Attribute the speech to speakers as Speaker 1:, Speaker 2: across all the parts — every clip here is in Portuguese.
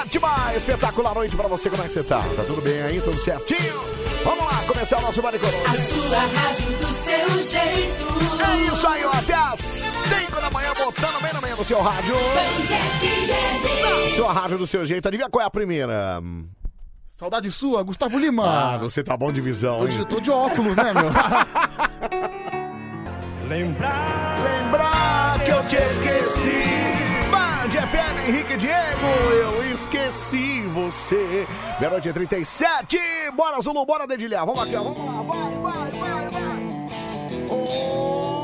Speaker 1: Ótima, espetacular noite pra você. Como é que você tá? Tá tudo bem aí? Tudo certinho? Vamos lá, começar o nosso Maricorô.
Speaker 2: A sua rádio do seu jeito.
Speaker 1: É isso aí, ó, até às 5 da manhã, botando bem no meio do seu rádio. Sua rádio do seu jeito. Adivinha qual é a primeira?
Speaker 3: Saudade sua, Gustavo Lima.
Speaker 1: Ah, você tá bom de visão,
Speaker 3: tô,
Speaker 1: hein?
Speaker 3: de, tô de óculos, né, meu?
Speaker 1: Lembrar, lembrar Ah, que eu te esqueci. Band FM, Henrique e Diego, eu esqueci você. Meia noite e 37, bora Zulu, bora dedilhar. Vamos aqui, ó, vamos lá, vai, vai, vai, vai. Ô,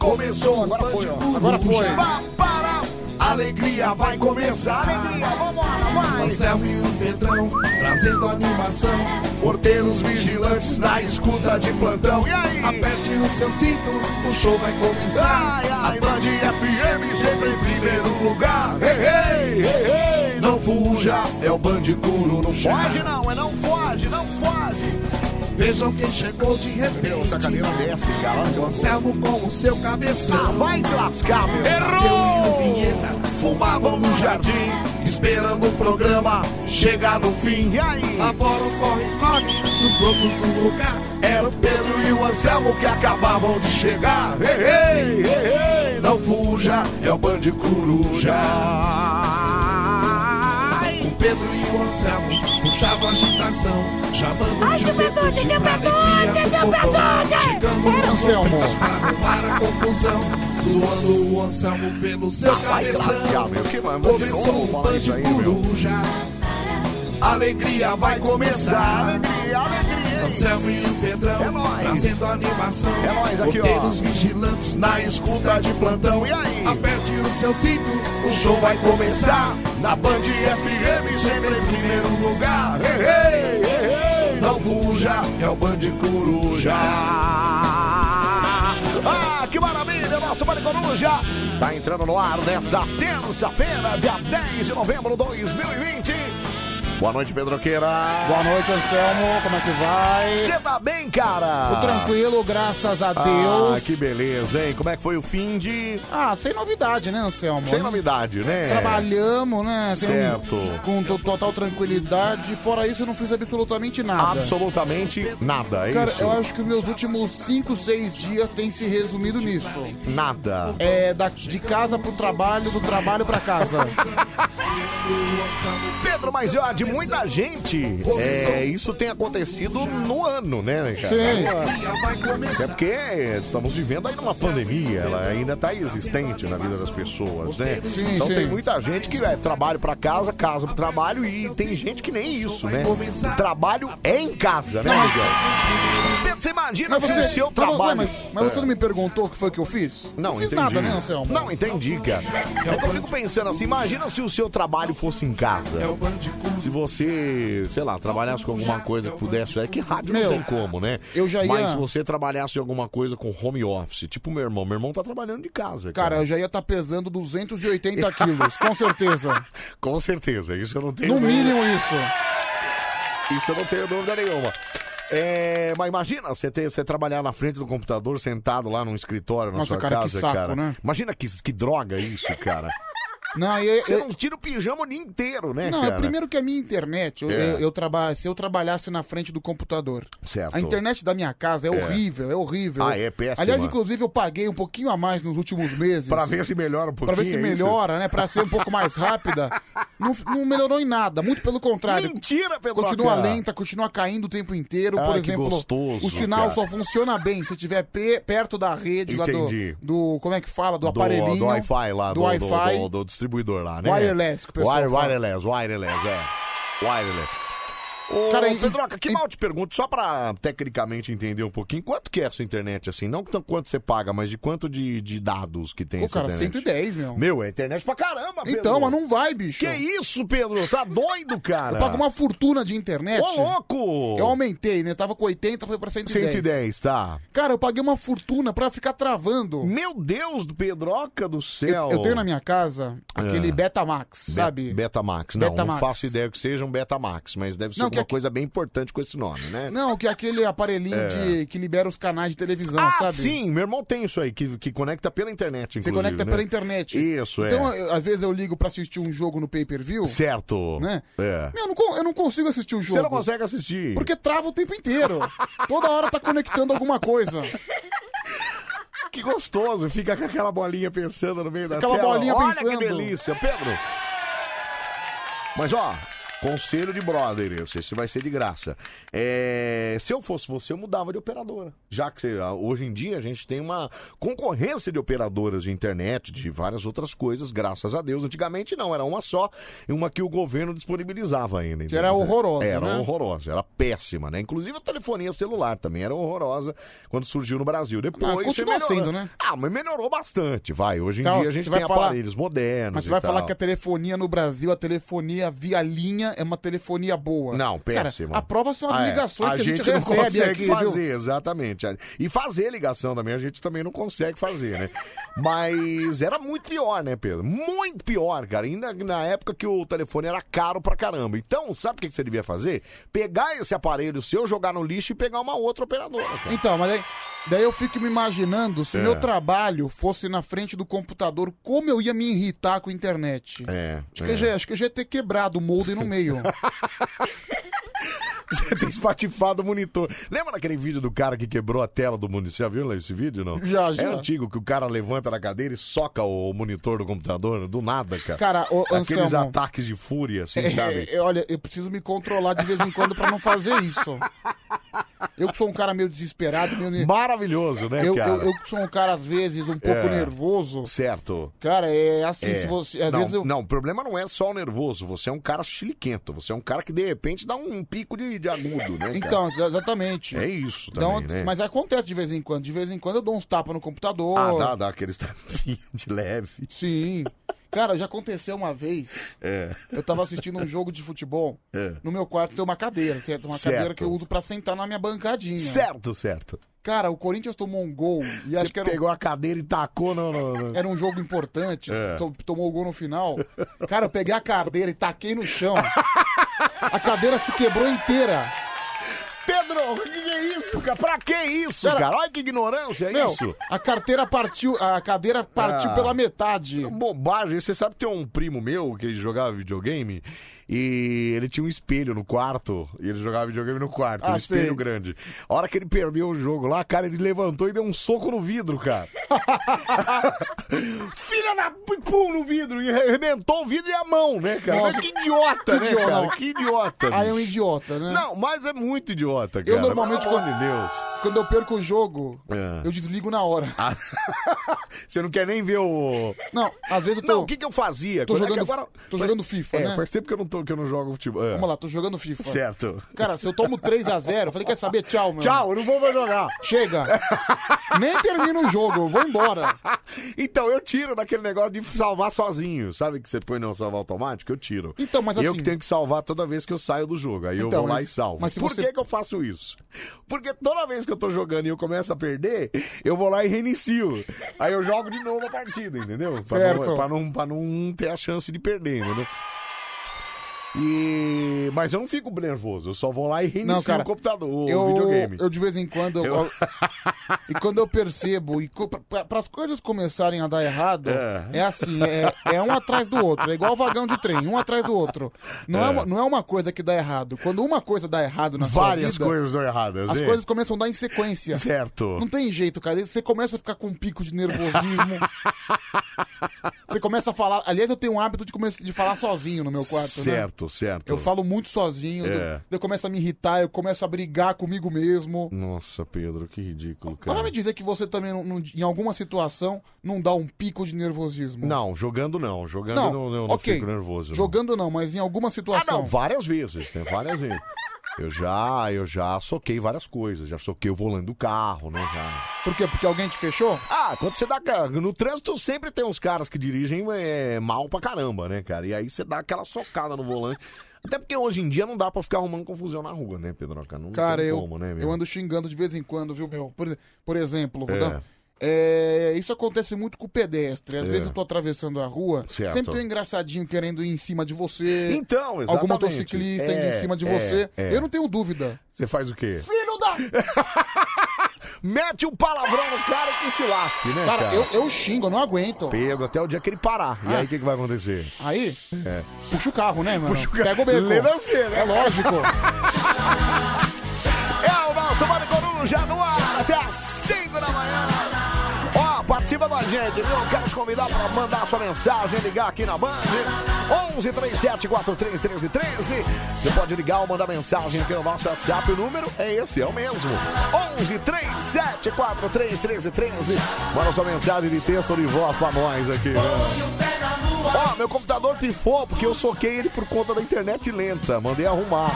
Speaker 1: Começou, agora foi, ó.
Speaker 3: Agora foi.
Speaker 1: Pá, Para, alegria vai começar. Alegria, vambora, vai.
Speaker 2: Anselmo e o Pedrão, trazendo animação.
Speaker 1: Porteiros vigilantes na escuta de plantão. E aí?
Speaker 2: Aperte o seu cinto, o show vai começar.
Speaker 1: Ai, ai, Band FM sempre em primeiro lugar. Ei, ei, ei, ei.
Speaker 2: Não fuja, é o Bandicouro no chão.
Speaker 1: Foge não, é não foge, não foge.
Speaker 2: Vejam quem chegou de repente.
Speaker 1: Essa cadeira desce, cara.
Speaker 2: O Anselmo com o seu
Speaker 1: Ah,
Speaker 2: cabeção.
Speaker 1: vai se lascar, meu.
Speaker 2: Eu e o Vinheta
Speaker 1: Fumavam no jardim, esperando o programa chegar no fim. E aí?
Speaker 2: Agora o corre-corre nos brotos do lugar.
Speaker 1: Era o Pedro e o Anselmo que acabavam de chegar. Ei, ei, ei, ei.
Speaker 2: Não fuja, é o Band Coruja.
Speaker 1: Ai.
Speaker 2: O Pedro e o Anselmo puxavam a agitação, chamando o tio Beto de tio Chegando
Speaker 3: Para,
Speaker 2: no
Speaker 3: Anselmo.
Speaker 2: Anselmo para arrumar a confusão, zoando o Anselmo pelo seu
Speaker 1: Vai se lascar,
Speaker 2: cabeção.
Speaker 1: meu. Que mano, de
Speaker 2: Começou
Speaker 1: novo
Speaker 2: o
Speaker 1: falar isso aí,
Speaker 2: Band
Speaker 1: meu.
Speaker 2: Coruja,
Speaker 1: Alegria vai começar. Alegria, alegria. hein?
Speaker 2: Anselmo e o Pedrão
Speaker 1: É nóis.
Speaker 2: trazendo animação.
Speaker 1: É nóis aqui, ó.
Speaker 2: Porteiros vigilantes na escuta de plantão.
Speaker 1: E aí?
Speaker 2: Aperte o seu cinto, o show vai começar.
Speaker 1: Na Band FM sempre em primeiro lugar. Ei, ei, ei, ei.
Speaker 2: Não fuja, é o Band Coruja.
Speaker 1: Ah, que maravilha, nosso Vale Coruja. Tá entrando no ar nesta terça-feira, dia 10 de novembro de 2020. Boa noite, Pedroqueira.
Speaker 3: Boa noite, Anselmo. Como é que vai?
Speaker 1: Você tá bem, cara?
Speaker 3: Tô tranquilo, graças a
Speaker 1: Ah,
Speaker 3: Deus.
Speaker 1: que beleza, hein? Como é que foi o fim de...
Speaker 3: Ah, sem novidade, né, Anselmo?
Speaker 1: Sem novidade, né?
Speaker 3: Trabalhamos, né? sem-
Speaker 1: Certo.
Speaker 3: com to- total tranquilidade. Fora isso, eu não fiz absolutamente nada.
Speaker 1: Absolutamente nada, é
Speaker 3: Cara,
Speaker 1: isso?
Speaker 3: eu acho que os meus últimos 5, 6 dias têm se resumido nisso.
Speaker 1: Nada.
Speaker 3: É da, de casa pro trabalho, do trabalho pra casa.
Speaker 1: Pedro, mas eu de muita gente. É, isso tem acontecido no ano, né, cara?
Speaker 3: Sim.
Speaker 1: É porque estamos vivendo ainda uma pandemia, ela ainda está existente na vida das pessoas, né?
Speaker 3: Sim,
Speaker 1: então
Speaker 3: sim.
Speaker 1: tem muita gente que é trabalho para casa, casa para trabalho e tem gente que nem isso, né? O trabalho é em casa, né, Miguel? Pedro, você imagina se o seu
Speaker 3: mas- tá
Speaker 1: trabalho...
Speaker 3: mas, mas você não me perguntou o que foi que eu fiz?
Speaker 1: Não,
Speaker 3: não fiz
Speaker 1: entendi.
Speaker 3: nada, né, Anselmo?
Speaker 1: Não, entendi, cara. É que eu fico pensando assim, imagina se o seu trabalho fosse em casa.
Speaker 3: É
Speaker 1: Se você, sei lá, trabalhasse com alguma coisa que pudesse. É que rádio
Speaker 3: Meu,
Speaker 1: não tem como, né?
Speaker 3: eu já ia-
Speaker 1: Mas se você trabalhasse em alguma coisa com home office, tipo meu irmão. Meu irmão tá trabalhando de casa.
Speaker 3: Cara, eu já ia estar pesando 280 quilos, com certeza.
Speaker 1: Com certeza, isso eu não tenho
Speaker 3: No
Speaker 1: dúvida.
Speaker 3: mínimo isso.
Speaker 1: Isso eu não tenho dúvida nenhuma. É, mas imagina você, ter, você trabalhar na frente do computador, sentado lá num escritório na
Speaker 3: Nossa,
Speaker 1: sua
Speaker 3: cara, que
Speaker 1: casa,
Speaker 3: saco,
Speaker 1: cara.
Speaker 3: né?
Speaker 1: Imagina que, que droga isso, cara.
Speaker 3: Não, e-
Speaker 1: Você
Speaker 3: eu-
Speaker 1: não tira o pijama o dia inteiro, né,
Speaker 3: não, é
Speaker 1: cara?
Speaker 3: primeiro que a minha internet, eu,
Speaker 1: É.
Speaker 3: eu, eu traba- se eu trabalhasse na frente do computador.
Speaker 1: Certo.
Speaker 3: A internet da minha casa é,
Speaker 1: É.
Speaker 3: horrível, é horrível.
Speaker 1: Ah, é péssima.
Speaker 3: Aliás, inclusive, eu paguei um pouquinho a mais nos últimos meses.
Speaker 1: Pra ver se melhora um
Speaker 3: Pra
Speaker 1: pouquinho.
Speaker 3: ver se
Speaker 1: é isso?
Speaker 3: melhora, né? Pra ser um pouco mais rápida. Não, não melhorou em nada, muito pelo contrário.
Speaker 1: Mentira, Pedro.
Speaker 3: Continua lenta, continua caindo o tempo inteiro.
Speaker 1: Ai,
Speaker 3: Por
Speaker 1: que
Speaker 3: exemplo,
Speaker 1: gostoso,
Speaker 3: o sinal
Speaker 1: cara.
Speaker 3: só funciona bem se tiver pe- perto da rede lá do,
Speaker 1: Entendi.
Speaker 3: do- Como é que fala? Do
Speaker 1: Do,
Speaker 3: aparelhinho.
Speaker 1: do Wi-Fi lá, do,
Speaker 3: Do
Speaker 1: do,
Speaker 3: Wi-Fi.
Speaker 1: do- do distribuidor lá, né?
Speaker 3: Wireless, que o pessoal
Speaker 1: Wire-
Speaker 3: fala.
Speaker 1: Wireless, wireless, é. Wireless. Ô,
Speaker 3: Cara, e-
Speaker 1: Pedroca, que
Speaker 3: e-
Speaker 1: mal te pergunto, só pra tecnicamente entender um pouquinho, quanto que é a sua internet, assim? Não tanto quanto você paga, mas de quanto de, de dados que tem
Speaker 3: Pô,
Speaker 1: essa
Speaker 3: cara,
Speaker 1: internet?
Speaker 3: 110, meu.
Speaker 1: Meu, é internet pra caramba, Pedro.
Speaker 3: Então, mas não vai, bicho.
Speaker 1: Que isso, Pedro? Tá doido, cara?
Speaker 3: Eu pago uma fortuna de internet.
Speaker 1: Ô, louco!
Speaker 3: Eu aumentei, né? Tava com 80, foi pra 110.
Speaker 1: 110, tá.
Speaker 3: Cara, eu paguei uma fortuna pra ficar travando.
Speaker 1: Meu Deus, do Pedroca é do céu.
Speaker 3: Eu, eu tenho na minha casa aquele
Speaker 1: Ah.
Speaker 3: Betamax,
Speaker 1: Be-
Speaker 3: sabe?
Speaker 1: Betamax. Não, não
Speaker 3: Betamax.
Speaker 1: faço ideia que seja um Betamax, mas deve ser
Speaker 3: Não,
Speaker 1: alguma coisa bem importante com esse nome, né?
Speaker 3: Não, que é aquele aparelhinho
Speaker 1: É.
Speaker 3: de, que libera os canais de televisão,
Speaker 1: Ah,
Speaker 3: sabe?
Speaker 1: sim, meu irmão tem isso aí, que, que conecta pela internet,
Speaker 3: Você
Speaker 1: inclusive.
Speaker 3: conecta
Speaker 1: né?
Speaker 3: pela internet.
Speaker 1: Isso,
Speaker 3: Então,
Speaker 1: é.
Speaker 3: eu- às vezes eu ligo pra assistir um jogo no pay-per-view.
Speaker 1: Certo.
Speaker 3: Né?
Speaker 1: É.
Speaker 3: Meu, eu não, con- eu não consigo assistir o jogo.
Speaker 1: Você não consegue assistir.
Speaker 3: Porque trava o tempo inteiro. Toda hora tá conectando alguma coisa.
Speaker 1: Que gostoso, fica com aquela bolinha pensando no meio da
Speaker 3: Aquela
Speaker 1: tela.
Speaker 3: bolinha
Speaker 1: Olha
Speaker 3: pensando.
Speaker 1: que delícia, Pedro. Mas ó, conselho de brother, esse esse vai ser de graça. É, se eu fosse você, eu mudava de operadora. Já que você- ah, hoje em dia a gente tem uma concorrência de operadoras de internet, de várias outras coisas, graças a Deus. Antigamente não, era uma só, e uma que o governo disponibilizava ainda.
Speaker 3: Que era
Speaker 1: entendeu?
Speaker 3: horrorosa,
Speaker 1: Era
Speaker 3: né?
Speaker 1: horrorosa, era péssima, né? Inclusive a telefonia celular também era horrorosa quando surgiu no Brasil. Depois
Speaker 3: Ah,
Speaker 1: foi
Speaker 3: continua
Speaker 1: melhorando.
Speaker 3: sendo, né?
Speaker 1: Ah, mas melhorou bastante, vai. Hoje em
Speaker 3: Você-
Speaker 1: dia a gente
Speaker 3: você
Speaker 1: tem
Speaker 3: vai falar-
Speaker 1: aparelhos modernos.
Speaker 3: Mas você vai
Speaker 1: e tal.
Speaker 3: falar que é a telefonia no Brasil, a telefonia via linha, é uma telefonia boa.
Speaker 1: Não, péssimo.
Speaker 3: Cara, a prova são as
Speaker 1: Ah, é.
Speaker 3: ligações que a gente,
Speaker 1: não
Speaker 3: recebe
Speaker 1: consegue
Speaker 3: aqui,
Speaker 1: fazer,
Speaker 3: viu?
Speaker 1: exatamente. E fazer ligação também, a gente também não consegue fazer, né? Mas era muito pior, né, Pedro? Muito pior, cara. Ainda na época que o telefone era caro pra caramba. Então, sabe o que que você devia fazer? Pegar esse aparelho seu, jogar no lixo e pegar uma outra operadora, cara.
Speaker 3: Então, mas aí, daí eu fico me imaginando se o
Speaker 1: É.
Speaker 3: meu trabalho fosse na frente do computador, como eu ia me irritar com a internet.
Speaker 1: É.
Speaker 3: Acho que, eu
Speaker 1: é.
Speaker 3: já, acho que eu já ia ter quebrado o molde no meio.
Speaker 1: Você tem espatifado o monitor. Lembra daquele vídeo do cara que quebrou a tela do monitor? Você já viu esse vídeo, não?
Speaker 3: Já, já.
Speaker 1: É antigo, que o cara levanta da cadeira e soca o monitor do computador do nada, cara.
Speaker 3: Cara, ô,
Speaker 1: Aqueles
Speaker 3: Anselmo.
Speaker 1: ataques de fúria, assim, sabe?
Speaker 3: É, é, olha, eu preciso me controlar de vez em quando pra não fazer isso. Eu que sou um cara meio desesperado, meio...
Speaker 1: Maravilhoso, né,
Speaker 3: eu,
Speaker 1: cara?
Speaker 3: eu, eu que sou um cara, às vezes, um pouco
Speaker 1: É.
Speaker 3: nervoso.
Speaker 1: Certo.
Speaker 3: Cara, é assim,
Speaker 1: É.
Speaker 3: se você. Às
Speaker 1: não,
Speaker 3: vezes eu.
Speaker 1: não, o problema não é só o nervoso. Você é um cara chiliquento. Você é um cara que, de repente, dá um pico de, de agudo, né, cara?
Speaker 3: Então, exa- exatamente.
Speaker 1: É isso
Speaker 3: Dá
Speaker 1: também,
Speaker 3: um-
Speaker 1: né?
Speaker 3: Mas acontece de vez em quando. De vez em quando eu dou uns tapas no computador.
Speaker 1: Ah, dá, dá aqueles tapinhos de leve.
Speaker 3: Sim. Cara, já aconteceu uma vez.
Speaker 1: É.
Speaker 3: Eu tava assistindo um jogo de futebol.
Speaker 1: É.
Speaker 3: No meu quarto tem uma cadeira, certo? Uma
Speaker 1: Certo.
Speaker 3: cadeira que eu uso pra sentar na minha bancadinha.
Speaker 1: Certo, certo.
Speaker 3: Cara, o Corinthians tomou um gol e
Speaker 1: Você
Speaker 3: acho que era um
Speaker 1: pegou a cadeira e tacou no... no- no-
Speaker 3: era um jogo importante,
Speaker 1: É.
Speaker 3: to- tomou o gol no final. Cara, eu peguei a cadeira e taquei no chão. A cadeira se quebrou inteira.
Speaker 1: Pedro, o que, que é isso, cara? Pra que isso, cara?
Speaker 3: Cara,
Speaker 1: Olha que ignorância
Speaker 3: Meu,
Speaker 1: é isso.
Speaker 3: a carteira partiu, a cadeira partiu
Speaker 1: Ah.
Speaker 3: pela metade.
Speaker 1: Bobagem. Você sabe que tem um primo meu que ele jogava videogame e ele tinha um espelho no quarto e ele jogava videogame no quarto,
Speaker 3: Ah,
Speaker 1: um espelho
Speaker 3: sei.
Speaker 1: grande. A hora que ele perdeu o jogo lá, cara, ele levantou e deu um soco no vidro, cara. Filha da... Pum no vidro e arrebentou o vidro e a mão, né, cara?
Speaker 3: Nossa.
Speaker 1: Mas que idiota,
Speaker 3: Que
Speaker 1: né,
Speaker 3: idiota,
Speaker 1: cara?
Speaker 3: não.
Speaker 1: Que idiota,
Speaker 3: Aí é um
Speaker 1: bicho.
Speaker 3: idiota, né?
Speaker 1: Não, mas é muito idiota, cara.
Speaker 3: Eu normalmente
Speaker 1: Pelo
Speaker 3: quando-
Speaker 1: amor de Deus.
Speaker 3: Quando eu perco o jogo,
Speaker 1: É.
Speaker 3: eu desligo na hora.
Speaker 1: Ah, Você não quer nem ver o.
Speaker 3: Não, às vezes eu tô.
Speaker 1: Não, o que, que eu fazia?
Speaker 3: tô
Speaker 1: Quando é
Speaker 3: jogando-
Speaker 1: que agora-
Speaker 3: tô
Speaker 1: faz-
Speaker 3: jogando FIFA,
Speaker 1: É,
Speaker 3: né?
Speaker 1: faz tempo que eu não, tô, que eu não jogo futebol. É.
Speaker 3: Vamos lá, tô jogando FIFA.
Speaker 1: Certo.
Speaker 3: Cara, se eu tomo 3x0, eu falei, quer saber? Tchau, meu.
Speaker 1: Tchau, eu não vou mais jogar.
Speaker 3: Chega. Nem termina o jogo, eu vou embora.
Speaker 1: Então, eu tiro daquele negócio de salvar sozinho. Sabe que você põe no salvar automático? Eu tiro.
Speaker 3: Então, mas
Speaker 1: Eu
Speaker 3: assim-
Speaker 1: que tenho que salvar toda vez que eu saio do jogo. Aí eu
Speaker 3: Então,
Speaker 1: vou lá
Speaker 3: mas-
Speaker 1: e salvo.
Speaker 3: mas se
Speaker 1: Por
Speaker 3: você-
Speaker 1: que, que eu faço isso? Porque toda vez que eu tô jogando e eu começo a perder, eu vou lá e reinicio. Aí eu jogo de novo a partida, entendeu? Pra Não,
Speaker 3: Certo.
Speaker 1: pra, não, pra não ter a chance de perder, entendeu? E... Mas eu não fico nervoso, eu só vou lá e reinicio
Speaker 3: Não, cara,
Speaker 1: o computador,
Speaker 3: eu,
Speaker 1: o videogame.
Speaker 3: Eu de vez em quando. eu- e quando eu percebo, e para as coisas começarem a dar errado,
Speaker 1: É.
Speaker 3: é, assim, é, é um atrás do outro. É igual vagão de trem, um atrás do outro. Não é, uma, não é uma coisa que dá errado. Quando uma coisa dá errado na
Speaker 1: Várias
Speaker 3: sua vida,
Speaker 1: coisas dão erradas,
Speaker 3: as
Speaker 1: hein?
Speaker 3: coisas começam a dar em sequência.
Speaker 1: Certo.
Speaker 3: Não tem jeito, cara. Você começa a ficar com um pico de nervosismo. Você começa a falar. Aliás, eu tenho um hábito de, come- de falar sozinho no meu quarto, né?
Speaker 1: certo, certo.
Speaker 3: Eu falo muito sozinho,
Speaker 1: É.
Speaker 3: eu, eu começo a me irritar, eu começo a brigar comigo mesmo.
Speaker 1: Nossa, Pedro, que ridículo,
Speaker 3: Mas
Speaker 1: cara.
Speaker 3: vai me dizer que você também, não- não- em alguma situação, não dá um pico de nervosismo.
Speaker 1: Não, jogando não. Jogando
Speaker 3: Não,
Speaker 1: não, não, não
Speaker 3: ok.
Speaker 1: fico nervoso. não.
Speaker 3: Jogando não, mas em alguma
Speaker 1: Ah,
Speaker 3: situação.
Speaker 1: não, várias vezes, né? Várias vezes. Eu já, eu já soquei várias coisas. Já soquei o volante do carro, né? Já.
Speaker 3: Por quê? Porque alguém te fechou?
Speaker 1: Ah, quando você dá. ca- No trânsito sempre tem uns caras que dirigem é, mal pra caramba, né, cara? E aí você dá aquela socada no volante. Até porque hoje em dia não dá pra ficar arrumando confusão na rua, né, Pedro? Não
Speaker 3: Cara,
Speaker 1: tem
Speaker 3: eu,
Speaker 1: como, né, meu?
Speaker 3: eu ando xingando de vez em quando, viu, meu? Por, por exemplo, Rodão, É, isso acontece muito com o pedestre. Às
Speaker 1: É.
Speaker 3: vezes eu tô atravessando a rua,
Speaker 1: Certo.
Speaker 3: sempre tem um engraçadinho querendo ir em cima de você.
Speaker 1: Então, exatamente.
Speaker 3: Algum motociclista indo
Speaker 1: É,
Speaker 3: em cima de
Speaker 1: é,
Speaker 3: você.
Speaker 1: é.
Speaker 3: Eu não tenho dúvida.
Speaker 1: Você faz o quê?
Speaker 3: Filho da...
Speaker 1: Mete um palavrão no cara que se lasque, né, cara?
Speaker 3: Cara, eu, eu xingo, eu não aguento.
Speaker 1: Pedro, até o dia que ele parar. E
Speaker 3: Ah.
Speaker 1: aí, o que, que vai acontecer?
Speaker 3: Aí,
Speaker 1: É.
Speaker 3: puxa o carro, né, mano?
Speaker 1: Puxa o carro.
Speaker 3: Pega o beco.
Speaker 1: Lê você, né?
Speaker 3: É lógico.
Speaker 1: É o nosso Mário Coruja no ar até às 5 da manhã. Ó, participa com a gente, viu? Quero te convidar para mandar sua mensagem, ligar aqui na Band. 11 37 43 13 13. Você pode ligar ou mandar mensagem aqui no nosso WhatsApp. O número é esse, é o mesmo. 11 37 43 13 13. Manda sua mensagem de texto ou de voz para nós aqui. Né? Ó, meu computador pifou porque eu soquei ele por conta da internet lenta. Mandei arrumar.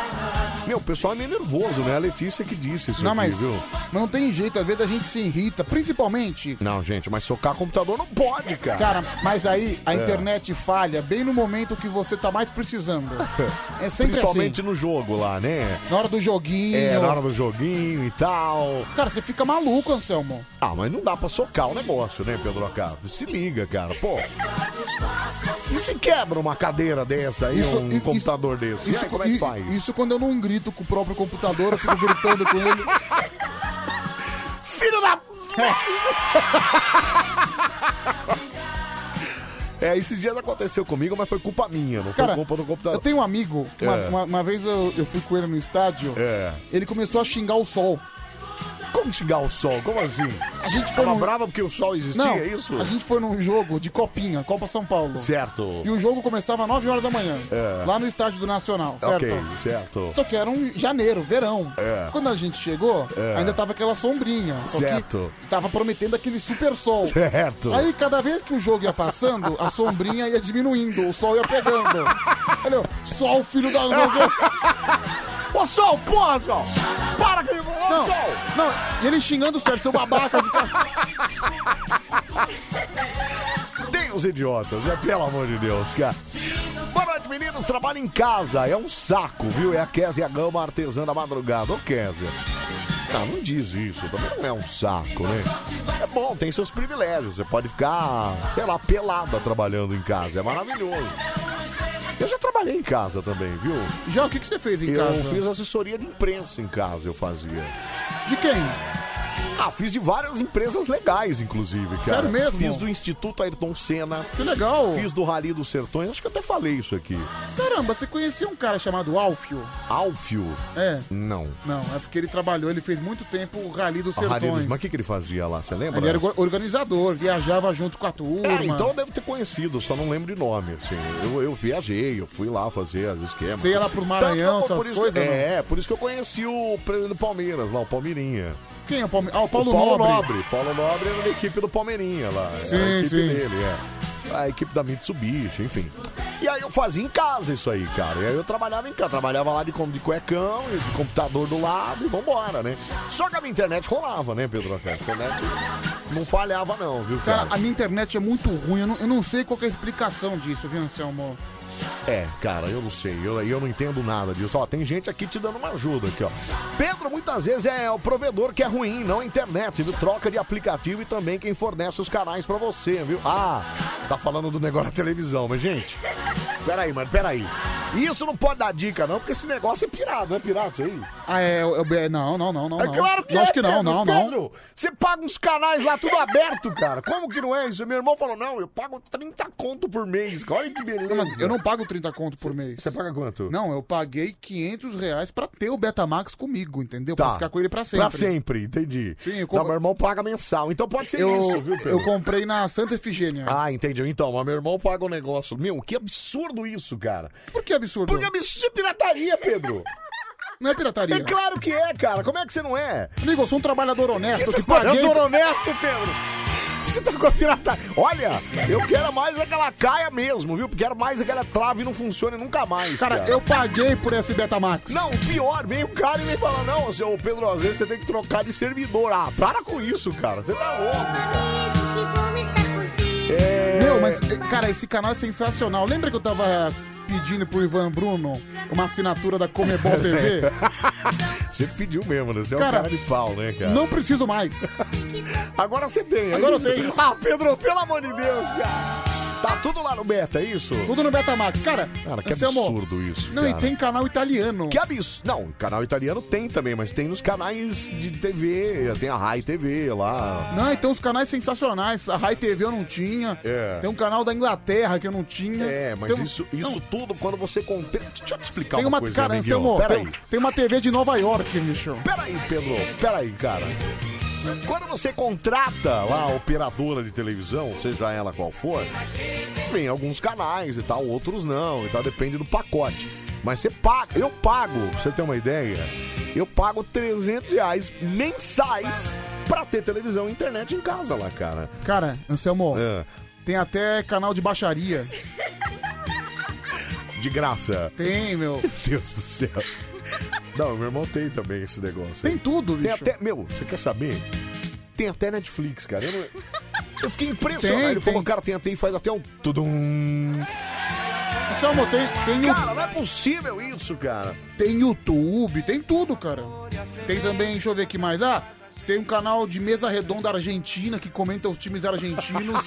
Speaker 1: Meu, o pessoal é meio nervoso, né? A Letícia que disse isso
Speaker 3: Não,
Speaker 1: aqui,
Speaker 3: mas,
Speaker 1: viu?
Speaker 3: mas não tem jeito, às vezes a gente se irrita, principalmente.
Speaker 1: Não, gente, mas socar computador não pode, cara.
Speaker 3: Cara, mas aí a
Speaker 1: É.
Speaker 3: internet falha bem no momento que você tá mais precisando. É sempre
Speaker 1: Principalmente
Speaker 3: assim.
Speaker 1: no jogo lá, né?
Speaker 3: Na hora do joguinho.
Speaker 1: É, na hora do joguinho e tal.
Speaker 3: Cara, você fica maluco, Anselmo.
Speaker 1: Ah, mas não dá pra socar o negócio, né, Pedro Acabo? Se liga, cara, pô. E se quebra uma cadeira dessa aí,
Speaker 3: Isso-
Speaker 1: um
Speaker 3: isso-
Speaker 1: computador desse? e aí, como é que
Speaker 3: i-
Speaker 1: faz?
Speaker 3: isso quando eu não grito com o próprio computador, eu fico gritando com ele.
Speaker 1: Filho da... É, esses dias aconteceu comigo, mas foi culpa minha, não foi
Speaker 3: Cara,
Speaker 1: culpa do computador.
Speaker 3: Eu tenho um amigo, uma,
Speaker 1: É.
Speaker 3: uma- uma vez eu, eu fui com ele no estádio,
Speaker 1: É.
Speaker 3: ele começou a xingar o sol.
Speaker 1: Como xingar o sol? Como assim?
Speaker 3: A gente foi
Speaker 1: Tava
Speaker 3: num-
Speaker 1: brava porque o sol existia,
Speaker 3: Não,
Speaker 1: é isso?
Speaker 3: a gente foi num jogo de Copinha, Copa São Paulo.
Speaker 1: Certo.
Speaker 3: E o jogo começava às 9 horas da manhã,
Speaker 1: É.
Speaker 3: lá no estádio do Nacional, certo?
Speaker 1: Ok, certo.
Speaker 3: Só que era um janeiro, verão.
Speaker 1: É.
Speaker 3: Quando a gente chegou,
Speaker 1: É.
Speaker 3: ainda tava aquela sombrinha. Só
Speaker 1: Certo.
Speaker 3: que tava prometendo aquele super sol.
Speaker 1: Certo.
Speaker 3: Aí, cada vez que o jogo ia passando, a sombrinha ia diminuindo, o sol ia pegando. Olha, sol, filho da...
Speaker 1: Ô sol, porra, sol! Para que ele Ô
Speaker 3: Não,
Speaker 1: sol!
Speaker 3: não, e ele xingando o Sérgio, seu babaca. do cara.
Speaker 1: Tem os idiotas, é pelo amor de Deus, cara. Boa noite, meninos. Trabalho em casa, é um saco, viu? É a Kézia Gama, artesã da madrugada. Ô, Kézia. Tá, não diz isso, também não é um saco, né? É bom, tem seus privilégios. Você pode ficar, sei lá, pelada trabalhando em casa. É maravilhoso. Eu já trabalhei em casa também, viu?
Speaker 3: Já, o que, que você fez em
Speaker 1: eu
Speaker 3: casa?
Speaker 1: fiz assessoria de imprensa em casa, eu fazia.
Speaker 3: De quem?
Speaker 1: Ah, fiz de várias empresas legais, inclusive, cara.
Speaker 3: Sério mesmo?
Speaker 1: Fiz do Instituto Ayrton Senna.
Speaker 3: Que legal.
Speaker 1: Fiz do Rally dos Sertões. Acho que eu até falei isso aqui.
Speaker 3: Caramba, você conhecia um cara chamado Alfio?
Speaker 1: Alfio.
Speaker 3: É.
Speaker 1: Não.
Speaker 3: Não, é porque ele trabalhou, ele fez muito tempo o Rally dos
Speaker 1: O Rally dos...
Speaker 3: Sertões.
Speaker 1: Mas o que, que ele fazia lá? Você lembra?
Speaker 3: Ele era orga- organizador, viajava junto com a turma.
Speaker 1: É, então eu devo ter conhecido, só não lembro de nome, assim. Eu, eu viajei, eu fui lá fazer as esquemas.
Speaker 3: Você ia lá pro Maranhão,
Speaker 1: Tanto que eu- por
Speaker 3: essas
Speaker 1: isso que-
Speaker 3: coisas? não?
Speaker 1: É, por isso que eu conheci o presidente do Palmeiras, lá, o Palmeirinha.
Speaker 3: Quem é o Palmeiras? Ah, o Paulo,
Speaker 1: O Paulo
Speaker 3: Nobre.
Speaker 1: Nobre. Paulo Nobre era da equipe do Palmeirinha lá. Era
Speaker 3: Sim,
Speaker 1: é a equipe
Speaker 3: sim.
Speaker 1: dele, é. A equipe da Mitsubishi, enfim. E aí eu fazia em casa isso aí, cara. E aí eu trabalhava em casa. Trabalhava lá de, com- de cuecão, e de computador do lado e vambora, né? Só que a minha internet rolava, né, Pedro? A internet não falhava não, viu, cara?
Speaker 3: Cara, a minha internet é muito ruim, eu não, eu não sei qual que é a explicação disso, viu, Anselmo?
Speaker 1: É, cara, eu não sei, eu, eu não entendo nada disso. Ó, tem gente aqui te dando uma ajuda aqui, ó. Pedro, muitas vezes é o provedor que é ruim, não a internet, viu? Troca de aplicativo e também quem fornece os canais pra você, viu? Ah, tá falando do negócio da televisão, mas gente, peraí, mano, peraí. Isso não pode dar dica, não, porque esse negócio é pirado, é pirado isso aí?
Speaker 3: Ah, é, eu, eu- não, não, não, não.
Speaker 1: É
Speaker 3: não.
Speaker 1: claro que
Speaker 3: eu
Speaker 1: é,
Speaker 3: acho que não,
Speaker 1: Pedro,
Speaker 3: não, não.
Speaker 1: Pedro, você paga uns canais lá tudo aberto, cara. Como que não é isso? Meu irmão falou, não, eu pago 30 conto por mês, cara. Olha que beleza.
Speaker 3: Não, mas assim? eu não pago 30 conto por mês.
Speaker 1: Você paga quanto?
Speaker 3: Não, eu paguei 500 reais pra ter o Betamax comigo, entendeu?
Speaker 1: Tá.
Speaker 3: Pra ficar com ele pra sempre.
Speaker 1: Pra sempre, entendi.
Speaker 3: Sim, eu
Speaker 1: Não,
Speaker 3: compro-
Speaker 1: meu irmão paga mensal, então pode ser
Speaker 3: Eu,
Speaker 1: isso, viu, Pedro?
Speaker 3: eu comprei na Santa Efigênia.
Speaker 1: Ah, entendi. Então, mas meu irmão paga o negócio. Meu, que absurdo isso, cara.
Speaker 3: Por que absurdo?
Speaker 1: Porque absurdo é pirataria, Pedro.
Speaker 3: Não é pirataria.
Speaker 1: É claro que é, cara. Como é que você não é?
Speaker 3: Amigo, eu sou um trabalhador honesto que paguei.
Speaker 1: Trabalhador honesto, Pedro. Você tá com a pirataria. Olha, eu quero mais aquela caia mesmo, viu? Quero mais aquela trave não funciona nunca mais. Cara,
Speaker 3: Cara, eu paguei por esse Betamax.
Speaker 1: Não, o pior, vem o cara e me fala, não, seu Pedro, às vezes você tem que trocar de servidor. Ah, para com isso, cara. Você tá louco. É...
Speaker 3: Meu, mas, eh, cara, esse canal é sensacional. Lembra que eu tava pedindo pro Ivan Bruno uma assinatura da Comebol TV?
Speaker 1: Você pediu mesmo, né? Você é um
Speaker 3: Cara,
Speaker 1: cara de pau, né, cara?
Speaker 3: Não preciso mais.
Speaker 1: Agora você tem, é
Speaker 3: Agora eu
Speaker 1: isso?
Speaker 3: tenho.
Speaker 1: Ah, Pedro, pelo amor de Deus, cara. Tá tudo lá no Beta, é isso?
Speaker 3: Tudo no Betamax. Cara,
Speaker 1: Cara, que
Speaker 3: Anselmo,
Speaker 1: absurdo isso.
Speaker 3: Não,
Speaker 1: cara.
Speaker 3: e tem canal italiano.
Speaker 1: Que absurdo. Não, canal italiano tem também, mas tem nos canais de TV, tem a Rai TV lá.
Speaker 3: Não, então os canais sensacionais. A Rai TV eu não tinha.
Speaker 1: É.
Speaker 3: Tem um canal da Inglaterra que eu não tinha.
Speaker 1: É, mas
Speaker 3: Tem um-
Speaker 1: isso, isso tudo quando você compra. Deixa eu te explicar
Speaker 3: Tem uma,
Speaker 1: coisa,
Speaker 3: cara,
Speaker 1: amiguinho.
Speaker 3: Anselmo,
Speaker 1: Peraí.
Speaker 3: tem, um- tem uma TV de Nova York, Michel.
Speaker 1: Peraí, Pedro, peraí, cara. Quando você contrata lá a operadora de televisão, seja ela qual for, tem alguns canais e tal, outros não, e tal, depende do pacote. Mas você paga, eu pago, pra você ter uma ideia, eu pago 300 reais mensais pra ter televisão e internet em casa lá, cara.
Speaker 3: Cara, Anselmo,
Speaker 1: É,
Speaker 3: tem até canal de baixaria.
Speaker 1: de graça.
Speaker 3: Tem, meu.
Speaker 1: Meu Deus do céu. Não, meu irmão tem também esse negócio.
Speaker 3: Tem tudo,
Speaker 1: Tem
Speaker 3: bicho.
Speaker 1: até. Meu, você quer saber? Tem até Netflix, cara. Eu, não- eu fiquei impressionado.
Speaker 3: Tem,
Speaker 1: Ele falou,
Speaker 3: tem.
Speaker 1: cara, tem até e faz até um. Tudum.
Speaker 3: Anselmo, tem, tem,
Speaker 1: Cara, não é possível isso, cara.
Speaker 3: tem YouTube, tem tudo, cara. Tem também, deixa eu ver aqui mais. Ah, tem um canal de mesa redonda argentina que comenta os times argentinos.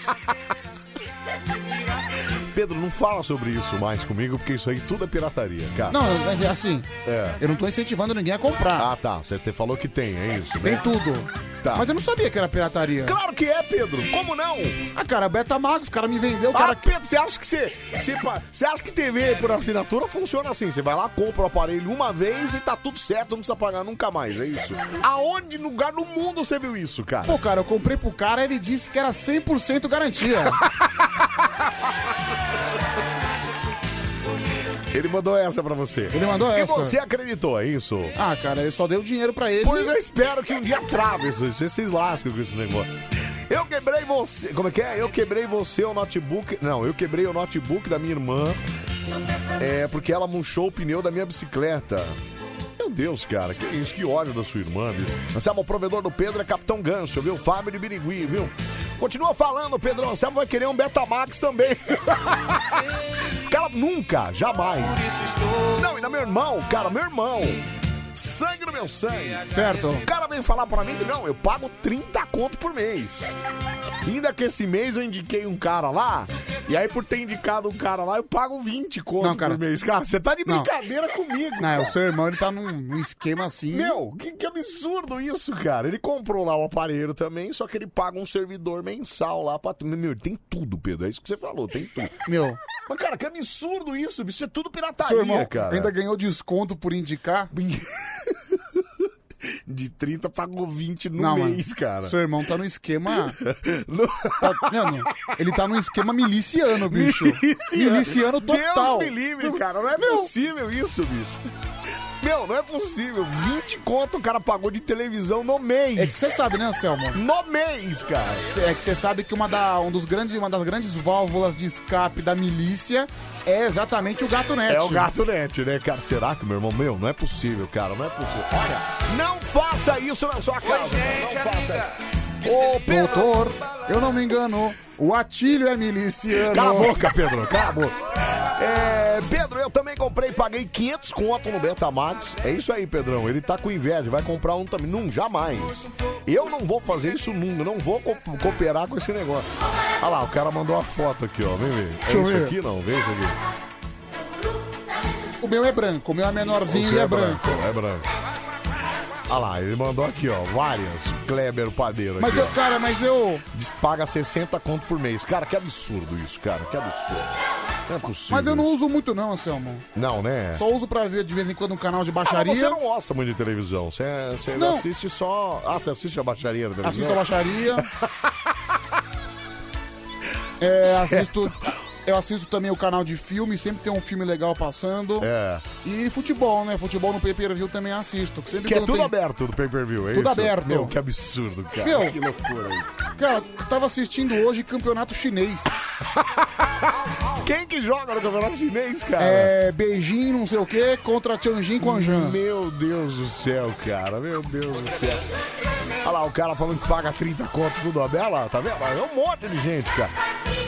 Speaker 1: Pedro, não fala sobre isso mais comigo, porque isso aí tudo é pirataria, cara.
Speaker 3: Não, mas é assim,
Speaker 1: É.
Speaker 3: eu não tô incentivando ninguém a comprar.
Speaker 1: Ah, tá. Você te falou que tem, é isso, né?
Speaker 3: Tem tudo.
Speaker 1: Tá.
Speaker 3: Mas eu não sabia que era pirataria.
Speaker 1: Claro que é, Pedro. Como não?
Speaker 3: Ah, cara, Betamax, o cara me vendeu, o
Speaker 1: Cara,
Speaker 3: cara...
Speaker 1: Pedro, você acha que você, você, pa- você acha que TV por assinatura funciona assim? Você vai lá, compra o aparelho uma vez e tá tudo certo, não precisa pagar nunca mais, é isso? Aonde, no lugar do mundo você viu isso, cara?
Speaker 3: Pô, cara, eu comprei pro cara ele disse que era 100% garantia.
Speaker 1: Ele mandou essa pra você.
Speaker 3: Ele mandou
Speaker 1: E
Speaker 3: essa.
Speaker 1: você acreditou, é isso?
Speaker 3: Ah, cara, eu só dei o dinheiro pra ele.
Speaker 1: Pois eu espero que um dia trave isso. Vocês lascam com esse negócio. Eu quebrei você. Como é que é? Eu quebrei você o notebook. Não, eu quebrei o notebook da minha irmã. É, porque ela murchou o pneu da minha bicicleta. Meu Deus, cara, que isso, que ódio da sua irmã, viu? Anselmo, o provedor do Pedro é Capitão Gancho, viu? Fábio de Birigui, viu? Continua falando, Pedrão. Anselmo vai querer um Betamax também. cara, nunca, jamais. Não, e na meu irmão, cara, meu irmão. Sangue no meu sangue.
Speaker 3: Certo.
Speaker 1: O cara veio falar pra mim que não, eu pago 30 conto por mês. Ainda que esse mês eu indiquei um cara lá, e aí por ter indicado um cara lá, eu pago 20 conto
Speaker 3: Não, cara.
Speaker 1: por mês. Cara, você tá de
Speaker 3: Não.
Speaker 1: brincadeira comigo.
Speaker 3: Não, é,
Speaker 1: cara.
Speaker 3: o seu irmão, ele tá num, num esquema assim...
Speaker 1: Meu, que, que absurdo isso, cara. Ele comprou lá o aparelho também, só que ele paga um servidor mensal lá pra. Meu, tem tudo, Pedro. É isso que você falou, tem tudo.
Speaker 3: Meu,
Speaker 1: Mas, cara, que absurdo isso. Isso é tudo pirataria,
Speaker 3: seu irmão
Speaker 1: cara.
Speaker 3: ainda ganhou desconto por indicar?
Speaker 1: De 30 pagou 20 no
Speaker 3: Não,
Speaker 1: mês,
Speaker 3: mano.
Speaker 1: cara.
Speaker 3: Seu irmão tá num esquema...
Speaker 1: No-
Speaker 3: Tá- Não, não. Ele tá num esquema miliciano, bicho. Miliciano, total.
Speaker 1: Deus me livre, cara. Não é possível isso, bicho. Meu, não é possível. 20 conto o cara pagou de televisão no mês.
Speaker 3: É que você sabe, né, Anselmo?
Speaker 1: No mês, cara.
Speaker 3: É que você sabe que uma, da, um dos grandes, uma das grandes válvulas de escape da milícia é exatamente o gato net.
Speaker 1: É o gato net, né, cara? Será que, meu irmão? Meu, não é possível, cara. Não é possível. Olha, não faça isso na sua casa. não faça isso. Ô, Pedro.
Speaker 3: Doutor, eu não me engano, o Atílio é miliciano.
Speaker 1: Cala a boca, Pedro. Cala a boca. É, Pedro, eu também comprei e paguei 500 conto no Betamax. É isso aí, Pedrão. Ele tá com inveja. Vai comprar um também. Não, jamais. Eu não vou fazer isso nunca. Não vou co- cooperar com esse negócio. Olha lá, o cara mandou uma foto aqui, ó. Vem ver. É
Speaker 3: Deixa eu
Speaker 1: isso
Speaker 3: ver.
Speaker 1: aqui? Não, vem isso aqui.
Speaker 3: O meu é branco, o meu é menorzinho
Speaker 1: Você
Speaker 3: e é branco.
Speaker 1: É branco. Olha lá, ele mandou aqui, ó. Várias. Kleber Padeiro aqui,
Speaker 3: Mas eu,
Speaker 1: ó.
Speaker 3: cara, mas eu.
Speaker 1: Diz que paga 60 conto por mês. Cara, que absurdo isso, cara. Que absurdo. Não é possível.
Speaker 3: Mas eu não uso muito, não, Anselmo.
Speaker 1: Não, né?
Speaker 3: Só uso pra ver de vez em quando um canal de
Speaker 1: Ah, mas
Speaker 3: baixaria.
Speaker 1: você não gosta muito de televisão. Você, você
Speaker 3: Não.
Speaker 1: assiste só. Ah, você assiste a baixaria da televisão?
Speaker 3: Assisto a baixaria. É, assisto. Eu assisto também o canal de filme, sempre tem um filme legal passando.
Speaker 1: É.
Speaker 3: E futebol, né? Futebol no pay per view também assisto. que Sempre
Speaker 1: Que é
Speaker 3: quando
Speaker 1: tudo
Speaker 3: tem-
Speaker 1: aberto do pay per view, é
Speaker 3: Tudo
Speaker 1: isso?
Speaker 3: aberto.
Speaker 1: Meu, que absurdo, cara.
Speaker 3: Meu.
Speaker 1: Que loucura isso.
Speaker 3: Cara, eu tava assistindo hoje campeonato chinês.
Speaker 1: Quem que joga no campeonato chinês, cara?
Speaker 3: É. Beijing, não sei o quê, contra Tianjin Quanjan.
Speaker 1: Meu Deus do céu, cara. Meu Deus do céu. Olha lá, o cara falando que paga 30 conto tudo aberto. Olha lá, tá vendo? É um monte de gente, cara.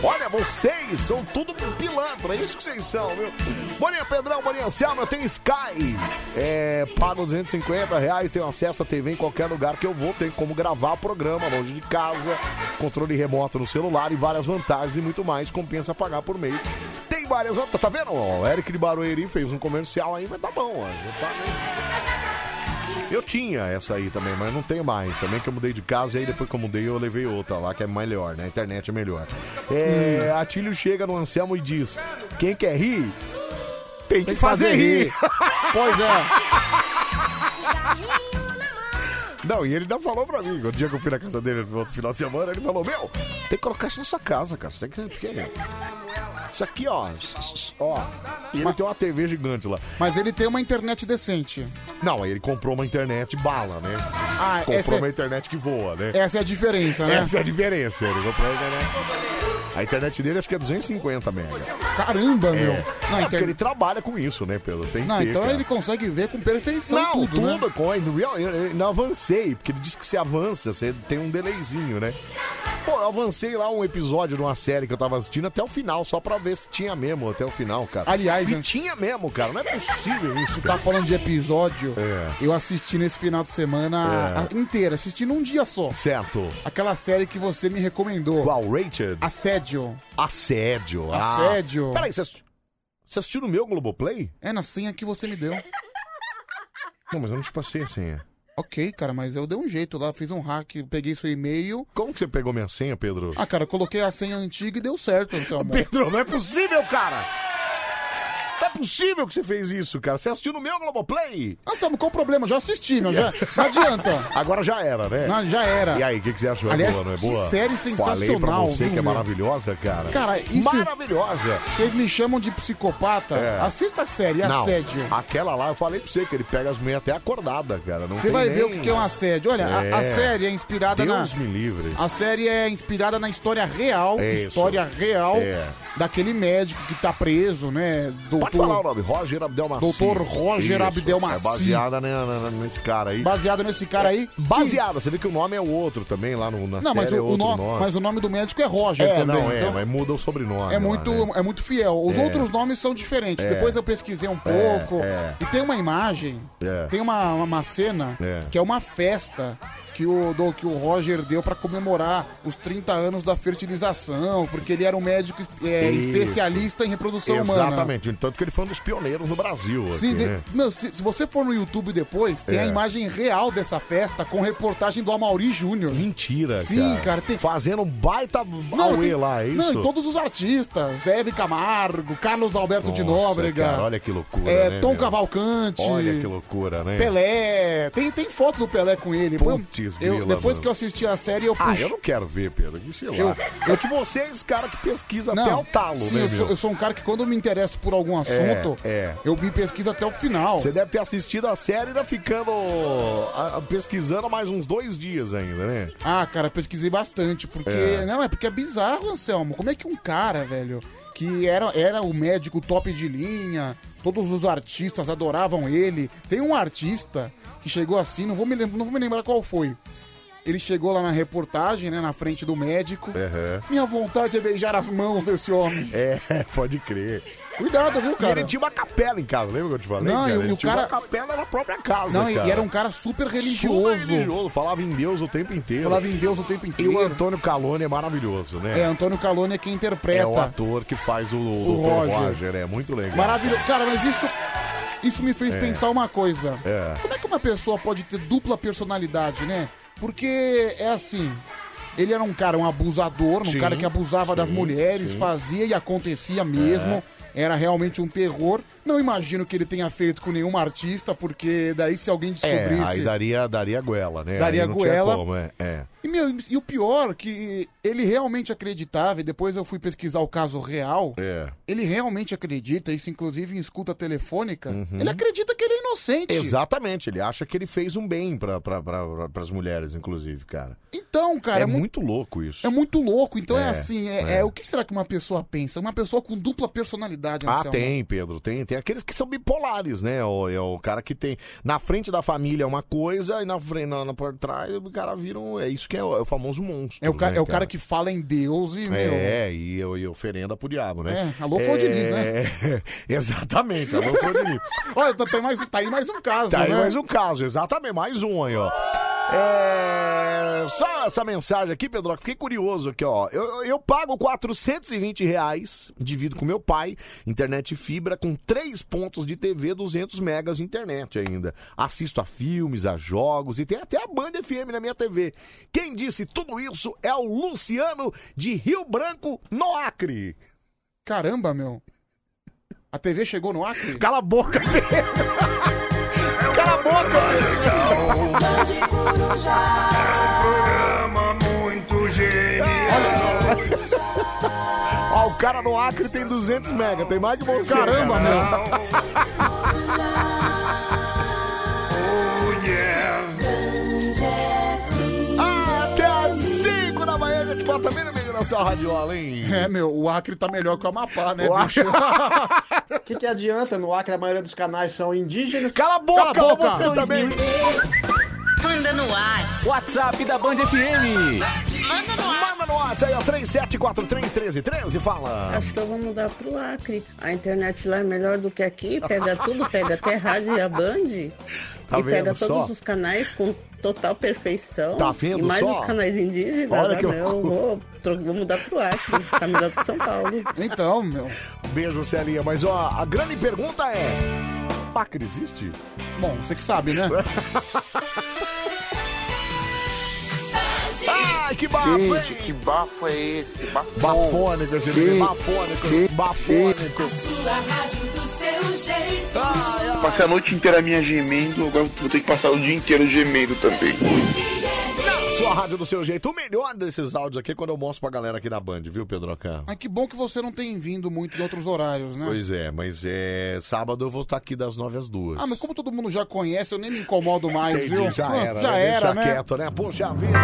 Speaker 1: Olha, vocês são tudo pilantra, é isso que vocês são, viu? Boninha Pedrão, Boninha Selma, eu tenho Sky. É, pago 250 reais, tenho acesso à TV em qualquer lugar que eu vou, tenho como gravar programa longe de casa, controle remoto no celular e várias vantagens e muito mais, compensa pagar por mês. Tem várias vantagens, tá vendo? Ó, o Eric de Barueri fez um comercial aí, mas tá bom, ó, já tá né? eu tinha essa aí também, mas não tenho mais. Também que eu mudei de casa e aí depois que eu mudei eu levei outra lá, que é melhor, né? A internet é melhor. É,
Speaker 3: Hum.
Speaker 1: Atílio chega no Anselmo e diz: Quem quer rir, tem que, fazer, rir.
Speaker 3: pois é.
Speaker 1: Não, e ele ainda falou pra mim, o dia que eu fui na casa dele no outro final de semana, ele falou: Meu, tem que colocar isso na sua casa, cara. Você tem que. que- Isso aqui, ó. Ó. E ele tem uma TV gigante lá.
Speaker 3: Mas ele tem uma internet decente.
Speaker 1: Não, aí ele comprou uma internet bala, né?
Speaker 3: Ah,
Speaker 1: comprou
Speaker 3: essa é-
Speaker 1: uma internet que voa, né?
Speaker 3: Essa é a diferença, né?
Speaker 1: Essa é a diferença, ele comprou a internet. é, né? A internet dele acho que é 250 mega.
Speaker 3: Caramba,
Speaker 1: É.
Speaker 3: meu. então
Speaker 1: É, porque ele trabalha com isso, né, Pedro? Tem que
Speaker 3: Não,
Speaker 1: ter,
Speaker 3: então
Speaker 1: cara.
Speaker 3: ele consegue ver com perfeição
Speaker 1: Não,
Speaker 3: tudo,
Speaker 1: tudo,
Speaker 3: né?
Speaker 1: com- eu- eu- eu ainda avancei, porque ele disse que se avança, você tem um delayzinho, né? Pô, eu avancei lá um episódio de uma série que eu tava assistindo até o final, só pra ver se tinha mesmo até o final, cara.
Speaker 3: Aliás,
Speaker 1: e
Speaker 3: né?
Speaker 1: tinha mesmo, cara. Não é possível isso,
Speaker 3: Tá
Speaker 1: cara.
Speaker 3: falando de episódio, eu assisti nesse final de semana
Speaker 1: É.
Speaker 3: a- inteira, assisti num dia só.
Speaker 1: Certo.
Speaker 3: Aquela série que você me recomendou.
Speaker 1: Qual rated?
Speaker 3: Assédio.
Speaker 1: Assédio. ah.
Speaker 3: Assédio.
Speaker 1: Peraí, você assisti- você assistiu no meu Globoplay?
Speaker 3: É na senha que você me deu.
Speaker 1: Não, mas eu não te passei a senha.
Speaker 3: Ok, cara, mas eu dei um jeito lá, fiz um hack, peguei seu e-mail.
Speaker 1: Como que você pegou minha senha, Pedro?
Speaker 3: Ah, cara, eu coloquei a senha antiga e deu certo, Anselmo.
Speaker 1: Pedro, não é possível, cara! Não é possível que você fez isso, cara. Você assistiu no meu Globoplay?
Speaker 3: Anselmo, qual o problema? Já assisti, não, já, não adianta.
Speaker 1: Agora já era, né?
Speaker 3: Não, já era.
Speaker 1: E aí, o que, que você achou?
Speaker 3: Aliás,
Speaker 1: é boa, não é
Speaker 3: que
Speaker 1: boa?
Speaker 3: série
Speaker 1: Falei pra
Speaker 3: sensacional,
Speaker 1: você
Speaker 3: viu,
Speaker 1: que é
Speaker 3: meu?
Speaker 1: maravilhosa, cara.
Speaker 3: Cara, isso-
Speaker 1: Maravilhosa.
Speaker 3: Vocês me chamam de psicopata?
Speaker 1: É.
Speaker 3: Assista a série,
Speaker 1: Não,
Speaker 3: assédio.
Speaker 1: aquela lá, eu falei pra você que ele pega as mulheres até acordada, cara. Não
Speaker 3: Você
Speaker 1: tem
Speaker 3: vai ver o
Speaker 1: nem-
Speaker 3: que que é um assédio. Olha, a- a,
Speaker 1: É.
Speaker 3: série é inspirada
Speaker 1: Deus
Speaker 3: na.
Speaker 1: me livre.
Speaker 3: A série é inspirada na história real,
Speaker 1: É isso.
Speaker 3: história real
Speaker 1: É.
Speaker 3: daquele médico que tá preso, né?
Speaker 1: Pode falar o nome, Roger Abdelmaci.
Speaker 3: Doutor Roger
Speaker 1: Isso,
Speaker 3: Abdelmaci.
Speaker 1: É baseada né, na- na- nesse cara aí. É
Speaker 3: Baseado nesse cara aí. que-
Speaker 1: Baseada, você vê que o nome é o outro também, lá no, na
Speaker 3: Não, mas
Speaker 1: série é
Speaker 3: o, o
Speaker 1: outro
Speaker 3: no-
Speaker 1: nome.
Speaker 3: mas o nome do médico é Roger
Speaker 1: é,
Speaker 3: também.
Speaker 1: não, é,
Speaker 3: então
Speaker 1: mas muda o sobrenome.
Speaker 3: é
Speaker 1: lá,
Speaker 3: muito,
Speaker 1: né?
Speaker 3: é muito fiel. Os
Speaker 1: É.
Speaker 3: outros nomes são diferentes.
Speaker 1: É.
Speaker 3: Depois eu pesquisei um
Speaker 1: É,
Speaker 3: pouco.
Speaker 1: é.
Speaker 3: E tem uma imagem,
Speaker 1: É.
Speaker 3: tem uma, uma- uma cena
Speaker 1: É.
Speaker 3: que é uma festa que o, do- que o Roger deu pra comemorar os 30 anos da fertilização, porque ele era um médico é,
Speaker 1: Isso.
Speaker 3: especialista em reprodução humana.
Speaker 1: Exatamente, tanto que ele foi um dos pioneiros no Brasil.
Speaker 3: Se,
Speaker 1: aqui,
Speaker 3: de-
Speaker 1: né?
Speaker 3: não, se, se você for no YouTube depois, tem a
Speaker 1: É.
Speaker 3: imagem real dessa festa com reportagem do Amauri Júnior.
Speaker 1: Mentira,
Speaker 3: Sim, cara, tem-
Speaker 1: Fazendo um baita
Speaker 3: Não,
Speaker 1: auê
Speaker 3: tem-
Speaker 1: lá, é isso?
Speaker 3: Não, e todos os artistas. Zé Camargo, Carlos Alberto de
Speaker 1: Nossa,
Speaker 3: Nóbrega.
Speaker 1: cara, olha que loucura,
Speaker 3: é,
Speaker 1: né,
Speaker 3: Tom
Speaker 1: meu?
Speaker 3: Cavalcante.
Speaker 1: Olha que loucura, né?
Speaker 3: Pelé. Tem, tem foto do Pelé com ele. Foi um-
Speaker 1: Putz,
Speaker 3: eu-
Speaker 1: grila,
Speaker 3: Depois
Speaker 1: mano.
Speaker 3: que eu assisti a série, eu
Speaker 1: Ah,
Speaker 3: puxei-
Speaker 1: eu não quero ver, Pedro, que sei lá.
Speaker 3: Eu-
Speaker 1: É que você é esse cara que pesquisa
Speaker 3: Não,
Speaker 1: até o talo,
Speaker 3: sim,
Speaker 1: né,
Speaker 3: eu, sou,
Speaker 1: meu?
Speaker 3: eu sou um cara que quando eu me interesso por algum um assunto,
Speaker 1: é.
Speaker 3: eu me pesquiso até o final.
Speaker 1: Você deve ter assistido a série e ainda ficando a- a- pesquisando mais uns dois dias ainda, né?
Speaker 3: Ah, cara, pesquisei bastante, porque.
Speaker 1: É.
Speaker 3: Não, é porque é bizarro, Anselmo. Como é que um cara, velho, que era, era o médico top de linha, todos os artistas adoravam ele. Tem um artista que chegou assim, não vou me, lem- não vou me lembrar qual foi. Ele chegou lá na reportagem, né, na frente do médico.
Speaker 1: Aham.
Speaker 3: Minha vontade é beijar as mãos desse homem.
Speaker 1: É, pode crer.
Speaker 3: Cuidado, viu,
Speaker 1: E
Speaker 3: cara?
Speaker 1: ele tinha uma capela em casa, lembra que eu te falei?
Speaker 3: Não,
Speaker 1: cara?
Speaker 3: e o-
Speaker 1: ele
Speaker 3: e o
Speaker 1: tinha uma
Speaker 3: cara-
Speaker 1: capela na própria casa.
Speaker 3: não, e-
Speaker 1: cara.
Speaker 3: e era um cara super
Speaker 1: Super
Speaker 3: religioso.
Speaker 1: religioso, falava em Deus o tempo inteiro.
Speaker 3: Falava em Deus o tempo
Speaker 1: E o
Speaker 3: inteiro.
Speaker 1: Antônio Calone é maravilhoso, né?
Speaker 3: É, Antônio Calone é quem interpreta.
Speaker 1: É o ator que faz o, Dr. Roger.
Speaker 3: Roger.
Speaker 1: é muito legal.
Speaker 3: Maravilhoso. Cara, mas isso, isso me fez pensar uma coisa.
Speaker 1: É.
Speaker 3: Como é que uma pessoa pode ter dupla personalidade, né? Porque é assim. Ele era um cara, um abusador, um
Speaker 1: Sim, É.
Speaker 3: cara que abusava das mulheres, fazia e acontecia mesmo. Era realmente um terror. Não imagino que ele tenha feito com nenhum artista, porque daí se alguém
Speaker 1: É,
Speaker 3: descobrisse.
Speaker 1: aí daria, daria goela, né?
Speaker 3: Daria
Speaker 1: aí não tinha
Speaker 3: goela.
Speaker 1: como, é, é.
Speaker 3: E, meu, e o pior, que ele realmente acreditava, e depois eu fui pesquisar o caso real.
Speaker 1: É.
Speaker 3: Ele realmente acredita, isso inclusive em escuta telefônica.
Speaker 1: Uhum.
Speaker 3: Ele acredita que ele é inocente.
Speaker 1: Hum? Exatamente, ele acha que ele fez um bem pra, pra, pra, pras mulheres, inclusive, cara.
Speaker 3: Então, cara,
Speaker 1: é
Speaker 3: é, mu-
Speaker 1: muito louco isso.
Speaker 3: é muito louco. Então é,
Speaker 1: É,
Speaker 3: assim, é,
Speaker 1: é.
Speaker 3: é, o que será que uma pessoa pensa? Uma pessoa com dupla personalidade,
Speaker 1: Ah,
Speaker 3: Anselmo.
Speaker 1: tem, Pedro, tem. Tem aqueles que são bipolares, né? O, é
Speaker 3: Então,
Speaker 1: o cara que tem. Na frente da família é uma coisa, e na frente, na, na- por trás, o cara vira um. É isso que é o, é o famoso monstro.
Speaker 3: É o, ca-
Speaker 1: né,
Speaker 3: é o cara que fala em Deus e, meu.
Speaker 1: É, e, eu- e oferenda pro diabo, né? É,
Speaker 3: É, alô, Flor de Lis, né?
Speaker 1: Exatamente, alô, Flor de Lis.
Speaker 3: Olha, tá, tem mais, tá aí mais um caso,
Speaker 1: Tá aí
Speaker 3: né?
Speaker 1: mais um caso, exatamente, mais um aí, ó. É, Só essa mensagem aqui, Pedro, que fiquei curioso aqui, ó. Eu, eu pago 420 reais, divido com meu pai, internet fibra, com três pontos de TV, 200 megas de internet ainda. Assisto a filmes, a jogos e tem até a Band FM na minha TV. Quem disse tudo isso é o Luciano de Rio Branco, no Acre.
Speaker 3: Caramba, meu. A TV chegou no Acre?
Speaker 1: Cala a boca, Pedro. Cala a
Speaker 2: boca, Pedro.
Speaker 1: Muito genial. Ó, o cara no Acre tem 200 mega, tem mais um que você.
Speaker 3: Caramba,
Speaker 1: cara. Ah. Até as 5 da manhã Tá a gente bota bem no meio da sua radiola, hein?
Speaker 3: É, meu, o Acre tá melhor que o Amapá, né,
Speaker 1: O
Speaker 3: bicho?
Speaker 4: O que, que adianta? No Acre, a maioria dos canais são indígenas.
Speaker 1: Cala a boca,
Speaker 4: Cala
Speaker 1: você também.
Speaker 5: Manda no WhatsApp.
Speaker 1: WhatsApp da Band FM.
Speaker 5: Manda no WhatsApp.
Speaker 1: Manda no WhatsApp aí, ó, 37431313, fala.
Speaker 6: Acho que eu vou mudar pro Acre. A internet lá é melhor do que aqui. Pega tudo, pega até rádio e a Band.
Speaker 1: Tá
Speaker 6: e pega
Speaker 1: vendo só?
Speaker 6: todos os canais com total perfeição.
Speaker 1: Tá vendo
Speaker 6: E mais
Speaker 1: só?
Speaker 6: os canais indígenas.
Speaker 1: Olha
Speaker 6: ah,
Speaker 1: que
Speaker 6: não, eu vou, tro- vou mudar pro Acre. Tá melhor do que São Paulo.
Speaker 3: Então, meu.
Speaker 1: Um Beijo, Celinha, mas ó, a grande pergunta é: Acre existe?
Speaker 3: Bom, você que sabe, né?
Speaker 1: Ai, que bafo, hein?
Speaker 7: que bafo é esse? Bafo.
Speaker 1: Bafônico, esse menino, bafônico, bafônico.
Speaker 2: Sua rádio do seu jeito.
Speaker 1: Ah.
Speaker 7: Passei a noite inteira minha gemendo, agora vou ter que passar o dia inteiro gemendo também.
Speaker 1: Sua rádio do seu jeito. O melhor desses áudios aqui é quando eu mostro pra galera aqui da Band, viu, Pedro Cam?
Speaker 3: Mas que bom que você não tem vindo muito em outros horários, né?
Speaker 1: Pois é, mas é. Sábado eu vou estar aqui das 9 às 2.
Speaker 3: Ah, mas como todo mundo já conhece, eu nem me incomodo mais,
Speaker 1: Entendi,
Speaker 3: viu?
Speaker 1: já
Speaker 3: Ah,
Speaker 1: era.
Speaker 3: já
Speaker 1: né?
Speaker 3: era,
Speaker 1: Deixa
Speaker 3: né?
Speaker 1: quieto, né? Poxa vida.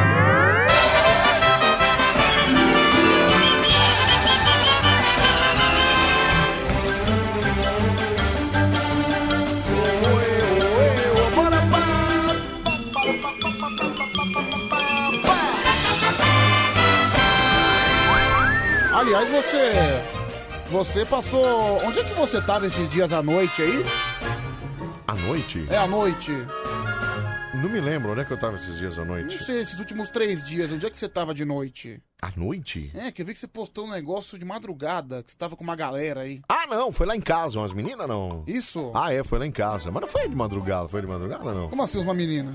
Speaker 3: Aliás, você. Você passou. Onde é que você tava esses dias à noite aí?
Speaker 1: À noite?
Speaker 3: É à noite.
Speaker 1: Não me lembro onde é que eu tava esses dias à
Speaker 3: Não
Speaker 1: noite.
Speaker 3: sei, esses últimos três dias, onde é que você tava de noite?
Speaker 1: À noite?
Speaker 3: É, que eu vi que você postou um negócio de madrugada, que você tava com uma galera aí.
Speaker 1: Ah, não, foi lá em casa, umas meninas não.
Speaker 3: Isso?
Speaker 1: Ah, é, foi lá em casa. Mas não foi de madrugada, foi de madrugada não?
Speaker 3: Como assim, uma menina?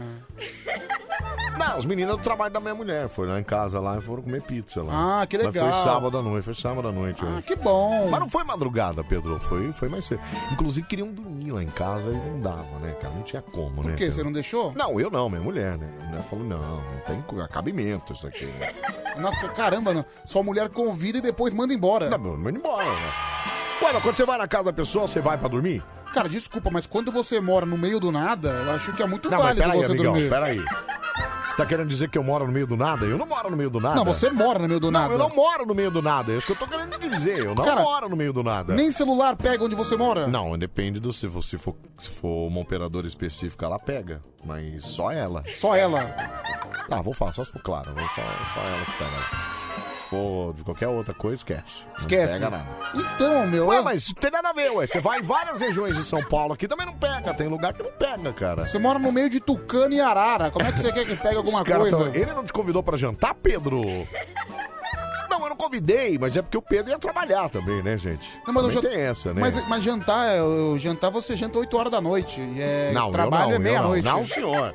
Speaker 1: Não, os meninos do trabalho da minha mulher. Foram lá em casa lá e foram comer pizza lá.
Speaker 3: Ah, que
Speaker 1: Mas
Speaker 3: legal.
Speaker 1: foi sábado à noite, foi sábado à noite. Ah,
Speaker 3: Que bom.
Speaker 1: Mas não foi madrugada, Pedro. Foi, foi mais cedo. Inclusive queriam dormir lá em casa e não dava, né, cara? Não tinha como, né?
Speaker 3: Por quê?
Speaker 1: Pedro?
Speaker 3: Você não deixou?
Speaker 1: Não, eu não, minha mulher, né? Minha mulher falou, não, não tem co- cabimento isso aqui.
Speaker 3: Nossa, caramba, não. Sua mulher convida e depois manda embora.
Speaker 1: Não, manda embora, né? Ué, mas quando você vai na casa da pessoa, você vai pra dormir?
Speaker 3: Cara, desculpa, mas quando você mora no meio do nada, eu acho que é muito
Speaker 1: Não, mas
Speaker 3: válido
Speaker 1: peraí,
Speaker 3: você
Speaker 1: amigão,
Speaker 3: dormir.
Speaker 1: peraí. Você tá querendo dizer que eu moro no meio do nada? Eu não moro no meio do nada.
Speaker 3: Não, você mora no meio do nada.
Speaker 1: Não, eu não moro no meio do nada. É isso que eu tô querendo dizer. Eu não
Speaker 3: Cara,
Speaker 1: moro no meio do nada.
Speaker 3: Nem celular pega onde você mora?
Speaker 1: Não, depende do se você for, se for uma operadora específica, ela pega. Mas só ela.
Speaker 3: Só ela.
Speaker 1: Ah, vou falar, só se for claro. Vou só, só ela que pega. Se for de qualquer outra coisa, esquece.
Speaker 3: Esquece.
Speaker 1: Não pega nada.
Speaker 3: Então, meu.
Speaker 1: Ué, mas não tem nada a ver, ué. Você vai em várias regiões de São Paulo aqui, também não pega. Tem lugar que não pega, cara.
Speaker 3: Você mora no meio de Tucano e Arara. Como é que você quer que pegue alguma
Speaker 1: Os caras
Speaker 3: coisa?
Speaker 1: tão- Ele não te convidou pra jantar, Pedro? Não, eu não convidei, mas é porque o Pedro ia trabalhar também, né, gente?
Speaker 3: Não, mas eu
Speaker 1: também
Speaker 3: já-
Speaker 1: tem essa, né?
Speaker 3: Mas, é, mas jantar, eu- jantar você janta 8 horas da noite. E é,
Speaker 1: Não, eu
Speaker 3: trabalho
Speaker 1: não,
Speaker 3: é
Speaker 1: eu
Speaker 3: meia-noite.
Speaker 1: Não, não, senhor.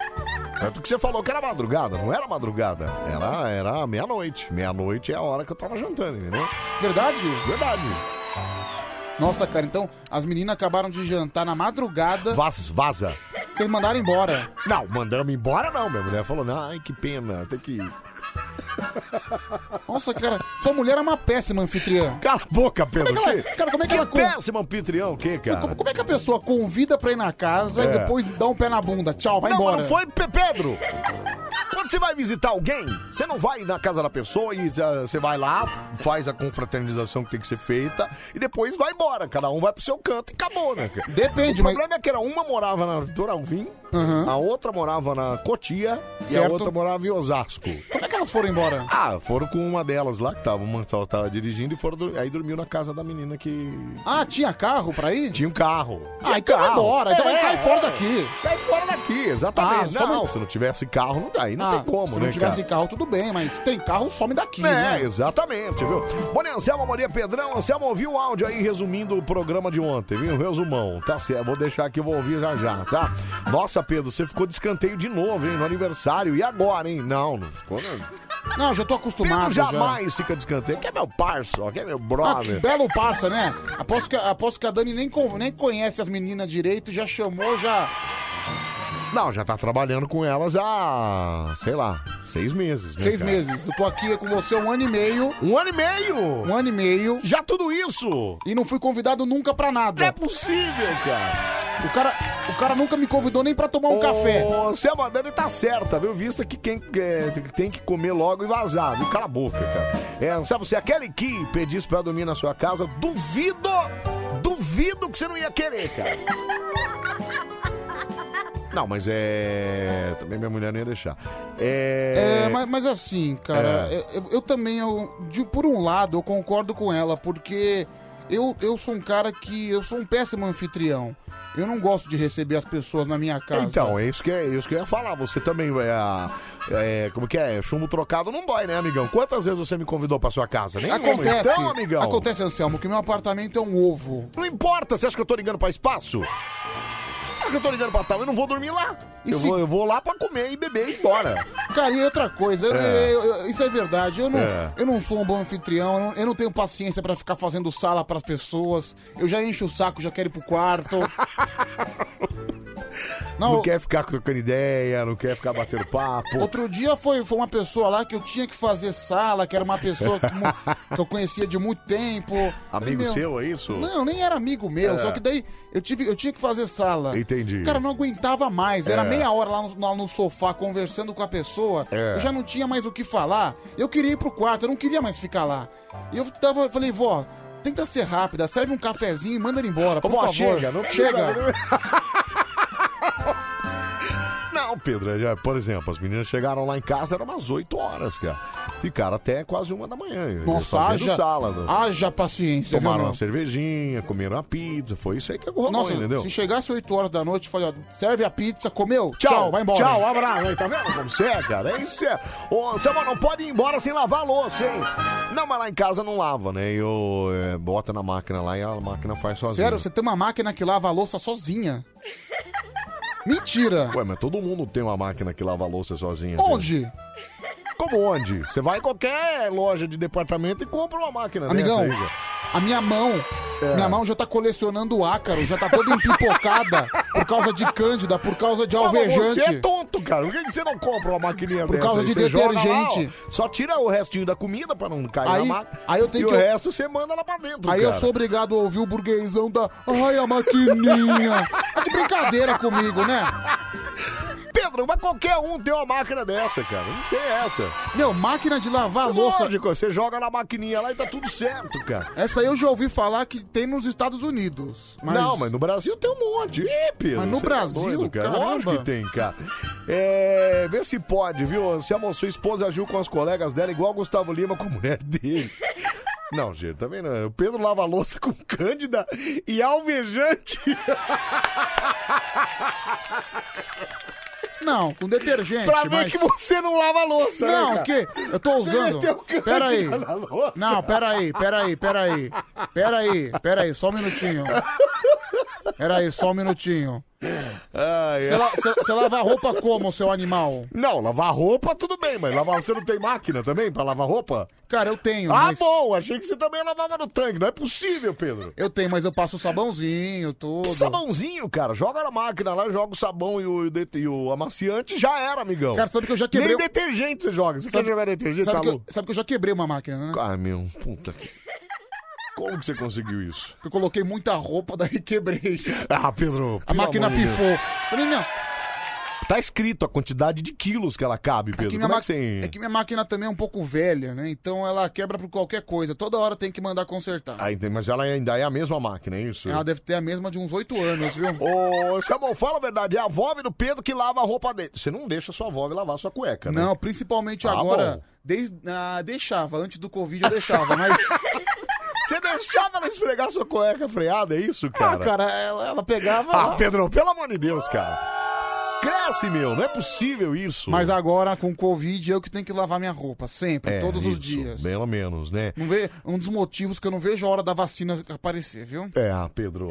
Speaker 1: Tanto que você falou que era madrugada, não era madrugada. Era, era meia-noite. Meia-noite é a hora que eu tava jantando, entendeu?
Speaker 3: Verdade?
Speaker 1: Verdade.
Speaker 3: Nossa, cara, então as meninas acabaram de jantar na madrugada,
Speaker 1: Vaz, vaza.
Speaker 3: vocês mandaram embora.
Speaker 1: Não, mandamos embora não. Minha mulher falou, não, ai, que pena, tem que ir.
Speaker 3: Nossa, cara, sua mulher é uma péssima anfitriã.
Speaker 1: Cala a boca, Pedro.
Speaker 3: Como é que ela- cara, como é que ela-
Speaker 1: péssimo anfitrião, o quê, cara?
Speaker 3: Como, como é que a pessoa convida pra ir na casa
Speaker 1: É.
Speaker 3: e depois dá um pé na bunda? Tchau, vai
Speaker 1: não,
Speaker 3: embora.
Speaker 1: mas não foi, Pe- Pedro. Quando você vai visitar alguém, você não vai na casa da pessoa e ah, você vai lá, faz a confraternização que tem que ser feita e depois vai embora. Cada um vai pro seu canto e acabou, né? cara?
Speaker 3: Depende,
Speaker 1: O
Speaker 3: mas- Ah.
Speaker 1: problema é que era uma morava na Doralvim, a outra morava na Cotia e a
Speaker 3: Certo.
Speaker 1: outra morava em Osasco.
Speaker 3: Como é que elas foram embora?
Speaker 1: Ah, foram com uma delas lá que tava, uma que tava dirigindo e foram dur- aí dormiu na casa da menina que
Speaker 3: Ah, tinha carro pra ir?
Speaker 1: tinha um carro. É,
Speaker 3: Ah, então vai embora. Então vai- cai fora daqui.
Speaker 1: Cai fora daqui, exatamente.
Speaker 3: Ah, só
Speaker 1: não,
Speaker 3: me-
Speaker 1: se não tivesse carro, não, aí não
Speaker 3: Ah,
Speaker 1: tem como,
Speaker 3: se
Speaker 1: né,
Speaker 3: não tivesse
Speaker 1: cara?
Speaker 3: carro, tudo bem, mas tem carro, some daqui,
Speaker 1: É,
Speaker 3: né?
Speaker 1: exatamente, viu? Bora, Anselmo, Maria Pedrão. Anselmo, ouvi o áudio aí resumindo o programa de ontem, viu? Resumão, tá certo. Vou deixar aqui, eu vou ouvir já já, tá? Nossa, Pedro, você ficou de escanteio de novo, hein? No aniversário. E agora, hein? Não, não ficou, não.
Speaker 3: Não, já
Speaker 1: Pedro
Speaker 3: tô acostumado já.
Speaker 1: jamais fica de escanteio. Que é meu parça, ó, que é meu
Speaker 3: Ah, que
Speaker 1: brother.
Speaker 3: belo passa, né? Aposto que, aposto que a Dani nem, con- nem conhece as meninas direito, já chamou, já.
Speaker 1: Não, já tá trabalhando com elas há, sei lá, seis meses, né?
Speaker 3: Seis
Speaker 1: cara?
Speaker 3: meses. Eu tô aqui com você um ano e meio.
Speaker 1: Um ano e meio!
Speaker 3: Um ano e meio.
Speaker 1: Já tudo isso!
Speaker 3: E não fui convidado nunca pra
Speaker 1: Não é
Speaker 3: nada.
Speaker 1: possível, cara!
Speaker 3: O cara, o cara nunca me convidou nem pra tomar um café.
Speaker 1: Ô, Selma Dani tá certa, viu? Vista que quem é, tem que comer logo e vazar, viu? Cala a boca, cara. É, sabe, se aquele que pedisse pra dormir na sua casa, duvido, duvido que você não ia querer, cara. Não, mas é. Também minha mulher não ia deixar. É.
Speaker 3: É, mas, mas assim, cara,
Speaker 1: É.
Speaker 3: eu, eu também, eu, de- por um lado, eu concordo com ela, porque eu, eu sou um cara que. Eu sou um péssimo anfitrião. Eu não gosto de receber as pessoas na minha casa.
Speaker 1: Então, é isso, que, é isso que eu ia falar. Você também vai. a- É, como que é? Chumbo trocado não dói, né, amigão? Quantas vezes você me convidou pra sua casa? Nenhuma.
Speaker 3: acontece.
Speaker 1: Então, amigão.
Speaker 3: Acontece, Anselmo, que meu apartamento é um ovo.
Speaker 1: Não importa, você acha que eu tô ligando pra espaço? Será que eu tô ligando pra tal? Eu não vou dormir lá.
Speaker 3: E
Speaker 1: Eu,
Speaker 3: se-
Speaker 1: vou, eu vou lá pra comer e beber e ir embora.
Speaker 3: Cara, e outra coisa, eu-
Speaker 1: É.
Speaker 3: eu- eu- isso é verdade. Eu não,
Speaker 1: É.
Speaker 3: eu não sou um bom anfitrião, eu não, eu não tenho paciência pra ficar fazendo sala pras pessoas. Eu já encho o saco, já quero ir pro quarto.
Speaker 1: Não,
Speaker 3: eu-
Speaker 1: quer ficar trocando ideia, não quer ficar batendo papo.
Speaker 3: Outro dia foi, foi uma pessoa lá que eu tinha que fazer sala, que era uma pessoa que, mu- que eu conhecia de muito tempo.
Speaker 1: Amigo
Speaker 3: Meu-
Speaker 1: seu, é isso?
Speaker 3: Não, nem era amigo meu,
Speaker 1: É.
Speaker 3: só que daí eu, tive, eu tinha que fazer sala.
Speaker 1: Entendi.
Speaker 3: Cara, eu não aguentava mais. Era
Speaker 1: É.
Speaker 3: meia hora lá no, lá no sofá conversando com a pessoa.
Speaker 1: É.
Speaker 3: Eu já não tinha mais o que falar. Eu queria ir pro quarto, eu não queria mais ficar lá. E eu tava, eu falei, vó, tenta ser rápida, serve um cafezinho e manda ele embora, por
Speaker 1: Vó,
Speaker 3: favor.
Speaker 1: chega, não precisa-
Speaker 3: chega.
Speaker 1: Não, Pedro, é, por exemplo, as meninas chegaram lá em casa, eram umas 8 horas, cara. Ficaram até quase uma da manhã. né,
Speaker 3: Nossa,
Speaker 1: fazendo
Speaker 3: haja,
Speaker 1: sala. né?
Speaker 3: haja paciência, viu,
Speaker 1: Tomaram
Speaker 3: meu?
Speaker 1: uma cervejinha, comeram uma pizza, foi isso aí que rolou,
Speaker 3: Nossa,
Speaker 1: entendeu?
Speaker 3: se chegasse 8 horas da noite, eu falei, ó, serve a pizza, comeu?
Speaker 1: Tchau,
Speaker 3: Tchau, vai embora.
Speaker 1: Tchau, abraço. Aí, tá vendo como você é, cara? É isso. É. Ô, Anselmo, não pode ir embora sem lavar a louça, hein? Não, mas lá em casa não lava, né? Eu é, bota na máquina lá e a máquina faz sozinha.
Speaker 3: Sério, você tem uma máquina que lava a louça sozinha. Mentira.
Speaker 1: Ué, mas todo mundo tem uma máquina que lava a louça sozinha. né?
Speaker 3: Onde?
Speaker 1: Como onde? Você vai em qualquer loja de departamento e compra uma máquina
Speaker 3: Amigão,
Speaker 1: dessa aí, cara.
Speaker 3: a minha mão,
Speaker 1: É.
Speaker 3: minha mão já tá colecionando ácaro, já tá toda empipocada por causa de cândida, por causa de
Speaker 1: Não, mas Você é
Speaker 3: alvejante.
Speaker 1: tonto, cara. Por que que você não compra uma maquininha
Speaker 3: Por
Speaker 1: dessa
Speaker 3: causa
Speaker 1: aí?
Speaker 3: de
Speaker 1: Você joga
Speaker 3: detergente.
Speaker 1: lá, ó, só tira o restinho da comida pra não cair
Speaker 3: Aí-
Speaker 1: na máquina.
Speaker 3: aí eu
Speaker 1: e
Speaker 3: tenho que-
Speaker 1: o resto você manda lá pra dentro,
Speaker 3: Aí
Speaker 1: cara.
Speaker 3: eu sou obrigado a ouvir o burguesão da. Ai, a maquininha! Tá de brincadeira comigo, né?
Speaker 1: Pedro, mas qualquer um tem uma máquina dessa, cara. Não tem essa.
Speaker 3: Meu, máquina de lavar louça.
Speaker 1: Lógico, você joga na maquininha lá e tá tudo certo, cara.
Speaker 3: Essa aí eu já ouvi falar que tem nos Estados Unidos.
Speaker 1: Não, mas no Brasil tem um monte. Ih, Pedro.
Speaker 3: Mas no
Speaker 1: você tá
Speaker 3: Brasil,
Speaker 1: cara.
Speaker 3: caramba.
Speaker 1: Lógico que tem, cara. É, vê se pode, viu? Anselmo, sua esposa agiu com as colegas dela igual o Gustavo Lima com a mulher dele. Não, gente, também não. O Pedro lava a louça com Cândida e alvejante.
Speaker 3: Não, com detergente.
Speaker 1: pra ver
Speaker 3: mas...
Speaker 1: que você não lava a louça, né,
Speaker 3: Não,
Speaker 1: cara?
Speaker 3: o quê? Eu tô
Speaker 1: Você um
Speaker 3: usando.
Speaker 1: meteu Cândida
Speaker 3: Pera aí.
Speaker 1: na louça.
Speaker 3: Não, pera aí, pera aí, pera aí. Pera aí, pera aí, só um minutinho. Pera aí, só um minutinho.
Speaker 1: Ai,
Speaker 3: Você, la- você- você lava a roupa como, seu animal?
Speaker 1: Ah, Não, lavar roupa tudo bem, mas lavar você não tem máquina também pra lavar roupa?
Speaker 3: Cara, eu tenho.
Speaker 1: Ah,
Speaker 3: mas-
Speaker 1: bom, achei que você também lavava no tanque. Não é possível, Pedro.
Speaker 3: Eu tenho, mas eu passo sabãozinho, tudo.
Speaker 1: Que sabãozinho, cara. Joga na máquina lá, joga o sabão e o, det- e o amaciante já era, amigão.
Speaker 3: Cara, sabe que eu já quebrei.
Speaker 1: Nem detergente você joga. Você
Speaker 3: Sabe-
Speaker 1: quer jogar detergente, tá
Speaker 3: Sabe que, eu,
Speaker 1: louco?
Speaker 3: sabe que eu já quebrei uma máquina, né?
Speaker 1: Ah, meu, puta que... Como que você conseguiu isso?
Speaker 3: Eu coloquei muita roupa, daí quebrei.
Speaker 1: Ah, Pedro,
Speaker 3: A máquina pifou. Falei, não.
Speaker 1: tá escrito a quantidade de quilos que ela cabe, Pedro.
Speaker 3: que minha
Speaker 1: Como é
Speaker 3: ma-
Speaker 1: que você...
Speaker 3: é que minha máquina também é um pouco velha, né? Então ela quebra por qualquer coisa. Toda hora tem que mandar consertar.
Speaker 1: Ah, entendi, mas ela ainda é a mesma máquina, é isso?
Speaker 3: Ela deve ter a mesma de uns oito anos, viu?
Speaker 1: Ô, Chamon, fala a verdade, é a vove do Pedro que lava a roupa dele. Você não deixa sua vove lavar sua cueca, né?
Speaker 3: Não, principalmente
Speaker 1: Ah,
Speaker 3: agora.
Speaker 1: bom.
Speaker 3: Desde, ah, deixava, antes do Covid eu deixava, mas.
Speaker 1: Você deixava ela esfregar sua cueca freada, é isso, cara?
Speaker 3: Ah, cara, ela, ela pegava.
Speaker 1: Ah,
Speaker 3: lá.
Speaker 1: Pedro, pelo amor de Deus, cara. Cresce, meu, não é possível isso.
Speaker 3: Mas agora, com Covid, eu que tenho que lavar minha roupa, sempre,
Speaker 1: É,
Speaker 3: todos
Speaker 1: isso,
Speaker 3: os dias.
Speaker 1: Pelo menos, né?
Speaker 3: Não vê, um dos motivos que eu não vejo a hora da vacina aparecer, viu?
Speaker 1: É, ah, Pedro.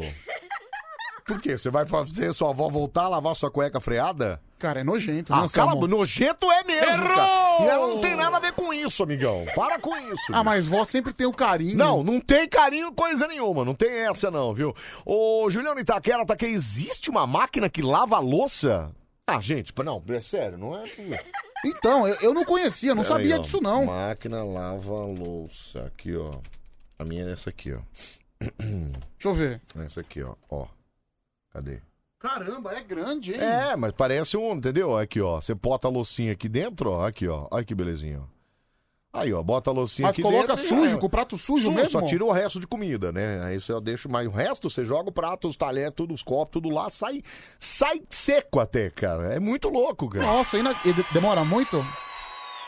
Speaker 1: Por quê? Você vai fazer sua avó voltar a lavar sua cueca freada?
Speaker 3: Cara, é nojento, né,
Speaker 1: Ah, cala, a
Speaker 3: Anselmo?
Speaker 1: boca, nojento é mesmo, cara. E ela não tem nada a ver com isso, amigão. Para com isso.
Speaker 3: Ah, mas vó sempre tem o carinho.
Speaker 1: Não, não tem carinho coisa nenhuma, não tem essa não, viu? Ô, Juliano Itaquera, tá aqui, existe uma máquina que lava a louça? Ah, gente, pô, não, é sério, não é...
Speaker 3: Então, eu, eu não conhecia, não
Speaker 1: Pera
Speaker 3: sabia
Speaker 1: aí, ó.
Speaker 3: disso, não.
Speaker 1: Máquina lava a louça, aqui, ó. A minha é essa aqui, ó. É
Speaker 3: Deixa eu ver.
Speaker 1: Essa aqui, ó, ó. Cadê?
Speaker 3: Caramba, é grande, hein?
Speaker 1: É, mas parece um, entendeu? Aqui, ó, você bota a loucinha aqui dentro, ó, aqui, ó. Olha que belezinha, ó. Aí, ó, bota a loucinha
Speaker 3: mas
Speaker 1: aqui
Speaker 3: coloca
Speaker 1: dentro. e já
Speaker 3: sujo,
Speaker 1: era.
Speaker 3: com o prato sujo,
Speaker 1: Sim,
Speaker 3: mesmo?
Speaker 1: Só tira o resto de comida, né? Aí você deixa mais o resto, você joga o prato, os talheres, tudo, os copos, tudo lá, sai, sai seco até, cara. É muito louco, cara.
Speaker 3: Nossa, ainda e de- demora muito?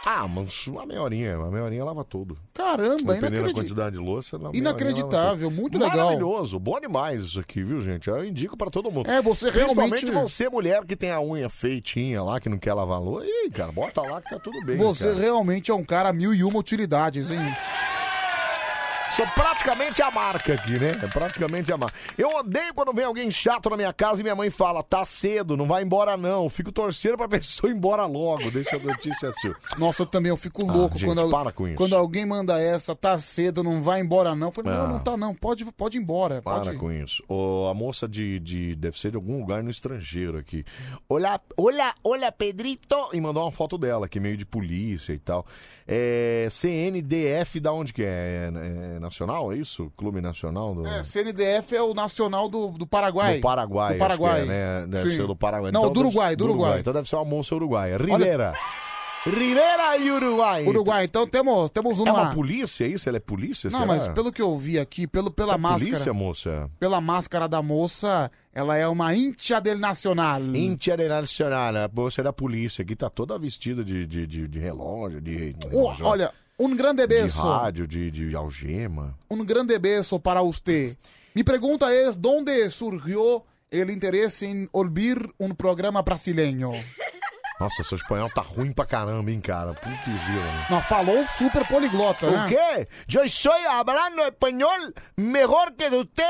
Speaker 1: Ah, mas uma meia horinha, uma meia horinha lava tudo.
Speaker 3: Caramba,
Speaker 1: Dependendo da
Speaker 3: inacreditável.
Speaker 1: quantidade de louça, uma meia horinha
Speaker 3: Inacreditável,
Speaker 1: lava
Speaker 3: muito
Speaker 1: tudo.
Speaker 3: legal.
Speaker 1: Maravilhoso, bom demais isso aqui, viu, gente? Eu indico pra todo mundo.
Speaker 3: É, você
Speaker 1: Principalmente
Speaker 3: realmente-
Speaker 1: você, mulher, que tem a unha feitinha lá, que não quer lavar a louça. Ih, cara, bota lá que tá tudo bem,
Speaker 3: Você
Speaker 1: cara.
Speaker 3: realmente é um cara mil e uma utilidades, hein?
Speaker 1: Sou praticamente a marca aqui, né? É praticamente a marca. Eu odeio quando vem alguém chato na minha casa e minha mãe fala: tá cedo, não vai embora não. Fico torcendo pra pessoa ir embora logo. Deixa a notícia assim.
Speaker 3: Nossa, eu também eu fico louco
Speaker 1: Ah, gente,
Speaker 3: quando, al-
Speaker 1: para com isso.
Speaker 3: quando alguém manda essa, tá cedo, não vai embora não. Eu falei,
Speaker 1: Ah.
Speaker 3: não, não tá não, pode, pode ir embora.
Speaker 1: Para
Speaker 3: Pode. ir.
Speaker 1: com isso. Ô, a moça de, de. Deve ser de algum lugar no estrangeiro aqui. Olha, olha, olha, Pedrito! E mandou uma foto dela, que meio de polícia e tal. É. CNDF da onde que é? É, é nacional, é isso? Clube Nacional do.
Speaker 3: É, CNDF é o nacional do, do Paraguai.
Speaker 1: Do Paraguai,
Speaker 3: Do
Speaker 1: acho que
Speaker 3: Paraguai.
Speaker 1: é, né? Deve
Speaker 3: Sim.
Speaker 1: ser do Paraguai.
Speaker 3: Não, do
Speaker 1: deve-
Speaker 3: Uruguai, do Uruguai.
Speaker 1: Então deve ser uma moça uruguaia. Rivera. Rivera e Uruguai.
Speaker 3: Uruguai, então temos, temos
Speaker 1: É
Speaker 3: uma...
Speaker 1: uma polícia isso? Ela é polícia?
Speaker 3: não,
Speaker 1: será?
Speaker 3: mas pelo que eu vi aqui, pelo, pela
Speaker 1: Essa é
Speaker 3: máscara...
Speaker 1: polícia, moça?
Speaker 3: Pela máscara da moça, ela é uma íntia del nacional.
Speaker 1: Hum. Internacional, a moça da polícia aqui tá toda vestida de, de, de, de relógio, de.
Speaker 3: Oh,
Speaker 1: relógio,
Speaker 3: olha, um grande
Speaker 1: de
Speaker 3: beijo.
Speaker 1: rádio, de, de algema.
Speaker 3: um grande beijo para usted. Mi pregunta es, ¿dónde surgió el interés en olvidar un programa brasileño?
Speaker 1: Nossa, seu espanhol tá ruim pra caramba, hein, cara? Putz, grila.
Speaker 3: Não, falou super poliglota, né?
Speaker 1: O quê? Eu estou falando espanhol melhor que você.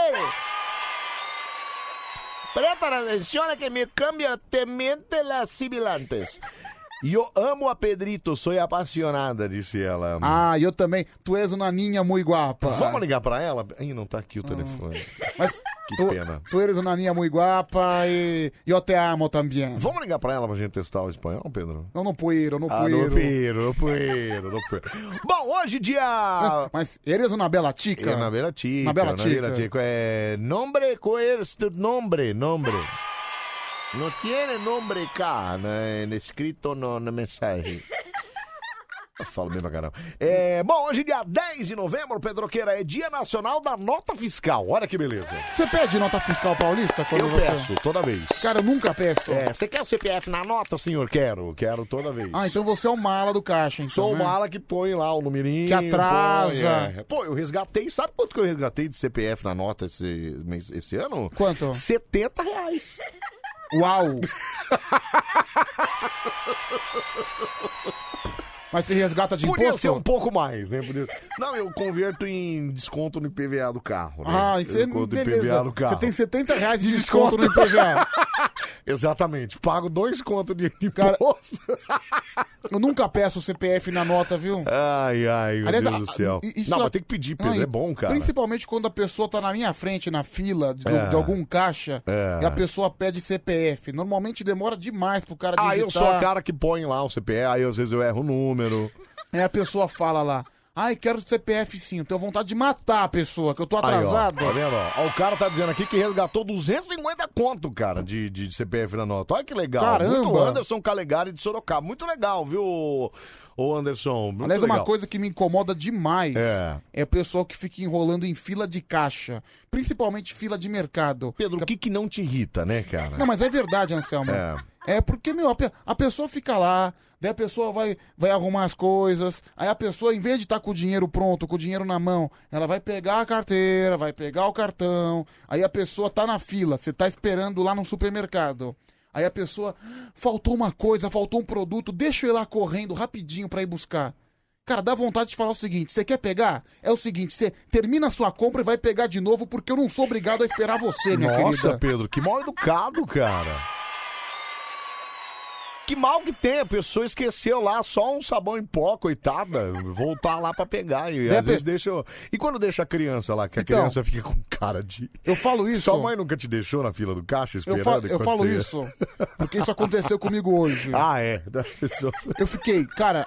Speaker 1: Presta atenção que me cambia temente las sibilantes. Eu amo a Pedrito, sou apaixonada, disse ela.
Speaker 3: Ah, eu também. Tu és uma ninha muito guapa.
Speaker 1: Vamos ligar pra ela? Ih, não tá aqui o telefone.
Speaker 3: Mas
Speaker 1: Que
Speaker 3: tu,
Speaker 1: pena.
Speaker 3: tu eres uma ninha muito guapa e eu te amo também.
Speaker 1: Vamos ligar pra ela pra gente testar o espanhol, Pedro?
Speaker 3: Não, não puedo, não
Speaker 1: Ah, no
Speaker 3: puedo.
Speaker 1: Pedro, no Pedro, no Pedro. Bom, hoje dia...
Speaker 3: Eh, Mas eres uma bela chica.
Speaker 1: É na Bela Tica.
Speaker 3: Na Bela
Speaker 1: Bela
Speaker 3: Tica.
Speaker 1: Tica. É... Nombre, qual é tu nombre? Nombre. Não tiene nombre cá, né? escrito no, na mensagem. Eu falo bem pra caramba. É, bom, hoje dia 10 de novembro, Pedroqueira, é dia nacional da nota fiscal. Olha que beleza.
Speaker 3: Você pede nota fiscal paulista quando
Speaker 1: Eu
Speaker 3: você...
Speaker 1: peço toda vez.
Speaker 3: Cara, eu nunca peço.
Speaker 1: É, você quer o CPF na nota, senhor? Quero, quero toda vez.
Speaker 3: Ah, então você é o mala do caixa, então,
Speaker 1: Sou
Speaker 3: né?
Speaker 1: uma ala que põe lá o numerinho.
Speaker 3: Que atrasa.
Speaker 1: põe, é. Pô, eu resgatei. Sabe quanto que eu resgatei de CPF na nota esse, mês- esse ano?
Speaker 3: Quanto?
Speaker 1: R$ 70 reais.
Speaker 3: Uau! Mas se resgata de
Speaker 1: Podia
Speaker 3: imposto?
Speaker 1: ser um pouco mais, né? Podia- Não, eu converto em desconto no IPVA do carro. Né?
Speaker 3: Ah,
Speaker 1: Eu
Speaker 3: você
Speaker 1: desconto no
Speaker 3: beleza.
Speaker 1: IPVA do carro.
Speaker 3: Você tem 70 reais de desconto no IPVA.
Speaker 1: Exatamente. Pago dois contos de de
Speaker 3: Cara-
Speaker 1: imposto.
Speaker 3: Eu nunca peço o CPF na nota, viu?
Speaker 1: Ai, ai, meu
Speaker 3: Aliás,
Speaker 1: Deus
Speaker 3: a-
Speaker 1: do céu.
Speaker 3: i- isso
Speaker 1: Não,
Speaker 3: é-
Speaker 1: mas tem que pedir, Pedro.
Speaker 3: Não,
Speaker 1: é bom, cara.
Speaker 3: Principalmente quando a pessoa tá na minha frente, na fila de,
Speaker 1: É.
Speaker 3: de algum caixa,
Speaker 1: É.
Speaker 3: e a pessoa pede CPF. Normalmente demora demais pro cara
Speaker 1: Ah,
Speaker 3: digitar.
Speaker 1: eu sou a cara que põe lá o CPF, aí às vezes eu erro o número.
Speaker 3: Aí a É, pessoa fala lá, Ai, quero CPF sim. Tenho vontade de matar a pessoa, que eu tô
Speaker 1: Aí, ó,
Speaker 3: atrasado.
Speaker 1: tá vendo? ó? Ó, o cara tá dizendo aqui que resgatou 250 conto, cara, de, de CPF na nota. Olha que legal.
Speaker 3: Caramba.
Speaker 1: Muito Anderson Calegari de Sorocaba. Muito legal, viu, ô Anderson? Muito
Speaker 3: Aliás, é uma
Speaker 1: legal.
Speaker 3: coisa que me incomoda demais
Speaker 1: É.
Speaker 3: é. o pessoal que fica enrolando em fila de caixa, principalmente fila de mercado.
Speaker 1: Pedro, o que que não te irrita, né, cara?
Speaker 3: Não, mas é verdade, Anselmo.
Speaker 1: É.
Speaker 3: É. porque, meu, a, pe- a pessoa fica lá, daí a pessoa vai, vai arrumar as coisas, aí a pessoa, em vez de estar com o dinheiro pronto, com o dinheiro na mão, ela vai pegar a carteira, vai pegar o cartão, aí a pessoa tá na fila, você tá esperando lá no supermercado. Aí a pessoa, "Ah, faltou uma coisa, faltou um produto, deixa eu ir lá correndo rapidinho pra ir buscar. Cara, dá vontade de falar o seguinte: você quer pegar? É o seguinte, você termina a sua compra e vai pegar de novo, porque eu não sou obrigado a esperar você, minha
Speaker 1: Nossa,
Speaker 3: querida.
Speaker 1: Pedro, que mal educado, cara. Que mal que tem, a pessoa esqueceu lá só um sabão em pó, coitada. Voltar lá pra pegar. E
Speaker 3: Né,
Speaker 1: às vezes
Speaker 3: Pedro?
Speaker 1: deixa. eu- E quando deixa a criança lá, que a
Speaker 3: Então.
Speaker 1: criança fica com cara de.
Speaker 3: Eu falo isso.
Speaker 1: Sua mãe nunca te deixou na fila do caixa
Speaker 3: Eu,
Speaker 1: esperando?
Speaker 3: fa- eu
Speaker 1: enquanto
Speaker 3: falo
Speaker 1: você ia-
Speaker 3: isso porque isso aconteceu comigo hoje.
Speaker 1: Ah, é. Da pessoa-
Speaker 3: Eu fiquei, cara,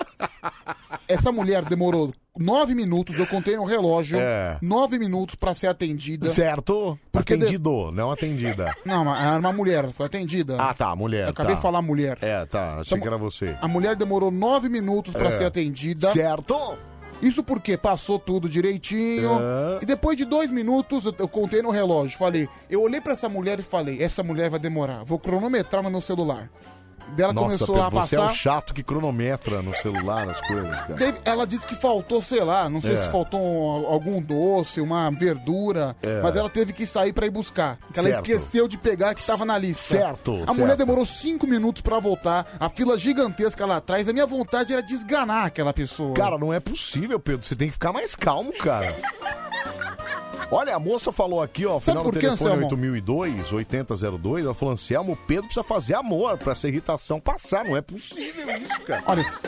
Speaker 3: essa mulher demorou nove minutos, eu contei no relógio,
Speaker 1: É.
Speaker 3: nove minutos pra ser atendida.
Speaker 1: Certo?
Speaker 3: Porque de-
Speaker 1: Atendido, não atendida.
Speaker 3: Não, mas era uma mulher, foi atendida.
Speaker 1: Ah, tá, mulher.
Speaker 3: É. eu acabei
Speaker 1: tá.
Speaker 3: de falar mulher. Então,
Speaker 1: É, tá. Achei que era você.
Speaker 3: A mulher demorou nove minutos pra
Speaker 1: É.
Speaker 3: ser atendida.
Speaker 1: Certo?
Speaker 3: Isso porque passou tudo direitinho.
Speaker 1: É.
Speaker 3: E depois de dois minutos, eu, eu contei no relógio. Falei, eu olhei pra essa mulher e falei: essa mulher vai demorar. Vou cronometrar no meu celular. Dela
Speaker 1: Nossa,
Speaker 3: começou
Speaker 1: Pedro,
Speaker 3: a
Speaker 1: você
Speaker 3: passar.
Speaker 1: é o chato que cronometra no celular as coisas, cara.
Speaker 3: Daí Ela disse que faltou, sei lá, não sei
Speaker 1: É.
Speaker 3: se faltou um- algum doce, uma verdura,
Speaker 1: É.
Speaker 3: mas ela teve que sair pra ir buscar. Que Ela
Speaker 1: Certo.
Speaker 3: esqueceu de pegar que estava na lista.
Speaker 1: Certo,
Speaker 3: A
Speaker 1: certo.
Speaker 3: mulher demorou cinco minutos pra voltar, a fila gigantesca lá atrás. A minha vontade era desganar aquela pessoa.
Speaker 1: Cara, não é possível, Pedro. Você tem que ficar mais calmo, cara. Olha, a moça falou aqui, ó, final do
Speaker 3: por quê,
Speaker 1: telefone
Speaker 3: Anselmo?
Speaker 1: 8002, 8002, ela falou, Anselmo, o Pedro precisa fazer amor pra essa irritação passar, não é possível isso, cara.
Speaker 3: Olha isso.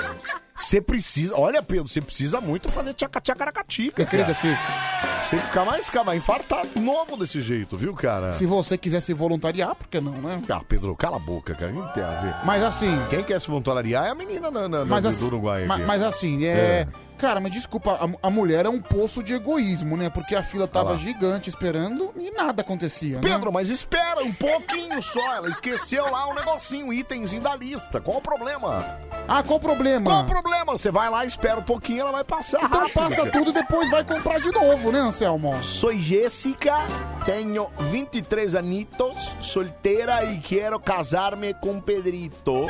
Speaker 1: Você precisa, olha, Pedro, você precisa muito fazer tchaca tchaca catica,
Speaker 3: Minha
Speaker 1: cara.
Speaker 3: querida, se,
Speaker 1: Você tem que ficar mais calmo, vai infartar de novo desse jeito, viu, cara?
Speaker 3: se você quiser se voluntariar, por que não, né?
Speaker 1: Ah, Pedro, cala a boca, cara, não tem a ver.
Speaker 3: Mas assim.
Speaker 1: Quem quer se voluntariar é a menina na, na, na-
Speaker 3: Mas
Speaker 1: do
Speaker 3: assim,
Speaker 1: Uruguai aqui.
Speaker 3: ma- mas assim, é. Cara, mas desculpa, a, a mulher é um poço de egoísmo, né? Porque a fila
Speaker 1: Ah
Speaker 3: tava
Speaker 1: lá.
Speaker 3: gigante esperando e nada acontecia. né?
Speaker 1: Pedro, mas espera um pouquinho só. Ela esqueceu lá um negocinho, um itemzinho da lista. Qual o problema?
Speaker 3: Ah, qual o problema?
Speaker 1: Qual o problema? Você vai lá, espera um pouquinho, ela vai passar.
Speaker 3: Então passa tudo e depois vai comprar de novo, né, Anselmo?
Speaker 1: Sou Jéssica, tenho 23 anitos, solteira e quero casar-me com Pedrito.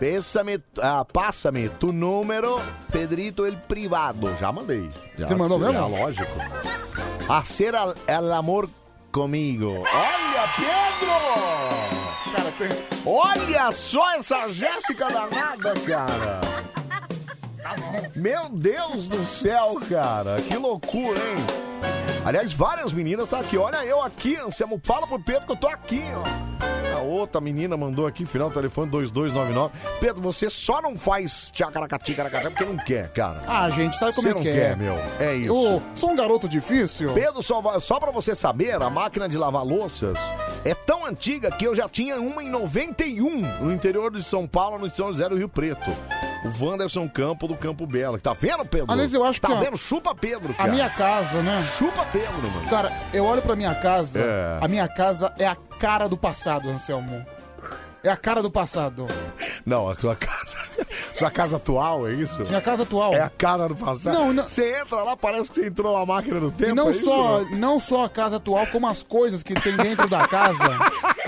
Speaker 1: Pésame, ah, passa-me tu número, Pedrito el privado. Já mandei. Já,
Speaker 3: Você mandou
Speaker 1: já,
Speaker 3: mesmo?
Speaker 1: lógico. Hacer al, el amor comigo. Olha, Pedro!
Speaker 3: Cara, tem...
Speaker 1: Olha só essa Jéssica danada, cara! Meu Deus do céu, cara! Que loucura, hein? Aliás, várias meninas tá aqui. Olha eu aqui, Anselmo. Fala pro Pedro que eu tô aqui, ó. A outra menina mandou aqui, final do telefone 2299. Pedro, você só não faz tchacaracaticaracatá porque não quer, cara.
Speaker 3: Ah, gente, sabe como
Speaker 1: Você
Speaker 3: é
Speaker 1: não
Speaker 3: que
Speaker 1: quer,
Speaker 3: é?
Speaker 1: meu. É isso.
Speaker 3: Eu sou um garoto difícil?
Speaker 1: Pedro, só, va- só pra você saber, a máquina de lavar louças é tão antiga que eu já tinha uma em 91, no interior de São Paulo, no São José do Rio Preto. O Wanderson Campo do Campo Belo. Tá vendo, Pedro?
Speaker 3: Aliás, eu acho
Speaker 1: tá
Speaker 3: que a-
Speaker 1: vendo? Chupa Pedro,
Speaker 3: A
Speaker 1: cara.
Speaker 3: minha casa, né?
Speaker 1: Chupa Pedro, mano.
Speaker 3: Cara, eu olho pra minha casa,
Speaker 1: É.
Speaker 3: a minha casa é a cara do passado, Anselmo. É a cara do passado.
Speaker 1: Não, a sua casa... sua casa atual, é isso?
Speaker 3: Minha casa atual.
Speaker 1: É a cara do passado.
Speaker 3: Não, não-
Speaker 1: Você entra lá, parece que você entrou na máquina do tempo,
Speaker 3: E não,
Speaker 1: é isso,
Speaker 3: só,
Speaker 1: não?
Speaker 3: não só a casa atual, como as coisas que tem dentro da casa.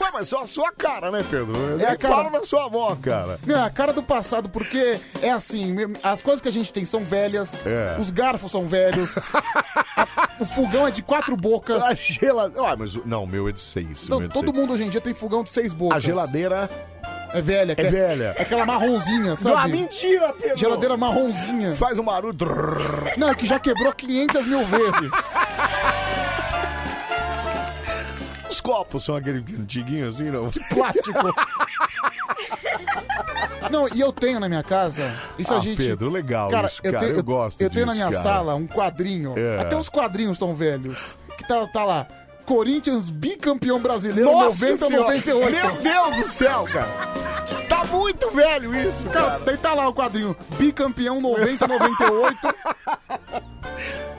Speaker 1: Ué, mas só a sua cara, né, Pedro?
Speaker 3: É a
Speaker 1: Nem
Speaker 3: cara-
Speaker 1: Fala da sua avó, cara.
Speaker 3: Meu, é a cara do passado, porque é assim, as coisas que a gente tem são velhas,
Speaker 1: É.
Speaker 3: os garfos são velhos, a- o fogão é de quatro bocas.
Speaker 1: A geladeira... Ah, mas... o- Não, o meu é de seis. o
Speaker 3: Então,
Speaker 1: meu é de
Speaker 3: todo
Speaker 1: seis.
Speaker 3: mundo hoje em dia tem fogão de seis bocas.
Speaker 1: A geladeira...
Speaker 3: é velha, que
Speaker 1: É velha.
Speaker 3: É aquela marronzinha,
Speaker 1: Ah,
Speaker 3: sabe?
Speaker 1: mentira, Pedro!
Speaker 3: Geladeira marronzinha.
Speaker 1: Faz um barulho. Drrr.
Speaker 3: Não, é que já quebrou 500 mil vezes.
Speaker 1: Os copos são aquele antiguinho assim, não?
Speaker 3: Plástico. Não, e eu tenho na minha casa. Isso
Speaker 1: Ah,
Speaker 3: a gente.
Speaker 1: Pedro, legal isso, cara. Eu gosto
Speaker 3: Eu tenho na
Speaker 1: disso,
Speaker 3: minha
Speaker 1: cara.
Speaker 3: sala um quadrinho.
Speaker 1: É.
Speaker 3: Até os quadrinhos estão velhos. Que tá, tá lá. Corinthians bicampeão brasileiro 90
Speaker 1: Senhora!
Speaker 3: 98.
Speaker 1: Meu Deus do céu, cara! Tá Tá muito velho isso,
Speaker 3: Cara, daí tá lá o quadrinho. Bicampeão 90-98.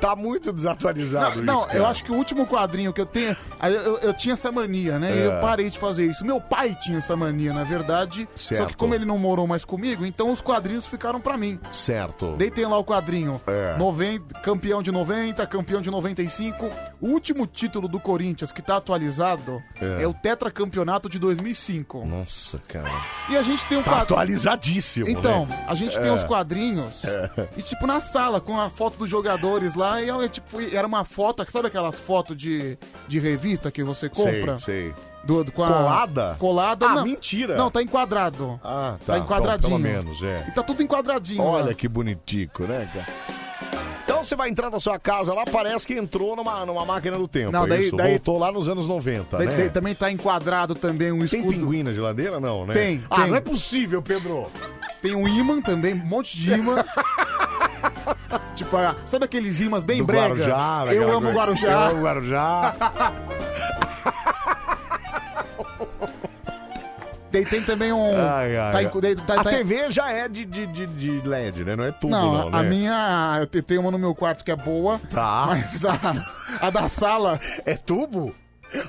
Speaker 1: Tá muito desatualizado
Speaker 3: Não,
Speaker 1: isso,
Speaker 3: eu
Speaker 1: cara.
Speaker 3: acho que o último quadrinho que eu tenho. aí Eu, eu- eu tinha essa mania, né?
Speaker 1: É.
Speaker 3: E eu parei de fazer isso. Meu pai tinha essa mania, na verdade. Só
Speaker 1: Certo.
Speaker 3: que como ele não morou mais comigo, então os quadrinhos ficaram pra mim.
Speaker 1: Certo.
Speaker 3: Daí tem lá o quadrinho.
Speaker 1: É.
Speaker 3: 90, campeão de 90, campeão de 95. O último título do Corinthians que tá atualizado
Speaker 1: É.
Speaker 3: é, o tetracampeonato de 2005.
Speaker 1: Nossa, cara.
Speaker 3: E a gente tem um
Speaker 1: Tá
Speaker 3: quadrinho.
Speaker 1: atualizadíssimo.
Speaker 3: Então,
Speaker 1: né?
Speaker 3: a gente
Speaker 1: É.
Speaker 3: tem os quadrinhos
Speaker 1: É.
Speaker 3: e, tipo, na sala, com a foto dos jogadores lá, e é, tipo, era uma foto, sabe aquelas fotos de, de revista que você compra?
Speaker 1: Sei, sei.
Speaker 3: Do, tá do- com a-
Speaker 1: Colada?
Speaker 3: Colada,
Speaker 1: Ah,
Speaker 3: não.
Speaker 1: mentira.
Speaker 3: Não, tá enquadrado.
Speaker 1: Ah, tá.
Speaker 3: Tá enquadradinho.
Speaker 1: Bom, pelo menos, é.
Speaker 3: E tá tudo enquadradinho.
Speaker 1: Olha
Speaker 3: lá.
Speaker 1: que bonitico, né, cara? Então você vai entrar na sua casa lá, parece que entrou numa, numa máquina do tempo. é
Speaker 3: Não, daí-
Speaker 1: isso.
Speaker 3: daí-
Speaker 1: Voltou lá nos anos 90,
Speaker 3: Daí-
Speaker 1: né?
Speaker 3: daí também tá enquadrado também um
Speaker 1: Tem
Speaker 3: escudo.
Speaker 1: pinguim na geladeira? Não, né?
Speaker 3: Tem,
Speaker 1: Ah,
Speaker 3: tem.
Speaker 1: não é possível, Pedro.
Speaker 3: Tem um imã também, um monte de imã. tipo, ah, sabe aqueles imãs bem
Speaker 1: Do
Speaker 3: brega?
Speaker 1: Guarujá,
Speaker 3: eu
Speaker 1: daquela
Speaker 3: amo
Speaker 1: coisa.
Speaker 3: Guarujá.
Speaker 1: Eu amo Guarujá.
Speaker 3: Daí tem também um...
Speaker 1: Ai, ai,
Speaker 3: tá
Speaker 1: ai.
Speaker 3: encu- daí- tá-
Speaker 1: a
Speaker 3: tá-
Speaker 1: TV já é de, de, de, de LED, né? Não é tubo,
Speaker 3: Não,
Speaker 1: não,
Speaker 3: a, a
Speaker 1: né?
Speaker 3: minha. Eu te- tenho uma no meu quarto que é boa.
Speaker 1: Tá.
Speaker 3: Mas a, a da sala.
Speaker 1: É tubo?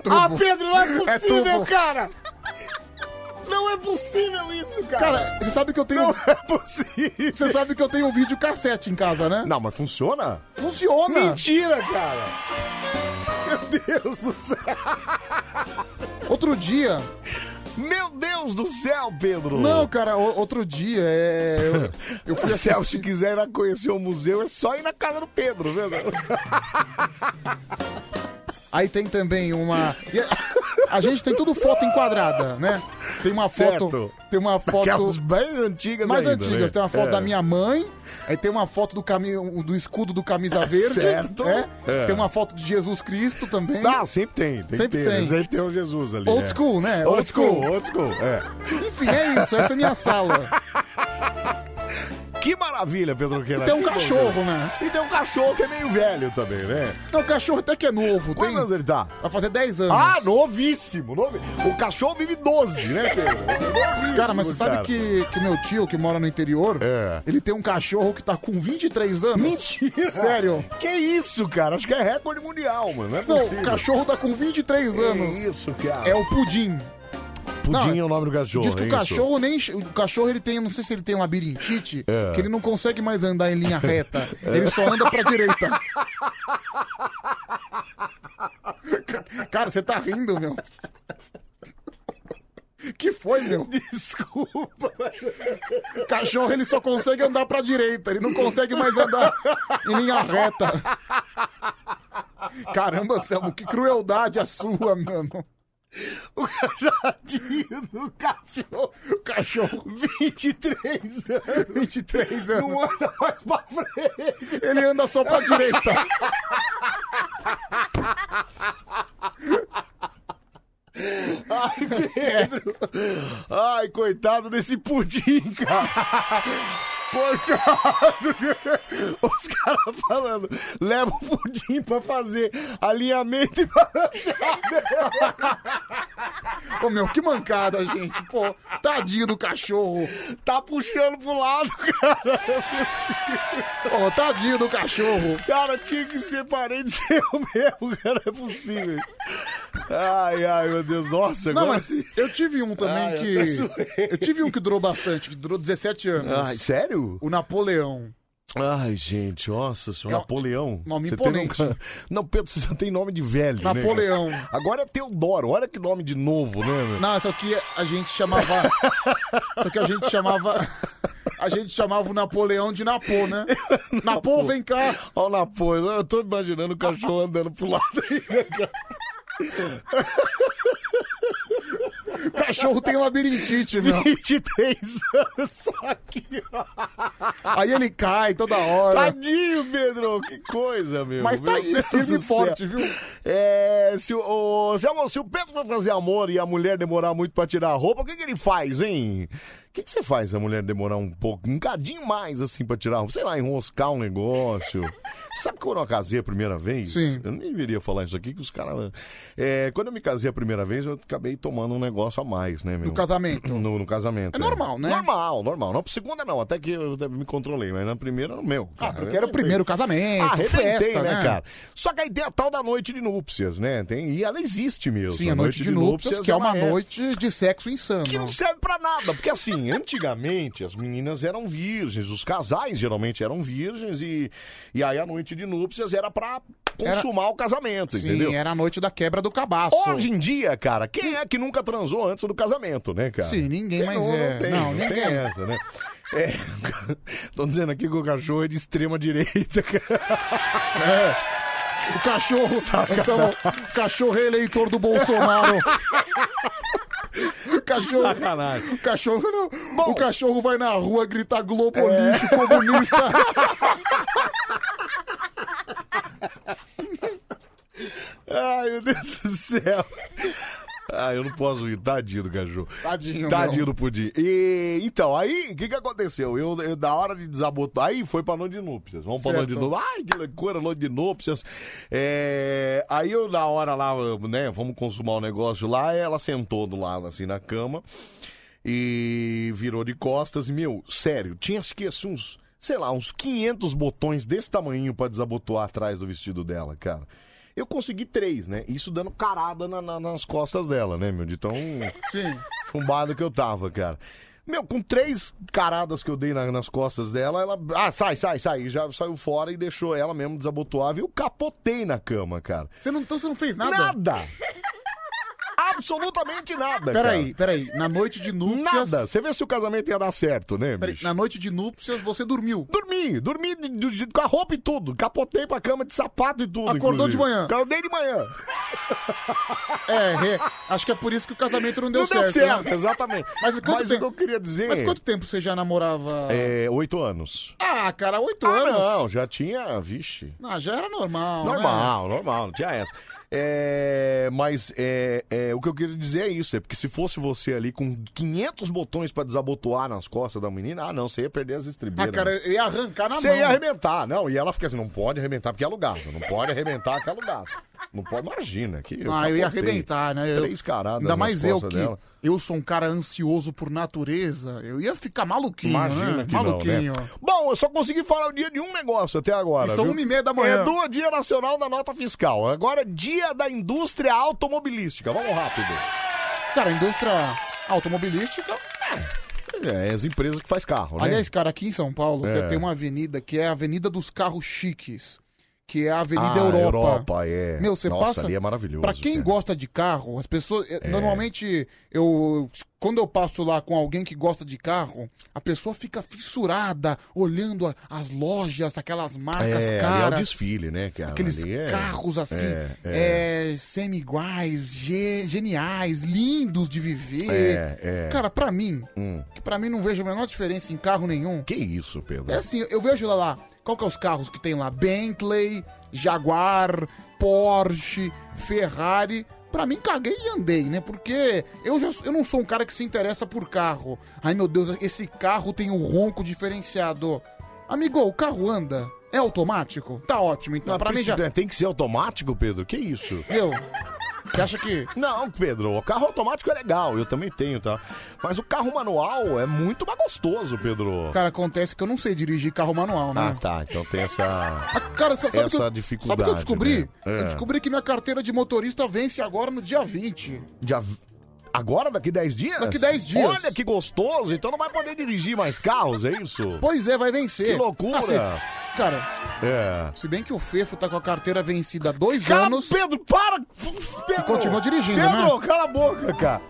Speaker 3: tubo.
Speaker 1: Ah, Pedro, não é
Speaker 3: É
Speaker 1: possível,
Speaker 3: tubo.
Speaker 1: cara! Não é possível isso, cara!
Speaker 3: Cara, você sabe que eu tenho.
Speaker 1: não é possível!
Speaker 3: Você sabe que eu tenho um vídeo cassete em casa, né?
Speaker 1: Não, mas funciona?
Speaker 3: Funciona!
Speaker 1: Mentira, cara! Meu Deus do céu!
Speaker 3: Outro dia.
Speaker 1: Meu Deus do céu, Pedro!
Speaker 3: Não, cara, o- outro dia é. Eu, eu fui
Speaker 1: Marcel, se
Speaker 3: assistir.
Speaker 1: quiser ir lá conhecer o museu, é só ir na casa do Pedro, viu?
Speaker 3: Aí tem também uma. e a- A gente tem tudo foto enquadrada, né? Tem uma foto.
Speaker 1: Certo.
Speaker 3: Tem uma foto.
Speaker 1: Aquelas bem antigas
Speaker 3: mais
Speaker 1: ainda,
Speaker 3: antigas.
Speaker 1: né?
Speaker 3: Tem uma foto
Speaker 1: É.
Speaker 3: da minha mãe, aí tem uma foto do caminho do escudo do camisa verde.
Speaker 1: Certo.
Speaker 3: é.
Speaker 1: É.
Speaker 3: Tem uma foto de Jesus Cristo também.
Speaker 1: Ah, sempre tem, tem
Speaker 3: Sempre
Speaker 1: que ter, né?
Speaker 3: tem.
Speaker 1: Sempre tem o Jesus ali.
Speaker 3: Old
Speaker 1: né?
Speaker 3: school, né?
Speaker 1: Old, school, old school, é.
Speaker 3: Enfim, é isso, essa é a minha sala.
Speaker 1: Que maravilha, Pedro Queira.
Speaker 3: Tem um
Speaker 1: Que bom,
Speaker 3: cachorro,
Speaker 1: Pedro.
Speaker 3: né?
Speaker 1: E tem um cachorro que é meio velho também, né?
Speaker 3: Não, o cachorro até que é novo, tem.
Speaker 1: Quantos anos ele tá?
Speaker 3: Vai fazer 10 anos.
Speaker 1: Ah, novíssimo, novi... O cachorro vive 12, né, Pedro? Novíssimo,
Speaker 3: Cara, mas você
Speaker 1: cara.
Speaker 3: sabe que, que o meu tio, que mora no interior,
Speaker 1: É.
Speaker 3: ele tem um cachorro que tá com 23 anos.
Speaker 1: Mentira!
Speaker 3: Sério.
Speaker 1: Que isso, cara? Acho que é recorde mundial, mano. Não é
Speaker 3: Não,
Speaker 1: possível.
Speaker 3: o cachorro tá com 23
Speaker 1: Que
Speaker 3: anos.
Speaker 1: isso, cara.
Speaker 3: É o Pudim.
Speaker 1: Pudim
Speaker 3: Não,
Speaker 1: é o nome do cachorro.
Speaker 3: Diz que
Speaker 1: é
Speaker 3: o
Speaker 1: isso?
Speaker 3: cachorro nem. O cachorro ele tem. Não sei se ele tem um labirintite,
Speaker 1: É.
Speaker 3: que ele não consegue mais andar em linha reta. Ele só anda pra direita. Ca- Cara, você tá rindo, meu. Que foi, meu?
Speaker 1: Desculpa,
Speaker 3: Cachorro ele só consegue andar pra direita, ele não consegue mais andar em linha reta. Caramba, Selmo, que crueldade a sua, mano.
Speaker 1: o cachorro do cachorro.
Speaker 3: O cachorro
Speaker 1: 23 anos.
Speaker 3: 23 anos.
Speaker 1: Não anda mais pra frente.
Speaker 3: Ele anda só pra direita.
Speaker 1: Ai, coitado desse pudim, cara. Coitado. Os caras falando, leva o pudim pra fazer alinhamento e
Speaker 3: Ô meu, que mancada, gente. Pô, tadinho do cachorro.
Speaker 1: tá puxando pro lado, cara. Não é possível.
Speaker 3: Ô, tadinho do cachorro.
Speaker 1: Cara, tinha que ser parente seu mesmo, cara. Não é possível. Ai, ai, meu Deus. Nossa,
Speaker 3: Não,
Speaker 1: agora...
Speaker 3: mas eu tive um também
Speaker 1: Ai, eu até
Speaker 3: que.
Speaker 1: suei.
Speaker 3: Eu tive um que durou bastante, que durou 17 anos.
Speaker 1: Ai, sério?
Speaker 3: O Napoleão.
Speaker 1: Ai, gente, nossa senhora,
Speaker 3: É um-
Speaker 1: Napoleão.
Speaker 3: nome
Speaker 1: Você tem
Speaker 3: imponente.
Speaker 1: ca- Não, Pedro, você só tem nome de velho, né,
Speaker 3: Napoleão.
Speaker 1: cara? Agora é Teodoro, olha que nome de novo, né? meu?
Speaker 3: Não, Ah, só que a gente chamava. Só que a gente chamava. A gente chamava o Napoleão de Napô, né? Napô, vem cá.
Speaker 1: Olha o Napoleão, eu tô imaginando o cachorro andando pro lado aí, né, cara?
Speaker 3: O cachorro tem labirintite, meu.
Speaker 1: 23 anos só aqui, ó.
Speaker 3: Aí ele cai toda hora.
Speaker 1: Tadinho, Pedro, que coisa, meu.
Speaker 3: Mas tá
Speaker 1: Meu
Speaker 3: aí,
Speaker 1: Deus
Speaker 3: firme
Speaker 1: do
Speaker 3: e forte,
Speaker 1: céu.
Speaker 3: viu?
Speaker 1: É, se o, o- se, o- se o Pedro for fazer amor e a mulher demorar muito pra tirar a roupa, o que, que ele faz, hein? O que, que você faz se a mulher demorar um pouco, um cadinho mais assim pra tirar a roupa? Sei lá, enroscar um negócio. Sabe quando eu casei a primeira vez?
Speaker 3: Sim.
Speaker 1: Eu nem deveria falar isso aqui, que os caras. É, quando eu me casei a primeira vez, eu acabei tomando um negócio a mais, né, meu?
Speaker 3: No casamento.
Speaker 1: No, no casamento.
Speaker 3: É normal, né?
Speaker 1: Normal, normal. Não, pro segunda não, até que eu me controlei, mas na primeira, meu.
Speaker 3: Ah, porque era o primeiro casamento,
Speaker 1: Ah,
Speaker 3: festa,
Speaker 1: né,
Speaker 3: né?
Speaker 1: cara? Só que a ideia tal da noite de núpcias, né? Tem, e ela existe mesmo.
Speaker 3: Sim, a noite de núpcias, que é uma
Speaker 1: ela
Speaker 3: noite de sexo insano.
Speaker 1: que não serve pra nada, porque assim, antigamente as meninas eram virgens, os casais geralmente eram virgens e, e aí a noite de núpcias era pra consumar o casamento,
Speaker 3: Sim, é.
Speaker 1: entendeu?
Speaker 3: era a noite da quebra do cabaço.
Speaker 1: Hoje em dia, cara, quem é que nunca transou antes do casamento, né, cara?
Speaker 3: Sim, ninguém
Speaker 1: Tem-
Speaker 3: mais
Speaker 1: não,
Speaker 3: é.
Speaker 1: Não tem,
Speaker 3: Não,
Speaker 1: não tem
Speaker 3: ninguém.
Speaker 1: essa, né? É, tô dizendo aqui que o cachorro é de extrema direita, cara.
Speaker 3: É, O cachorro, o cachorro é eleitor do Bolsonaro. O cachorro,
Speaker 1: Sacanagem.
Speaker 3: O cachorro, não- o cachorro vai na rua gritar Globo lixo comunista.
Speaker 1: Ai, meu Deus do céu. Ah, eu não posso ir, tadinho do cachorro.
Speaker 3: Tadinho,
Speaker 1: Tadinho
Speaker 3: meu.
Speaker 1: do pudim. E, então, aí, o que que aconteceu? Eu, eu, da hora de desabotar, aí foi pra noite de núpcias. Vamos pra noite de
Speaker 3: Certo.
Speaker 1: núpcias. Ai, que loucura, noite de núpcias. É, aí eu, na hora lá, eu, né, vamos consumar o negócio lá, ela sentou do lado, assim, na cama, e virou de costas. E, meu, sério, tinha, acho que assim, uns, sei lá, uns 500 botões desse tamanho pra desabotoar atrás do vestido dela, cara. Eu consegui três, né? Isso dando carada na- na- nas costas dela, né, meu? De tão
Speaker 3: Sim.
Speaker 1: chumbado que eu tava, cara. Meu, com três caradas que eu dei na- nas costas dela, ela. Ah, sai, sai, sai. E Já saiu fora e deixou ela mesmo desabotoável. Eu capotei na cama, cara.
Speaker 3: Você não, então você não fez nada?
Speaker 1: Nada! Absolutamente nada, cara.
Speaker 3: Peraí, peraí. Na noite de núpcias.
Speaker 1: Nada. Você vê se o casamento ia dar certo, né,
Speaker 3: Peraí,
Speaker 1: bicho?
Speaker 3: na noite de núpcias você dormiu.
Speaker 1: Dormi, dormi de- de- de- com a roupa e tudo. Capotei pra cama de sapato e tudo.
Speaker 3: Acordou de
Speaker 1: inclusive.
Speaker 3: manhã.
Speaker 1: Acordei de manhã.
Speaker 3: É, é, acho que é por isso que o casamento não deu
Speaker 1: Não
Speaker 3: certo.
Speaker 1: deu certo,
Speaker 3: né?
Speaker 1: exatamente.
Speaker 3: Mas, quanto
Speaker 1: Mas o
Speaker 3: tempo-
Speaker 1: que eu queria dizer.
Speaker 3: Mas quanto tempo você já namorava?
Speaker 1: É, oito anos.
Speaker 3: Ah, cara, oito
Speaker 1: Ah,
Speaker 3: anos.
Speaker 1: não, já tinha. Vixe.
Speaker 3: Ah, já era normal. né?
Speaker 1: Normal, normal, não tinha essa. É, mas é, é, o que eu quero dizer é isso: é porque se fosse você ali com 500 botões pra desabotoar nas costas da menina, ah, não, você ia perder as
Speaker 3: Ah,
Speaker 1: estribeiras.
Speaker 3: cara, eu ia arrancar na
Speaker 1: né? você
Speaker 3: mão.
Speaker 1: ia arrebentar, não. E ela fica assim: não pode arrebentar porque é alugado, não pode arrebentar porque é alugado. Não pode, imagina. Que
Speaker 3: Ah, eu
Speaker 1: capotei.
Speaker 3: ia arrebentar, né? Eu-
Speaker 1: Três caradas.
Speaker 3: Ainda
Speaker 1: nas
Speaker 3: mais eu
Speaker 1: costas
Speaker 3: que
Speaker 1: dela.
Speaker 3: eu sou um cara ansioso por natureza. Eu ia ficar maluquinho,
Speaker 1: Imagina
Speaker 3: né?
Speaker 1: que
Speaker 3: maluquinho.
Speaker 1: não, né? Bom, eu só consegui falar o dia de um negócio até agora.
Speaker 3: E são
Speaker 1: viu?
Speaker 3: uma e meia da manhã.
Speaker 1: É do Dia Nacional da Nota Fiscal. Agora é Dia da Indústria Automobilística. Vamos rápido.
Speaker 3: Cara, a indústria automobilística.
Speaker 1: É, as empresas que faz carro, né?
Speaker 3: Aliás, cara, aqui em São Paulo
Speaker 1: É.
Speaker 3: tem uma avenida que é a Avenida dos Carros Chiques, que é a Avenida
Speaker 1: Ah,
Speaker 3: Europa.
Speaker 1: Europa, é.
Speaker 3: Meu, você
Speaker 1: Nossa,
Speaker 3: passa.
Speaker 1: ali é maravilhoso,
Speaker 3: Pra quem
Speaker 1: cara. É.
Speaker 3: gosta de carro, as pessoas. eu- Normalmente, eu. Quando eu passo lá com alguém que gosta de carro, a pessoa fica fissurada, olhando a- as lojas, aquelas marcas
Speaker 1: é, ali é o
Speaker 3: caras.
Speaker 1: desfile, né, cara?
Speaker 3: Aqueles
Speaker 1: Ali é-
Speaker 3: carros assim,
Speaker 1: É, é.
Speaker 3: é, semi-iguais, ge- geniais, lindos de viver.
Speaker 1: É, é.
Speaker 3: Cara, pra mim,
Speaker 1: Hum.
Speaker 3: que pra mim não vejo a menor diferença em carro nenhum,
Speaker 1: Que isso, Pedro?
Speaker 3: é assim, eu vejo lá, lá qual que é os carros que tem lá? Bentley, Jaguar, Porsche, Ferrari. Pra mim, caguei e andei, né? Porque eu, já, eu não sou um cara que se interessa por carro. Ai, meu Deus, esse carro tem um ronco diferenciado. Amigo, o carro anda. É automático? Tá ótimo, então.
Speaker 1: Não, é-
Speaker 3: pra mim já...
Speaker 1: precisa- Tem que ser automático, Pedro? Que isso?
Speaker 3: Meu, você acha que...
Speaker 1: Não, Pedro, o carro automático é legal, eu também tenho, tá? Mas o carro manual é muito mais gostoso, Pedro.
Speaker 3: Cara, acontece que eu não sei dirigir carro manual, né?
Speaker 1: Ah, tá, então tem essa...
Speaker 3: Ah, Cara, sa- sabe,
Speaker 1: Essa é
Speaker 3: que eu,
Speaker 1: dificuldade,
Speaker 3: sabe o que eu descobri?
Speaker 1: né? É.
Speaker 3: Eu descobri que minha carteira de motorista vence agora no dia 20.
Speaker 1: Já... Agora, daqui 10 dias?
Speaker 3: Daqui 10 dias.
Speaker 1: Olha que gostoso, então não vai poder dirigir mais carros, é isso?
Speaker 3: Pois é, vai vencer. Ah,
Speaker 1: Que loucura.
Speaker 3: se- cara,
Speaker 1: É.
Speaker 3: se bem que o Fefo tá com a carteira vencida há dois
Speaker 1: Cara,
Speaker 3: anos.
Speaker 1: Pedro, para! Pedro,
Speaker 3: continua dirigindo,
Speaker 1: Pedro,
Speaker 3: né?
Speaker 1: cala a boca, cara.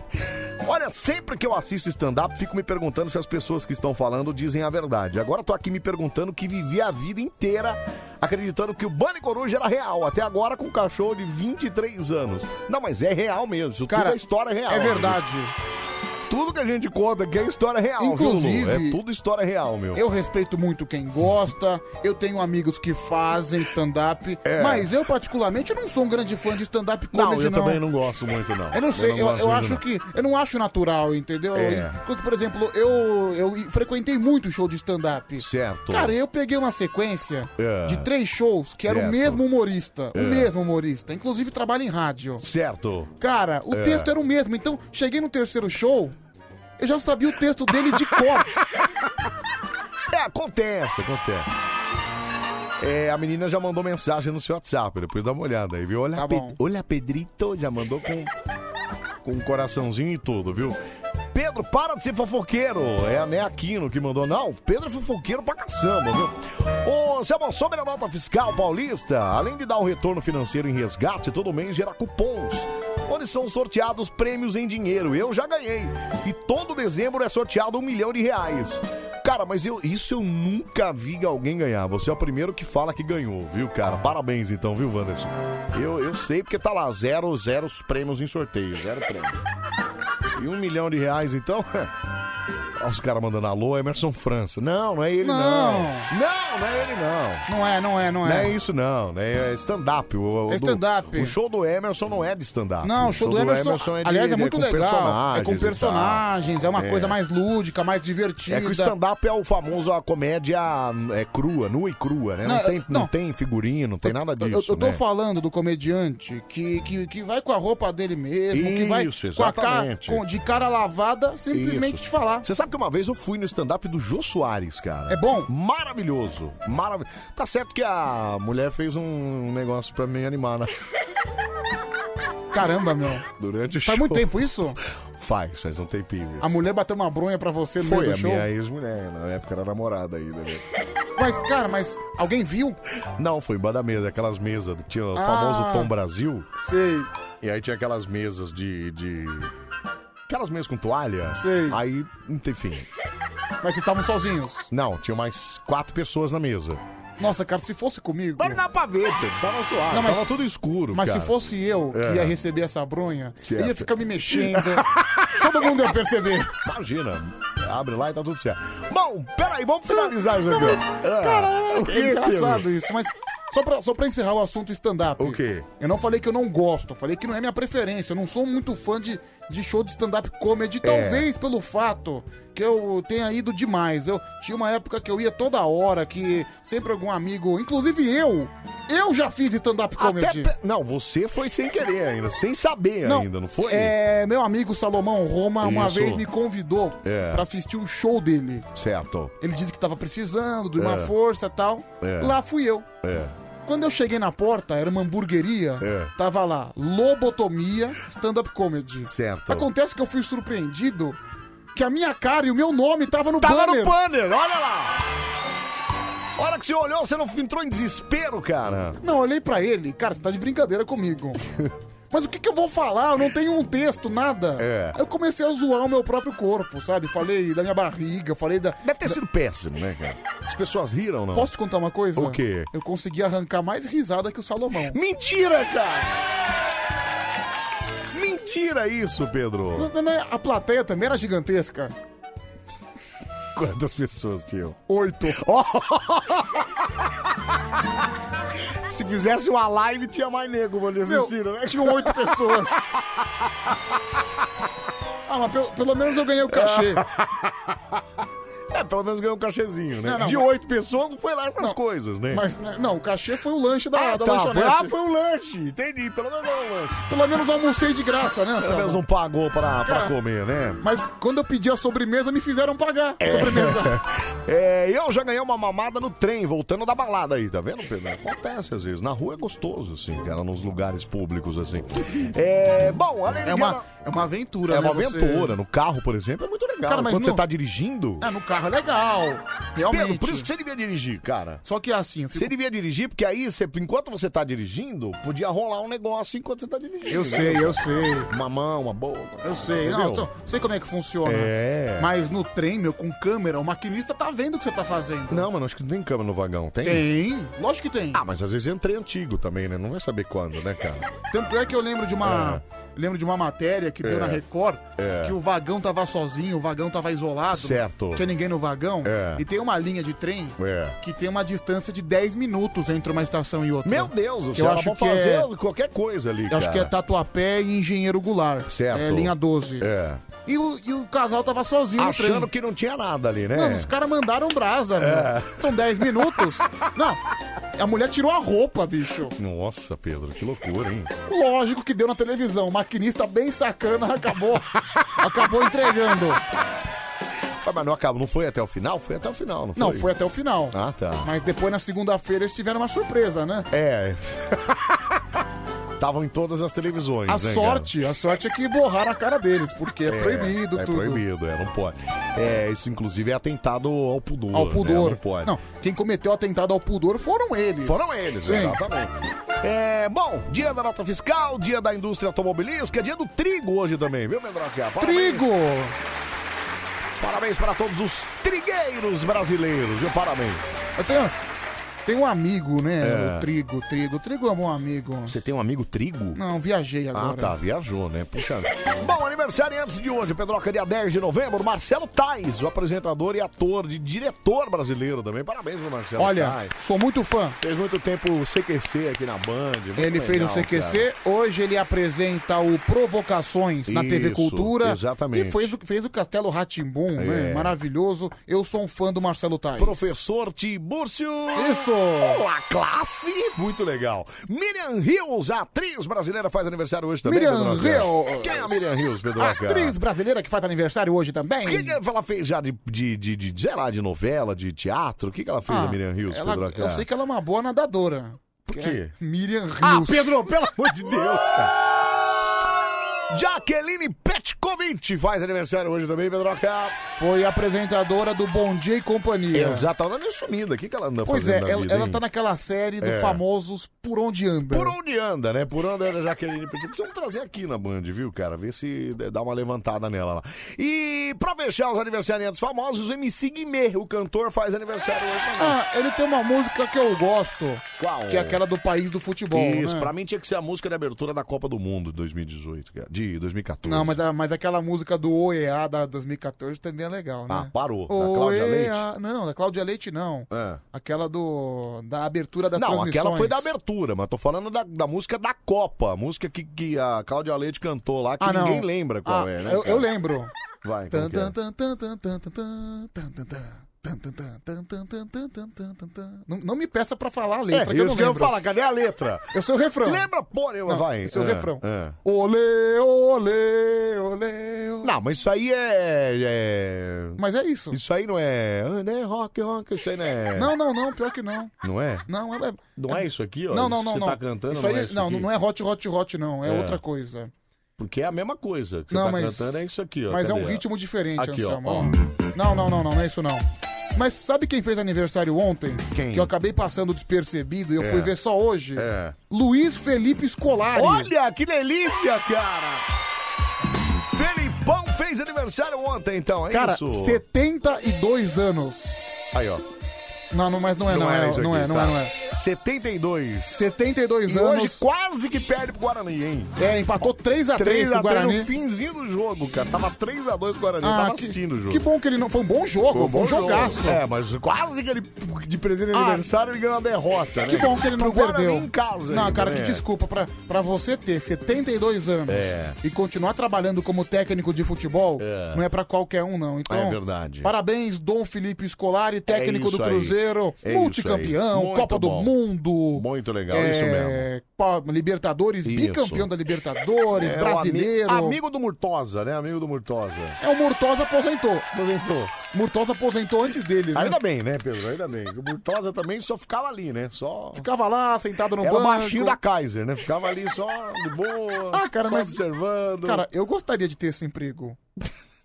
Speaker 1: Olha, sempre que eu assisto stand-up, fico me perguntando se as pessoas que estão falando dizem a verdade. Agora tô aqui me perguntando que vivi a vida inteira acreditando que o Bane Coruja era real, até agora com um cachorro de 23 anos. Não, mas é real mesmo. Isso
Speaker 3: Cara,
Speaker 1: tudo é história real.
Speaker 3: É verdade.
Speaker 1: Tudo tudo que a gente conta aqui é história real, viu, Lu?
Speaker 3: Inclusive-
Speaker 1: É tudo história real, meu.
Speaker 3: Eu respeito muito quem gosta, eu tenho amigos que fazem stand-up, mas eu, particularmente, eu não sou um grande fã de stand-up
Speaker 1: É. Não,
Speaker 3: comedy,
Speaker 1: eu também não gosto muito, não.
Speaker 3: Eu não sei, eu,
Speaker 1: gosto
Speaker 3: eu
Speaker 1: muito,
Speaker 3: acho
Speaker 1: não.
Speaker 3: que. Eu não acho natural, entendeu?
Speaker 1: É.
Speaker 3: Enquanto, por exemplo, eu, eu frequentei muito show de stand-up.
Speaker 1: Certo.
Speaker 3: Cara, eu peguei uma sequência
Speaker 1: É.
Speaker 3: de três shows que era
Speaker 1: Certo.
Speaker 3: o mesmo humorista.
Speaker 1: É.
Speaker 3: O mesmo humorista. Inclusive trabalha em rádio.
Speaker 1: Certo.
Speaker 3: Cara, o
Speaker 1: É.
Speaker 3: texto era o mesmo. Então, cheguei no terceiro show, eu já sabia o texto dele de cor.
Speaker 1: É, acontece, acontece. É, a menina já mandou mensagem no seu WhatsApp, depois dá uma olhada aí, viu? Olha,
Speaker 3: Tá
Speaker 1: Pe-
Speaker 3: bom.
Speaker 1: olha Pedrito, já mandou com, com um coraçãozinho e tudo, viu? Pedro, para de ser fofoqueiro. É a Né Aquino que mandou. Não, Pedro é fofoqueiro pra caçamba, viu? Ô, Samuel, sobre a nota fiscal paulista, além de dar um retorno financeiro em resgate, todo mês gera cupons, onde são sorteados prêmios em dinheiro. Eu já ganhei. E todo dezembro é sorteado um milhão de reais. Cara, mas eu, isso eu nunca vi alguém ganhar. Você é o primeiro que fala que ganhou, viu, cara? Parabéns então, viu, Wanderson? Eu, eu sei porque tá lá, zero, zero os prêmios em sorteio, zero prêmio. E um milhão de reais, então? Olha os caras mandando alô, Emerson França. Não, não é ele, não.
Speaker 3: Não.
Speaker 1: Não, não é ele, não.
Speaker 3: Não é, não é, não
Speaker 1: Não
Speaker 3: é.
Speaker 1: é isso, não. né? É stand-up. O, o
Speaker 3: É
Speaker 1: do-
Speaker 3: stand-up.
Speaker 1: O show do Emerson não é de stand-up.
Speaker 3: Não, o show do Emerson,
Speaker 1: de-
Speaker 3: aliás, é
Speaker 1: de-
Speaker 3: muito
Speaker 1: com
Speaker 3: legal. É
Speaker 1: personagens e
Speaker 3: com
Speaker 1: tal.
Speaker 3: personagens, é uma coisa mais lúdica, mais divertida.
Speaker 1: É que o stand-up é o famoso a comédia é, crua, nua e crua, né? Não,
Speaker 3: Não,
Speaker 1: tem,
Speaker 3: eu-
Speaker 1: não.
Speaker 3: não.
Speaker 1: tem figurino, não tem nada
Speaker 3: Eu-
Speaker 1: disso.
Speaker 3: eu, eu tô
Speaker 1: né?
Speaker 3: falando do comediante que, que, que vai com a roupa dele mesmo, que vai
Speaker 1: Isso,
Speaker 3: com a cara,
Speaker 1: exatamente.
Speaker 3: com- de cara lavada, simplesmente
Speaker 1: Isso.
Speaker 3: te falar.
Speaker 1: Você sabe que uma vez eu fui no stand-up do Jô Soares, cara.
Speaker 3: É bom?
Speaker 1: Maravilhoso. Maravilhoso. Tá certo que a mulher fez um negócio pra me animar, né?
Speaker 3: Caramba, meu.
Speaker 1: Durante o show.
Speaker 3: Faz muito tempo isso?
Speaker 1: Faz, faz um tempinho. isso.
Speaker 3: A mulher bateu uma bronha pra você no
Speaker 1: Foi
Speaker 3: meio
Speaker 1: a
Speaker 3: do show?
Speaker 1: minha ex-mulher, na época era namorada ainda. né?
Speaker 3: Mas, cara, mas alguém viu?
Speaker 1: Não, foi embaixo da mesa, aquelas mesas. Tinha o
Speaker 3: Ah.
Speaker 1: famoso Tom Brasil.
Speaker 3: Sei.
Speaker 1: E aí tinha aquelas mesas de. de... Aquelas mesas com toalha.
Speaker 3: Sei.
Speaker 1: Aí, enfim.
Speaker 3: Mas vocês estavam sozinhos.
Speaker 1: Não, tinha mais quatro pessoas na mesa.
Speaker 3: Nossa, cara, se fosse comigo.
Speaker 1: Mas não dá pra ver, Pedro. Tava suave.
Speaker 3: Não, mas-
Speaker 1: Tava tudo escuro.
Speaker 3: Mas
Speaker 1: cara.
Speaker 3: se fosse eu que
Speaker 1: É.
Speaker 3: ia receber essa bronha,
Speaker 1: Certo.
Speaker 3: eu ia ficar me mexendo. Todo mundo ia perceber.
Speaker 1: Imagina. Abre lá e tá tudo certo. Bom, peraí, vamos finalizar isso
Speaker 3: Não,
Speaker 1: aqui.
Speaker 3: mas,
Speaker 1: Ah,
Speaker 3: cara,
Speaker 1: o quê,
Speaker 3: é engraçado
Speaker 1: Pedro?
Speaker 3: isso, mas só pra, só pra encerrar o assunto stand-up.
Speaker 1: O quê?
Speaker 3: Eu não falei que eu não gosto, eu falei que não é minha preferência. Eu não sou muito fã de, de show de stand-up
Speaker 1: É.
Speaker 3: comedy, talvez pelo fato que eu tenha ido demais. Eu tinha uma época que eu ia toda hora, que sempre algum amigo, inclusive eu, eu já fiz stand-up comedy.
Speaker 1: Até pe- Não, você foi sem querer ainda, sem saber ainda, não foi?
Speaker 3: É, meu amigo Salomão Roma uma
Speaker 1: Isso.
Speaker 3: vez me convidou
Speaker 1: É.
Speaker 3: pra assistir o show dele.
Speaker 1: Certo.
Speaker 3: Ele disse que tava precisando de uma
Speaker 1: É.
Speaker 3: força e tal.
Speaker 1: É.
Speaker 3: Lá fui eu.
Speaker 1: É.
Speaker 3: Quando eu cheguei na porta, era uma hamburgueria,
Speaker 1: É.
Speaker 3: tava lá, lobotomia, stand-up comedy.
Speaker 1: Certo.
Speaker 3: Acontece que eu fui surpreendido que a minha cara e o meu nome tava no
Speaker 1: Tá lá no
Speaker 3: banner.
Speaker 1: banner, olha lá. A hora que você olhou, você não entrou em desespero, cara.
Speaker 3: Não, eu olhei pra ele, cara, você tá de brincadeira comigo. Mas o que, que eu vou falar? Eu não tenho um texto, nada.
Speaker 1: É.
Speaker 3: Aí Eu comecei a zoar o meu próprio corpo, sabe? Falei da minha barriga, falei da.
Speaker 1: Deve ter sido péssimo, né, cara? As pessoas riram, não?
Speaker 3: Posso te contar uma coisa?
Speaker 1: O quê?
Speaker 3: Eu consegui arrancar mais risada que o Salomão.
Speaker 1: Mentira, cara! Mentira isso, Pedro!
Speaker 3: né, A plateia também era gigantesca.
Speaker 1: Quantas pessoas tinham?
Speaker 3: Oito.
Speaker 1: Se fizesse uma live, tinha mais nego, vou
Speaker 3: Meu,
Speaker 1: assistir, né?
Speaker 3: tinham oito pessoas. Ah, mas pelo, pelo menos eu ganhei o cachê.
Speaker 1: É, pelo menos ganhou um cachezinho, né?
Speaker 3: Não, não,
Speaker 1: de
Speaker 3: mas-
Speaker 1: oito pessoas, não foi lá essas
Speaker 3: Não,
Speaker 1: coisas, né?
Speaker 3: Mas, né, não, o cachê foi o lanche da,
Speaker 1: ah,
Speaker 3: da
Speaker 1: tá, foi, ah,
Speaker 3: lanchonete.
Speaker 1: foi um lanche, entendi, pelo menos é um lanche.
Speaker 3: Pelo menos eu almocei de graça, né,
Speaker 1: Pelo menos
Speaker 3: Sam?
Speaker 1: não pagou pra, pra
Speaker 3: Cara.
Speaker 1: comer, né?
Speaker 3: Mas quando eu pedi a sobremesa, me fizeram pagar a sobremesa.
Speaker 1: É, eu já ganhei uma mamada no trem, voltando da balada aí, tá vendo, Pedro? Acontece às vezes. Na rua é gostoso, assim, cara, nos lugares públicos, assim. É, bom, além
Speaker 3: É
Speaker 1: de-
Speaker 3: uma, é uma aventura,
Speaker 1: É
Speaker 3: né?
Speaker 1: uma
Speaker 3: você-
Speaker 1: aventura. No carro, por exemplo, é muito legal.
Speaker 3: Cara, mas
Speaker 1: Quando
Speaker 3: no-
Speaker 1: você tá dirigindo.
Speaker 3: Ah, no carro é legal. Realmente.
Speaker 1: Pedro, por isso que você devia dirigir, cara.
Speaker 3: Só que assim, eu
Speaker 1: Você devia dirigir, porque aí, você, enquanto você tá dirigindo, podia rolar um negócio enquanto você tá dirigindo.
Speaker 3: Eu sei, eu sei.
Speaker 1: Uma mão, uma boca.
Speaker 3: Eu sei, não, eu tô- sei como é que funciona.
Speaker 1: É.
Speaker 3: Mas no trem, meu, com câmera, o maquinista tá vendo o que você tá fazendo.
Speaker 1: Não, mano, acho que não tem câmera no vagão, tem?
Speaker 3: Tem, lógico que tem.
Speaker 1: Ah, mas às vezes entra em antigo também, né? Não vai saber quando, né, cara?
Speaker 3: Tanto é que eu lembro de uma. Lembro de uma matéria que deu
Speaker 1: É.
Speaker 3: na Record
Speaker 1: É.
Speaker 3: que o vagão tava sozinho, o vagão tava isolado.
Speaker 1: Certo.
Speaker 3: Não tinha ninguém no vagão.
Speaker 1: É.
Speaker 3: E tem uma linha de trem
Speaker 1: É.
Speaker 3: que tem uma distância de 10 minutos entre uma estação e outra.
Speaker 1: Meu Deus, do
Speaker 3: Que
Speaker 1: céu,
Speaker 3: eu
Speaker 1: ela
Speaker 3: acho
Speaker 1: pode
Speaker 3: que é-
Speaker 1: fazer qualquer coisa ali,
Speaker 3: Eu acho que é
Speaker 1: cara.
Speaker 3: Tatuapé e Engenheiro Goulart.
Speaker 1: Certo.
Speaker 3: É linha 12.
Speaker 1: É.
Speaker 3: E, o, e o casal tava sozinho no
Speaker 1: Achando
Speaker 3: trem.
Speaker 1: que É. não tinha nada ali, né?
Speaker 3: Não, os caras mandaram brasa, meu. São 10 minutos. Não, a mulher tirou a roupa, bicho.
Speaker 1: Nossa, Pedro, que loucura, hein?
Speaker 3: Lógico que deu na televisão. O maquinista bem sacana acabou, acabou entregando.
Speaker 1: Ah, Mas não acaba, não foi até o final? Foi até o final, não foi?
Speaker 3: Não, foi até o final.
Speaker 1: Ah, tá.
Speaker 3: Mas depois, na segunda-feira, eles tiveram uma surpresa, né?
Speaker 1: É. Estavam em todas as televisões,
Speaker 3: A
Speaker 1: né, cara?
Speaker 3: sorte, a sorte é que borraram a cara deles, porque é, proibido
Speaker 1: é
Speaker 3: tudo.
Speaker 1: proibido, é, não pode. É, isso inclusive é atentado ao pudor.
Speaker 3: Ao
Speaker 1: né?
Speaker 3: pudor.
Speaker 1: Não pode.
Speaker 3: quem cometeu atentado ao pudor foram eles.
Speaker 1: Foram eles,
Speaker 3: Sim.
Speaker 1: exatamente. É, bom, dia da nota fiscal, dia da indústria automobilística, dia do trigo hoje também, viu, Pedroca? Parabéns,
Speaker 3: Trigo!
Speaker 1: Parabéns para todos os trigueiros brasileiros, viu? Parabéns.
Speaker 3: Eu tenho, tenho um amigo, né?
Speaker 1: É.
Speaker 3: O Trigo, Trigo. Trigo é um bom amigo.
Speaker 1: Você tem um amigo trigo?
Speaker 3: Não, viajei agora.
Speaker 1: Ah, tá, viajou, né? Puxa. Bom, aniversário antes de hoje, Pedroca, dia 10 de novembro, Marcelo Tais, o apresentador e ator de diretor brasileiro também. Parabéns, viu, Marcelo
Speaker 3: Olha,
Speaker 1: Tais.
Speaker 3: sou muito fã.
Speaker 1: Fez muito tempo o CQC aqui na Band. muito
Speaker 3: Ele fez
Speaker 1: legal,
Speaker 3: o CQC,
Speaker 1: cara.
Speaker 3: hoje ele apresenta o Provocações na TV
Speaker 1: Isso,
Speaker 3: Cultura.
Speaker 1: exatamente.
Speaker 3: E fez, o- fez o Castelo Ratimbum, né?
Speaker 1: É.
Speaker 3: Maravilhoso. Eu sou um fã do Marcelo Tais.
Speaker 1: Professor Tibúrcio.
Speaker 3: Isso.
Speaker 1: Olá, classe. Muito legal. Miriam Rios, a atriz brasileira, faz aniversário hoje também.
Speaker 3: Miriam
Speaker 1: Pedroca.
Speaker 3: Rios.
Speaker 1: Quem é a Miriam Rios, Pedroca?
Speaker 3: Atriz brasileira que faz aniversário hoje também.
Speaker 1: O que, que ela fez já de, de, de, de, sei lá, de novela, de teatro? O que, que ela fez,
Speaker 3: Ah,
Speaker 1: a Miriam Rios,
Speaker 3: ela-
Speaker 1: Pedroca?
Speaker 3: Eu sei que ela é uma boa nadadora. Por
Speaker 1: quê?
Speaker 3: Miriam Rios.
Speaker 1: Ah, Pedro, pelo amor de Deus, cara. Jaqueline Petkovic faz aniversário hoje também, Pedroca.
Speaker 3: Foi apresentadora do Bom Dia e Companhia.
Speaker 1: Exato, ela tá meio sumida. O que, que ela anda
Speaker 3: Pois é,
Speaker 1: fazendo na
Speaker 3: ela,
Speaker 1: vida,
Speaker 3: ela
Speaker 1: hein?
Speaker 3: tá naquela série do
Speaker 1: É.
Speaker 3: famosos Por Onde Anda.
Speaker 1: Por onde anda, né? Por onde anda a Jaqueline Petit? Precisamos trazer aqui na Band, viu, cara? Ver se d- dá uma levantada nela lá. E pra fechar os aniversariantes famosos, o MC Guimê, o cantor, faz aniversário hoje também.
Speaker 3: Ah, ele tem uma música que eu gosto,
Speaker 1: Qual?
Speaker 3: que é aquela do País do Futebol,
Speaker 1: Isso,
Speaker 3: né?
Speaker 1: pra mim é tinha que ser a música de abertura da Copa do Mundo de 2018, cara. De 2014.
Speaker 3: Não, mas, a- mas aquela música do OEA da 2014 também é legal, né?
Speaker 1: Ah, parou. Da Cláudia Leite?
Speaker 3: Não, da Cláudia Leite não.
Speaker 1: É.
Speaker 3: Aquela do da abertura das
Speaker 1: Não,
Speaker 3: transmissões.
Speaker 1: aquela foi da abertura, mas tô falando da, da música da Copa, a música que, que a Cláudia Leite cantou lá, que
Speaker 3: Ah, não.
Speaker 1: ninguém lembra qual
Speaker 3: Ah,
Speaker 1: é, né?
Speaker 3: Eu,
Speaker 1: cara?
Speaker 3: eu lembro.
Speaker 1: Vai,
Speaker 3: Tan,
Speaker 1: como que é?
Speaker 3: tan, tan, tan, tan, tan, tan, tan, tan, tan, tan, tan, tan, tan, tan, tan, tan, tan, tan, tan, tan. Não, não me peça pra falar a
Speaker 1: É,
Speaker 3: letra, que eu
Speaker 1: isso
Speaker 3: não
Speaker 1: que eu
Speaker 3: lembro.
Speaker 1: falo, cadê a letra?
Speaker 3: Eu sei o refrão.
Speaker 1: Lembra, pô, eu...
Speaker 3: Não,
Speaker 1: vai.
Speaker 3: eu sei o
Speaker 1: é,
Speaker 3: refrão.
Speaker 1: é.
Speaker 3: Olê, olê, olê, olê.
Speaker 1: Não, mas isso aí é. é-
Speaker 3: Mas é isso.
Speaker 1: Isso aí não é. Ah, né? Rock, rock, isso aí não é.
Speaker 3: Não, não, não, pior que não.
Speaker 1: Não é?
Speaker 3: Não, é...
Speaker 1: Não é isso aqui, ó.
Speaker 3: Não,
Speaker 1: isso
Speaker 3: não,
Speaker 1: que
Speaker 3: não,
Speaker 1: Você
Speaker 3: não.
Speaker 1: tá cantando,
Speaker 3: isso aí,
Speaker 1: não é isso
Speaker 3: não,
Speaker 1: aqui?
Speaker 3: não é hot, hot, hot, não. É,
Speaker 1: É.
Speaker 3: outra coisa.
Speaker 1: Porque é a mesma coisa. Que você
Speaker 3: Não,
Speaker 1: tá
Speaker 3: mas-
Speaker 1: cantando é isso aqui, ó.
Speaker 3: Mas é
Speaker 1: Cadê,
Speaker 3: um
Speaker 1: ó?
Speaker 3: ritmo diferente,
Speaker 1: Aqui, ó,
Speaker 3: Anselmo. é um
Speaker 1: ó.
Speaker 3: Não, não, não, não, não é isso não. Mas sabe quem fez aniversário ontem?
Speaker 1: Quem?
Speaker 3: Que eu acabei passando despercebido e eu
Speaker 1: É.
Speaker 3: fui ver só hoje.
Speaker 1: É.
Speaker 3: Luiz Felipe Scolari.
Speaker 1: Olha, que delícia, cara! Felipão fez aniversário ontem, então, é
Speaker 3: Cara,
Speaker 1: isso?
Speaker 3: 72 anos.
Speaker 1: Aí, ó.
Speaker 3: Não, não, mas não é, não,
Speaker 1: era
Speaker 3: é,
Speaker 1: isso
Speaker 3: não
Speaker 1: aqui,
Speaker 3: é, não
Speaker 1: tá?
Speaker 3: é, não é.
Speaker 1: 72.
Speaker 3: 72
Speaker 1: E
Speaker 3: anos.
Speaker 1: hoje quase que perde pro Guarani, hein?
Speaker 3: É, empatou
Speaker 1: 3 a
Speaker 3: 3x3 com
Speaker 1: 3
Speaker 3: o Guarani.
Speaker 1: no finzinho do jogo, cara. Tava 3 a 2 o Guarani,
Speaker 3: Ah,
Speaker 1: tava
Speaker 3: que,
Speaker 1: assistindo o jogo.
Speaker 3: que bom que ele não. Foi um bom jogo, foi um,
Speaker 1: bom jogo.
Speaker 3: jogaço.
Speaker 1: É, mas quase que ele, de presente de
Speaker 3: Ah.
Speaker 1: aniversário, ele ganhou uma derrota, né?
Speaker 3: Que bom que ele não
Speaker 1: Pro Guarani
Speaker 3: perdeu.
Speaker 1: em casa.
Speaker 3: não,
Speaker 1: ainda,
Speaker 3: cara,
Speaker 1: né?
Speaker 3: que desculpa pra, pra você ter 72 anos
Speaker 1: É.
Speaker 3: e continuar trabalhando como técnico de futebol, não é pra qualquer um não. Então,
Speaker 1: É verdade. É
Speaker 3: Parabéns Dom Felipe Scolari, técnico
Speaker 1: isso
Speaker 3: do
Speaker 1: aí.
Speaker 3: Cruzeiro,
Speaker 1: É isso aí.
Speaker 3: multicampeão,
Speaker 1: Muito
Speaker 3: Copa
Speaker 1: bom.
Speaker 3: do Mundo.
Speaker 1: Muito legal,
Speaker 3: é,
Speaker 1: isso mesmo.
Speaker 3: pa- Libertadores,
Speaker 1: Isso.
Speaker 3: bicampeão da Libertadores,
Speaker 1: É o ami-
Speaker 3: brasileiro.
Speaker 1: amigo do Murtosa, né? Amigo do Murtosa.
Speaker 3: É o Murtosa aposentou.
Speaker 1: Aposentou.
Speaker 3: Murtosa aposentou antes dele, né?
Speaker 1: Ainda bem, né, Pedro? Ainda bem. O Murtosa também só ficava ali, né? Só.
Speaker 3: Ficava lá, sentado no
Speaker 1: Era o
Speaker 3: banco.
Speaker 1: baixinho da Kaiser, né? Ficava ali só de boa,
Speaker 3: Ah, cara,
Speaker 1: só
Speaker 3: mas-
Speaker 1: observando.
Speaker 3: Cara, eu gostaria de ter esse emprego.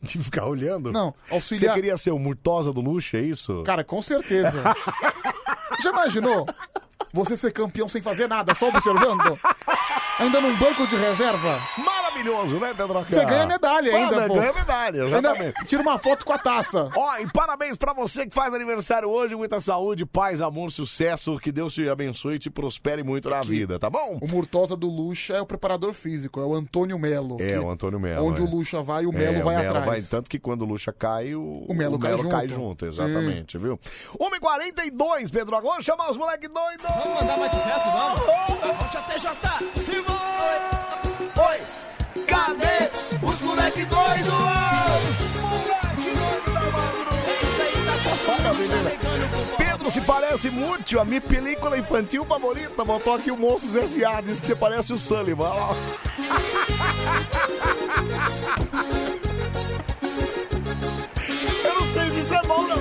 Speaker 1: De ficar olhando?
Speaker 3: Não, auxiliar-
Speaker 1: Você queria ser o Murtosa do Luxo, é isso?
Speaker 3: Cara, com certeza. Já imaginou? Você ser campeão sem fazer nada, só observando? Ainda num banco de reserva?
Speaker 1: Maravilhoso, né, Pedro?
Speaker 3: Você ganha medalha ainda,
Speaker 1: Ah,
Speaker 3: pô.
Speaker 1: Ganha medalha, exatamente.
Speaker 3: Ainda tira uma foto com a taça.
Speaker 1: Ó, e parabéns pra você que faz aniversário hoje. Muita saúde, paz, amor, sucesso. Que Deus te abençoe e te prospere muito na vida, tá bom?
Speaker 3: O Murtosa do Luxa é o preparador físico, é o Antônio Melo.
Speaker 1: É,
Speaker 3: que-
Speaker 1: o Antônio Melo.
Speaker 3: Onde
Speaker 1: é.
Speaker 3: o Luxa vai, o
Speaker 1: É,
Speaker 3: Melo vai atrás.
Speaker 1: tanto que quando o Luxa cai, o,
Speaker 3: O Melo cai junto.
Speaker 1: exatamente, viu? 1h42, Pedro Agora vamos chamar os moleque doido! Vamos
Speaker 8: mandar mais sucesso, vamos?
Speaker 1: Rocha TJ, Simão! Oi! Cadê os moleque doido?
Speaker 8: É tá
Speaker 1: Pedro se parece muito a minha película infantil favorita. Botou aqui o Monstros S.A. Diz que você parece o Sullivan. Olha lá. Eu não sei se isso é bom, não.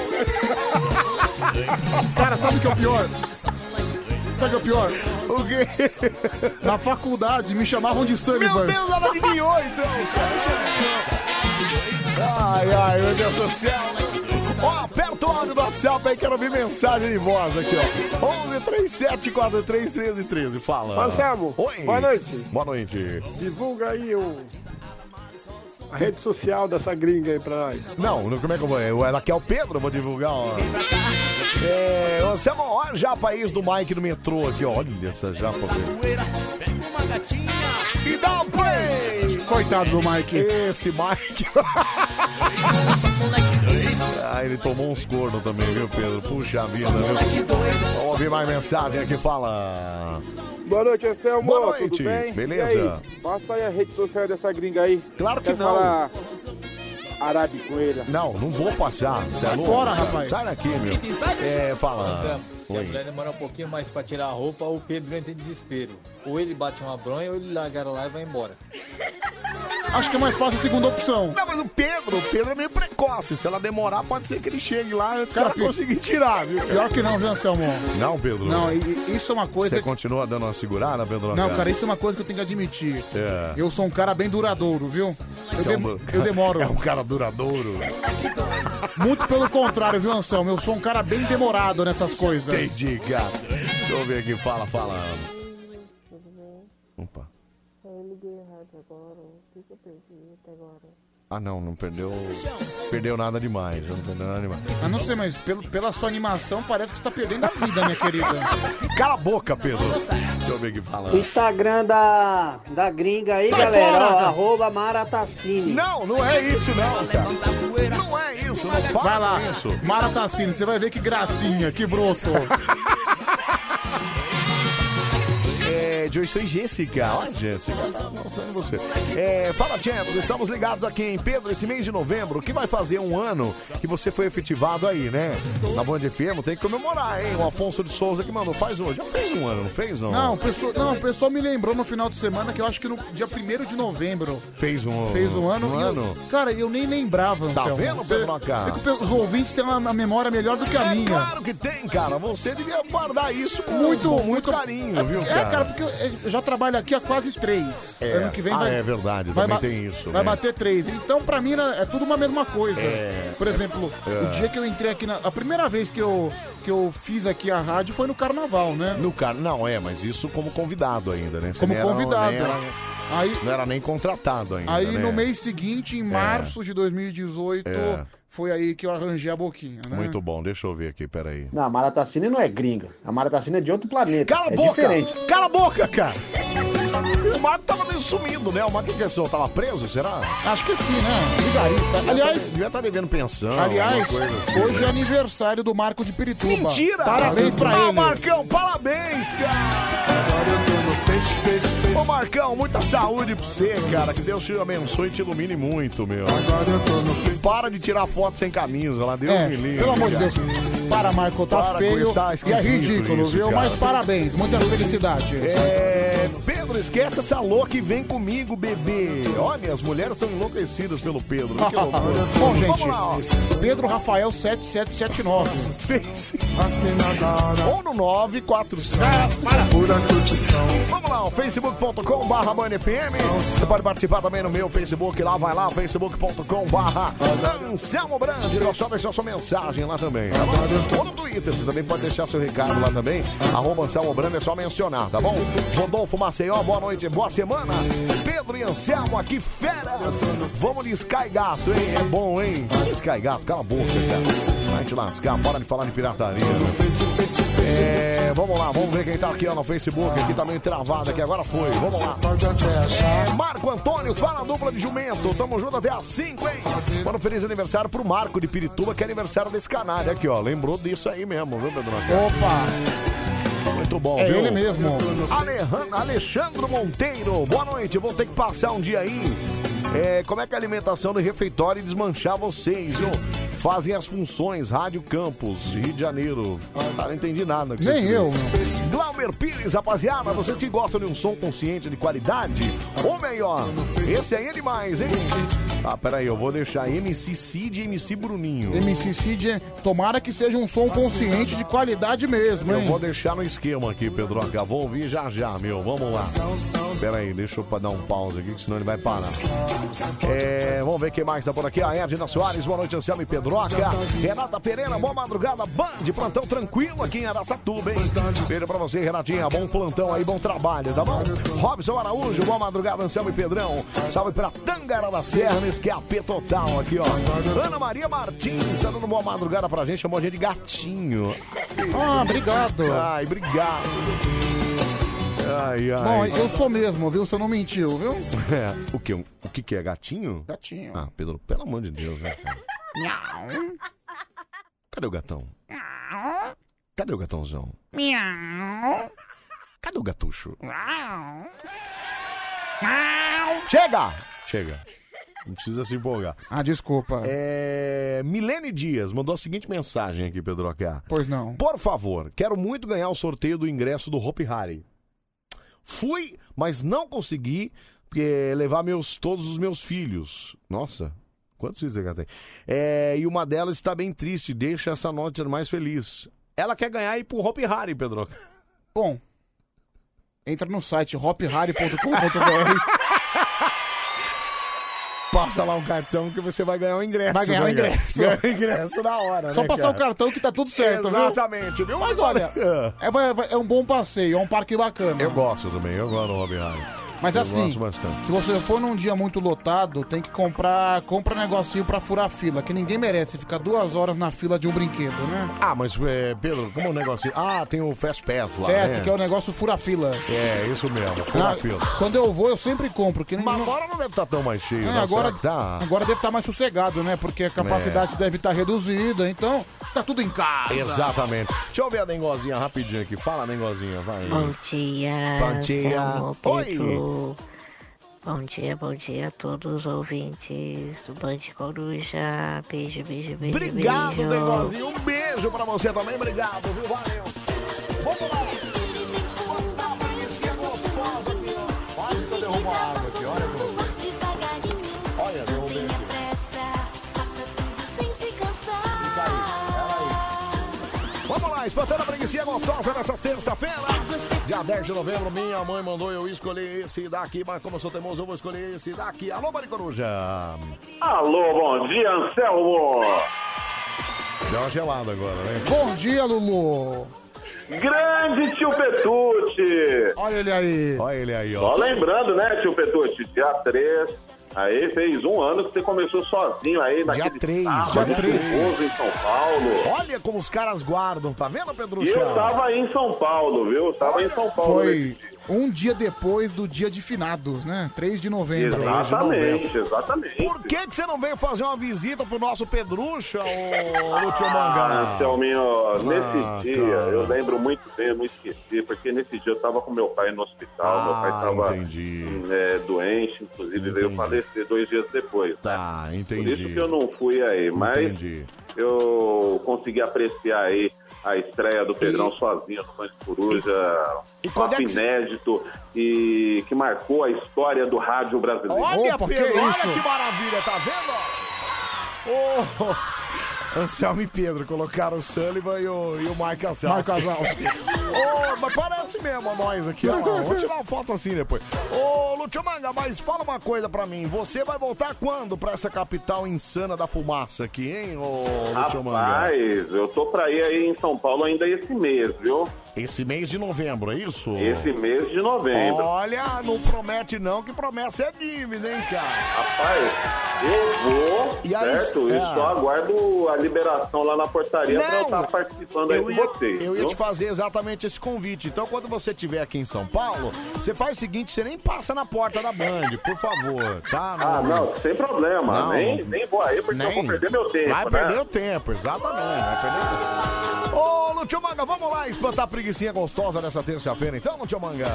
Speaker 3: Cara, sabe o que é o pior? Sabe o que é o pior?
Speaker 1: O quê?
Speaker 3: Na faculdade me chamavam de Sullivan.
Speaker 1: Meu Deus, ela adivinhou, então. Ah. Ai, ai, meu Deus do céu. Ó, aperta o áudio do WhatsApp aí, quero ouvir mensagem de voz aqui, ó. 11 37 43 13 13, fala.
Speaker 9: Anselmo,
Speaker 1: Oi.
Speaker 9: boa noite.
Speaker 1: Boa noite.
Speaker 9: Divulga aí o... a rede social dessa gringa aí pra nós.
Speaker 1: Não, não, como é que eu vou? Eu- Ela quer o Pedro, eu vou divulgar, ó. É, Anselmo, olha a japa ex do Mike do metrô aqui, ó. Olha essa japa, velho. E dá um play!
Speaker 3: Coitado do Mike.
Speaker 1: Esse Mike. Ah, ele tomou uns cornos também, viu, Pedro? Puxa vida, viu? Vamos ouvir mais mensagem aqui, fala.
Speaker 10: Boa noite, é Anselmo.
Speaker 1: Boa noite.
Speaker 10: Tudo bem?
Speaker 1: Beleza.
Speaker 10: E aí, Passa aí a rede social dessa gringa aí.
Speaker 1: Claro que
Speaker 10: Quero
Speaker 1: não.
Speaker 10: Falar árabe com ele.
Speaker 1: Não, não vou passar. Você é
Speaker 10: Vai
Speaker 1: louco?
Speaker 10: fora, rapaz.
Speaker 1: Sai daqui, meu. É, fala.
Speaker 11: Se a mulher demorar um pouquinho mais pra tirar a roupa, o Pedro entra em desespero. Ou ele bate uma bronha, ou ele larga ela lá e vai embora.
Speaker 3: Acho que é mais fácil a segunda opção.
Speaker 1: Não, mas o Pedro, o Pedro é meio precoce. Se ela demorar, pode ser que ele chegue lá antes que ela conseguir tirar, viu?
Speaker 3: Pior que não, viu, Anselmo?
Speaker 1: Não, Pedro.
Speaker 3: Não, e- e- isso é uma coisa.
Speaker 1: Você continua dando uma segurada, Pedro?
Speaker 3: Não, cara, isso é uma coisa que eu tenho que admitir.
Speaker 1: É.
Speaker 3: Eu sou um cara bem duradouro, viu? Eu,
Speaker 1: Você é um
Speaker 3: dem-
Speaker 1: du-
Speaker 3: eu demoro.
Speaker 1: É um cara duradouro.
Speaker 3: Muito pelo contrário, viu, Anselmo? Eu sou um cara bem demorado nessas coisas.
Speaker 1: Entendi, cara. Deixa eu ver aqui. Fala, fala. Opa.
Speaker 12: Eu liguei errado agora, o que que eu perdi até agora?
Speaker 1: Ah, não, não perdeu. Perdeu nada demais. Não perdeu nada demais.
Speaker 3: Ah, não sei, mas pelo- pela sua animação parece que você tá perdendo a vida, minha querida.
Speaker 1: Cala a boca, Pedro. Deixa eu ver aqui. Fala.
Speaker 13: Instagram da, da gringa aí,
Speaker 1: Sai
Speaker 13: galera.
Speaker 1: fora,
Speaker 13: ó,
Speaker 1: cara.
Speaker 13: arroba Maratacine.
Speaker 1: Não, não é isso, não, cara. Não é isso, não fala
Speaker 3: Vai lá,
Speaker 1: isso.
Speaker 3: Mara Tassini, você vai ver que gracinha, que broto.
Speaker 1: É, Joyce e Jéssica. Olha, Jéssica, tá mostrando você. É, fala, Champs, estamos ligados aqui em Pedro, esse mês de novembro, que vai fazer um ano que você foi efetivado aí, né? Na Band FM, tem que comemorar, hein? O Afonso de Souza que mandou, faz hoje. Já fez um ano, não fez, não?
Speaker 3: Não, o pessoal, não, o pessoal me lembrou no final de semana que eu acho que no dia 1 de novembro
Speaker 1: Fez um
Speaker 3: fez um ano.
Speaker 1: Um
Speaker 3: e eu-
Speaker 1: ano.
Speaker 3: cara, eu nem lembrava,
Speaker 1: Tá
Speaker 3: Anselmo.
Speaker 1: vendo,
Speaker 3: Você-
Speaker 1: Pedroca?
Speaker 3: é que Os ouvintes têm uma uma memória melhor do que a minha.
Speaker 1: Claro que tem, cara. Você devia guardar isso com
Speaker 3: Muito,
Speaker 1: com
Speaker 3: muito,
Speaker 1: carinho, viu,
Speaker 3: É,
Speaker 1: cara?
Speaker 3: cara, porque eu, eu já trabalho aqui há quase três.
Speaker 1: É.
Speaker 3: Ano que vem
Speaker 1: Ah,
Speaker 3: vai.
Speaker 1: é verdade,
Speaker 3: vai
Speaker 1: também
Speaker 3: ba-
Speaker 1: tem isso,
Speaker 3: Vai
Speaker 1: né?
Speaker 3: bater três. Então, pra mim, né, é tudo uma mesma coisa.
Speaker 1: É.
Speaker 3: Por exemplo,
Speaker 1: É.
Speaker 3: o dia que eu entrei aqui na. A primeira vez que eu, que eu fiz aqui a rádio foi no carnaval, né?
Speaker 1: No cara, não, é, mas isso como convidado ainda, né? Você
Speaker 3: Como
Speaker 1: nem
Speaker 3: convidado. né?
Speaker 1: Era, nem era-
Speaker 3: Aí-
Speaker 1: não era nem contratado ainda.
Speaker 3: Aí
Speaker 1: né?
Speaker 3: no mês seguinte, em março de 2018,
Speaker 1: É.
Speaker 3: foi aí que eu arranjei a boquinha, né?
Speaker 1: Muito bom, deixa eu ver aqui, peraí.
Speaker 4: Não, a Maratacine não é gringa. A Maratacine é de outro planeta.
Speaker 1: Cala a
Speaker 4: é
Speaker 1: boca!
Speaker 4: diferente.
Speaker 1: Cala a boca, cara! O Marco tava meio sumido, né? O Marco que é seu? Tava preso, será?
Speaker 3: Acho que sim, né? Vigarista. Aliás-
Speaker 1: devia estar devendo pensão. alguma
Speaker 3: Aliás,
Speaker 1: coisa assim,
Speaker 3: hoje
Speaker 1: né?
Speaker 3: é aniversário do Marco de Pirituba.
Speaker 1: Mentira!
Speaker 3: Parabéns pra
Speaker 1: Ah,
Speaker 3: ele.
Speaker 1: Marcão, parabéns, cara! Ô Marcão, muita saúde pra você, cara. Que Deus te abençoe e te ilumine muito, meu. Agora eu tô no Para de tirar foto sem camisa lá, Deus
Speaker 3: É,
Speaker 1: me livre.
Speaker 3: pelo amor de
Speaker 1: cara.
Speaker 3: Deus. Para, Marco, tá
Speaker 1: Para com
Speaker 3: feio
Speaker 1: isso, tá
Speaker 3: e é
Speaker 1: esquisito
Speaker 3: ridículo,
Speaker 1: isso,
Speaker 3: viu?
Speaker 1: cara.
Speaker 3: Mas parabéns, muitas felicidades.
Speaker 1: É, Pedro, esquece essa louca e vem comigo, bebê. Olha, as mulheres estão enlouquecidas pelo Pedro. né? Que loucura.
Speaker 3: Bom, gente,
Speaker 1: Vamos lá, ó.
Speaker 3: Pedro Rafael 7779.
Speaker 1: Fez. Ou no 945.
Speaker 3: Cara, para.
Speaker 1: Vamos lá, ó. ó, facebook.com barra ManeFM. Você pode participar também no meu Facebook, lá vai lá, facebook.com barra Anselmo Brandi. Nós só deixar sua mensagem lá também, tá bom? Ou no Twitter, você também pode deixar seu recado lá também. Arroba Anselmo Brandi, é só mencionar, tá bom? Rodolfo Maceió, boa noite, boa semana. Pedro e Anselmo aqui, feras. Vamos de Sky Gato, hein? É bom, hein? Que Sky Gato, cala a boca, cara. Vai te lascar, para de falar de pirataria. É, vamos lá, vamos ver quem tá aqui ó, no Facebook, aqui tá meio travado aqui, agora foi, vamos lá. É, Marco Antônio, fala dupla de jumento, tamo junto até às 5, hein? Mano, feliz aniversário pro Marco de Pirituba, que é aniversário desse canalha aqui, ó, lembrou disso aí mesmo, viu, Pedro? Opa! Muito bom,
Speaker 3: É
Speaker 1: viu?
Speaker 3: ele mesmo.
Speaker 1: Alejandro, Alexandro Monteiro, boa noite, vou ter que passar um dia aí. É, como é que é a alimentação do refeitório e desmanchar vocês, viu? Fazem as funções, Rádio Campos, de Rio de Janeiro. Ah, não entendi nada. que você
Speaker 3: Nem
Speaker 1: escreveu.
Speaker 3: eu, meu.
Speaker 1: Glauber Pires, rapaziada, vocês que gostam de um som consciente de qualidade, ou melhor, esse aí é demais, hein? Ah, peraí, eu vou deixar MC Cid e MC Bruninho.
Speaker 3: MC Cid, é- tomara que seja um som consciente de qualidade mesmo,
Speaker 1: Eu
Speaker 3: hein?
Speaker 1: vou deixar no esquema aqui, Pedroca. Vou ouvir já já, meu. Vamos lá. Peraí, deixa eu pa- dar um pause aqui, que senão ele vai parar. É, vamos ver quem mais tá por aqui. A Edna Soares, boa noite, Anselmo e Pedroca. Renata Pereira, boa madrugada. Band, plantão tranquilo aqui em Araçatuba, hein? Beijo pra você, Renatinha. Bom plantão aí, bom trabalho, tá bom? Robson Araújo, boa madrugada, Anselmo e Pedrão. Salve pra Tangara da Serra, nesse que é AP Total aqui, ó. Ana Maria Martins, tá dando uma boa madrugada pra gente. Chamou a gente de gatinho.
Speaker 3: Ah, obrigado.
Speaker 1: Ai, obrigado. Ai, ai.
Speaker 3: Bom, eu sou mesmo, viu? Você não mentiu, viu?
Speaker 1: É, o que? O que que é? Gatinho?
Speaker 3: Gatinho.
Speaker 1: Ah, Pedro, pelo amor de Deus, né? cara? Cadê o gatão? Cadê o gatãozão?
Speaker 2: Miau.
Speaker 1: Cadê o gatucho? Chega! Chega. Não precisa se empolgar.
Speaker 3: Ah, desculpa.
Speaker 1: É... Milene Dias mandou a seguinte mensagem aqui, Pedro Acá.
Speaker 3: Pois não.
Speaker 1: Por favor, quero muito ganhar o sorteio do ingresso do Hopi Hari. Fui, mas não consegui eh, levar meus, todos os meus filhos. Nossa, quantos filhos ela tem? É, e uma delas está bem triste, deixa essa nota mais feliz. Ela quer ganhar e ir pro Hopi Hari, Pedro.
Speaker 3: Bom, entra no site hophari.com.br.
Speaker 1: Passa lá o cartão que você vai ganhar o ingresso.
Speaker 3: Vai ganhar o
Speaker 1: né, cara?
Speaker 3: ingresso.
Speaker 1: Ganha o ingresso na hora.
Speaker 3: Só
Speaker 1: né,
Speaker 3: passar o
Speaker 1: cara?
Speaker 3: cartão que tá tudo certo, viu?
Speaker 1: Exatamente, viu?
Speaker 3: Mas olha, é, vai- vai- é um bom passeio, é um parque bacana.
Speaker 1: Eu gosto também, eu gosto do Hopi Hari.
Speaker 3: Mas
Speaker 1: eu
Speaker 3: assim,
Speaker 1: gosto bastante.
Speaker 3: se você for num dia muito lotado, tem que comprar, compra um negocinho pra furar a fila, que ninguém merece ficar duas horas na fila de um brinquedo, né?
Speaker 1: Ah, mas é, Pedro, como o negócio. Ah, tem o Fast Pass lá.
Speaker 3: é,
Speaker 1: né?
Speaker 3: que é o negócio fura fila.
Speaker 1: É, isso mesmo, fura
Speaker 3: Ah,
Speaker 1: fila.
Speaker 3: Quando eu vou, eu sempre compro. Que nem,
Speaker 1: Mas
Speaker 3: não-
Speaker 1: agora não deve estar tão mais cheio,
Speaker 3: É,
Speaker 1: né?
Speaker 3: agora,
Speaker 1: Será que tá.
Speaker 3: agora deve estar mais sossegado, né? Porque a
Speaker 1: É.
Speaker 3: capacidade deve estar reduzida, então tá tudo em casa.
Speaker 1: Exatamente. Deixa eu ver a Dengozinha rapidinho aqui. Fala, Dengozinha, vai.
Speaker 8: Bom dia.
Speaker 1: Bom dia.
Speaker 8: Anselmo,
Speaker 1: Oi.
Speaker 8: Pedro. Bom dia, bom dia a todos os ouvintes do Band Coruja. Beijo, beijo, beijo.
Speaker 1: Obrigado,
Speaker 8: beijo.
Speaker 1: Dengozinho. Um beijo pra você também. Obrigado, viu? Valeu. Quase que eu derrubo a água aqui, olha. pô. Olha, derrubei aqui. Fica aí, pera aí. Vamos lá, espantando a preguiça gostosa nessa terça-feira. Dia 10 de novembro, minha mãe mandou eu escolher esse daqui, mas como eu sou teimoso, eu vou escolher esse daqui. Alô, Maricoruja!
Speaker 14: Alô, bom dia, Anselmo!
Speaker 1: Deu uma gelada agora, né?
Speaker 3: Bom dia, Lulu.
Speaker 14: Grande tio Petute!
Speaker 3: Olha ele aí.
Speaker 1: Olha ele aí,
Speaker 14: Só lembrando, né, tio Petute, dia 3, aí fez um ano que você começou sozinho aí naquele dia 3,
Speaker 1: dia
Speaker 14: em São Paulo.
Speaker 1: Olha como os caras guardam, tá vendo, Pedro
Speaker 14: E eu tava aí em São Paulo, viu? Eu tava em São Paulo.
Speaker 3: Foi um dia depois do dia de finados, né? 3 de novembro.
Speaker 14: Exatamente, exatamente.
Speaker 1: Por que, que você não veio fazer uma visita pro nosso Pedrucha, ô Lúcio
Speaker 14: Ah,
Speaker 1: Mangá?
Speaker 14: Anselminho,
Speaker 1: um. Ah,
Speaker 14: nesse dia,
Speaker 1: cara.
Speaker 14: eu lembro muito bem, eu não esqueci, porque nesse dia eu tava com meu pai no hospital, meu pai
Speaker 1: Ah,
Speaker 14: tava é, doente, inclusive veio falecer dois dias depois. né?
Speaker 1: Tá, entendi.
Speaker 14: Por isso que eu não fui aí, mas eu consegui apreciar aí a estreia do Pedrão sozinho no Band Coruja, um
Speaker 1: quando é
Speaker 14: papo
Speaker 1: que você-
Speaker 14: inédito e que marcou a história do rádio brasileiro.
Speaker 1: Olha, Pedro, olha que maravilha, tá vendo? ó? Ô, Anselmo e Pedro colocaram o Sullivan e o, e o Mike Azalski.
Speaker 3: Mike Azalski.
Speaker 1: Ô, mas parece mesmo a nós aqui. Olha lá, vou tirar uma foto assim depois. Ô, Lúcio Manga, mas fala uma coisa pra mim. Você vai voltar quando pra essa capital insana da fumaça aqui, hein, ô Lúcio Manga?
Speaker 14: Rapaz, eu tô pra ir aí em São Paulo ainda esse mês, viu?
Speaker 1: Esse mês de novembro, é isso?
Speaker 14: Esse mês de novembro.
Speaker 1: Olha, não promete não, que promessa é dívida, hein, cara?
Speaker 14: Rapaz, eu vou,
Speaker 1: E aí,
Speaker 14: certo? Eu
Speaker 1: ah.
Speaker 14: só aguardo a liberação lá na portaria pra eu estar participando aí
Speaker 1: eu
Speaker 14: com
Speaker 1: ia,
Speaker 14: vocês.
Speaker 1: eu ia
Speaker 14: viu?
Speaker 1: te fazer exatamente esse convite. Então, quando você estiver aqui em São Paulo, você faz o seguinte: você nem passa na porta da Band, por favor, tá?
Speaker 14: Ah, não, sem problema. Nem- nem vou aí, porque eu vou perder meu tempo,
Speaker 1: Vai
Speaker 14: né?
Speaker 1: perder o tempo, exatamente. Vai perder o tempo. Ô, Lúcio Manga, vamos lá espantar a preguicinha gostosa nessa terça-feira, então, Lúcio Manga?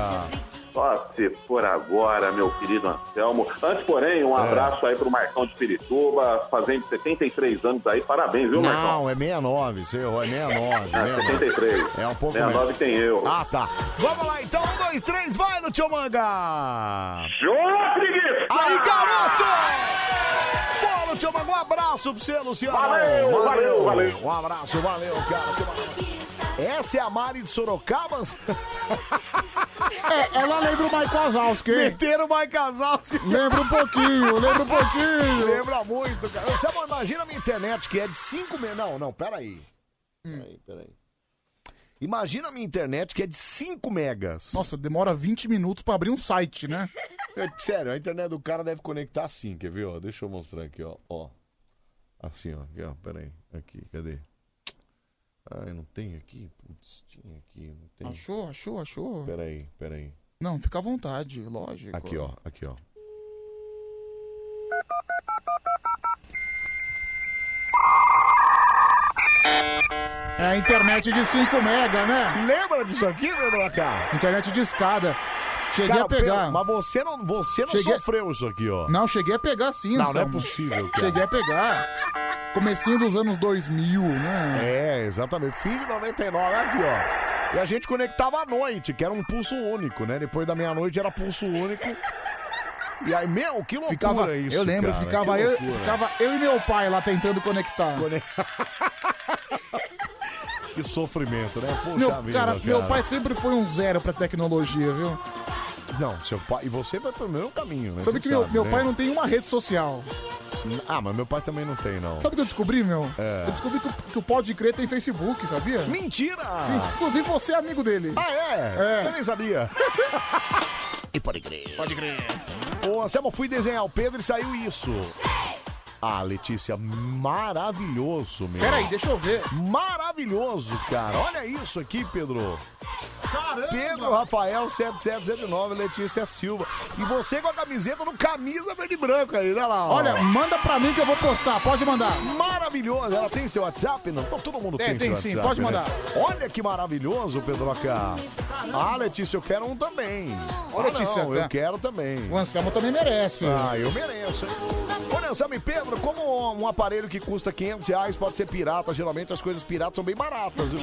Speaker 14: Só se for agora, meu querido Anselmo. Antes, porém,
Speaker 1: É.
Speaker 14: um abraço aí pro Marcão de Pirituba, fazendo 73 anos aí. Parabéns, viu, Marcão?
Speaker 1: Não, é 69, seu, é 69.
Speaker 14: Ah,
Speaker 1: 69.
Speaker 14: 73.
Speaker 1: É um pouco
Speaker 14: 69
Speaker 1: menos.
Speaker 14: tem eu.
Speaker 1: Ah, tá. Vamos lá, então. Um, dois, três, vai, Lúcio Manga!
Speaker 14: Joga, preguiça!
Speaker 1: Aí, garoto! Boa, Lúcio Manga, um abraço pra você, Luciano.
Speaker 14: Valeu, valeu, valeu.
Speaker 1: Um abraço, valeu, cara. que maravilha. Essa é a Mari de Sorocaba.
Speaker 3: É, ela lembra o Mike Wazowski, hein?
Speaker 1: Meteram o Mike Wazowski.
Speaker 3: Lembra um pouquinho, lembra um pouquinho.
Speaker 1: Lembra muito, cara. Você não imagina a minha internet que é de 5 mega. Não, não, peraí.
Speaker 3: Hum.
Speaker 1: Peraí, peraí. Imagina a minha internet que é de 5 megas.
Speaker 3: Nossa, demora 20 minutos pra abrir um site, né?
Speaker 1: É, Sério, a internet do cara deve conectar assim, quer ver? Ó, deixa eu mostrar aqui, ó. ó. Assim, ó. Aqui, ó. Peraí. Aqui, cadê? Ah, eu não tenho aqui? Putz, tinha aqui, não tem.
Speaker 3: Achou, achou, achou.
Speaker 1: Peraí, peraí.
Speaker 3: Não, fica à vontade, lógico.
Speaker 1: Aqui, ó, aqui, ó.
Speaker 3: É a internet de 5 mega, né?
Speaker 1: Lembra disso aqui, Pedro Lacar?
Speaker 3: Internet de escada. Cheguei
Speaker 1: Cara,
Speaker 3: a pegar.
Speaker 1: Pedro, mas você não, você não
Speaker 3: Cheguei-
Speaker 1: sofreu isso aqui, ó.
Speaker 3: Não, cheguei a pegar sim,
Speaker 1: Não, não é
Speaker 3: Anselmo.
Speaker 1: possível, cara.
Speaker 3: Cheguei a pegar. Comecinho dos anos 2000, né?
Speaker 1: É, exatamente. Fim de 99, aqui, ó. E a gente conectava à noite, que era um pulso único, né? Depois da meia-noite era pulso único. E aí, meu, que loucura
Speaker 3: Ficava,
Speaker 1: isso,
Speaker 3: eu lembro,
Speaker 1: cara,
Speaker 3: ficava,
Speaker 1: que
Speaker 3: eu,
Speaker 1: loucura.
Speaker 3: ficava eu e meu pai lá tentando conectar.
Speaker 1: Que sofrimento, né? Poxa
Speaker 3: meu,
Speaker 1: vida,
Speaker 3: cara, meu pai sempre foi um zero pra tecnologia, viu?
Speaker 1: Não, seu pai... E você vai pelo mesmo caminho, né?
Speaker 3: Sabe
Speaker 1: Você
Speaker 3: que meu,
Speaker 1: sabe,
Speaker 3: meu
Speaker 1: né?
Speaker 3: pai não tem uma rede social.
Speaker 1: Ah, mas meu pai também não tem, não.
Speaker 3: Sabe o que eu descobri, meu?
Speaker 1: É.
Speaker 3: Eu descobri que, o- que o Pode Crer tem Facebook, sabia?
Speaker 1: Mentira!
Speaker 3: Sim, inclusive você é amigo dele.
Speaker 1: Ah, é? Eu nem sabia. E pode crer. Pode crer. Ô, Anselmo, fui desenhar o Pedro e saiu isso. Ah, Letícia, maravilhoso, meu.
Speaker 3: Peraí, deixa eu ver.
Speaker 1: Maravilhoso, cara. Olha isso aqui, Pedro. Caramba! Pedro Rafael 7709, Letícia Silva. E você com a camiseta no camisa verde e branco aí, né, olha lá. ó.
Speaker 3: Olha, manda pra mim que eu vou postar, pode mandar.
Speaker 1: Maravilhoso. Ela tem seu WhatsApp? Não, Pô, todo mundo
Speaker 3: Tem,
Speaker 1: tem,
Speaker 3: tem
Speaker 1: seu
Speaker 3: sim,
Speaker 1: WhatsApp,
Speaker 3: pode mandar.
Speaker 1: né? Olha que maravilhoso, Pedroca. Ah, Letícia, eu quero um também.
Speaker 3: Ó,
Speaker 1: ah,
Speaker 3: Letícia,
Speaker 1: não,
Speaker 3: tá.
Speaker 1: eu quero também.
Speaker 3: O Anselmo também merece.
Speaker 1: Ah, eu mereço, hein? Olha, Anselmo e Pedro, como um aparelho que custa 500 reais pode ser pirata, geralmente as coisas piratas são bem baratas. viu?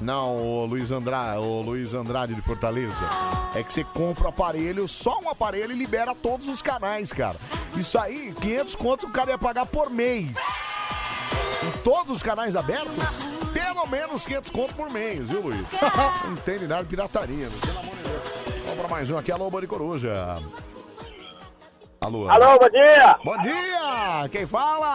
Speaker 1: Não, o Luiz Andrade, o Luiz Andrade de Fortaleza, é que você compra o aparelho, só um aparelho e libera todos os canais, cara. Isso aí, 500 conto o cara ia pagar por mês em todos os canais abertos, pelo menos 500 conto por mês, viu, Luiz? Não entende nada de pirataria, né? pelo amor de Deus. Vamos pra mais um aqui, alô, Bande Coruja. Alô,
Speaker 15: Alô, bom dia!
Speaker 1: Bom dia! Quem fala?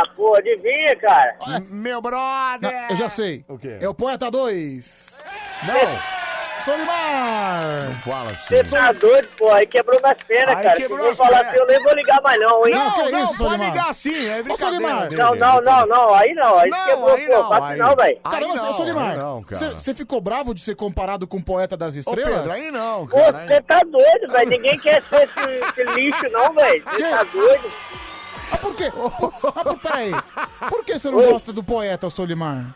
Speaker 15: Ah, pô, adivinha, cara?
Speaker 1: Meu brother!
Speaker 3: Eu já sei.
Speaker 1: O quê?
Speaker 3: É o Poeta 2.
Speaker 1: Não!
Speaker 3: Solimar!
Speaker 1: Não fala assim.
Speaker 15: Você tá doido, pô, aí quebrou minhas pernas,
Speaker 1: Aí
Speaker 15: cara. Se
Speaker 1: quebrou
Speaker 15: eu
Speaker 1: as
Speaker 15: falar
Speaker 1: pernas.
Speaker 15: assim, eu nem vou ligar mais não, hein?
Speaker 1: Não, é não, pode ligar sim, é brincadeira dele.
Speaker 15: Não, não, não, não, aí não, aí
Speaker 1: Não,
Speaker 15: quebrou,
Speaker 1: aí
Speaker 15: pô,
Speaker 1: não,
Speaker 15: fácil
Speaker 1: aí-
Speaker 15: não, velho.
Speaker 1: aí
Speaker 3: Cara, você,
Speaker 1: não,
Speaker 3: Solimar,
Speaker 1: aí não, cara.
Speaker 3: você- você ficou bravo de ser comparado com o Poeta das Estrelas?
Speaker 1: Pedro, aí não,
Speaker 15: Pô, você tá doido, velho, ninguém quer ser esse, esse lixo não, velho. Você tá doido?
Speaker 3: Ah, por quê? Ah, por, peraí. Por que você não gosta do Poeta, Solimar?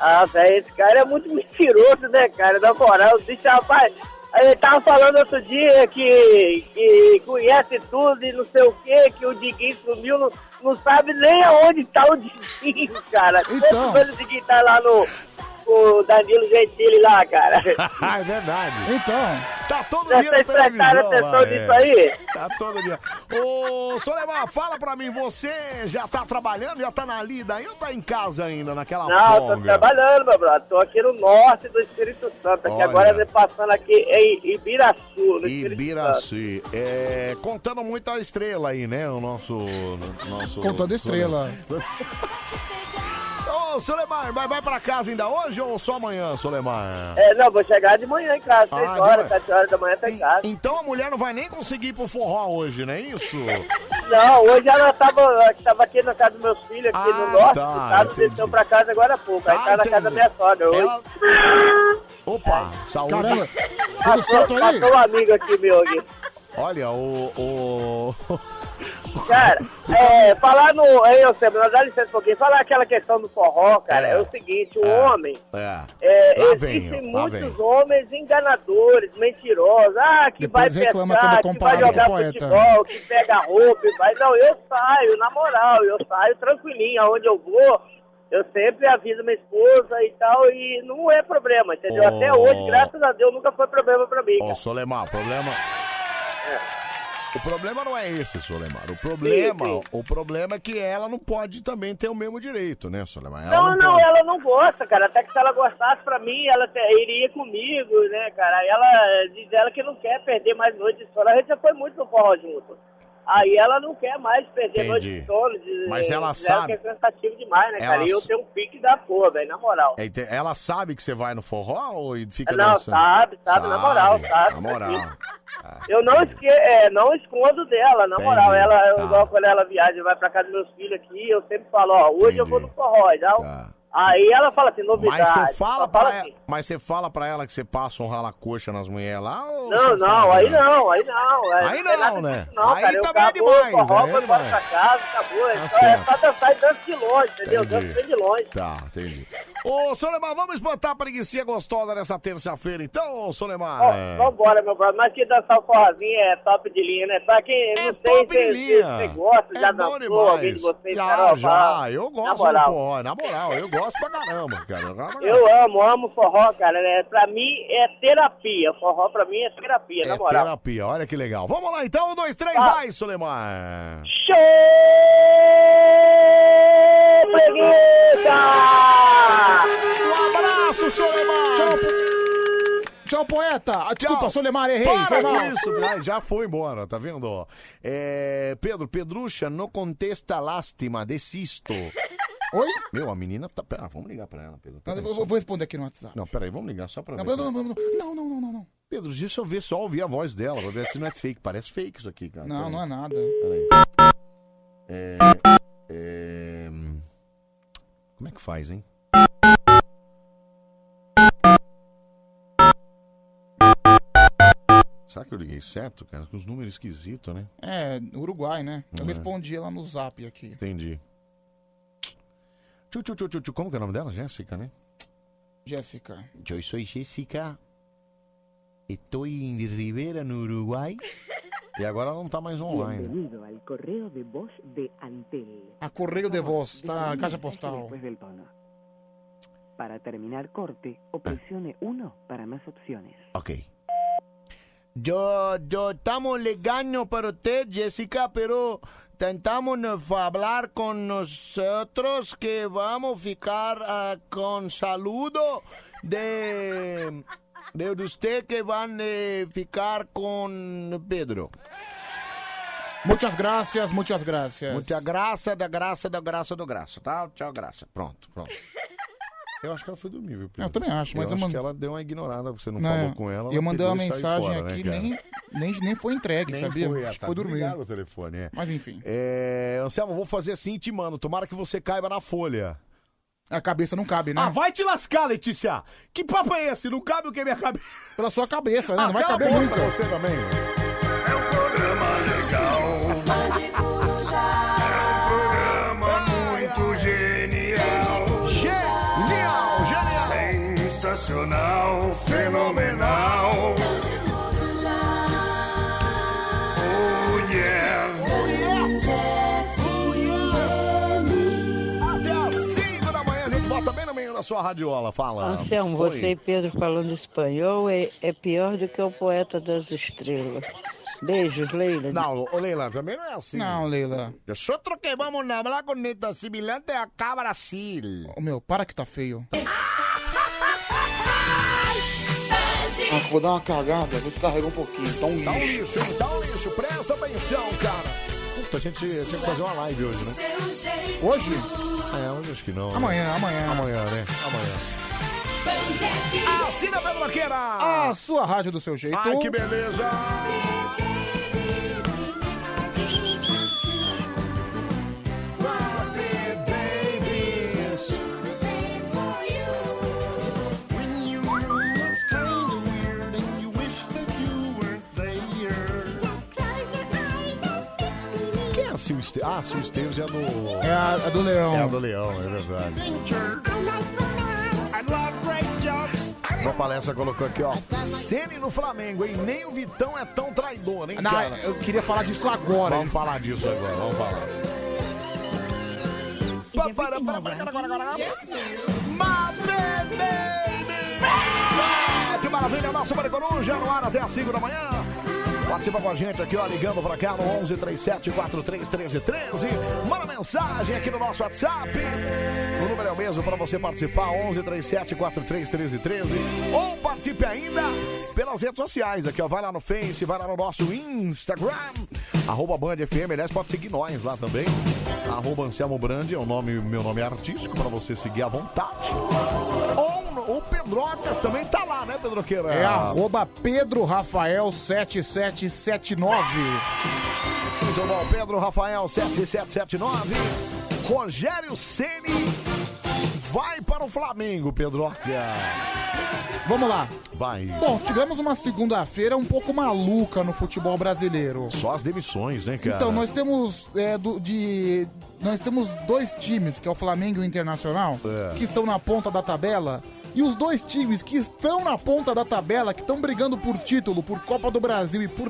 Speaker 15: Ah, velho, esse cara é muito mentiroso, né, cara? Na moral, o bicho, rapaz. Ele tava falando outro dia que, que conhece tudo e não sei o quê, que o Diguinho sumiu, não, não sabe nem aonde tá o Diguinho, cara.
Speaker 3: Então.
Speaker 15: Quantos anos o Diguinho tá lá no, com o Danilo Gentili lá, cara.
Speaker 1: Ah, é verdade.
Speaker 3: Então,
Speaker 1: tá todo
Speaker 15: Vocês
Speaker 1: dia na
Speaker 15: prestaram
Speaker 1: televisão.
Speaker 15: atenção
Speaker 1: lá,
Speaker 15: nisso aí?
Speaker 1: Tá todo dia. Ô, Soleman, fala pra mim, você já tá trabalhando, já tá na lida aí ou tá em casa ainda, naquela
Speaker 15: Não,
Speaker 1: folga?
Speaker 15: tô trabalhando, meu brother. Tô aqui no norte do Espírito Santo. Aqui
Speaker 1: Olha.
Speaker 15: agora eu tô passando aqui em Ibiraçu, no Espírito Santo.
Speaker 1: Ibiraci. É, contando muito a estrela aí, né? O nosso. o nosso
Speaker 3: Contando estrela.
Speaker 1: Ô, Solemar, vai, vai pra casa ainda hoje ou só amanhã, Solemar?
Speaker 15: É, não, vou chegar de manhã em casa,
Speaker 1: Ah,
Speaker 15: 6
Speaker 1: de
Speaker 15: horas,
Speaker 1: manhã.
Speaker 15: 7 horas da manhã tá em casa.
Speaker 1: Então a mulher não vai nem conseguir ir pro forró hoje, não é isso?
Speaker 15: Não, hoje ela tava, tava aqui na casa dos meus filhos, aqui no norte
Speaker 1: tá,
Speaker 15: do estado, desceu pra casa agora há pouco.
Speaker 1: Ah,
Speaker 15: Aí tá na casa da minha sogra hoje.
Speaker 1: Opa, saúde.
Speaker 15: Caramba, Passou, passou um amigo aqui meu aqui.
Speaker 1: Olha, o. o...
Speaker 15: Cara, é, falar no. Ei, ô Sembra, dá licença um pouquinho. Falar aquela questão do forró, cara,
Speaker 1: É.
Speaker 15: é, o seguinte: o
Speaker 1: É.
Speaker 15: homem.
Speaker 1: É.
Speaker 15: É,
Speaker 1: Lá vem,
Speaker 15: existem
Speaker 1: ó, lá
Speaker 15: muitos
Speaker 1: vem.
Speaker 15: homens enganadores, mentirosos. Ah, que
Speaker 3: Depois
Speaker 15: vai
Speaker 3: reclama
Speaker 15: pescar,
Speaker 3: quando é
Speaker 15: que vai
Speaker 3: comparado com
Speaker 15: jogar
Speaker 3: poeta.
Speaker 15: futebol, que pega roupa e vai. Não, eu saio, na moral, eu saio tranquilinho. Aonde eu vou, eu sempre aviso minha esposa e tal, e não é problema, entendeu?
Speaker 1: Ô.
Speaker 15: Até hoje, graças a Deus, nunca foi problema pra mim.
Speaker 1: Ô, Solemar, o problema. O problema não é esse, Solemar. O problema,
Speaker 15: Sim, sim.
Speaker 1: o problema é que ela não pode também ter o mesmo direito, né, Solemar? Ela
Speaker 15: Não, não,
Speaker 1: pode.
Speaker 15: ela não gosta, cara. Até que se ela gostasse pra mim, ela te- iria comigo, né, cara? Aí Ela diz ela que não quer perder mais noites de sono. A gente já foi muito no forró junto. Aí ela não quer mais perder
Speaker 1: Entendi.
Speaker 15: noites de sono. diz-
Speaker 1: Mas ela
Speaker 15: diz ela
Speaker 1: sabe-
Speaker 15: que é cansativo demais, né, cara?
Speaker 1: Ela
Speaker 15: E eu
Speaker 1: sa-
Speaker 15: tenho um pique da porra, velho, na moral.
Speaker 1: É, ente- Ela sabe que você vai no forró ou fica
Speaker 15: Não,
Speaker 1: dançando?
Speaker 15: sabe, sabe, na moral, sabe.
Speaker 1: Na moral.
Speaker 15: Eu não, esque é, não escondo dela, na
Speaker 1: Tá. Entendi.
Speaker 15: moral. Ela, eu,
Speaker 1: Tá.
Speaker 15: igual quando ela viaja e vai pra casa dos meus filhos aqui, eu sempre falo, ó, hoje eu vou no forró, já. Aí ela fala assim, novidade.
Speaker 1: Tá. Mas você fala,
Speaker 15: Só fala
Speaker 1: pra
Speaker 15: assim,
Speaker 1: ela, mas você fala pra ela que você passa um rala-coxa nas mulheres lá? Ou
Speaker 15: Não,
Speaker 1: você
Speaker 15: não,
Speaker 1: fala,
Speaker 15: aí
Speaker 1: né?
Speaker 15: não, aí não.
Speaker 1: Aí
Speaker 15: tem
Speaker 1: não,
Speaker 15: nada
Speaker 1: né?
Speaker 15: disso Não,
Speaker 1: Aí
Speaker 15: cara, eu
Speaker 1: também é
Speaker 15: acabou,
Speaker 1: demais,
Speaker 15: forró,
Speaker 1: aí é
Speaker 15: foi embora pra
Speaker 1: demais.
Speaker 15: casa, acabou. é,
Speaker 1: Tá
Speaker 15: só, é
Speaker 1: certo.
Speaker 15: só dançar e dança de longe, entendeu?
Speaker 1: Entendi.
Speaker 15: Dança bem de longe.
Speaker 1: Tá, entendi. Ô, Solemar, vamos espantar a preguiça gostosa nessa terça-feira, então, ô, Solemar?
Speaker 15: Ó, Vambora, meu brother. Mas que dançar o forrozinho é top de linha, né? Pra quem não tem,
Speaker 1: É top de
Speaker 15: se se
Speaker 1: linha. É
Speaker 15: você gosta, já
Speaker 1: Bom
Speaker 15: dançou alguém de vocês,
Speaker 1: já,
Speaker 15: Carol,
Speaker 1: já,
Speaker 15: fala.
Speaker 1: eu
Speaker 15: Na
Speaker 1: gosto do
Speaker 15: moral.
Speaker 1: forró, na moral, eu gosto pra caramba, cara. Eu gosto pra
Speaker 15: Eu amo, amo forró, cara. Né? Pra mim é terapia. Forró pra mim é terapia, na
Speaker 1: caramba.
Speaker 15: moral.
Speaker 1: Terapia, olha que legal. Vamos lá, então, um, dois, três,
Speaker 15: Tá.
Speaker 1: vai, Solemar.
Speaker 15: Show!
Speaker 1: Um abraço, Solemar! Tchau,
Speaker 3: Tchau, poeta! Ah, Desculpa, Solemar, errei.
Speaker 1: Para
Speaker 3: foi
Speaker 1: com
Speaker 3: mal.
Speaker 1: isso, Ai, já foi embora, tá vendo? ó? É, Pedro, Pedrucha, não contesta lástima, desisto.
Speaker 3: Oi?
Speaker 1: Meu, a menina tá. Pera, vamos ligar pra ela, Pedro.
Speaker 3: Eu
Speaker 1: peraí,
Speaker 3: vou
Speaker 1: só-
Speaker 3: eu vou responder aqui no WhatsApp.
Speaker 1: Não, peraí, vamos ligar só pra
Speaker 3: Não,
Speaker 1: ver. é
Speaker 3: não, não, não,
Speaker 1: tá.
Speaker 3: não, não, não, não, não.
Speaker 1: Pedro, deixa eu ver só ouvir a voz dela, pra ver se não é fake. Parece fake isso aqui, cara. Peraí.
Speaker 3: Não, não é nada.
Speaker 1: Peraí. É, é, Como é que faz, hein? Será que eu liguei certo, cara? Com os números esquisitos, né?
Speaker 3: É, Uruguai, né? Eu
Speaker 1: É.
Speaker 3: respondi ela no zap aqui.
Speaker 1: Entendi. Tchu, tchu, tchu, tchu, tchu. Como que é o nome dela? Jéssica, né?
Speaker 3: Jéssica.
Speaker 1: Eu sou Jéssica. Estou em Rivera, no Uruguai. E agora ela não tá mais online.
Speaker 16: Bienvenido al correo de voz de Antel.
Speaker 3: A correio de voz, tá? A caixa postal.
Speaker 16: Después del tono. Para terminar corte, o presione 1 para más opciones.
Speaker 1: Ok. Yo, yo estamos ligando para usted, Jessica, pero tentamos nos hablar con nosotros que vamos ficar ah, con saludo de, de usted que van a ficar con Pedro.
Speaker 3: Muitas graças, muitas graças.
Speaker 1: Muita graça, da graça, da graça, do graça, tá? Tchau, graça. Pronto, pronto. Eu acho que ela foi dormir, viu, Pedro?
Speaker 3: Eu também acho, mas eu
Speaker 1: eu acho
Speaker 3: mand-
Speaker 1: que ela deu uma ignorada, porque você não, é.
Speaker 3: Não,
Speaker 1: falou com ela.
Speaker 3: Né? Eu mandei
Speaker 1: pegou
Speaker 3: uma
Speaker 1: e saiu
Speaker 3: mensagem
Speaker 1: fora, né,
Speaker 3: aqui,
Speaker 1: cara?
Speaker 3: nem, nem, nem foi entregue,
Speaker 1: Nem
Speaker 3: sabia?
Speaker 1: Foi,
Speaker 3: Acho que
Speaker 1: tá
Speaker 3: foi dormir.
Speaker 1: desligado o telefone, é.
Speaker 3: Mas enfim.
Speaker 1: É, Anselmo, vou fazer assim, te mando. Tomara que você caiba na folha.
Speaker 3: A cabeça não cabe, né?
Speaker 1: Ah, vai te lascar, Letícia! Que papo é esse? Não cabe o que é minha cabeça?
Speaker 3: Pela sua cabeça, né?
Speaker 1: Ah,
Speaker 3: não vai
Speaker 1: cala a
Speaker 3: caber
Speaker 1: boca,
Speaker 3: nunca.
Speaker 1: você também.
Speaker 17: Muito genial.
Speaker 1: Genial,
Speaker 17: genial. Sensacional, fenomenal. Oh yeah.
Speaker 1: Até às 5 da manhã, a gente volta bem no meio da sua radiola, fala.
Speaker 18: Anselmo,
Speaker 1: Oi.
Speaker 18: você e Pedro falando espanhol é, é pior do que o poeta das estrelas. Beijos, Leila.
Speaker 1: Não, ô, Leila, também não é assim.
Speaker 3: Não, Leila.
Speaker 1: Nosotros que vamos hablar con esta similante acá Brasil.
Speaker 3: Ô, meu, para que tá feio.
Speaker 17: Ah, vou dar uma cagada, vou descarregar um pouquinho. Então,
Speaker 1: Dá um lixo, hein? Dá um lixo, presta atenção, cara. Puta, a gente tinha que fazer uma live hoje, né?
Speaker 3: Hoje?
Speaker 1: É, hoje acho que não. né?
Speaker 3: Amanhã, amanhã.
Speaker 1: Amanhã, né? Amanhã. Assina Ah, Pedro Maqueira!
Speaker 3: A sua rádio do seu jeito.
Speaker 1: Ai, que beleza! Quem é a Sil Esteves? Ah, a Sil Esteves é a do...
Speaker 3: É a- a do Leão.
Speaker 1: É a do Leão, é verdade. Uma palestra colocou aqui, ó. Ceni no Flamengo, hein? Nem o Vitão é tão traidor, hein,
Speaker 3: Não,
Speaker 1: cara?
Speaker 3: eu queria falar disso agora.
Speaker 1: Vamos falar disso agora, vamos falar. É, que maravilha, nosso Mari Coruja no ar até às 5 da manhã. Participa com a gente aqui, ó, ligando pra cá no 11 37 13 Manda mensagem aqui no nosso WhatsApp. O número é o mesmo pra você participar, 11 37 13 Ou participe ainda pelas redes sociais aqui, ó. Vai lá no Face, vai lá no nosso Instagram, arroba Band FM. Aliás, pode seguir nós lá também. Arroba Anselmo Brand é o nome, meu nome é artístico, pra você seguir à vontade. Ou o Pedroca também tá lá, né, Pedroqueira?
Speaker 3: É arroba Pedro Rafael 7779.
Speaker 1: Muito bom, Pedro Rafael 7779. Rogério Ceni vai para o Flamengo, Pedro.
Speaker 3: Vamos lá.
Speaker 1: Vai.
Speaker 3: Bom, tivemos uma segunda-feira um pouco maluca no futebol brasileiro.
Speaker 1: Só as demissões, né, cara?
Speaker 3: Então, nós temos é, do- de. Nós temos dois times, que é o Flamengo e o Internacional,
Speaker 1: É.
Speaker 3: que estão na ponta da tabela. E os dois times que estão na ponta da tabela, que estão brigando por título, por Copa do Brasil e por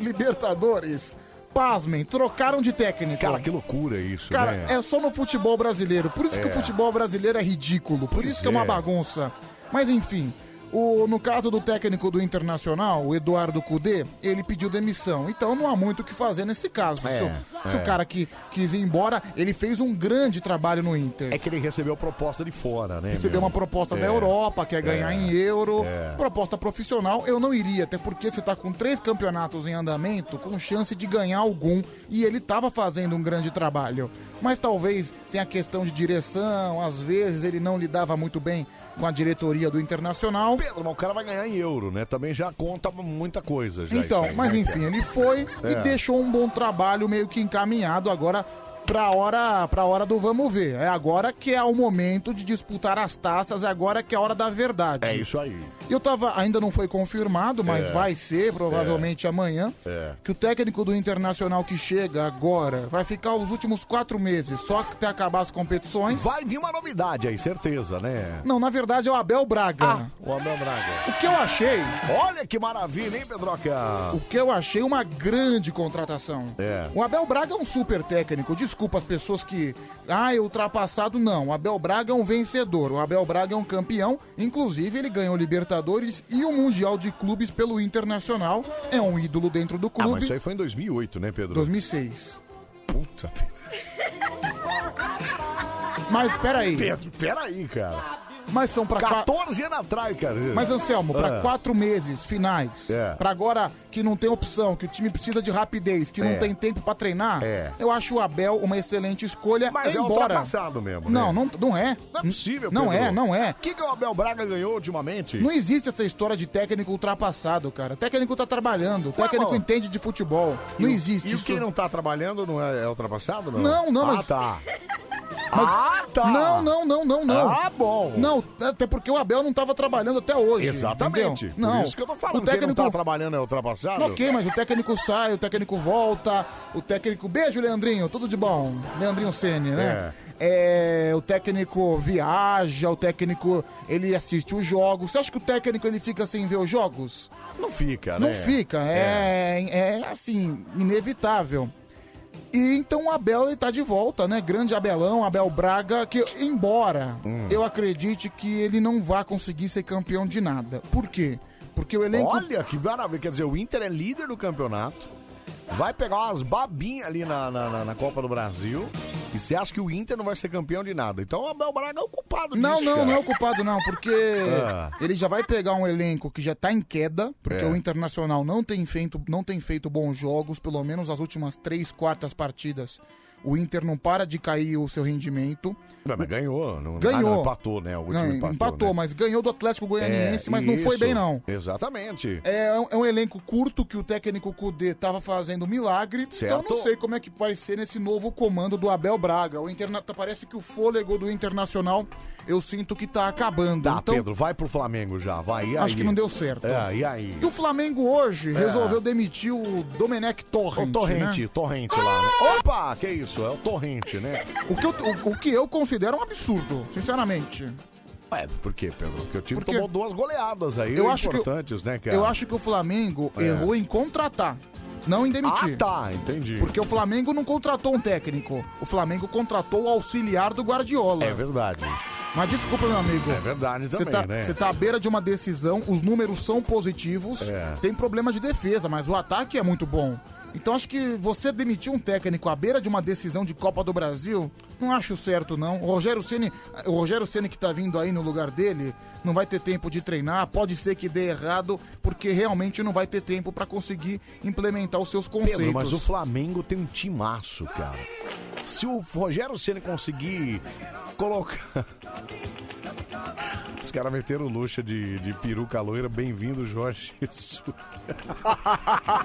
Speaker 3: Libertadores, pasmem, trocaram de técnico.
Speaker 1: Cara, que loucura isso,
Speaker 3: Cara,
Speaker 1: né?
Speaker 3: é só no futebol brasileiro. Por isso que
Speaker 1: É.
Speaker 3: o futebol brasileiro é ridículo. Por
Speaker 1: Pois
Speaker 3: isso que é uma
Speaker 1: é.
Speaker 3: bagunça. Mas enfim, o, no caso do técnico do Internacional, o Eduardo Cudê, ele pediu demissão. Então não há muito o que fazer nesse caso.
Speaker 1: É,
Speaker 3: se, o-
Speaker 1: é.
Speaker 3: se o cara que quis ir embora, ele fez um grande trabalho no Inter.
Speaker 1: É que ele recebeu proposta de fora, né?
Speaker 3: Recebeu
Speaker 1: meu?
Speaker 3: uma proposta da
Speaker 1: É.
Speaker 3: Europa, quer ganhar
Speaker 1: É.
Speaker 3: em euro.
Speaker 1: É.
Speaker 3: Proposta profissional, eu não iria, até porque você tá com três campeonatos em andamento, com chance de ganhar algum, e ele tava fazendo um grande trabalho. Mas talvez tenha a questão de direção, às vezes ele não lidava muito bem com a diretoria do Internacional.
Speaker 1: Pedro, mas o cara vai ganhar em euro, né? Também já conta muita coisa. Já
Speaker 3: Então,
Speaker 1: isso aí,
Speaker 3: mas
Speaker 1: né,
Speaker 3: enfim,
Speaker 1: cara?
Speaker 3: ele foi e
Speaker 1: É.
Speaker 3: deixou um bom trabalho meio que encaminhado agora pra hora, pra hora do vamos ver. É agora que é o momento de disputar as taças, é agora que é a hora da verdade.
Speaker 1: É isso aí.
Speaker 3: Eu tava, ainda não foi confirmado, mas
Speaker 1: É.
Speaker 3: vai ser provavelmente amanhã,
Speaker 1: É.
Speaker 3: que o técnico do Internacional que chega agora vai ficar os últimos quatro meses, só que até acabar as competições.
Speaker 1: Vai vir uma novidade aí, certeza, né?
Speaker 3: Não, na verdade é o Abel Braga.
Speaker 1: O Abel Braga.
Speaker 3: O que eu achei,
Speaker 1: Ah. Olha que maravilha, hein, Pedroca?
Speaker 3: o que eu achei uma grande contratação.
Speaker 1: É.
Speaker 3: O Abel Braga é um super técnico. Desculpa as pessoas que. Ah, é ultrapassado. Não. O Abel Braga é um vencedor. O Abel Braga é um campeão. Inclusive, ele ganhou Libertadores e o Mundial de Clubes pelo Internacional. É um ídolo dentro do
Speaker 1: Ah,
Speaker 3: clube.
Speaker 1: mas isso aí foi em 2008, né, Pedro?
Speaker 3: 2006.
Speaker 1: Puta, Pedro.
Speaker 3: Mas peraí.
Speaker 1: Pedro, peraí, cara.
Speaker 3: Mas são pra qua-
Speaker 1: 14 anos atrás, cara.
Speaker 3: Mas Anselmo, pra
Speaker 1: Ah.
Speaker 3: quatro meses finais,
Speaker 1: É.
Speaker 3: pra agora que não tem opção, que o time precisa de rapidez, que
Speaker 1: É.
Speaker 3: não tem tempo pra treinar,
Speaker 1: É.
Speaker 3: eu acho o Abel uma excelente escolha.
Speaker 1: Mas é
Speaker 3: embora.
Speaker 1: ultrapassado mesmo, né?
Speaker 3: Não, não, não é.
Speaker 1: Não é possível,
Speaker 3: Não
Speaker 1: Pedro.
Speaker 3: é, não é.
Speaker 1: O que, que o Abel Braga ganhou ultimamente?
Speaker 3: Não é- existe essa história de técnico ultrapassado, cara. O técnico tá trabalhando, o técnico
Speaker 1: mano.
Speaker 3: entende de futebol. Não existe
Speaker 1: E o
Speaker 3: isso.
Speaker 1: quem não tá trabalhando não é, é ultrapassado, não?
Speaker 3: Não, não,
Speaker 1: ah,
Speaker 3: mas-
Speaker 1: tá.
Speaker 3: Mas-
Speaker 1: Ah, tá.
Speaker 3: Não, não, não, não, não.
Speaker 1: Ah, bom.
Speaker 3: Não, até porque o Abel não tava trabalhando até hoje.
Speaker 1: Exatamente.
Speaker 3: entendeu? Não.
Speaker 1: Por isso que eu tô falando.
Speaker 3: O
Speaker 1: Quem não
Speaker 3: técnico
Speaker 1: tá trabalhando é ultrapassado?
Speaker 3: Ok, mas o técnico sai, o técnico volta, o técnico. Beijo, Leandrinho, tudo de bom. Leandrinho Sene, né? É, o técnico viaja, o técnico ele assiste os jogos. Você acha que o técnico ele fica sem ver os jogos?
Speaker 1: Não fica, né? É.
Speaker 3: Não fica, é, é assim, é inevitável. E então o Abel ele tá de volta, né? Grande Abelão, Abel Braga, que embora
Speaker 1: Hum.
Speaker 3: eu acredite que ele não vá conseguir ser campeão de nada. Por quê? é. Porque o elenco.
Speaker 1: Olha que maravilha. Quer dizer, o Inter é líder do campeonato. Vai pegar umas babinhas ali na, na, na- na Copa do Brasil. E você acha que o Inter não vai ser campeão de nada. Então o Abel Braga é o culpado
Speaker 3: Não,
Speaker 1: disso.
Speaker 3: não,
Speaker 1: cara.
Speaker 3: não é o culpado não, porque
Speaker 1: Ah.
Speaker 3: ele já vai pegar um elenco que já tá em queda, porque
Speaker 1: É.
Speaker 3: o Internacional não tem feito, não tem feito bons jogos, pelo menos as últimas três, quartas partidas. O Inter não para de cair o seu rendimento.
Speaker 1: Não, mas ganhou. Não,
Speaker 3: Ganhou.
Speaker 1: Ah, não, empatou, né? O último
Speaker 3: Não,
Speaker 1: empatou. né?
Speaker 3: mas ganhou do Atlético Goianiense,
Speaker 1: É,
Speaker 3: mas não foi
Speaker 1: isso.
Speaker 3: bem não.
Speaker 1: Exatamente.
Speaker 3: É um, é um elenco curto que o técnico Kudê tava fazendo milagre. Então eu
Speaker 1: Certo.
Speaker 3: não sei como é que vai ser nesse novo comando do Abel Braga. O interna... Parece que o fôlego do Internacional eu sinto que tá acabando.
Speaker 1: Tá,
Speaker 3: então,
Speaker 1: Pedro, vai pro Flamengo já, vai. E aí?
Speaker 3: Acho que não deu certo.
Speaker 1: É, e aí?
Speaker 3: E o Flamengo hoje
Speaker 1: É.
Speaker 3: resolveu demitir o Domenech Torrent.
Speaker 1: O Torrente,
Speaker 3: né?
Speaker 1: Torrente lá. né? Opa, que isso? É o Torrente, né?
Speaker 3: O que, eu, o, o que eu considero um absurdo, sinceramente.
Speaker 1: Ué, É, por quê, Pedro? Porque o time
Speaker 3: Porque-
Speaker 1: tomou duas goleadas aí,
Speaker 3: Eu acho que eu-
Speaker 1: importantes, né, cara?
Speaker 3: Eu acho que o Flamengo
Speaker 1: É.
Speaker 3: errou em contratar, não em demitir.
Speaker 1: Ah, tá, entendi.
Speaker 3: Porque o Flamengo não contratou um técnico. O Flamengo contratou o auxiliar do Guardiola.
Speaker 1: É verdade.
Speaker 3: Mas desculpa, meu amigo.
Speaker 1: É verdade
Speaker 3: Você
Speaker 1: também,
Speaker 3: tá,
Speaker 1: né?
Speaker 3: você tá à beira de uma decisão, os números são positivos,
Speaker 1: É.
Speaker 3: tem problema de defesa, mas o ataque é muito bom. Então acho que você demitir um técnico à beira de uma decisão de Copa do Brasil, não acho certo não. O Rogério Ceni, o Rogério Ceni que tá vindo aí no lugar dele, não vai ter tempo de treinar, pode ser que dê errado, porque realmente não vai ter tempo pra conseguir implementar os seus conceitos.
Speaker 1: Pedro, mas o Flamengo tem um timaço, cara. Se o Rogério Ceni conseguir colocar. Os caras meteram luxa de, de peruca loira. Bem-vindo, Jorge Jesus.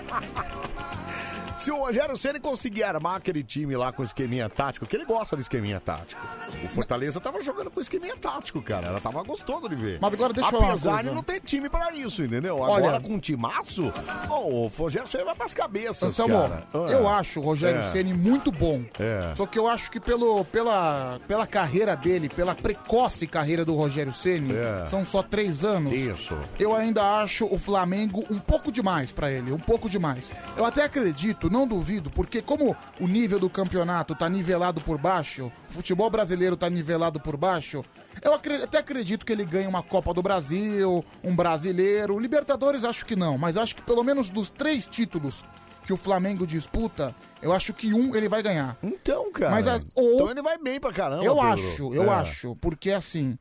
Speaker 1: Se o Rogério Ceni conseguir armar aquele time lá com esqueminha tático, que ele gosta de esqueminha tático. O Fortaleza tava jogando com esqueminha tático, cara. Ela tava gostando de ver.
Speaker 3: Mas agora deixa eu falar uma
Speaker 1: Apesar de
Speaker 3: coisa.
Speaker 1: não ter time pra isso, entendeu? Agora
Speaker 3: Olha-
Speaker 1: com um timaço, ó, o Rogério Ceni vai pras cabeças,
Speaker 3: Anselmo,
Speaker 1: cara.
Speaker 3: eu acho o Rogério
Speaker 1: É.
Speaker 3: Ceni muito bom.
Speaker 1: É.
Speaker 3: Só que eu acho que pelo, pela, pela carreira dele, pela precoce carreira do Rogério Ceni,
Speaker 1: É.
Speaker 3: são só três anos.
Speaker 1: Isso.
Speaker 3: Eu ainda acho o Flamengo um pouco demais pra ele, um pouco demais. Eu até acredito, não duvido, porque como o nível do campeonato tá nivelado por baixo, o futebol brasileiro tá nivelado por baixo, eu acre- até acredito que ele ganhe uma Copa do Brasil, um brasileiro, Libertadores acho que não, mas acho que pelo menos dos três títulos que o Flamengo disputa, eu acho que um ele vai ganhar.
Speaker 1: Então, cara.
Speaker 3: Mas a- ou-
Speaker 1: Então ele vai bem pra caramba.
Speaker 3: eu
Speaker 1: Pedro.
Speaker 3: acho, eu
Speaker 1: É.
Speaker 3: acho. Porque assim,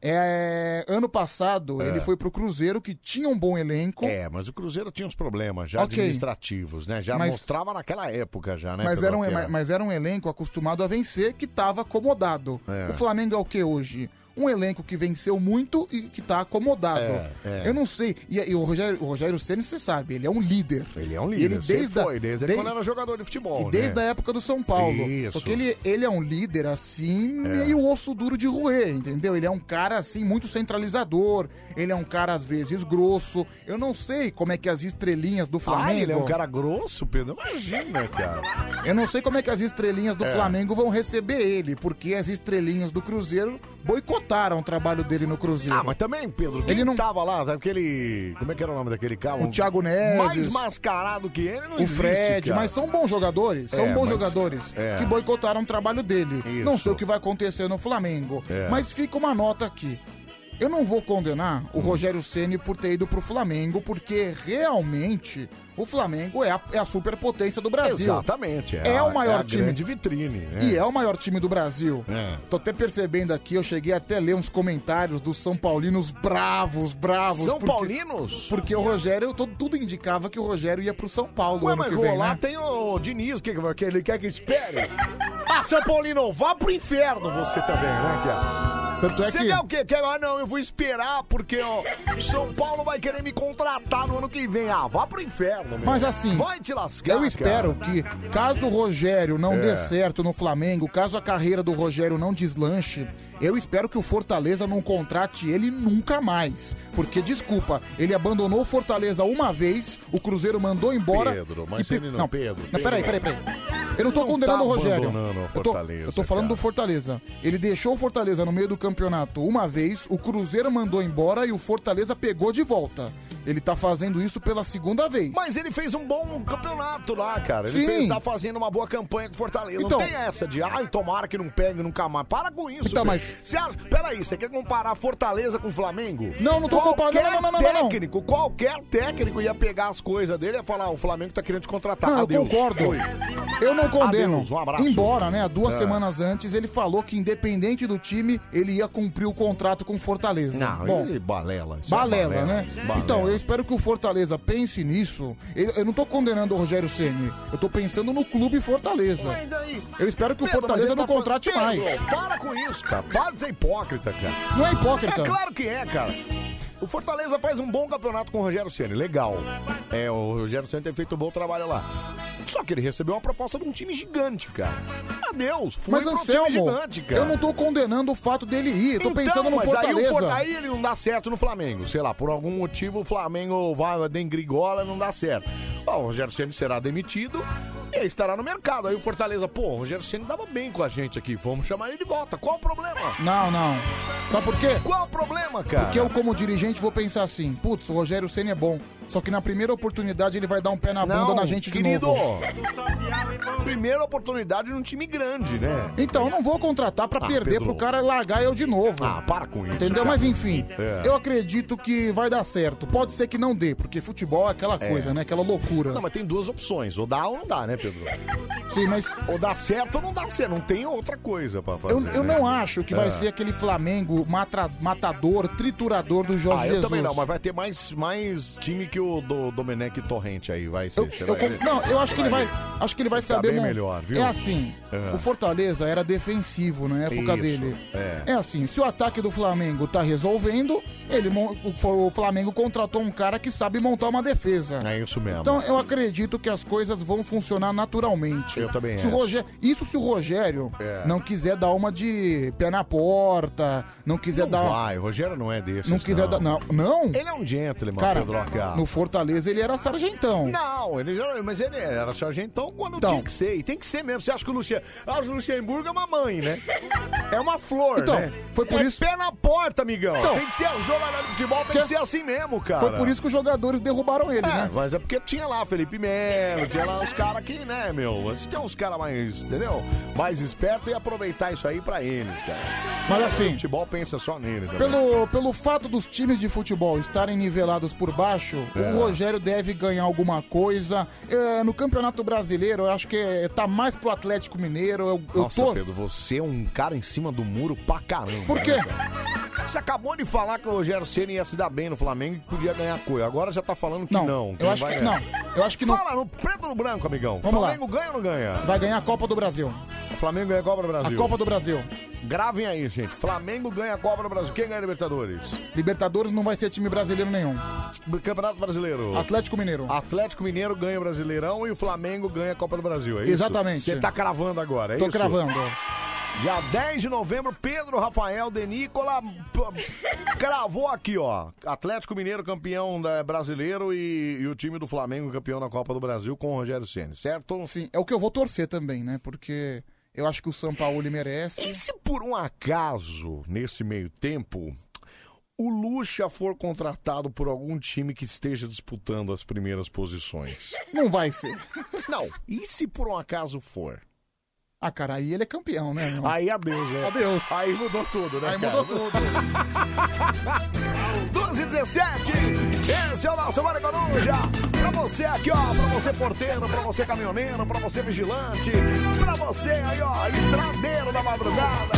Speaker 3: é, ano passado
Speaker 1: É.
Speaker 3: ele foi pro Cruzeiro, que tinha um bom elenco.
Speaker 1: É, mas o Cruzeiro tinha uns problemas já
Speaker 3: Ok.
Speaker 1: administrativos, né? Já
Speaker 3: Mas-
Speaker 1: mostrava naquela época já, né?
Speaker 3: mas,
Speaker 1: Pedro
Speaker 3: era um,
Speaker 1: Aquino?
Speaker 3: mas- mas era um elenco acostumado a vencer que tava acomodado.
Speaker 1: É.
Speaker 3: O Flamengo é o que hoje? Um elenco que venceu muito e que tá acomodado.
Speaker 1: É, é.
Speaker 3: Eu não sei. E, e o Rogério, o Rogério Ceni, você sabe, ele é um líder.
Speaker 1: Ele é um
Speaker 3: E
Speaker 1: líder,
Speaker 3: ele desde
Speaker 1: sempre
Speaker 3: a-
Speaker 1: foi, desde
Speaker 3: desde-
Speaker 1: quando era jogador de futebol,
Speaker 3: E desde
Speaker 1: né?
Speaker 3: a época do São Paulo.
Speaker 1: Isso.
Speaker 3: Só que ele, ele é um líder, assim,
Speaker 1: É.
Speaker 3: meio osso duro de roer, entendeu? Ele é um cara, assim, muito centralizador. Ele é um cara, às vezes, grosso. Eu não sei como é que as estrelinhas do Flamengo...
Speaker 1: Ah, ele é um cara grosso, Pedro? Imagina, cara.
Speaker 3: Eu não sei como é que as estrelinhas do
Speaker 1: É.
Speaker 3: Flamengo vão receber ele, porque as estrelinhas do Cruzeiro boicotaram o trabalho dele no Cruzeiro. Ah, mas
Speaker 1: também, Pedro, ele não tava lá, sabe? Aquele. Como é que era o nome daquele carro?
Speaker 3: O Thiago Neves.
Speaker 1: Mais mascarado que ele, não
Speaker 3: o
Speaker 1: existe,
Speaker 3: Fred,
Speaker 1: cara.
Speaker 3: mas é são bons jogadores, são
Speaker 1: É,
Speaker 3: bons
Speaker 1: mas-
Speaker 3: jogadores
Speaker 1: é.
Speaker 3: que boicotaram o trabalho dele. Não sei o que vai acontecer no Flamengo,
Speaker 1: É.
Speaker 3: mas fica uma nota aqui. Eu não vou condenar
Speaker 1: Hum.
Speaker 3: o Rogério Ceni por ter ido pro Flamengo, porque realmente o Flamengo é a, é a superpotência do Brasil.
Speaker 1: Exatamente.
Speaker 3: É,
Speaker 1: a-
Speaker 3: o maior
Speaker 1: a
Speaker 3: time.
Speaker 1: grande vitrine, né?
Speaker 3: E é o maior time do Brasil.
Speaker 1: É.
Speaker 3: Tô até percebendo aqui, eu cheguei até a ler uns comentários dos São Paulinos bravos, bravos.
Speaker 1: São Paulinos?
Speaker 3: Porque o Rogério, todo, tudo indicava que o Rogério ia pro São Paulo
Speaker 1: Ué,
Speaker 3: ano
Speaker 1: mas
Speaker 3: que
Speaker 1: vou
Speaker 3: vem,
Speaker 1: lá,
Speaker 3: né?
Speaker 1: tem o Diniz, que, que ele quer que espere. Ah, São Paulino, vá pro inferno você também, né, cara?
Speaker 3: Tanto é
Speaker 1: você
Speaker 3: que-
Speaker 1: quer o quê? Quer... Ah, não, eu vou esperar porque ó, São Paulo vai querer me contratar no ano que vem. Ah, vá pro inferno, meu.
Speaker 3: Mas assim,
Speaker 1: Vai te lascar,
Speaker 3: eu espero que, caso o Rogério não
Speaker 1: Ah, É.
Speaker 3: dê certo no Flamengo, caso a carreira do Rogério não deslanche, eu espero que o Fortaleza não contrate ele nunca mais. Porque, desculpa, ele abandonou o Fortaleza uma vez, o Cruzeiro mandou embora.
Speaker 1: Pedro, mas
Speaker 3: pe-
Speaker 1: ele não- Pedro,
Speaker 3: Não, peraí,
Speaker 1: Pedro.
Speaker 3: peraí, peraí. Eu não tô
Speaker 1: Não
Speaker 3: condenando
Speaker 1: tá
Speaker 3: o Rogério.
Speaker 1: abandonando o
Speaker 3: eu, tô,
Speaker 1: Fortaleza,
Speaker 3: eu tô falando do Fortaleza. Ele deixou o Fortaleza no meio do campeonato uma vez, o Cruzeiro mandou embora e o Fortaleza pegou de volta. Ele tá fazendo isso pela segunda vez.
Speaker 1: Mas ele fez um bom campeonato lá, cara. Ele
Speaker 3: Sim.
Speaker 1: fez- tá fazendo uma boa campanha com o Fortaleza.
Speaker 3: Então-
Speaker 1: não tem essa de, ai, tomara que não pegue nunca mais. Para com isso.
Speaker 3: Então,
Speaker 1: velho.
Speaker 3: mas-
Speaker 1: Você acha- peraí, você quer comparar Fortaleza com o Flamengo?
Speaker 3: Não, não tô
Speaker 1: qualquer
Speaker 3: comparando, não, não, não, não, não.
Speaker 1: técnico, Qualquer técnico ia pegar as coisas dele e ia falar, "Ah, o Flamengo tá querendo te contratar.
Speaker 3: Não, eu
Speaker 1: Adeus.
Speaker 3: concordo.
Speaker 1: Foi.
Speaker 3: Eu não condeno.
Speaker 1: Adeus, um abraço.
Speaker 3: Embora, né, há duas
Speaker 1: É.
Speaker 3: semanas antes, ele falou que, independente do time, ele ia cumprir o contrato com o Fortaleza.
Speaker 1: Não,
Speaker 3: Bom,
Speaker 1: e Ah, balela. isso é
Speaker 3: balela, né?
Speaker 1: Balela.
Speaker 3: Então, eu espero que o Fortaleza pense nisso. Eu, eu não tô condenando o Rogério Ceni. Eu tô pensando no clube Fortaleza. Eu espero que o
Speaker 1: Pedro, mas
Speaker 3: Fortaleza
Speaker 1: ele
Speaker 3: não
Speaker 1: tá
Speaker 3: contrate
Speaker 1: falando-
Speaker 3: mais.
Speaker 1: Pedro, Para com isso, cara. Para de ser hipócrita, cara.
Speaker 3: Não é hipócrita.
Speaker 1: É claro que é, cara. O Fortaleza faz um bom campeonato com o Rogério Ceni, legal. É, o Rogério Ceni tem feito um bom trabalho lá. Só que ele recebeu uma proposta de um time gigante, cara. Adeus, fui
Speaker 3: Mas
Speaker 1: pro
Speaker 3: Anselmo,
Speaker 1: time gigante, cara. Então,
Speaker 3: eu não tô condenando o fato dele ir. Eu tô pensando no
Speaker 1: mas
Speaker 3: Fortaleza.
Speaker 1: Aí, o For- aí ele não dá certo no Flamengo. Sei lá, por algum motivo o Flamengo vai dengrigola não dá certo. Bom, o Rogério Ceni será demitido e aí estará no mercado. Aí o Fortaleza, pô, o Rogério Ceni dava bem com a gente aqui. Vamos chamar ele de volta. Qual o problema?
Speaker 3: Não, não. Sabe por quê?
Speaker 1: Qual o problema, cara?
Speaker 3: Porque eu, como dirigente, vou pensar assim: putz, o Rogério Senna é bom. Só que na primeira oportunidade ele vai dar um pé na bunda
Speaker 1: Não,
Speaker 3: na gente de
Speaker 1: querido.
Speaker 3: novo.
Speaker 1: Primeira oportunidade num time grande, né?
Speaker 3: Então, eu não vou contratar pra
Speaker 1: Ah,
Speaker 3: perder
Speaker 1: Pedro.
Speaker 3: pro cara largar eu de novo.
Speaker 1: Ah, para com isso.
Speaker 3: Entendeu?
Speaker 1: cara.
Speaker 3: Mas enfim,
Speaker 1: É.
Speaker 3: eu acredito que vai dar certo. Pode ser que não dê, porque futebol é aquela
Speaker 1: É.
Speaker 3: coisa, né? Aquela loucura.
Speaker 1: Não, mas tem duas opções. Ou dá ou não dá, né, Pedro?
Speaker 3: Sim, mas.
Speaker 1: Ou dá certo ou não dá certo. Não tem outra coisa pra fazer.
Speaker 3: Eu, eu
Speaker 1: né?
Speaker 3: não acho que vai
Speaker 1: É.
Speaker 3: ser aquele Flamengo matra- matador, triturador do Jorge
Speaker 1: ah, eu
Speaker 3: Jesus.
Speaker 1: também não, mas vai ter mais, mais time que o do Domenech Torrente aí, vai ser. você
Speaker 3: Eu
Speaker 1: vai
Speaker 3: con-
Speaker 1: ver.
Speaker 3: não, eu acho que ele vai. Acho que ele vai
Speaker 1: Tá
Speaker 3: saber
Speaker 1: bem
Speaker 3: mon-
Speaker 1: melhor, viu?
Speaker 3: É assim.
Speaker 1: É.
Speaker 3: O Fortaleza era defensivo na época
Speaker 1: Isso,
Speaker 3: dele.
Speaker 1: é.
Speaker 3: assim. Se o ataque do Flamengo tá resolvendo, ele mon- o Fo- o Flamengo contratou um cara que sabe montar uma defesa.
Speaker 1: É isso mesmo.
Speaker 3: Então eu acredito que as coisas vão funcionar naturalmente.
Speaker 1: Eu também
Speaker 3: se o
Speaker 1: acho.
Speaker 3: Rogé- Isso se o Rogério
Speaker 1: É.
Speaker 3: não quiser dar uma de pé na porta, não quiser
Speaker 1: não
Speaker 3: dar.
Speaker 1: vai, o Rogério não é desse.
Speaker 3: Não quiser dar. Não, não.
Speaker 1: Ele é um gentleman,
Speaker 3: Cara,
Speaker 1: Pedroca.
Speaker 3: no Fortaleza ele era sargentão.
Speaker 1: Não, ele já, mas ele é, era sargentão quando
Speaker 3: Então.
Speaker 1: tinha que ser. E tem que ser mesmo. Você acha que o Luxemburgo, ah, o Luxemburgo é uma mãe, né? É uma flor,
Speaker 3: Então,
Speaker 1: né?
Speaker 3: foi por
Speaker 1: É
Speaker 3: isso-
Speaker 1: pé na porta, amigão.
Speaker 3: Então.
Speaker 1: tem que ser, o jogador de futebol tem que,
Speaker 3: Que-
Speaker 1: ser assim mesmo, cara.
Speaker 3: Foi por isso que os jogadores derrubaram ele,
Speaker 1: É,
Speaker 3: né?
Speaker 1: mas é porque tinha lá Felipe Melo, tinha lá os caras que, né, meu? Você tem uns caras mais, entendeu? Mais espertos e aproveitar isso aí pra eles, cara.
Speaker 3: Mas assim-
Speaker 1: O futebol pensa só nele também.
Speaker 3: Pelo, pelo fato dos times de futebol estarem nivelados por baixo,
Speaker 1: É.
Speaker 3: o Rogério deve ganhar alguma coisa. É, no Campeonato Brasileiro, eu acho que é, tá mais pro Atlético Mineiro. Eu, eu
Speaker 1: Nossa,
Speaker 3: tô.
Speaker 1: Pedro, você é um cara em cima do muro pra caramba.
Speaker 3: Por
Speaker 1: né,
Speaker 3: quê?
Speaker 1: cara? Você acabou de falar que o Rogério Ceni ia se dar bem no Flamengo e podia ganhar coisa. Agora já tá falando que não.
Speaker 3: Não,
Speaker 1: que
Speaker 3: eu acho
Speaker 1: vai
Speaker 3: que
Speaker 1: ganhar.
Speaker 3: não. Eu acho que não.
Speaker 1: Fala no preto no branco, amigão.
Speaker 3: Vamos lá.
Speaker 1: Flamengo ganha ou não ganha?
Speaker 3: Vai ganhar a Copa do Brasil.
Speaker 1: O Flamengo ganha a Copa do Brasil.
Speaker 3: A Copa do Brasil.
Speaker 1: Gravem aí, gente. Flamengo ganha a Copa do Brasil. Quem ganha a Libertadores?
Speaker 3: Libertadores não vai ser time brasileiro nenhum.
Speaker 1: Campeonato Brasileiro.
Speaker 3: Atlético Mineiro.
Speaker 1: Atlético Mineiro ganha o Brasileirão e o Flamengo ganha a Copa do Brasil, é isso?
Speaker 3: Exatamente.
Speaker 1: Você tá cravando agora, é
Speaker 3: Tô
Speaker 1: isso?
Speaker 3: cravando.
Speaker 1: Dia 10 de novembro, Pedro Rafael de Nicola p- cravou aqui, ó. Atlético Mineiro campeão da- brasileiro e, e o time do Flamengo campeão da Copa do Brasil com o Rogério Ceni, certo?
Speaker 3: Sim, é o que eu vou torcer também, né? Porque eu acho que o São Paulo merece.
Speaker 1: E se por um acaso, nesse meio tempo, o Lucha for contratado por algum time que esteja disputando as primeiras posições?
Speaker 3: Não vai ser.
Speaker 1: Não, e se por um acaso for?
Speaker 3: Ah, cara, aí ele é campeão, né? irmão?
Speaker 1: Aí adeus, né?
Speaker 3: Adeus.
Speaker 1: Aí mudou tudo, né?
Speaker 3: Aí
Speaker 1: cara?
Speaker 3: mudou tudo.
Speaker 1: 12 e 17. Esse é o nosso Mário Coruja. Pra você aqui, ó. Pra você porteiro, pra você caminhoneiro, pra você vigilante. Pra você aí, ó, estradeiro da madrugada.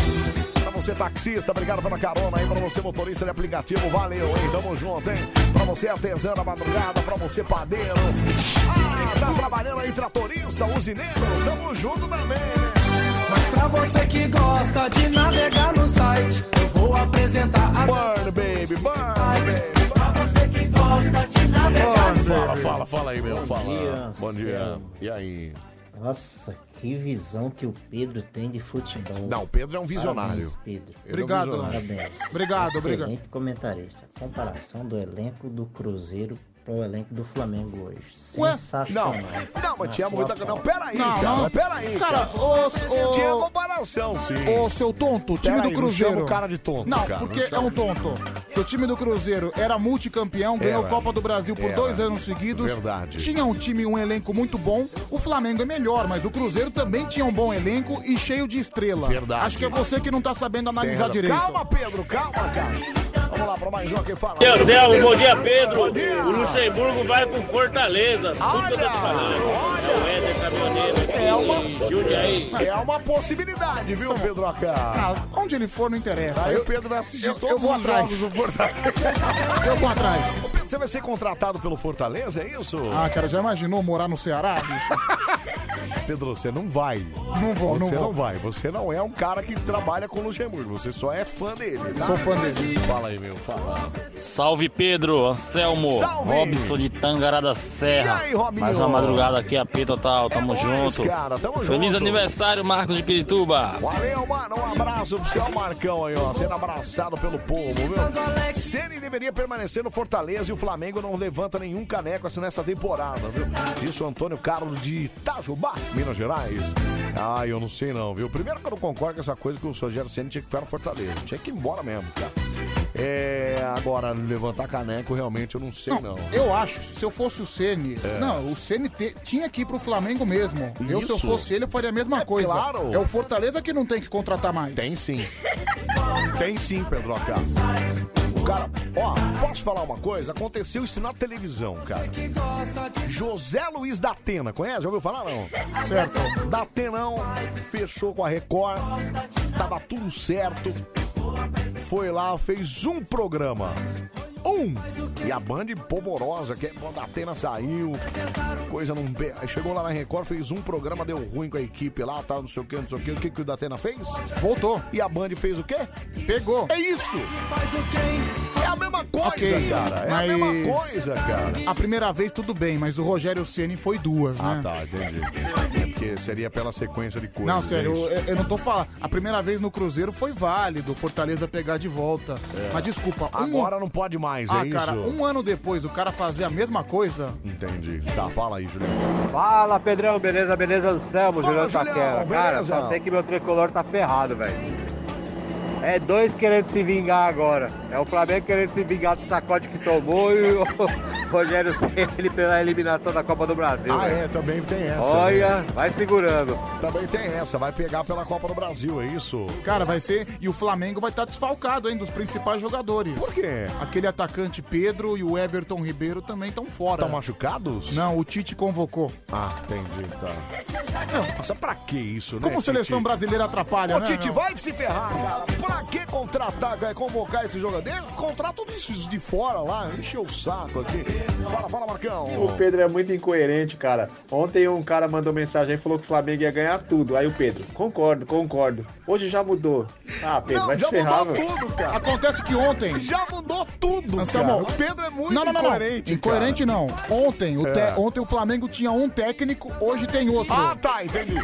Speaker 1: Pra você taxista, obrigado pela carona aí. Pra você motorista de aplicativo, valeu, hein? Tamo junto, hein? Pra você artesã da madrugada, pra você padeiro. Ah, tá trabalhando aí, tratorista, usineiro. Tamo junto também, né?
Speaker 2: Mas pra você que gosta de navegar no site, eu vou apresentar a
Speaker 1: Burn, baby, burn.
Speaker 2: Pra você que gosta de navegar no site.
Speaker 1: Fala, fala, fala aí, meu.
Speaker 19: Bom
Speaker 1: fala.
Speaker 19: dia,
Speaker 1: Bom dia.
Speaker 19: Anselmo.
Speaker 1: E aí?
Speaker 19: Nossa, que visão que o Pedro tem de futebol.
Speaker 1: Não, o Pedro é um visionário.
Speaker 19: Parabéns, Pedro.
Speaker 1: Ele é um Obrigado. visionário.
Speaker 19: Parabéns.
Speaker 1: Obrigado, obrigado.
Speaker 19: Excelente comentarista. Comparação do elenco do Cruzeiro para o elenco do Flamengo hoje. Sensacional.
Speaker 1: Não, não, mas tinha muita.
Speaker 19: Rafael.
Speaker 1: Não, peraí,
Speaker 19: Não,
Speaker 1: cara.
Speaker 19: não.
Speaker 1: Peraí.
Speaker 3: Cara, ô, ô-
Speaker 1: Tinha comparação, sim.
Speaker 3: Ô, seu tonto, o time
Speaker 1: Peraí,
Speaker 3: do
Speaker 1: não
Speaker 3: Cruzeiro.
Speaker 1: chama o cara de tonto,
Speaker 3: Não,
Speaker 1: cara,
Speaker 3: porque
Speaker 1: não
Speaker 3: é
Speaker 1: chama.
Speaker 3: um tonto. Porque o time do Cruzeiro era multicampeão, ganhou
Speaker 1: Era.
Speaker 3: a Copa do Brasil por
Speaker 1: Era.
Speaker 3: dois anos seguidos.
Speaker 1: Verdade.
Speaker 3: Tinha um time, um elenco muito bom. O Flamengo é melhor, mas o Cruzeiro também tinha um bom elenco e cheio de estrela.
Speaker 1: Verdade.
Speaker 3: Acho que é você que não tá sabendo analisar
Speaker 1: Tem razão.
Speaker 3: direito.
Speaker 1: Calma, Pedro, calma, cara. Vamos lá para mais um que fala.
Speaker 20: Meu Deus, bom dia, Pedro.
Speaker 1: Bom dia.
Speaker 20: O Luxemburgo vai com Fortaleza. Escuta o que eu tô te falando. É o Éder Caminhoneiro aqui. Ajude aí.
Speaker 1: É uma possibilidade, viu, Pedro
Speaker 3: Ah, onde ele for não interessa.
Speaker 1: Aí o Pedro vai assistir
Speaker 3: eu-
Speaker 1: todos
Speaker 3: eu vou
Speaker 1: os
Speaker 3: atrás.
Speaker 1: jogos do Fortaleza.
Speaker 3: Eu vou atrás.
Speaker 1: Ô, Pedro, você vai ser contratado pelo Fortaleza, é isso?
Speaker 3: Ah, cara, já imaginou morar no
Speaker 1: É.
Speaker 3: Ceará, bicho?
Speaker 1: Pedro, você não vai.
Speaker 3: Não vou,
Speaker 1: você
Speaker 3: não vou.
Speaker 1: vai. Você não é um cara que trabalha com o Luxemburgo. Você só é fã dele.
Speaker 3: Sou fã dele.
Speaker 1: Fala aí, meu. Fala.
Speaker 20: Salve Pedro, Anselmo,
Speaker 1: Salve.
Speaker 20: Robson de Tangará da Serra.
Speaker 1: E aí, Robinho? É
Speaker 20: Mais uma madrugada aqui, a P Total, tamo junto.
Speaker 1: cara, tamo
Speaker 20: Feliz
Speaker 1: junto.
Speaker 20: aniversário, Marcos de Pirituba.
Speaker 1: Valeu, mano. Um abraço pro seu Marcão aí, ó. Sendo abraçado pelo povo, viu? Ceni deveria permanecer no Fortaleza e o Flamengo não levanta nenhum caneco assim nessa temporada, viu? Isso Antônio Carlos de Itajubá, Minas Gerais. Ah, eu não sei não, viu? Primeiro que eu não concordo com essa coisa que o Rogério Ceni tinha que ficar no Fortaleza. Tinha que ir embora mesmo, cara. É, agora, levantar caneco realmente eu não sei não. É.
Speaker 3: Eu acho, se eu fosse o Ceni, não, o Ceni te- tinha que ir pro Flamengo mesmo. Eu, se eu
Speaker 1: Isso.
Speaker 3: fosse ele, eu faria a mesma coisa.
Speaker 1: claro.
Speaker 3: É o Fortaleza que não tem que contratar mais.
Speaker 1: Tem sim. Tem sim, Pedro Acá. Cara, ó, posso falar uma coisa? Aconteceu isso na televisão, cara. José Luiz da Atena, conhece? Já ouviu falar, não? Certo. Da Atenão um fechou com a Record, tava tudo certo. Foi lá, fez um programa. Um! E a Band polvorosa, que é quando a Atena saiu, coisa não. pe- Aí Chegou lá na Record, fez um programa, deu ruim com a equipe lá, tal, não sei o que, não sei o que. O que, que o da Atena fez? Voltou. E a Band fez o quê? Pegou. É isso! É a mesma coisa,
Speaker 3: Ok,
Speaker 1: cara. É a mesma coisa, cara.
Speaker 3: A primeira vez tudo bem, mas o Rogério Ceni foi duas,
Speaker 1: Ah,
Speaker 3: né?
Speaker 1: tá, entendi. É porque seria pela sequência de coisas.
Speaker 3: Não, sério,
Speaker 1: é isso?
Speaker 3: eu, eu não tô falando. A primeira vez no Cruzeiro foi válido, o Fortaleza pegar de volta.
Speaker 1: É.
Speaker 3: Mas desculpa, um-
Speaker 1: Agora não pode mais,
Speaker 3: Ah,
Speaker 1: é
Speaker 3: cara,
Speaker 1: isso?
Speaker 3: um ano depois o cara fazer a mesma coisa.
Speaker 1: Entendi. Tá, fala aí, Julião.
Speaker 21: Fala Pedrão, beleza, beleza, Anselmo,
Speaker 1: Fala,
Speaker 21: Juliano tá
Speaker 1: Julião,
Speaker 21: Taquera. Cara,
Speaker 1: beleza?
Speaker 21: só sei que meu tricolor tá ferrado, velho. É dois querendo se vingar agora. É o Flamengo querendo se vingar do sacode que tomou e o Rogério Ceni pela eliminação da Copa do Brasil.
Speaker 1: Ah,
Speaker 21: velho.
Speaker 1: é, também tem essa.
Speaker 21: Olha,
Speaker 1: né?
Speaker 21: vai segurando.
Speaker 1: Também tem essa, vai pegar pela Copa do Brasil, é isso?
Speaker 3: Cara, vai ser. E o Flamengo vai estar desfalcado, hein, dos principais jogadores. Por
Speaker 1: quê?
Speaker 3: Aquele atacante Pedro e o Everton Ribeiro também estão fora.
Speaker 1: Estão Tá machucados?
Speaker 3: Não, o Tite convocou.
Speaker 1: Ah, entendi, tá. Não, nossa, pra que isso, né?
Speaker 3: Como a seleção
Speaker 1: Tite?
Speaker 3: brasileira atrapalha,
Speaker 1: Ô,
Speaker 3: né?
Speaker 1: Tite, vai se ferrar, cara. Pra que contratar, cara, convocar esse jogador? Eles Contratam isso de fora lá, encheu o saco aqui. Fala, fala, Marcão.
Speaker 4: O Pedro é muito incoerente, cara. Ontem um cara mandou mensagem e falou que o Flamengo ia ganhar tudo. Aí o Pedro, concordo, concordo. Hoje já mudou. Ah, Pedro, vai se
Speaker 3: já
Speaker 4: ferrar,
Speaker 3: mudou
Speaker 4: velho.
Speaker 3: tudo, cara. Acontece que ontem.
Speaker 1: Já mudou tudo,
Speaker 3: Anselmo,
Speaker 1: cara. O Pedro é muito
Speaker 3: não, não, não, não.
Speaker 1: incoerente,
Speaker 3: Incoerente não. Ontem o, te-
Speaker 1: É.
Speaker 3: ontem o Flamengo tinha um técnico, hoje tem outro.
Speaker 1: Ah, tá, entendi.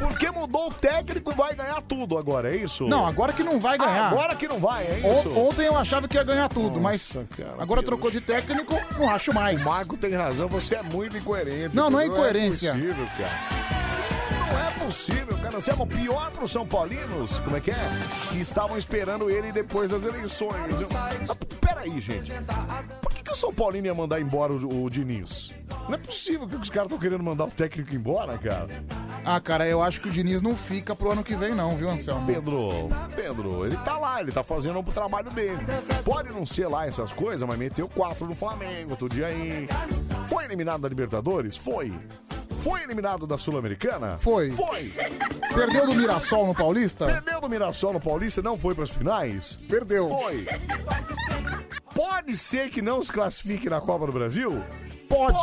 Speaker 1: Porque mudou o técnico, vai ganhar tudo agora, é isso?
Speaker 3: Não, agora que não vai ganhar.
Speaker 1: Ah, agora que não vai, é
Speaker 3: On-
Speaker 1: isso?
Speaker 3: ontem eu achava que ia ganhar tudo, mas agora trocou de técnico, não acho mais.
Speaker 1: Marco tem razão, você é muito incoerente.
Speaker 3: Não, não é
Speaker 1: entendeu?
Speaker 3: incoerência.
Speaker 1: Não é possível, cara. Não é possível, cara. Você é o pior pros São Paulinos, como é que é? Que estavam esperando ele depois das eleições. Eu... Ah, peraí, gente. Por que, que o São Paulino ia mandar embora o, o Diniz? Não é possível que os caras estão querendo mandar o técnico embora, cara.
Speaker 3: Ah, cara, eu acho que o Diniz não fica pro ano que vem, não, viu, Anselmo?
Speaker 1: Pedro, Pedro, ele tá lá, ele tá fazendo o trabalho dele. Pode não ser lá essas coisas, mas meteu quatro no Flamengo outro dia aí. Foi eliminado da Libertadores? Foi. Foi eliminado da Sul-Americana?
Speaker 3: Foi.
Speaker 1: Foi.
Speaker 3: Perdeu do Mirassol no Paulista?
Speaker 1: Perdeu no Mirassol no Paulista, não foi pras finais?
Speaker 3: Perdeu.
Speaker 1: Foi. Pode ser que não se classifique na Copa do Brasil?
Speaker 3: Pode.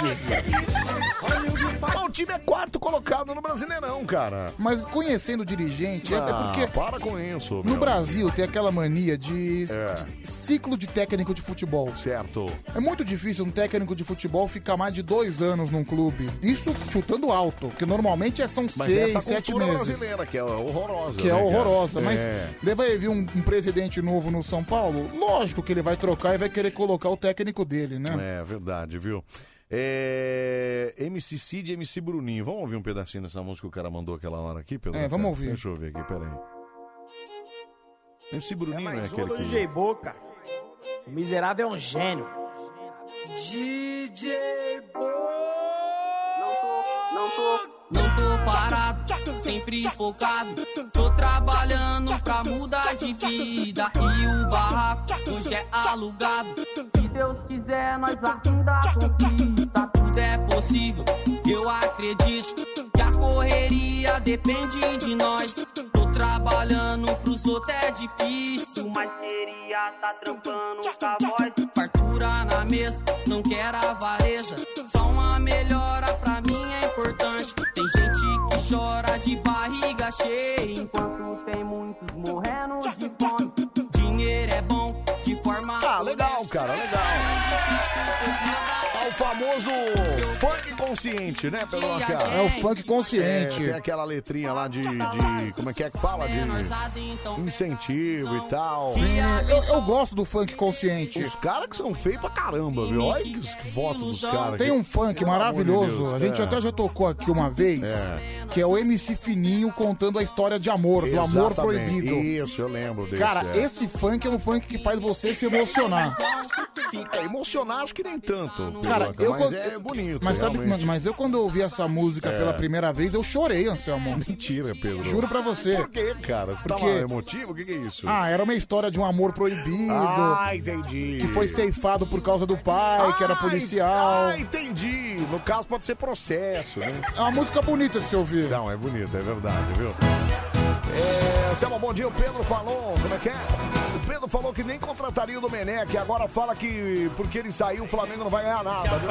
Speaker 1: Pode. É um time é quarto colocado no Brasileirão, cara.
Speaker 3: Mas conhecendo o dirigente, é-
Speaker 1: Ah,
Speaker 3: é porque
Speaker 1: Para com isso,
Speaker 3: no
Speaker 1: meu.
Speaker 3: Brasil tem aquela mania de,
Speaker 1: É.
Speaker 3: de ciclo de técnico de futebol.
Speaker 1: Certo.
Speaker 3: É muito difícil um técnico de futebol ficar mais de dois anos num clube. Isso chutando alto, que normalmente é- são
Speaker 1: Mas
Speaker 3: seis,
Speaker 1: essa
Speaker 3: sete
Speaker 1: cultura
Speaker 3: meses.
Speaker 1: brasileira que é horrorosa.
Speaker 3: Que é
Speaker 1: né, cara?
Speaker 3: horrorosa, mas
Speaker 1: É.
Speaker 3: deve vir um, um presidente novo no São Paulo? Lógico que ele vai trocar e vai querer colocar o técnico dele, né?
Speaker 1: É verdade, viu? É... MC Cid e MC Bruninho. Vamos ouvir um pedacinho dessa música que o cara mandou aquela hora aqui, Pedro?
Speaker 3: É, vamos ouvir.
Speaker 1: Deixa eu ver aqui, peraí. MC Bruninho é,
Speaker 5: Mais uma
Speaker 1: aquele
Speaker 5: do
Speaker 1: que...
Speaker 5: DJ Boca. O miserável é um gênio.
Speaker 2: DJ Boy. Não tô, não tô. Não tô parado, sempre focado. Tô trabalhando pra mudar de vida. E o barraco hoje é alugado. Se Deus quiser, nós ainda conquista. Tudo é possível, eu acredito. Que a correria depende de nós. Tô trabalhando pros outros é difícil, mas queria tá trampando com a voz. Fartura na mesa, não quero avareza. Só uma melhora pra mim é importante. Tem gente que chora de barriga cheia, enquanto tem muitos morrendo de fome. Dinheiro é bom de forma.
Speaker 1: Ah, legal, cara, legal. É o famoso funk consciente, né, Pedro?
Speaker 3: É o funk consciente.
Speaker 1: É, tem aquela letrinha lá de, de- Como é que é que fala? De incentivo e tal.
Speaker 3: Sim, eu, eu gosto do funk consciente.
Speaker 1: Os caras que são feios pra caramba, viu? Olha que que foto dos caras.
Speaker 3: Tem
Speaker 1: aqui.
Speaker 3: um funk
Speaker 1: Pelo
Speaker 3: maravilhoso,
Speaker 1: amor
Speaker 3: a
Speaker 1: de Deus.
Speaker 3: gente
Speaker 1: É.
Speaker 3: até já tocou aqui uma vez, que é o MC Fininho contando a história de amor, do amor
Speaker 1: Exatamente.
Speaker 3: proibido.
Speaker 1: Isso, eu lembro desse.
Speaker 3: Cara,
Speaker 1: é.
Speaker 3: esse funk é um funk que faz você se emocionar.
Speaker 1: É, emocionar acho que nem tanto.
Speaker 3: Cara,
Speaker 1: Pedroca,
Speaker 3: eu
Speaker 1: mas
Speaker 3: quando-
Speaker 1: é bonito.
Speaker 3: Mas sabe,
Speaker 1: realmente.
Speaker 3: mano, mas eu quando ouvi essa música
Speaker 1: É.
Speaker 3: pela primeira vez, eu chorei, Anselmo.
Speaker 1: Mentira, Pedro.
Speaker 3: Juro pra você.
Speaker 1: Por quê, cara? Você
Speaker 3: Porque-
Speaker 1: tava emotivo? O que, que é isso?
Speaker 3: Ah, era uma história de um amor proibido.
Speaker 1: Ah, entendi.
Speaker 3: Que foi ceifado por causa do pai, que era policial.
Speaker 1: Ah, entendi. No caso pode ser processo, né?
Speaker 3: É uma música bonita de se ouvir.
Speaker 1: Não, é bonita, é verdade, viu? É, Selma, bom dia. O Pedro falou, como é que é? O Pedro falou que nem contrataria o Domenech. Agora fala que porque ele saiu, o Flamengo não vai ganhar nada. Viu?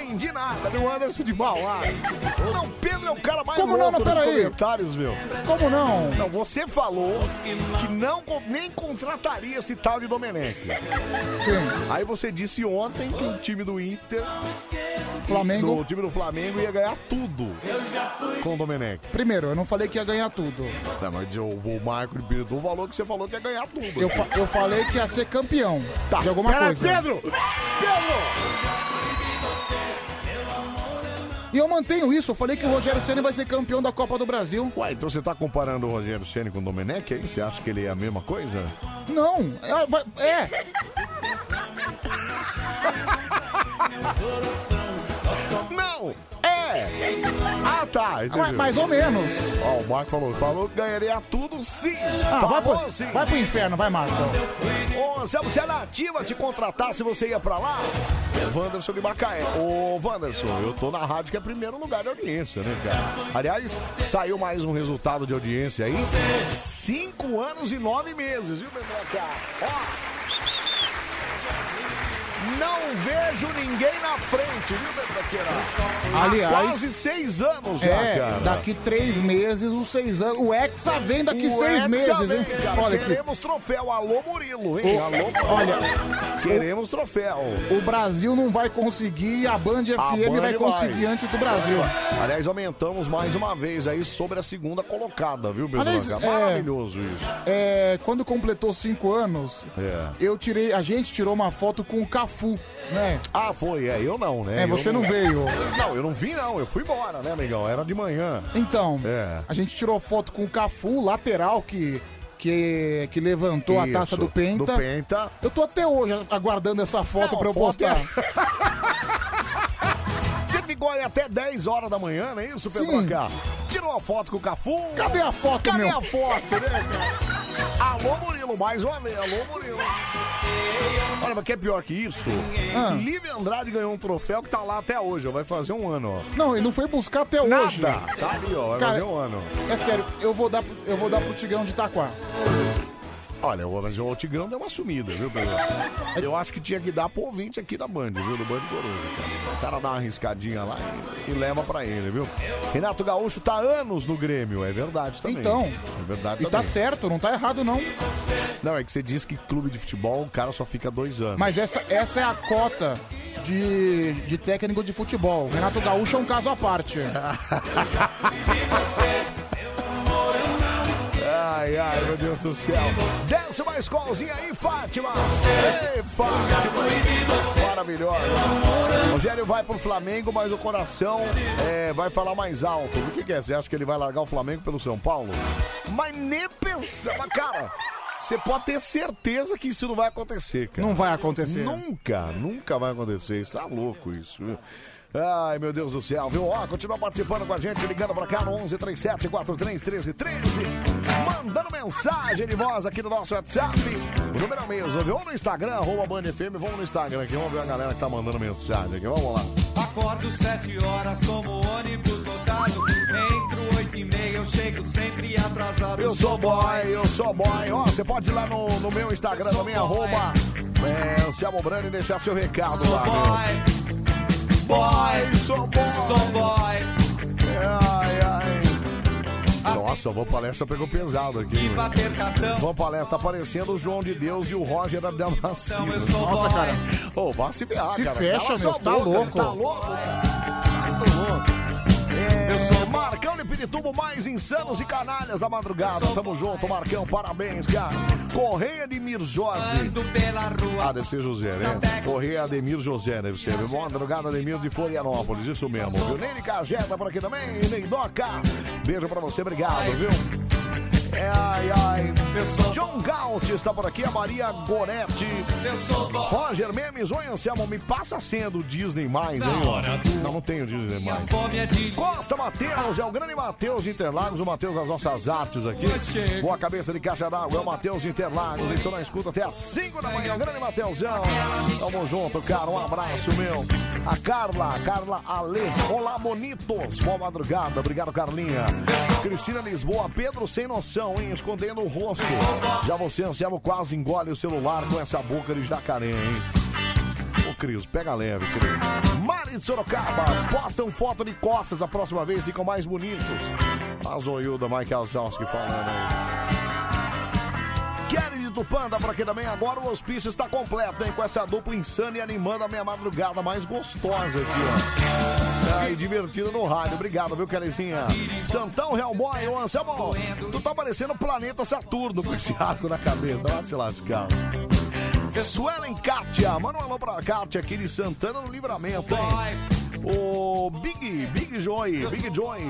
Speaker 1: Entendi nada, viu? Anderson de Mauá. Não, Pedro é o cara mais
Speaker 3: Como não?
Speaker 1: louco
Speaker 3: Não,
Speaker 1: dos
Speaker 3: peraí.
Speaker 1: comentários, meu.
Speaker 3: Como não?
Speaker 1: Não, você falou que não co- nem contrataria esse tal de Domenech.
Speaker 3: Sim.
Speaker 1: Aí você disse ontem que o time do Inter...
Speaker 3: Flamengo.
Speaker 1: do- O time do Flamengo ia ganhar tudo com o Domenech.
Speaker 3: Primeiro, eu não falei que ia ganhar tudo.
Speaker 1: Não, mas o, o Marco de Pirito falou que você falou que ia ganhar tudo.
Speaker 3: Eu, fa- eu falei que ia ser campeão
Speaker 1: Tá,
Speaker 3: de alguma
Speaker 1: pera aí,
Speaker 3: coisa.
Speaker 1: Pedro! Pedro!
Speaker 3: E eu mantenho isso, eu falei que o Rogério Ceni vai ser campeão da Copa do Brasil.
Speaker 1: Ué, então você tá comparando o Rogério Ceni com o Domenech aí? Você acha que ele é a mesma coisa?
Speaker 3: Não, é. vai- é.
Speaker 1: Não! É! Ah, tá, entendeu?
Speaker 3: Mas- mais ou menos.
Speaker 1: Ó, o Marco falou, falou que ganharia tudo sim.
Speaker 3: Ah, vai
Speaker 1: falou,
Speaker 3: pro,
Speaker 1: sim.
Speaker 3: vai pro inferno, vai, Marco.
Speaker 1: Ô, Anselmo, se a Nativa te contratasse, você ia pra lá? É Wanderson de Macaé. Ô, Wanderson, eu tô na rádio que é primeiro lugar de audiência, né, cara? Aliás, saiu mais um resultado de audiência aí. Cinco anos e nove meses, viu, Beboca? Ó. Não vejo ninguém na frente, viu, Beboqueira? Há
Speaker 3: Aliás-
Speaker 1: Quase seis anos já, cara.
Speaker 3: É, daqui três meses, os seis anos. O Hexa vem daqui
Speaker 1: O
Speaker 3: seis
Speaker 1: Hexa
Speaker 3: meses,
Speaker 1: vem,
Speaker 3: hein?
Speaker 1: cara.
Speaker 3: Olha aqui.
Speaker 1: Queremos troféu. Alô, Murilo, hein?
Speaker 3: O-
Speaker 1: Alô, Murilo.
Speaker 3: olha,
Speaker 1: Queremos troféu.
Speaker 3: O Brasil não vai conseguir e a Band FM
Speaker 1: A Band
Speaker 3: vai conseguir antes do Brasil.
Speaker 1: Aliás, aumentamos mais uma vez aí sobre a segunda colocada, viu,
Speaker 3: Aliás,
Speaker 1: Pedro?
Speaker 3: é-
Speaker 1: Maravilhoso isso.
Speaker 3: É, quando completou cinco anos,
Speaker 1: É.
Speaker 3: eu tirei, a gente tirou uma foto com o Cafu, né?
Speaker 1: Ah, foi, é, eu não, né?
Speaker 3: É,
Speaker 1: Eu
Speaker 3: você não veio.
Speaker 1: Não, eu não vi, não. Eu fui embora, né, amigão? Era de manhã.
Speaker 3: Então,
Speaker 1: É.
Speaker 3: a gente tirou foto com o Cafu, lateral que que, que levantou
Speaker 1: Isso,
Speaker 3: a taça do Penta.
Speaker 1: do Penta.
Speaker 3: Eu tô até hoje aguardando essa foto
Speaker 1: Não,
Speaker 3: pra eu
Speaker 1: foto é-
Speaker 3: postar.
Speaker 1: Você ficou aí até 10 horas da manhã, não é isso, Pedro?
Speaker 3: Sim.
Speaker 1: Acá? Tirou a foto com o Cafu.
Speaker 3: Cadê a foto,
Speaker 1: Cadê
Speaker 3: meu?
Speaker 1: a foto, né, cara? Alô, Murilo, mais uma vez. Alô, Murilo. Olha, mas que é pior que isso?
Speaker 3: Ah.
Speaker 1: Lívia Andrade ganhou um troféu que tá lá até hoje, ó, vai fazer um ano, ó.
Speaker 3: Não, ele não foi buscar até hoje.
Speaker 1: Nada. Tá ali, ó, vai
Speaker 3: Cara,
Speaker 1: fazer um ano.
Speaker 3: É sério, eu vou dar, pro- eu vou dar pro Tigrão de Taquá.
Speaker 1: Olha, mas o Tigrão deu uma sumida, viu, Pedro? Eu acho que tinha que dar pro ouvinte aqui da Band, viu? Do Band Coruja, cara. O cara dá uma riscadinha lá e, e leva pra ele, viu? Renato Gaúcho tá anos no Grêmio, é verdade também.
Speaker 3: Então.
Speaker 1: É verdade
Speaker 3: E tá
Speaker 1: também.
Speaker 3: certo, não tá errado não.
Speaker 1: Não, é que você diz que clube de futebol o cara só fica dois anos.
Speaker 3: Mas essa, essa é a cota de, de técnico de futebol. Renato Gaúcho é um caso à parte.
Speaker 1: Ai, ai, meu Deus do céu. Desce uma escolzinha aí, Fátima. Ei, Fátima. Maravilhosa. Rogério vai pro Flamengo, mas o coração é, vai falar mais alto. O que que é? Você acha que ele vai largar o Flamengo pelo São Paulo? Mas nem pensar, mas, cara... Você pode ter certeza que isso não vai acontecer, cara.
Speaker 3: Não vai acontecer.
Speaker 1: Nunca, nunca vai acontecer. Isso tá louco isso, viu? Ai, meu Deus do céu, viu? Ó, continua participando com a gente, ligando pra cá no 11 37 43 13 13, mandando mensagem de voz aqui no nosso WhatsApp. O número é o mesmo, viu? Ou no Instagram, arroba Band FM, vamos no Instagram aqui, vamos ver a galera que tá mandando mensagem aqui, vamos lá.
Speaker 6: Acordo sete horas, tomo ônibus lotado. Entro oito e meia, eu chego sempre atrasado.
Speaker 1: Eu sou boy, eu sou boy. Ó, você pode ir lá no, no meu Instagram também, arroba é, Anselmo Brando e deixar seu recado lá. Sou boy, sou boy, sou boy. Ai, ai. Nossa, o Vão Palestra pegou pesado aqui. hein? Vão Palestra tá aparecendo o João de Deus e o Roger Abdel Nascimento. Nossa, cara. Ô, vá se ferrar,
Speaker 3: Se
Speaker 1: cara.
Speaker 3: fecha,
Speaker 1: Cala
Speaker 3: meu,
Speaker 1: sua
Speaker 3: tá
Speaker 1: boca,
Speaker 3: louco.
Speaker 1: Tá louco, cara. Tá louco. Eu sou Marcão de Piritubo, mais insanos e canalhas da madrugada. Tamo junto, Marcão, Então, parabéns, cara. Correia de Mirjose. Ah, deve ser José, né? Correia Ademir José, deve ser. Meu madrugada Ademir de Florianópolis, isso mesmo. Viu? Nene Cajé tá por aqui também, Ney Doca. Beijo pra você, obrigado, viu? É, ai, ai. John Galt está por aqui, a Maria Goretti. Roger Memes, oi Anselmo, me passa a senha do Disney mais, hein? Não, não tenho Disney mais. Costa Matheus, é o grande Matheus de Interlagos, o Matheus das nossas artes aqui. Boa cabeça de caixa d'água, é o Matheus de Interlagos. Então na escuta até às 5 da manhã. Grande Matheusão. Tamo junto, cara. Um abraço, meu. A Carla, Carla Ale. Olá, bonitos. Boa madrugada. Obrigado, Carlinha. Cristina Lisboa, Pedro sem noção, hein? Escondendo o rosto. Já você, Anselmo, quase engole o celular com essa boca de jacaré, hein? Ô, Cris, pega leve, Cris. Mari de Sorocaba, um postam foto de costas a próxima vez, ficam mais bonitos. A zoiuda um Michael Zalski falando aí. Kelly de Tupã, dá pra aqui também. Agora o hospício está completo, hein? Com essa dupla insana e animando a minha madrugada mais gostosa aqui, ó. Ai, divertida no rádio. Obrigado, viu, Kellyzinha? Santão Hellboy, ô Anselmo, tu tá parecendo o planeta Saturno com esse arco na cabeça. Vai se lascar. Suelen Kátia, manda um alô pra Kátia aqui de Santana no Livramento, hein? O Big, Big Joy, Big Joy.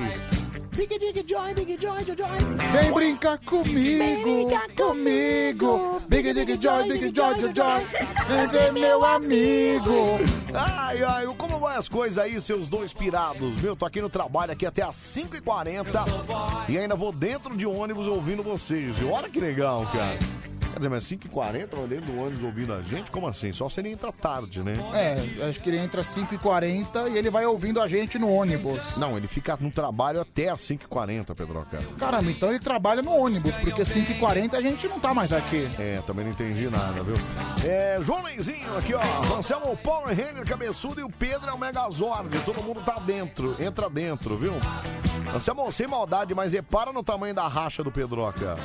Speaker 1: Big, Big Joy, Big Joy, Joy.
Speaker 3: Vem brincar comigo, comigo. Big Dig Joy, Big Joy, Joy, Joy. Mas é meu amigo.
Speaker 1: Ai, ai, como vai as coisas aí, seus dois pirados? Meu, tô aqui no trabalho aqui até as 5h40 e ainda vou dentro de ônibus ouvindo vocês, viu? Olha que legal, cara. Quer dizer, mas 5h40 vai dentro do ônibus ouvindo a gente? Como assim? Só se ele entra tarde, né?
Speaker 3: É, acho que ele entra às 5h40 e ele vai ouvindo a gente no ônibus.
Speaker 1: Não, ele fica no trabalho até as 5h40, Pedro, cara.
Speaker 3: Caramba, então ele trabalha no ônibus, porque 5h40 a gente não tá mais aqui.
Speaker 1: É, também não entendi nada, viu? É, João Lenzinho aqui, ó. Anselmo, o Power Ranger cabeçudo e o Pedro é o Megazord. Todo mundo tá dentro, entra dentro, viu? Anselmo, sem maldade, mas repara no tamanho da racha do Pedroca.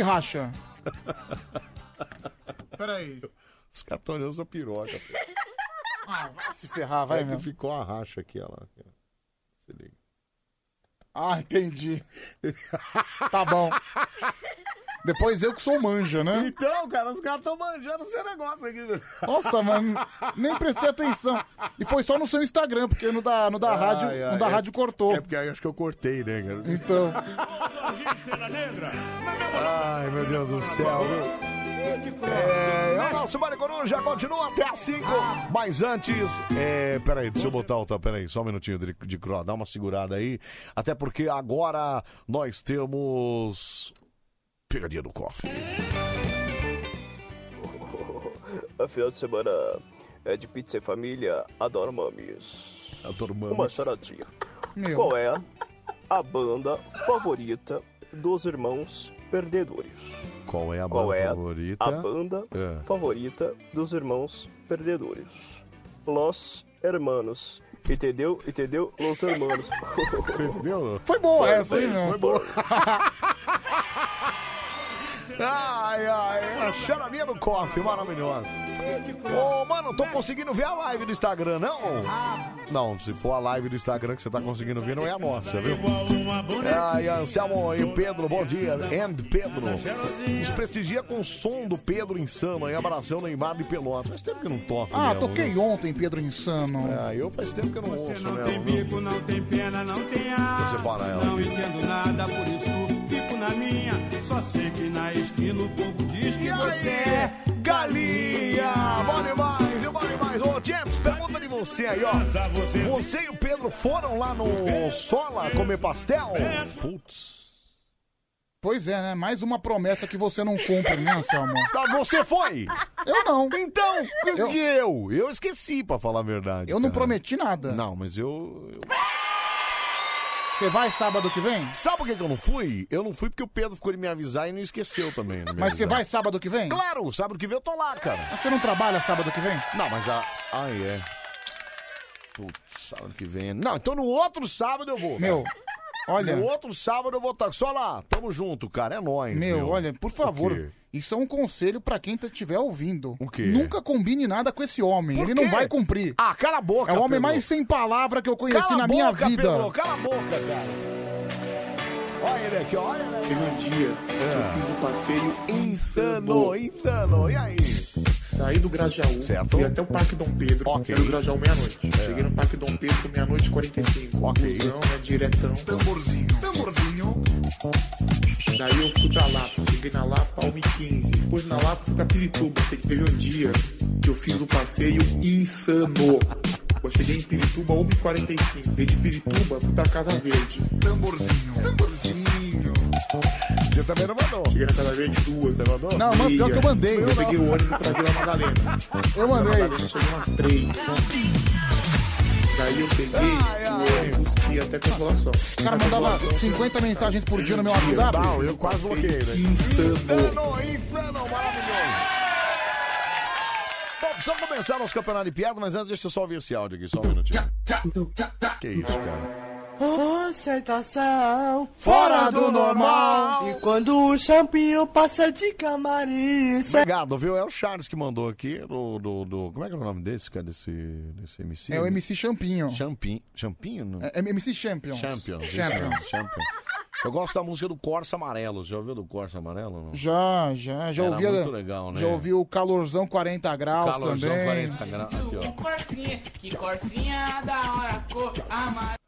Speaker 3: racha?
Speaker 1: Peraí. Os caras estão olhando sua piroca. pô.
Speaker 3: Ah, vai se ferrar, vai
Speaker 1: é que
Speaker 3: mesmo.
Speaker 1: ficou a racha aqui, ó. lá. Se liga.
Speaker 3: Ah, entendi. Tá bom. Depois eu que sou manja, né?
Speaker 1: Então, cara, os caras estão manjando seu negócio aqui.
Speaker 3: Nossa, mano, nem prestei atenção. E foi só no seu Instagram, porque no da, no da rádio,
Speaker 1: Ai, ai,
Speaker 3: no da
Speaker 1: é-
Speaker 3: rádio cortou.
Speaker 1: É porque aí acho que eu cortei, né, cara?
Speaker 3: Então.
Speaker 1: Ai, meu Deus do céu, viu? É, o nosso Mário Coruja continua até as 5. Mas antes, é, peraí, deixa eu botar outra, peraí, só um minutinho de, de cro, dá uma segurada aí. Até porque agora nós temos. Pegadinha do cofre.
Speaker 22: Afinal de semana é de pizza e família, adoro mames.
Speaker 1: Adoro mames.
Speaker 22: Uma charadinha. Qual é a banda favorita dos irmãos Perdedores.
Speaker 1: Qual é a
Speaker 22: Qual
Speaker 1: banda
Speaker 22: é a-
Speaker 1: favorita?
Speaker 22: a banda
Speaker 1: É.
Speaker 22: favorita dos irmãos perdedores? Los Hermanos. Entendeu? Entendeu? Los Hermanos. Você
Speaker 1: entendeu?
Speaker 3: Foi boa essa, hein, meu?
Speaker 1: Foi boa. Ai, ai, é a charadinha do cofre, maravilhosa. Ô, mano, tô conseguindo ver a live do Instagram, não? Não, se for a live do Instagram que você tá conseguindo ver, não é a nossa, viu? Ai, Anselmo e Pedro, bom dia. And Pedro. Nos prestigia com o som do Pedro Insano, e abração Neymar de Pelotas. Faz tempo que eu não toco
Speaker 3: Ah,
Speaker 1: mesmo,
Speaker 3: toquei
Speaker 1: viu?
Speaker 3: ontem, Pedro Insano.
Speaker 1: Ah, eu faz tempo que eu não ouço mesmo.
Speaker 7: Bico não tem pena, não tem ar.
Speaker 1: Você para ela.
Speaker 7: Não entendo nada, por isso fico na minha. Só sei que na esquina o povo diz que você é
Speaker 1: galinha. Bom demais, eu bom demais. Ô, James, pergunta de você aí, ó. Você e o Pedro foram lá no Sola comer pastel? Putz.
Speaker 3: Pois é, né? Mais uma promessa que você não cumpre, né, Anselmo?
Speaker 1: Você foi?
Speaker 3: Eu não.
Speaker 1: Tá Então, eu... eu? Eu esqueci, pra falar a verdade.
Speaker 3: Eu não
Speaker 1: cara.
Speaker 3: prometi nada.
Speaker 1: Não, mas eu.
Speaker 3: Você vai sábado que vem?
Speaker 1: Sabe por que que eu não fui? Eu não fui porque o Pedro ficou de me avisar e não esqueceu também. de me
Speaker 3: Mas você
Speaker 1: avisar.
Speaker 3: vai sábado que vem?
Speaker 1: Claro, sábado que vem eu tô lá, cara.
Speaker 3: Mas você não trabalha sábado que vem?
Speaker 1: Não, mas a. Ai, é. Putz, sábado que vem. Não, então no outro sábado eu vou.
Speaker 3: Meu, olha-
Speaker 1: No outro sábado eu vou estar. Só lá, tamo junto, cara. É nóis.
Speaker 3: Meu, olha, por favor,
Speaker 1: O quê?
Speaker 3: isso é um conselho pra quem estiver ouvindo. O
Speaker 1: quê?
Speaker 3: Nunca combine nada com esse homem. Ele não
Speaker 1: quê?
Speaker 3: vai cumprir.
Speaker 1: Ah, cala a boca.
Speaker 3: É o homem
Speaker 1: Pedro.
Speaker 3: mais sem palavra que eu conheci
Speaker 1: Cala a
Speaker 3: na minha
Speaker 1: boca,
Speaker 3: vida.
Speaker 1: Pedro, cala a boca, cara. Olha ele aqui, olha ele aqui.
Speaker 9: Teve um dia que eu fiz um passeio insano.
Speaker 1: É. Insano, insano. E aí?
Speaker 9: Saí do Grajaú, fui até o Parque Dom Pedro, era o Grajaú meia-noite.
Speaker 1: É.
Speaker 9: Cheguei no Parque Dom Pedro, meia-noite e 45. Ok. Busão, né, diretão. Tamborzinho, tamborzinho. Daí eu fui pra Lapa, cheguei na Lapa, 1h15. Depois na Lapa fui pra Pirituba. Sei que teve um dia que eu fiz o passeio insano. Eu cheguei em Pirituba, 1h45. Dei de Pirituba, fui pra Casa Verde. Tamborzinho, tamborzinho.
Speaker 1: Você também não mandou.
Speaker 9: Cheguei na Casa Verde duas. né, Você
Speaker 1: mandou?
Speaker 3: Não, mano, pior que eu mandei.
Speaker 9: Eu peguei o ônibus pra Vila Madalena.
Speaker 3: Eu mandei.
Speaker 9: Vila Madalena chegou umas
Speaker 1: né?
Speaker 9: três. Daí eu peguei o ônibus e ia até consolação.
Speaker 3: O cara mandava 50 mensagens por dia no meu WhatsApp.
Speaker 1: Não, eu quase bloqueei, né? Insano, insano, maravilhoso. Bom, precisamos começar nosso campeonato de piada, mas antes deixa eu só ouvir esse áudio aqui, só um minutinho. Que isso, cara.
Speaker 23: Aceitação fora do normal. E quando o champignon passa de camarim, cê...
Speaker 1: Obrigado, viu? É o Charles que mandou aqui, do, do, do- Como é que é o nome desse, cara, desse, desse MC?
Speaker 3: É o MC Champinho.
Speaker 1: Champinho. Champinho? não?
Speaker 3: É, é MC Champions.
Speaker 1: Champions. isso
Speaker 3: Champions.
Speaker 1: mesmo, Champions. Eu gosto da música do Corsa Amarelo, já ouviu do Corsa Amarelo? Não?
Speaker 3: Já, já, já
Speaker 1: Era
Speaker 3: ouvi.
Speaker 1: muito legal, né?
Speaker 3: Já ouvi o calorzão 40 graus
Speaker 1: Calorzão,
Speaker 3: também.
Speaker 1: 40 graus, aqui, ó.
Speaker 2: corsinha, que corsinha da hora, cor amarela.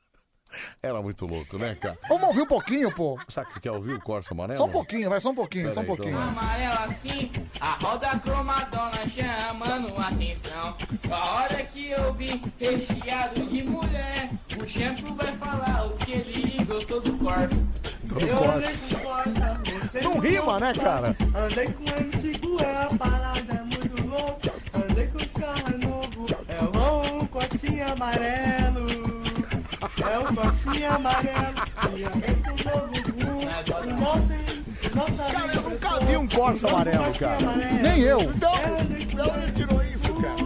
Speaker 1: Era muito louco, né, cara?
Speaker 3: Vamos ouvir um pouquinho, pô.
Speaker 1: Sabe que você quer ouvir o Corsa Amarelo?
Speaker 3: Só um pouquinho, vai, só um pouquinho,
Speaker 1: Pera
Speaker 3: só um
Speaker 1: aí,
Speaker 3: pouquinho.
Speaker 1: então vai.
Speaker 2: Amarela assim, a roda cromadona chamando atenção. A hora que eu vi recheado de mulher, o shampoo vai falar o que ele gostou do corpo.
Speaker 1: Todo corte.
Speaker 23: Não rima, né,
Speaker 1: cara?
Speaker 23: Andei com MC Guel, a parada é muito louca. Andei com os carros novos, é o um cocinho amarelo. É o cocinho amarelo. E andei com o novo um rumo, nossa, hein? Nossa, cara, eu nunca
Speaker 1: vi um Corsa amarelo, cara.
Speaker 3: Nem eu.
Speaker 1: Então, de onde tirou isso, cara?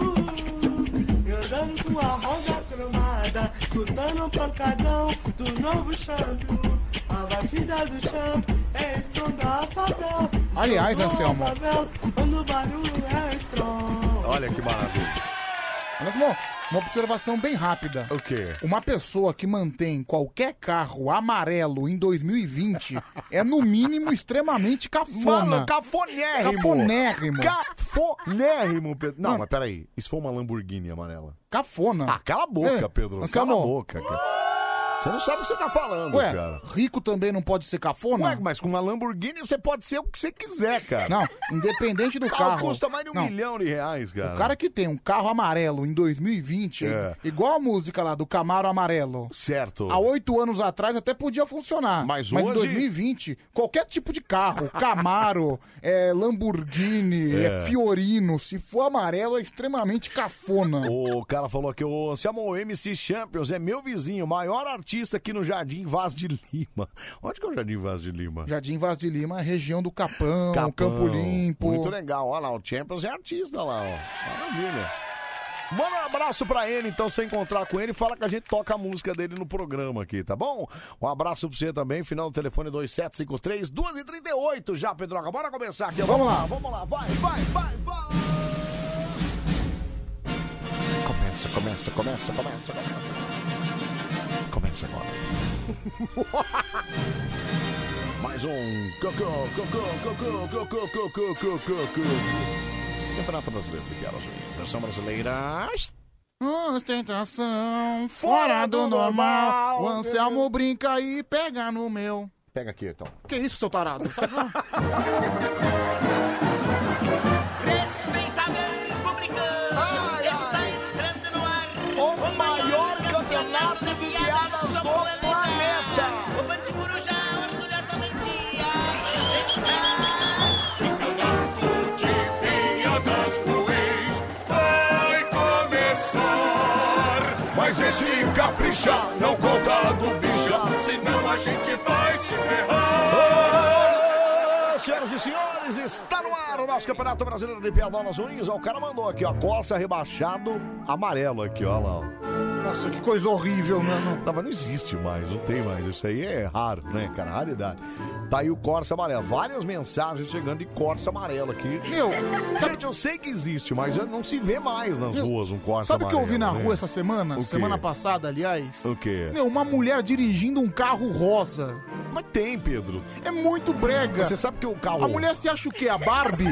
Speaker 23: Eu andando com a rosa cromada, escutando o pancadão do novo shampoo. A batida do shampoo é estronda a favela.
Speaker 3: Aliás,
Speaker 23: Estrondo a
Speaker 3: Anselmo.
Speaker 23: favela, Quando o barulho é estrondo.
Speaker 1: Olha que maravilha.
Speaker 3: Mas uma, uma observação bem rápida.
Speaker 1: O quê?
Speaker 3: Uma pessoa que mantém qualquer carro amarelo em 2020 é, no mínimo, extremamente cafona.
Speaker 1: Mano, cafonérrimo.
Speaker 3: Cafonérrimo. Hum.
Speaker 1: Cafonérrimo, Pedro. Não, mas peraí. Isso foi uma Lamborghini amarela.
Speaker 3: Cafona.
Speaker 1: Ah, cala a boca,
Speaker 3: É,
Speaker 1: Pedro.
Speaker 3: Anselmo.
Speaker 1: Cala a boca, cara. Você não sabe o que você tá falando,
Speaker 3: Ué,
Speaker 1: cara.
Speaker 3: rico também não pode ser cafona?
Speaker 1: Ué, mas com uma Lamborghini você pode ser o que você quiser, cara.
Speaker 3: Não, independente do
Speaker 1: carro,
Speaker 3: carro.
Speaker 1: custa mais de um
Speaker 3: Não,
Speaker 1: milhão de reais, cara.
Speaker 3: O cara que tem um carro amarelo em 2020,
Speaker 1: É.
Speaker 3: igual a música lá do Camaro Amarelo.
Speaker 1: Certo.
Speaker 3: Há oito anos atrás até podia funcionar.
Speaker 1: Mas
Speaker 3: em
Speaker 1: hoje-
Speaker 3: 2020, qualquer tipo de carro, Camaro, é, Lamborghini, é.
Speaker 1: É.
Speaker 3: Fiorino, se for amarelo é extremamente cafona.
Speaker 1: O cara falou que o Anselmo MC Champions é meu vizinho, maior artista. artista aqui no Jardim Vaz de Lima. Onde que é o Jardim Vaz de Lima?
Speaker 3: Jardim Vaz de Lima, região do Capão,
Speaker 1: Capão.
Speaker 3: Campo Limpo.
Speaker 1: Muito legal. Olha lá, o Champions é artista lá, ó. Maravilha. Manda um abraço pra ele, então, se você encontrar com ele, fala que a gente toca a música dele no programa aqui, tá bom? Um abraço pra você também, final do telefone 2753, 2h38 já, Pedroca. Bora começar aqui. ó.
Speaker 3: Vamos lá.
Speaker 1: vamos lá, vai, vai, vai, vai. Começa, começa, começa, começa, começa. Começa agora. Mais um Cocô, Cocô, Cocô, Cocô, Cocô, Cocô, Cocô. Campeonato Brasileiro de Quero Versão brasileira.
Speaker 3: Ostentação fora do normal. O Anselmo brinca e pega no meu.
Speaker 1: Pega aqui, então.
Speaker 3: Que isso, seu tarado?
Speaker 10: Respeita bem, publicano. Está entrando no ar
Speaker 1: o, maior campeonato de piadas do planeta.
Speaker 10: O Bande Coruja orgulhosamente
Speaker 7: piadas ruins vai começar. Mas esse caprichar não conta do bicha, senão a gente vai se ferrar.
Speaker 1: Senhoras e senhores, está no ar o nosso Campeonato Brasileiro de Piadolas Ruins. Ó, o cara mandou aqui, ó, Corsa rebaixado amarelo aqui, ó lá.
Speaker 3: Nossa, que coisa horrível, né, mano.
Speaker 1: Não, mas não existe mais, não tem mais. Isso aí é raro, né, cara? Raridade. Tá aí o Corsa amarelo. Várias mensagens chegando de Corsa amarelo aqui. Meu, gente, eu sei que existe, mas não se vê mais nas ruas um Corsa
Speaker 3: Sabe o que eu vi na
Speaker 1: amarelo, né?
Speaker 3: rua essa semana?
Speaker 1: O quê? É.
Speaker 3: Semana passada, aliás.
Speaker 1: O quê?
Speaker 3: Meu, uma mulher dirigindo um carro rosa.
Speaker 1: Mas tem, Pedro.
Speaker 3: É muito brega.
Speaker 1: Você sabe que o carro-
Speaker 3: A mulher se acha o quê? A Barbie?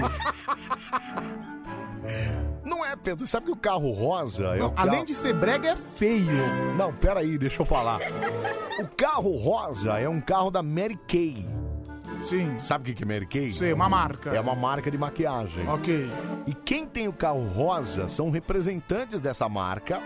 Speaker 1: Não é, Pedro. Sabe que o carro rosa é o
Speaker 3: Não,
Speaker 1: carro...
Speaker 3: além de ser brega, é feio.
Speaker 1: Não, peraí, deixa eu falar. O carro rosa é um carro da Mary Kay.
Speaker 3: Sim.
Speaker 1: Sabe o que que é Mary Kay?
Speaker 3: Sei, uma marca.
Speaker 1: É uma marca de maquiagem.
Speaker 3: Ok.
Speaker 1: E quem tem o carro rosa são representantes dessa marca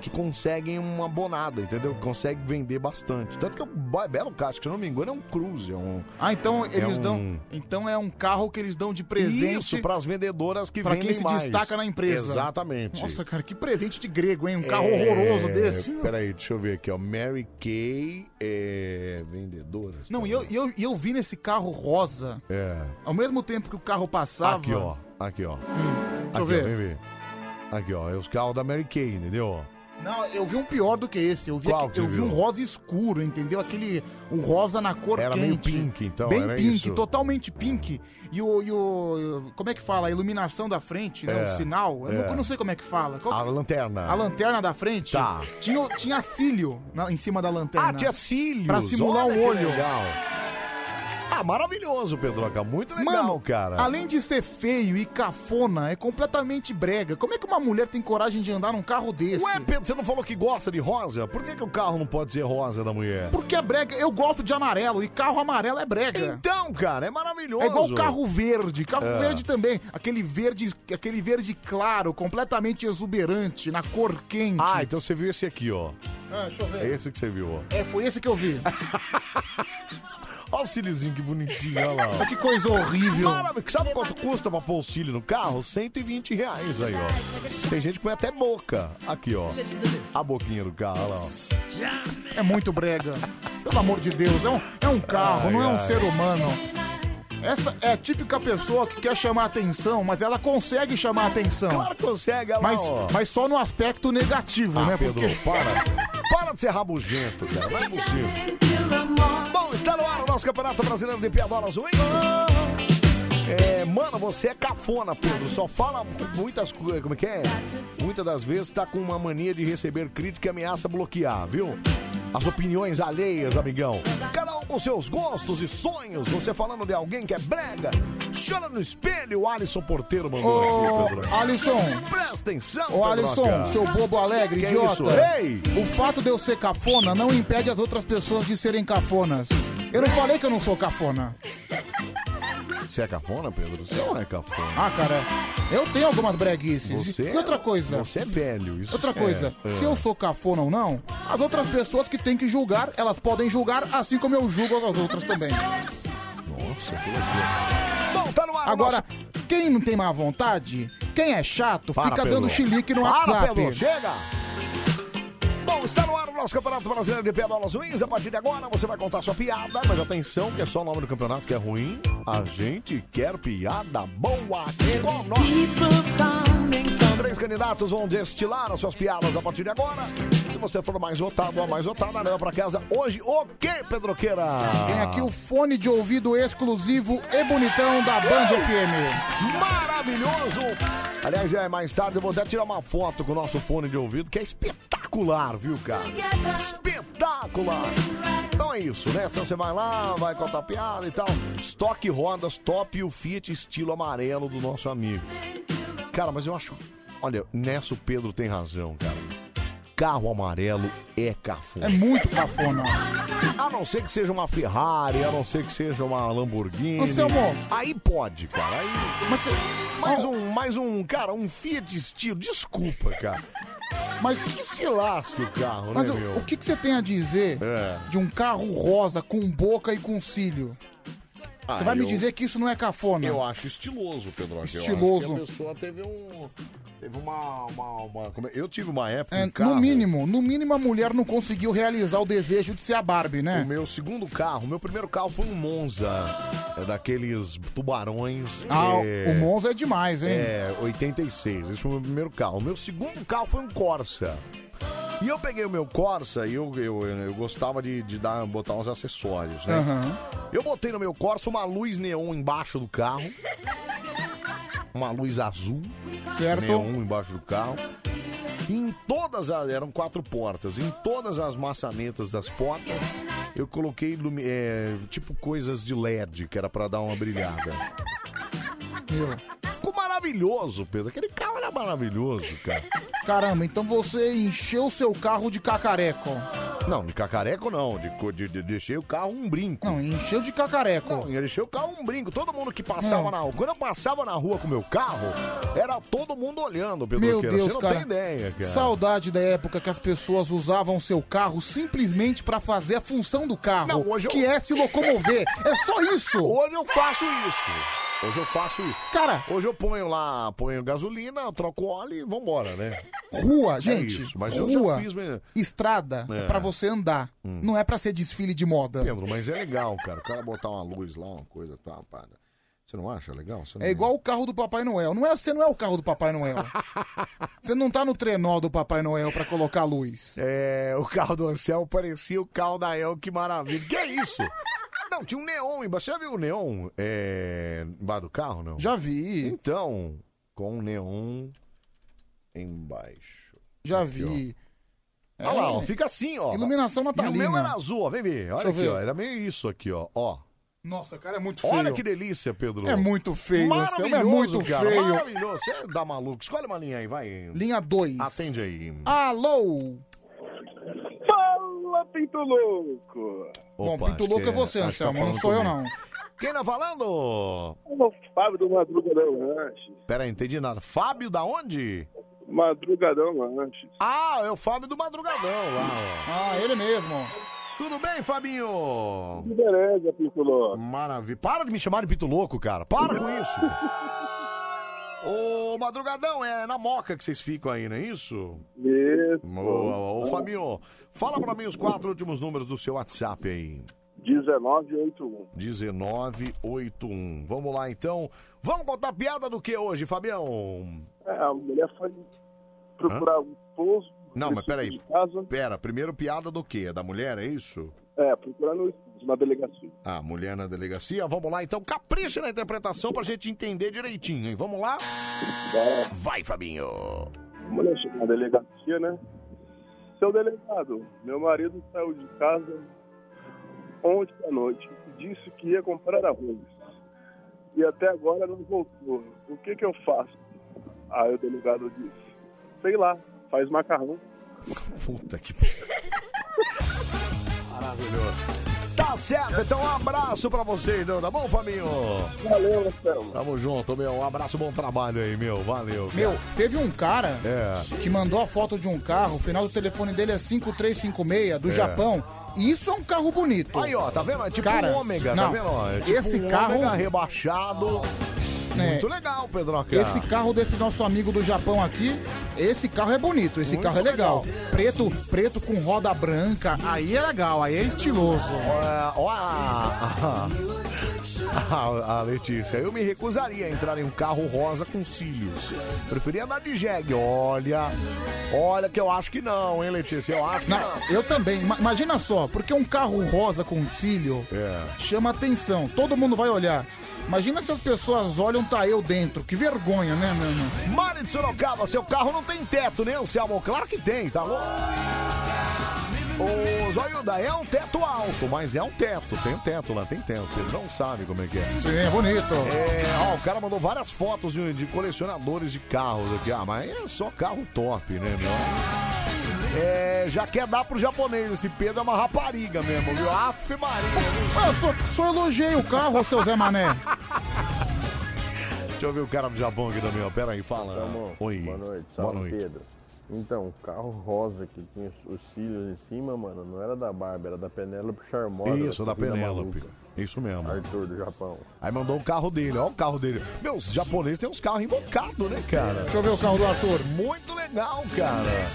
Speaker 1: que conseguem uma bonada, entendeu? Consegue vender bastante. Tanto que o bo- é belo carro, acho que se eu não me engano é um Cruze, é um...
Speaker 3: Ah, então
Speaker 1: É
Speaker 3: eles
Speaker 1: um-
Speaker 3: dão. Então é um carro que eles dão de presente.
Speaker 1: Isso, pras vendedoras que
Speaker 3: pra
Speaker 1: vendem
Speaker 3: quem se
Speaker 1: mais.
Speaker 3: destaca na empresa.
Speaker 1: Exatamente. É,
Speaker 3: Nossa, cara, que presente de grego, hein? Um carro horroroso desse.
Speaker 1: Peraí, deixa eu ver aqui, ó. Mary Kay é vendedoras.
Speaker 3: Não, e eu, e eu, e eu vi nesse carro rosa,
Speaker 1: É.
Speaker 3: ao mesmo tempo que o carro passava.
Speaker 1: Aqui, ó. Aqui, ó.
Speaker 3: Hum, deixa eu
Speaker 1: Aqui, ó,
Speaker 3: ver.
Speaker 1: vem ver. Aqui, ó. É os carros da Mary Kay, entendeu?
Speaker 3: Não, eu vi um pior do que esse. Eu vi,
Speaker 1: Qual
Speaker 3: aqui-
Speaker 1: que
Speaker 3: eu
Speaker 1: você
Speaker 3: vi um
Speaker 1: viu?
Speaker 3: rosa escuro, entendeu? Aquele. Um rosa na cor
Speaker 1: Era
Speaker 3: quente.
Speaker 1: meio pink, então,
Speaker 3: Bem
Speaker 1: era
Speaker 3: pink,
Speaker 1: isso?
Speaker 3: totalmente pink. E o, e o- Como é que fala? A iluminação da frente, né?
Speaker 1: É,
Speaker 3: O sinal. Eu, não,
Speaker 1: é.
Speaker 3: eu não sei como é que fala. Qual-
Speaker 1: A lanterna.
Speaker 3: A lanterna da frente
Speaker 1: Tá.
Speaker 3: tinha, tinha cílio na- em cima da lanterna.
Speaker 1: Ah, tinha cílios.
Speaker 3: Pra simular
Speaker 1: Olha
Speaker 3: um
Speaker 1: que
Speaker 3: olho.
Speaker 1: Legal. Ah, maravilhoso, Pedroca. Muito legal,
Speaker 3: Mano,
Speaker 1: cara.
Speaker 3: Além de ser feio e cafona, é completamente brega. Como é que uma mulher tem coragem de andar num carro desse?
Speaker 1: Ué, Pedro, você não falou que gosta de rosa? Por que, que o carro não pode ser rosa da mulher?
Speaker 3: Porque é brega. Eu gosto de amarelo e carro amarelo é brega.
Speaker 1: Então, cara, é maravilhoso.
Speaker 3: É igual carro verde, carro
Speaker 1: É.
Speaker 3: verde também. Aquele verde, aquele verde claro, completamente exuberante, na cor quente.
Speaker 1: Ah, então você viu esse aqui, ó.
Speaker 3: Ah, deixa eu
Speaker 1: É
Speaker 3: ver.
Speaker 1: esse que você viu, ó.
Speaker 3: É, foi esse que eu vi.
Speaker 1: Olha o cíliozinho que bonitinho, olha lá. ó.
Speaker 3: que coisa horrível.
Speaker 1: Maravilha. Sabe quanto custa pra pôr o cílio no carro? 120 reais aí, ó. Tem gente que põe até boca. Aqui, ó. A boquinha do carro, olha lá. ó.
Speaker 3: É muito brega. Pelo amor de Deus, é um, é um carro,
Speaker 1: Ai,
Speaker 3: não é um
Speaker 1: ai.
Speaker 3: ser humano. Essa é a típica pessoa que quer chamar atenção, mas ela consegue chamar atenção.
Speaker 1: Claro que consegue, olha lá,
Speaker 3: Mas,
Speaker 1: ó.
Speaker 3: mas só no aspecto negativo,
Speaker 1: Ah,
Speaker 3: né?
Speaker 1: Pedro, para. Para de ser rabugento, cara. Não é possível. Bom, está no ar o nosso Campeonato Brasileiro de Piadolas Ruins. É, mano, você é cafona, Pedro. Só fala muitas coisas. Como é que é? Muitas das vezes tá com uma mania de receber crítica e ameaça bloquear, viu? As opiniões alheias, amigão. Cada um com seus gostos e sonhos. Você falando de alguém que é brega. Chora no espelho. O Alisson Porteiro mandou
Speaker 3: Ô,
Speaker 1: aqui, Pedro.
Speaker 3: Alisson.
Speaker 1: Presta atenção,
Speaker 3: Ô Alisson,
Speaker 1: Pedroca.
Speaker 3: seu bobo alegre,
Speaker 1: Que é
Speaker 3: idiota.
Speaker 1: isso? Ei!
Speaker 3: O fato de eu ser cafona não impede as outras pessoas de serem cafonas. Eu não falei que eu não sou cafona.
Speaker 1: Você é cafona, Pedro? Você não é cafona.
Speaker 3: Ah, cara, eu tenho algumas breguices.
Speaker 1: Você
Speaker 3: E outra coisa.
Speaker 1: Você é velho. Isso
Speaker 3: Outra
Speaker 1: é-
Speaker 3: coisa,
Speaker 1: é.
Speaker 3: se eu sou cafona ou não, as outras pessoas que têm que julgar, elas podem julgar assim como eu julgo as outras também.
Speaker 1: Nossa, que loucura. Bom, tá no ar o
Speaker 3: Agora, quem não tem má vontade, quem é chato,
Speaker 1: Para,
Speaker 3: fica
Speaker 1: Pedro.
Speaker 3: dando chilique no
Speaker 1: Para,
Speaker 3: WhatsApp.
Speaker 1: Pedro, chega! Bom, está Tá no ar o nosso Campeonato Brasileiro de Piadolas Ruins. A partir de agora você vai contar sua piada, mas atenção que é só o nome do campeonato que é ruim. A gente quer piada boa aqui com nós. Três candidatos vão destilar as suas piadas a partir de agora. Se você for o mais votado ou a mais votada, leva pra casa hoje o que, Pedroqueira?
Speaker 3: Tem aqui o fone de ouvido exclusivo e bonitão da Band FM.
Speaker 1: Maravilhoso! Aliás, é, mais tarde eu vou até tirar uma foto com o nosso fone de ouvido, que é espetacular, viu, cara? Espetacular! Tá, Então é isso, né? Então você vai lá, vai contar piada e tal. Stock rodas top e o Fiat estilo amarelo do nosso amigo. Cara, mas eu acho. Olha, nessa o Pedro tem razão, cara. Carro amarelo é cafona.
Speaker 3: É muito cafona.
Speaker 1: A não ser que seja uma Ferrari, a não ser que seja uma Lamborghini.
Speaker 3: Anselmo.
Speaker 1: Aí pode, cara. Aí...
Speaker 3: Mas
Speaker 1: Mais um, mais um, cara, um Fiat estilo. Desculpa, cara.
Speaker 3: Mas
Speaker 1: que se lasca o carro,
Speaker 3: Mas
Speaker 1: né,
Speaker 3: o,
Speaker 1: meu? É.
Speaker 3: o que, que você tem a dizer de um carro rosa com boca e com cílio?
Speaker 1: Ah,
Speaker 3: você vai me
Speaker 1: eu-
Speaker 3: dizer que isso não é cafona?
Speaker 1: Eu acho estiloso, Pedro. Eu acho que
Speaker 3: Estiloso.
Speaker 1: a pessoa teve um. Teve uma. uma, uma- como é- Eu tive uma época.
Speaker 3: É,
Speaker 1: um carro.
Speaker 3: No mínimo, no mínimo a mulher não conseguiu realizar o desejo de ser a Barbie, né?
Speaker 1: O meu segundo carro, meu primeiro carro foi um Monza. É daqueles tubarões.
Speaker 3: Ah,
Speaker 1: é,
Speaker 3: o Monza é demais, hein?
Speaker 1: É, 86. Esse foi o meu primeiro carro. O meu segundo carro foi um Corsa. E eu peguei o meu Corsa e eu, eu, eu gostava de, de dar, botar uns acessórios, né? Eu botei no meu Corsa uma luz neon embaixo do carro. Uma luz azul.
Speaker 3: Certo.
Speaker 1: Neon embaixo do carro. E em todas as. Eram quatro portas. Em todas as maçanetas das portas, eu coloquei ilumi- é, tipo coisas de LED, que era pra dar uma brilhada. Ficou maravilhoso, Pedro. Aquele carro era maravilhoso, cara.
Speaker 3: Caramba, então você encheu seu carro de cacareco.
Speaker 1: Não, de cacareco não. De, co- de, de- deixei o carro um brinco.
Speaker 3: Não, encheu de cacareco.
Speaker 1: Não, eu deixei o carro um brinco. Todo mundo que passava na rua. Quando eu passava na rua com meu carro, era todo mundo olhando, Pedro.
Speaker 3: Meu
Speaker 1: Queira.
Speaker 3: Deus,
Speaker 1: Você não
Speaker 3: cara.
Speaker 1: tem ideia, cara.
Speaker 3: Saudade da época que as pessoas usavam seu carro simplesmente pra fazer a função do carro, que é se locomover. é só isso.
Speaker 1: Hoje eu faço isso. Hoje eu faço isso.
Speaker 3: Cara,
Speaker 1: hoje eu ponho lá, ponho gasolina, troco óleo e vambora, né?
Speaker 3: Rua,
Speaker 1: É
Speaker 3: gente.
Speaker 1: isso, mas hoje eu
Speaker 3: rua,
Speaker 1: fiz, mas-
Speaker 3: estrada, é.
Speaker 1: É.
Speaker 3: pra você andar. Não é pra ser desfile de moda.
Speaker 1: Hum. Pedro, mas é legal, cara. O cara botar uma luz lá, uma coisa e tal, para. Você não acha legal? Você não-
Speaker 3: É igual o carro do Papai Noel. Não é, você não é o carro do Papai Noel. você não tá no trenó do Papai Noel pra colocar luz.
Speaker 1: É, o carro do Anselmo parecia o carro da El, que maravilha. Que é isso? Não, tinha um neon embaixo. Você já viu o neon é, embaixo do carro, não?
Speaker 3: Já vi.
Speaker 1: Então, com o neon embaixo.
Speaker 3: Já
Speaker 1: Aqui,
Speaker 3: vi. É.
Speaker 1: ó. Olha lá, ó, fica assim, ó.
Speaker 3: Iluminação natalina.
Speaker 1: E o meu era azul, ó, vem ver.
Speaker 3: Deixa
Speaker 1: Olha
Speaker 3: eu
Speaker 1: aqui,
Speaker 3: ver.
Speaker 1: ó. Era meio isso aqui, ó. ó.
Speaker 3: Nossa, cara, é muito feio.
Speaker 1: Olha que delícia, Pedro.
Speaker 3: É muito feio, Anselmo, é
Speaker 1: Maravilhoso,
Speaker 3: muito
Speaker 1: cara.
Speaker 3: feio.
Speaker 1: Maravilhoso. Você dá maluco. Escolhe uma linha aí, vai.
Speaker 3: Linha 2.
Speaker 1: Atende aí.
Speaker 3: Alô!
Speaker 11: Fala, Pinto Louco!
Speaker 3: Bom,
Speaker 1: Opa,
Speaker 3: Pinto
Speaker 1: acho
Speaker 3: Louco
Speaker 1: que
Speaker 3: é você,
Speaker 1: acho que tá
Speaker 3: Anselmo, não
Speaker 1: falando
Speaker 3: sou eu
Speaker 1: comigo.
Speaker 3: não.
Speaker 1: Quem tá falando?
Speaker 11: Alô, Fábio do Madrugadão Lanches.
Speaker 1: Pera aí, entendi nada. Fábio da onde?
Speaker 11: Madrugadão Lanches.
Speaker 1: Ah, é o Fábio do Madrugadão lá, ó.
Speaker 3: Ah, ele mesmo.
Speaker 1: Tudo bem, Fabinho?
Speaker 11: Que beleza, Pinto Louco.
Speaker 1: Maravilha. Para de me chamar de Pito Louco, cara. Para com isso. Ô, Madrugadão, é na moca que vocês ficam aí, não é isso?
Speaker 11: Isso.
Speaker 1: Ô, ô, Fabinho, fala pra mim os quatro últimos números do seu WhatsApp aí.
Speaker 11: 1981.
Speaker 1: 1981. Vamos lá, então. Vamos contar piada do que hoje, Fabião?
Speaker 11: É, a mulher foi procurar um esposo.
Speaker 1: Não, mas peraí.
Speaker 11: Casa.
Speaker 1: Pera, primeiro piada do quê? Da mulher, é isso?
Speaker 11: É, procurando um esposo na delegacia.
Speaker 1: Ah, mulher na delegacia. Vamos lá, então. Capricha na interpretação pra gente entender direitinho, hein? Vamos lá? Vai, Fabinho.
Speaker 11: A mulher chegou na delegacia, né? Seu delegado, meu marido saiu de casa ontem à noite e disse que ia comprar arroz. E até agora não voltou. O que que eu faço? Aí o delegado disse, sei lá, faz macarrão.
Speaker 1: Puta que Maravilhoso. Tá certo, então um abraço pra vocês, então, tá bom, Fabinho?
Speaker 11: Valeu, Marcelo.
Speaker 1: Tamo junto, meu. Um abraço, bom trabalho aí, meu. Valeu. cara.
Speaker 3: Meu, teve um cara
Speaker 1: É.
Speaker 3: que mandou a foto de um carro, o final do telefone dele é 5356, do
Speaker 1: É.
Speaker 3: Japão. E isso é um carro bonito.
Speaker 1: Aí, ó, tá vendo? É tipo
Speaker 3: Cara,
Speaker 1: um ômega,
Speaker 3: não,
Speaker 1: tá vendo? ó? É tipo
Speaker 3: esse
Speaker 1: um
Speaker 3: carro É.
Speaker 1: ômega rebaixado. Muito legal, Pedroca.
Speaker 3: Esse carro desse nosso amigo do Japão aqui, esse carro é bonito, esse
Speaker 1: Muito
Speaker 3: carro é legal. Preto, preto com roda branca, aí é legal, aí é estiloso.
Speaker 1: Ó, a, a- a- a Ah, Letícia, eu me recusaria a entrar em um carro rosa com cílios. Preferia andar de jegue. Olha, olha que eu acho que não, hein, Letícia? Eu acho que
Speaker 3: Não,
Speaker 1: não.
Speaker 3: eu também. Ma- Imagina só, porque um carro rosa com cílio
Speaker 1: É.
Speaker 3: chama atenção. Todo mundo vai olhar. Imagina se as pessoas olham, tá eu dentro. Que vergonha, né, mano?
Speaker 1: Mari de Sorocaba, seu carro não tem teto, né, Anselmo? Claro que tem, tá louco? Ô, Zoiuda, é um teto alto, mas é um teto, tem um teto lá, tem teto, ele não sabe como é que é.
Speaker 3: Sim, é bonito.
Speaker 1: É, ó, o cara mandou várias fotos de, de colecionadores de carros aqui, ah, mas é só carro top, né, meu? É, já quer dar pro japonês, esse Pedro é uma rapariga mesmo, viu? Aff, Maria.
Speaker 3: Ah, Eu só, só elogiei o carro, seu Zé Mané.
Speaker 1: Deixa eu ver o cara do Japão aqui também, ó, pera aí, fala.
Speaker 8: Anselmo,
Speaker 1: Oi,
Speaker 8: Boa noite,
Speaker 1: boa
Speaker 8: salve
Speaker 1: noite.
Speaker 8: Pedro. Então, o carro rosa que tinha os- os cílios em cima, mano, não era da Barbie, era da Penélope Charmosa.
Speaker 1: Isso, da
Speaker 8: filha
Speaker 1: Penélope.
Speaker 8: maluca.
Speaker 1: Isso mesmo.
Speaker 8: Arthur do Japão.
Speaker 1: Aí mandou o carro dele, ó o carro dele. Meu, os japoneses têm uns carros invocados, né, cara?
Speaker 3: Deixa eu ver o carro do Arthur.
Speaker 1: Muito legal, cara.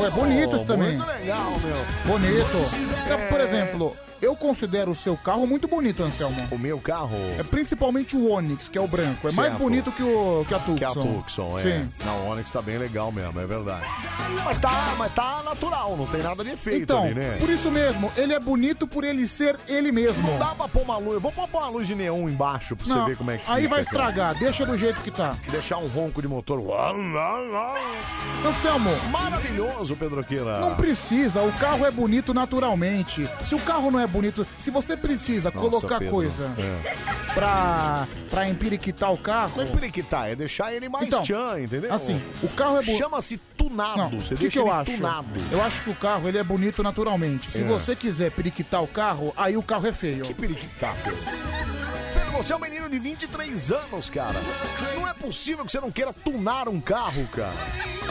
Speaker 3: Ué, bonito
Speaker 1: Oh,
Speaker 3: esse também.
Speaker 1: Muito legal, É. meu.
Speaker 3: Bonito. Então, Por exemplo, eu considero o seu carro muito bonito, Anselmo.
Speaker 1: O meu carro?
Speaker 3: É principalmente o Onix, que é o branco. É mais
Speaker 1: Certo.
Speaker 3: bonito que, o, que a Tucson.
Speaker 1: Que é a Tucson, é.
Speaker 3: Sim.
Speaker 1: Não, o Onix tá bem legal mesmo, é verdade. Mas tá, mas tá natural, não tem nada de efeito
Speaker 3: Então,
Speaker 1: ali, né?
Speaker 3: por isso mesmo, ele é bonito por ele ser ele mesmo. Não
Speaker 1: dá pra pôr uma luz. Vamos pôr uma luz de neon embaixo pra você ver como é que
Speaker 3: Aí
Speaker 1: fica,
Speaker 3: vai
Speaker 1: cara.
Speaker 3: estragar, deixa do jeito que tá.
Speaker 1: Deixar um ronco de motor.
Speaker 3: Anselmo.
Speaker 1: Maravilhoso, Pedroqueira.
Speaker 3: Não precisa, o carro é bonito naturalmente. Se o carro não é bonito, se você precisa
Speaker 1: Nossa,
Speaker 3: colocar
Speaker 1: Pedro.
Speaker 3: coisa
Speaker 1: É.
Speaker 3: pra, pra empiriquitar o carro. Não é
Speaker 1: empiriquitar, é deixar ele mais tchan, entendeu?
Speaker 3: Assim, o carro é bonito.
Speaker 1: Chama-se tunado. você
Speaker 3: o que,
Speaker 1: deixa
Speaker 3: que eu
Speaker 1: ele
Speaker 3: acho?
Speaker 1: tunado.
Speaker 3: Eu acho que o carro ele é bonito naturalmente. Se
Speaker 1: É.
Speaker 3: você quiser periquitar o carro, aí o carro é feio. Que
Speaker 1: periquitar, Pedro, você é um menino de 23 anos, cara. Não é possível que você não queira tunar um carro, cara.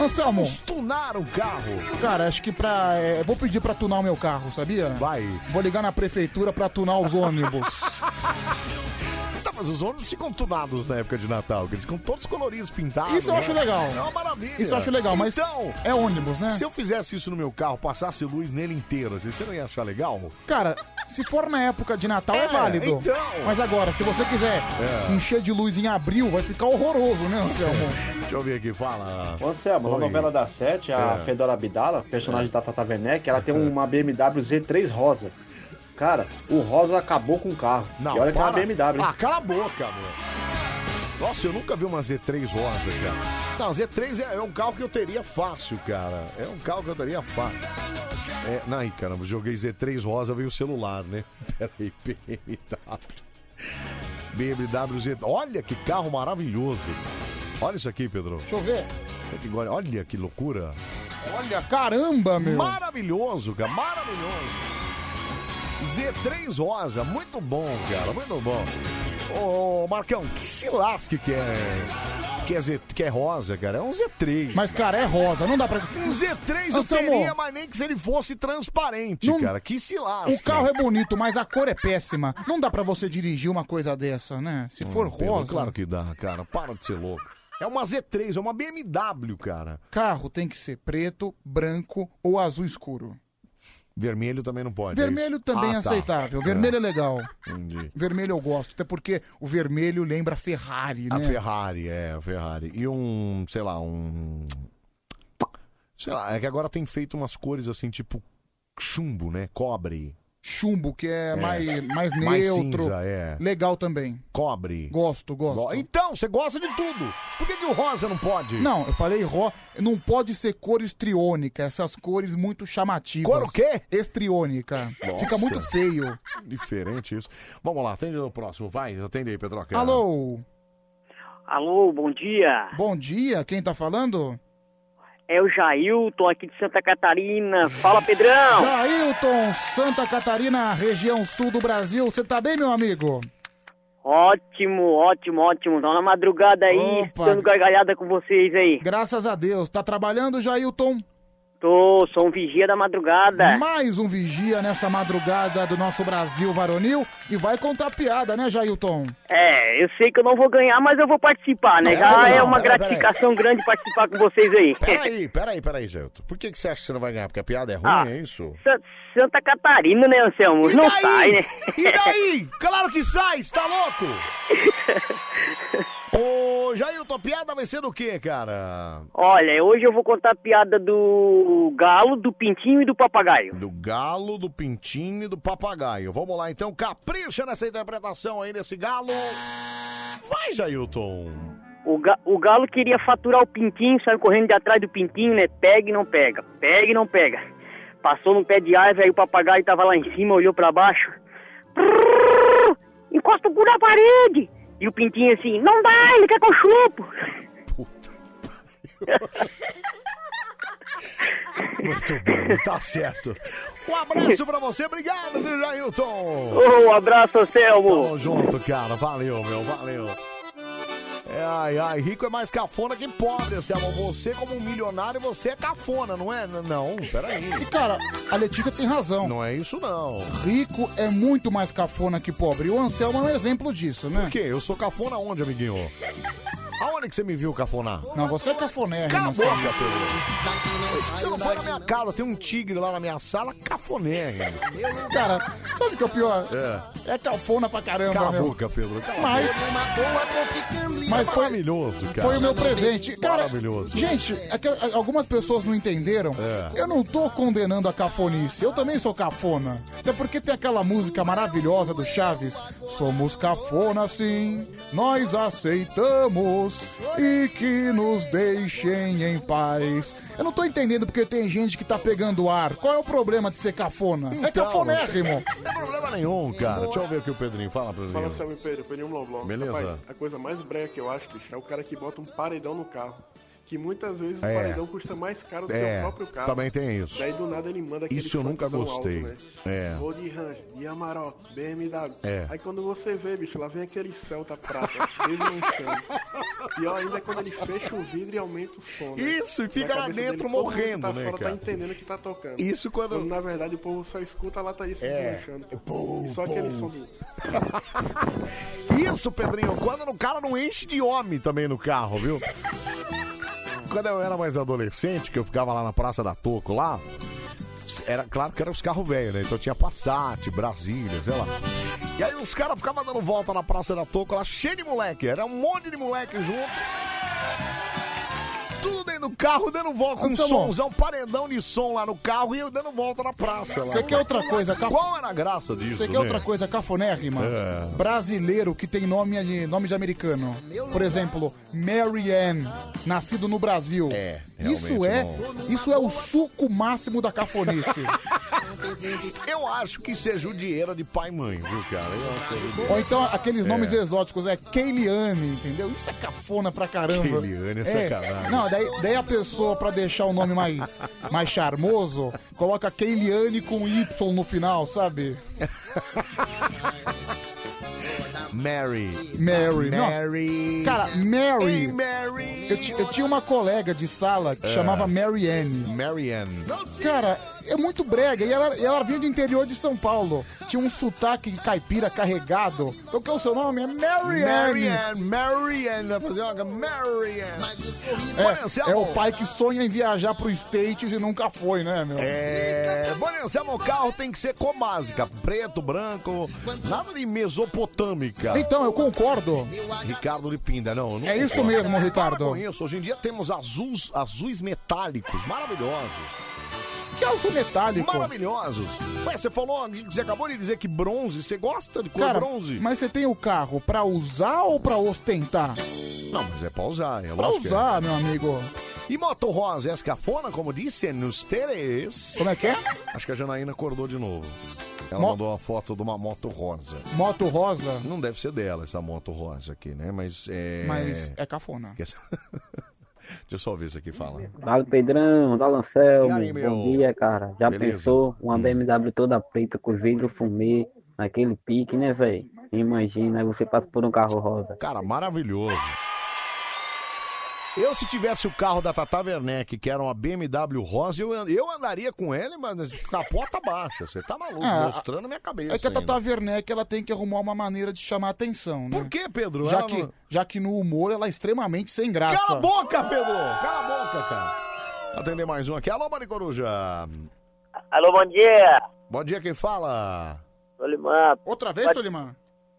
Speaker 3: Anselmo.
Speaker 1: Vamos tunar um carro.
Speaker 3: Cara, acho que pra. é, eu vou pedir pra tunar o meu carro, sabia?
Speaker 1: Vai.
Speaker 3: Vou ligar na prefeitura pra tunar os ônibus.
Speaker 1: Tá, mas os ônibus ficam tunados na época de Natal, que eles ficam todos coloridos, pintados.
Speaker 3: Isso eu
Speaker 1: né?
Speaker 3: acho legal.
Speaker 1: É uma maravilha.
Speaker 3: Isso eu acho legal, mas
Speaker 1: Então,
Speaker 3: é ônibus, né?
Speaker 1: se eu fizesse isso no meu carro, passasse luz nele inteiro, assim, você não ia achar legal?
Speaker 3: Cara, se for na época de Natal é,
Speaker 1: É,
Speaker 3: válido.
Speaker 1: então.
Speaker 3: Mas agora, se você quiser
Speaker 1: É.
Speaker 3: encher de luz em abril, vai ficar horroroso, né, Anselmo?
Speaker 1: Deixa eu ver aqui, fala.
Speaker 4: Ô, Anselmo, na
Speaker 1: Oi.
Speaker 4: novela da Sete, a
Speaker 1: É.
Speaker 4: Fedora Abdala, personagem da Tata Werneck, ela tem uma BMW Z3 rosa. Cara, o rosa acabou com o carro.
Speaker 1: Não,
Speaker 4: e olha
Speaker 1: para.
Speaker 4: que é uma BMW. hein?
Speaker 1: Ah, cala a boca, meu. Nossa, eu nunca vi uma Z3 rosa, cara. Não, a Z3 é, é um carro que eu teria fácil, cara. É um carro que eu teria fácil. É, não, aí, caramba, joguei Z3 rosa, veio o celular, né? Peraí, BMW. BMW Z. Olha que carro maravilhoso. Olha isso aqui, Pedro. Deixa
Speaker 3: eu ver.
Speaker 1: Olha que loucura.
Speaker 3: Olha, caramba, meu.
Speaker 1: Maravilhoso, cara. Maravilhoso. Z3 Rosa, muito bom, cara, muito bom. Ô, Marcão, que se lasque que é. Que é, Z, que é rosa, cara. É um Z3.
Speaker 3: Mas, cara, é rosa, não dá pra.
Speaker 1: Um Z3 eu
Speaker 3: Anselmo.
Speaker 1: teria, mas nem que se ele fosse transparente,
Speaker 3: Não-
Speaker 1: cara. Que se lasque.
Speaker 3: O carro é bonito, mas a cor é péssima. Não dá pra você dirigir uma coisa dessa, né? Se for
Speaker 1: Hum, Pedro,
Speaker 3: rosa,
Speaker 1: Claro que dá, cara. Para de ser louco. É uma Z3, é uma BMW, cara.
Speaker 3: carro tem que ser preto, branco ou azul escuro.
Speaker 1: Vermelho também não pode. é
Speaker 3: Vermelho
Speaker 1: isso?
Speaker 3: também é
Speaker 1: Ah, tá. Ah,
Speaker 3: aceitável. Vermelho é legal.
Speaker 1: Entendi.
Speaker 3: Vermelho eu gosto, até porque o vermelho lembra Ferrari, né?
Speaker 1: A Ferrari, é, a Ferrari. E um, sei lá, um. Sei lá, é que agora tem feito umas cores assim, tipo chumbo, né? Cobre.
Speaker 3: Chumbo, que é,
Speaker 1: É.
Speaker 3: mais, mais neutro.
Speaker 1: Mais cinza, é.
Speaker 3: Legal também.
Speaker 1: Cobre.
Speaker 3: Gosto, gosto.
Speaker 1: Go- Então, você gosta de tudo. Por que, que o rosa não pode?
Speaker 3: Não, eu falei ro... Não pode ser cor estriônica, essas cores muito chamativas.
Speaker 1: Cor o quê?
Speaker 3: Estriônica.
Speaker 1: Nossa.
Speaker 3: Fica muito feio.
Speaker 1: Diferente isso. Vamos lá, atende o próximo. Vai, atende aí, Pedroca.
Speaker 3: Alô?
Speaker 12: Alô, bom dia.
Speaker 3: Bom dia, quem tá falando?
Speaker 12: É o Jailton aqui de Santa Catarina. Fala, Pedrão.
Speaker 3: Jailton, Santa Catarina, região sul do Brasil. Você tá bem, meu amigo?
Speaker 12: Ótimo, ótimo, ótimo. Tá na madrugada aí,
Speaker 3: Opa.
Speaker 12: dando gargalhada com vocês aí.
Speaker 3: Graças a Deus. Tá trabalhando, Jailton?
Speaker 15: Tô, sou um vigia da madrugada.
Speaker 3: Mais um vigia nessa madrugada do nosso Brasil varonil e vai contar piada, né, Jailton?
Speaker 15: É, eu sei que eu não vou ganhar, mas eu vou participar, né?
Speaker 1: Não,
Speaker 15: Já
Speaker 1: não,
Speaker 15: é uma
Speaker 1: peraí,
Speaker 15: gratificação grande participar com vocês aí.
Speaker 1: Peraí, peraí, peraí, Gelto. Por que, que você acha que você não vai ganhar? Porque a piada é ruim,
Speaker 15: Ah.
Speaker 1: é isso?
Speaker 15: Sa- Santa Catarina, né, Anselmo?
Speaker 1: E
Speaker 15: não
Speaker 1: daí?
Speaker 15: sai, né?
Speaker 1: E daí? Claro que sai, você tá louco? Ô, Jailton, a piada vai ser do quê, cara?
Speaker 15: Olha, hoje eu vou contar a piada do galo, do pintinho e do papagaio.
Speaker 1: Do galo, do pintinho e do papagaio. Vamos lá, então. Capricha nessa interpretação aí desse galo. Vai, Jailton.
Speaker 15: O, ga- o galo queria faturar o pintinho, saiu correndo de atrás do pintinho, né? Pega e não pega, pega e não pega. Passou no pé de árvore, aí o papagaio tava lá em cima, olhou pra baixo. Prrr, encosta o cu na parede! E o pintinho assim, não dá, ele quer que eu chupo!
Speaker 1: Muito bom, tá certo. Um abraço pra você, obrigado, viu, Jailton.
Speaker 15: Ô, um abraço, Anselmo.
Speaker 1: Tamo junto, cara. Valeu, meu, valeu. É, ai, ai, rico é mais cafona que pobre, Anselmo. Você, como um milionário, você é cafona, não é? N- Não, peraí.
Speaker 3: E cara, a Letícia tem razão.
Speaker 1: Não é isso não.
Speaker 3: Rico é muito mais cafona que pobre. E o Anselmo é um exemplo disso, né?
Speaker 1: Por quê? Eu sou cafona onde, amiguinho? Aonde que você me viu cafonar?
Speaker 3: Não, você é cafoné,
Speaker 1: Cala a
Speaker 3: Anselmo.
Speaker 1: boca, Pedro. Isso que Você não foi na minha casa, tem um tigre lá na minha sala, cafoné.
Speaker 3: Cara, sabe o que é o pior?
Speaker 1: É.
Speaker 3: É cafona pra caramba,
Speaker 1: Cala a
Speaker 3: meu.
Speaker 1: boca, Pedro. Cala a
Speaker 3: Mas, mas foi,
Speaker 1: Maravilhoso, cara.
Speaker 3: foi o meu presente. Cara,
Speaker 1: Maravilhoso. É.
Speaker 3: gente, é que algumas pessoas não entenderam. Eu não tô condenando a cafonice. Eu também sou cafona. Até porque tem aquela música maravilhosa do Chaves. Somos cafona sim, nós aceitamos e que nos deixem em paz. Eu não tô entendendo porque tem gente que tá pegando ar. Qual é o problema de ser cafona? é
Speaker 1: Então,
Speaker 3: cafonérrimo.
Speaker 1: Não tem problema nenhum, cara. Deixa eu ver aqui o Pedrinho. Fala, Pedrinho.
Speaker 2: Fala, Selma e Pedro, Pedrinho Loblon.
Speaker 1: Beleza.
Speaker 2: Rapaz, a coisa mais brega que eu acho, bicho, é o cara que bota um paredão no carro. Que muitas vezes
Speaker 1: É.
Speaker 2: o paredão custa mais caro do que
Speaker 1: É,
Speaker 2: o próprio carro.
Speaker 1: também tem isso.
Speaker 2: Daí do nada ele manda aquele né?
Speaker 1: Isso eu nunca
Speaker 2: funkzão
Speaker 1: gostei. É.
Speaker 2: Vou de Range, de Amarok, BMW.
Speaker 1: É.
Speaker 2: Aí quando você vê, bicho, lá vem aquele tá Celta prata, desmanchando. Pior ainda é quando ele fecha o vidro e aumenta o som. né?
Speaker 1: Isso, e fica
Speaker 2: Na
Speaker 1: lá
Speaker 2: cabeça
Speaker 1: dentro
Speaker 2: todo mundo que
Speaker 1: morrendo,
Speaker 2: tá
Speaker 1: né,
Speaker 2: fora, Tá
Speaker 1: cara?
Speaker 2: entendendo que tá tocando.
Speaker 1: Isso quando-
Speaker 2: na tá verdade o povo só escuta a lataria se
Speaker 1: É.
Speaker 2: desmanchando. E só aquele som do...
Speaker 1: Isso, Pedrinho, quando o cara não enche de homem também no carro, viu? Quando eu era mais adolescente, que eu ficava lá na Praça da Toco lá, era claro que eram os carros velhos, né? Então tinha Passat, Brasília, sei lá. E aí os caras ficavam dando volta na Praça da Toco lá, cheio de moleque, era um monte de moleque junto. Tudo dentro do carro, dando volta, com um
Speaker 3: Anselmo.
Speaker 1: somzão, paredão de som lá no carro e eu dando volta na praça. lá.
Speaker 3: Você quer outra coisa, caf-
Speaker 1: Qual era a graça disso?
Speaker 3: Você quer
Speaker 1: né?
Speaker 3: é outra coisa cafonérrima?
Speaker 1: É.
Speaker 3: Brasileiro que tem nome de, nome de americano. Por exemplo, Mary Ann, nascido no Brasil. É, isso
Speaker 1: realmente
Speaker 3: é, isso é o suco máximo da cafonice.
Speaker 1: Eu acho que isso é judieira de pai e mãe, viu, cara? Eu acho que é judieira.
Speaker 3: Ou então aqueles
Speaker 1: É.
Speaker 3: nomes exóticos, é Keiliane, entendeu? Isso é cafona pra caramba.
Speaker 1: Keiliane é sacanagem.
Speaker 3: Não, daí, daí a pessoa, pra deixar o nome mais, mais charmoso, coloca Keiliane com Y no final, sabe?
Speaker 1: Mary.
Speaker 3: Mary, não.
Speaker 1: Mary.
Speaker 3: Cara, Mary.
Speaker 1: Ei, Mary.
Speaker 3: Eu, ti- eu tinha uma colega de sala que
Speaker 1: É.
Speaker 3: chamava Mary Ann.
Speaker 1: Mary Ann.
Speaker 3: Cara, é muito brega. E ela, e ela vinha do interior de São Paulo. Tinha um sotaque caipira carregado. Então, qual é o seu nome? É Mary
Speaker 1: Mary
Speaker 3: Ann.
Speaker 1: Ann, Mary Ann, vai fazer uma Mary Ann.
Speaker 3: É, é o pai que sonha em viajar pro States e nunca foi, né, meu?
Speaker 1: É, Bonenciamo, o carro tem que ser comásica, preto, branco, nada de mesopotâmica.
Speaker 3: Então, eu concordo.
Speaker 1: Ricardo de Pinda, não, eu não
Speaker 3: É isso
Speaker 1: concordo.
Speaker 3: mesmo, Ricardo.
Speaker 1: Para com isso, hoje em dia temos azuis, azuis metálicos, maravilhosos.
Speaker 3: Que azul metálico?
Speaker 1: Maravilhosos. Ué, você falou, você acabou de dizer que bronze, você gosta de cor
Speaker 3: Cara,
Speaker 1: bronze?
Speaker 3: mas você tem o carro pra usar ou pra ostentar?
Speaker 1: Não, mas é pra usar, é
Speaker 3: Pra
Speaker 1: lógico que é.
Speaker 3: usar, meu amigo.
Speaker 1: E moto rosa é escafona, como disse, nos teres.
Speaker 3: Como é que é?
Speaker 1: Acho que a Janaína acordou de novo. Ela
Speaker 3: Mo-
Speaker 1: mandou uma foto de uma moto rosa.
Speaker 3: Moto rosa?
Speaker 1: Não deve ser dela essa moto rosa aqui, né? Mas é.
Speaker 3: Mas é cafona.
Speaker 1: Que essa- Deixa eu só ver isso aqui fala.
Speaker 24: Fala Pedrão, fala Anselmo,
Speaker 1: E aí, meu?
Speaker 24: bom dia, é, cara. Já
Speaker 1: Beleza. Hum.
Speaker 24: pensou? um Uma BMW toda preta com os vidros fumê, naquele pique, né, velho? Imagina, aí você passa por um carro rosa.
Speaker 1: Cara, maravilhoso. Eu, se tivesse o carro da Tata Werneck, que era uma BMW rosa, eu, an- eu andaria com ele, mas capota baixa. Você tá maluco,
Speaker 3: Ah,
Speaker 1: mostrando minha cabeça.
Speaker 3: É que a
Speaker 1: ainda.
Speaker 3: Tata Werneck ela tem que arrumar uma maneira de chamar a atenção, né? Por
Speaker 1: quê, Pedro?
Speaker 3: Já
Speaker 1: Ela
Speaker 3: que,
Speaker 1: não-
Speaker 3: já que no humor ela é extremamente sem graça.
Speaker 1: Cala a boca, Pedro! Cala a boca, cara. Atender mais um aqui. Alô, Maricoruja.
Speaker 19: Alô, bom dia.
Speaker 1: Bom dia, quem fala?
Speaker 19: Tolimã.
Speaker 3: Outra vez,
Speaker 19: Pode-
Speaker 3: Tolimã?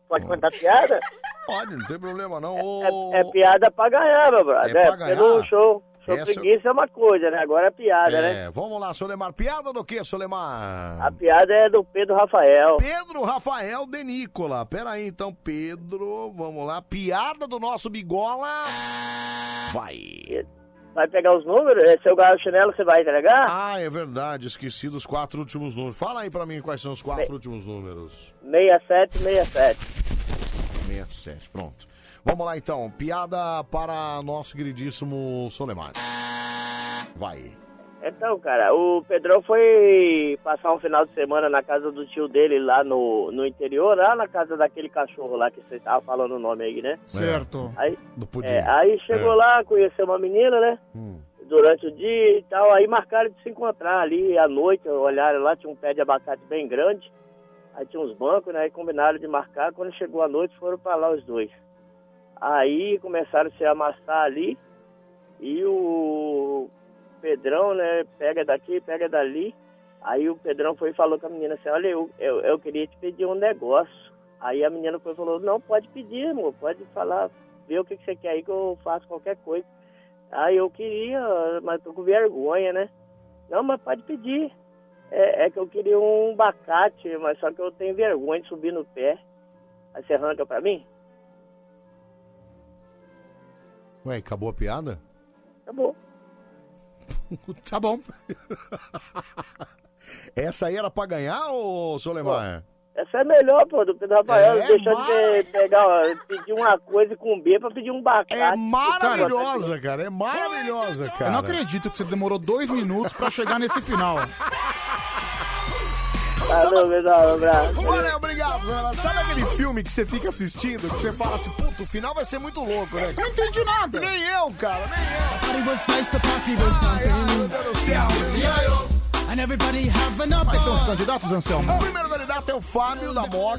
Speaker 19: Pode contar piada?
Speaker 1: Pode, não tem problema não.
Speaker 19: É, é piada pra ganhar, meu brother.
Speaker 1: É
Speaker 19: É,
Speaker 1: pra ganhar?
Speaker 19: Pelo show. Show
Speaker 1: Essa-
Speaker 19: preguiça é uma coisa, né? Agora é piada,
Speaker 1: É,
Speaker 19: né?
Speaker 1: vamos lá, Solemar. Piada do que, Solemar?
Speaker 19: A piada é do Pedro Rafael.
Speaker 1: Pedro Rafael de Nicola. Pera aí, então, Pedro, vamos lá. Piada do nosso Bigola. Vai.
Speaker 19: Vai pegar os números? É, Se eu ganhar o chinelo, você vai né? entregar?
Speaker 1: Ah, é verdade, esqueci dos quatro últimos números. Fala aí pra mim quais são os quatro últimos números.
Speaker 19: 6767.
Speaker 1: 67, pronto. Vamos lá, então. Piada para nosso queridíssimo Solemar. Vai.
Speaker 19: Então, cara, o Pedrão foi passar um final de semana na casa do tio dele lá no, no interior, lá na casa daquele cachorro lá que você tava falando o nome aí, né?
Speaker 3: Certo.
Speaker 19: Aí,
Speaker 1: Do
Speaker 19: É, aí chegou lá, conheceu uma menina, né? Durante o dia e tal. Aí marcaram de se encontrar ali à noite. Olharam lá, tinha um pé de abacate bem grande. Aí tinha uns bancos, né? Aí combinaram de marcar. Quando chegou a noite, foram pra lá os dois. Aí começaram a se amassar ali. E o Pedrão, né? Pega daqui, pega dali. Aí o Pedrão foi e falou com a menina assim: Olha, eu, eu, eu queria te pedir um negócio. Aí a menina foi e falou: Não, pode pedir, amor, pode falar, ver o que, que você quer aí que eu faço qualquer coisa. Aí eu queria, mas tô com vergonha, né? Não, mas pode pedir. É, é que eu queria um abacate, mas só que eu tenho vergonha de subir no pé. Aí você arranca pra mim?
Speaker 1: Ué, acabou a piada?
Speaker 19: Tá bom.
Speaker 1: Tá bom. Essa aí era pra ganhar, ô Solemar?
Speaker 19: Essa é melhor, pô, do Pedro Rafael.
Speaker 1: É
Speaker 19: deixou de pegar, ó, pedir uma coisa com B pra pedir um abacate. É
Speaker 1: Maravilhosa, cara. É maravilhosa, cara.
Speaker 3: Eu não acredito que você demorou dois minutos pra chegar nesse final.
Speaker 19: Valeu, pessoal. Um abraço.
Speaker 1: Valeu, obrigado, Zona. Sabe aquele filme que você fica assistindo, que você fala assim, puto, o final vai ser muito louco, né? Não entendi nada. Nem eu, cara, nem eu.
Speaker 2: And everybody having a
Speaker 3: Quais são os candidatos, Anselmo?
Speaker 1: O primeiro candidato é o Fábio da Moca, o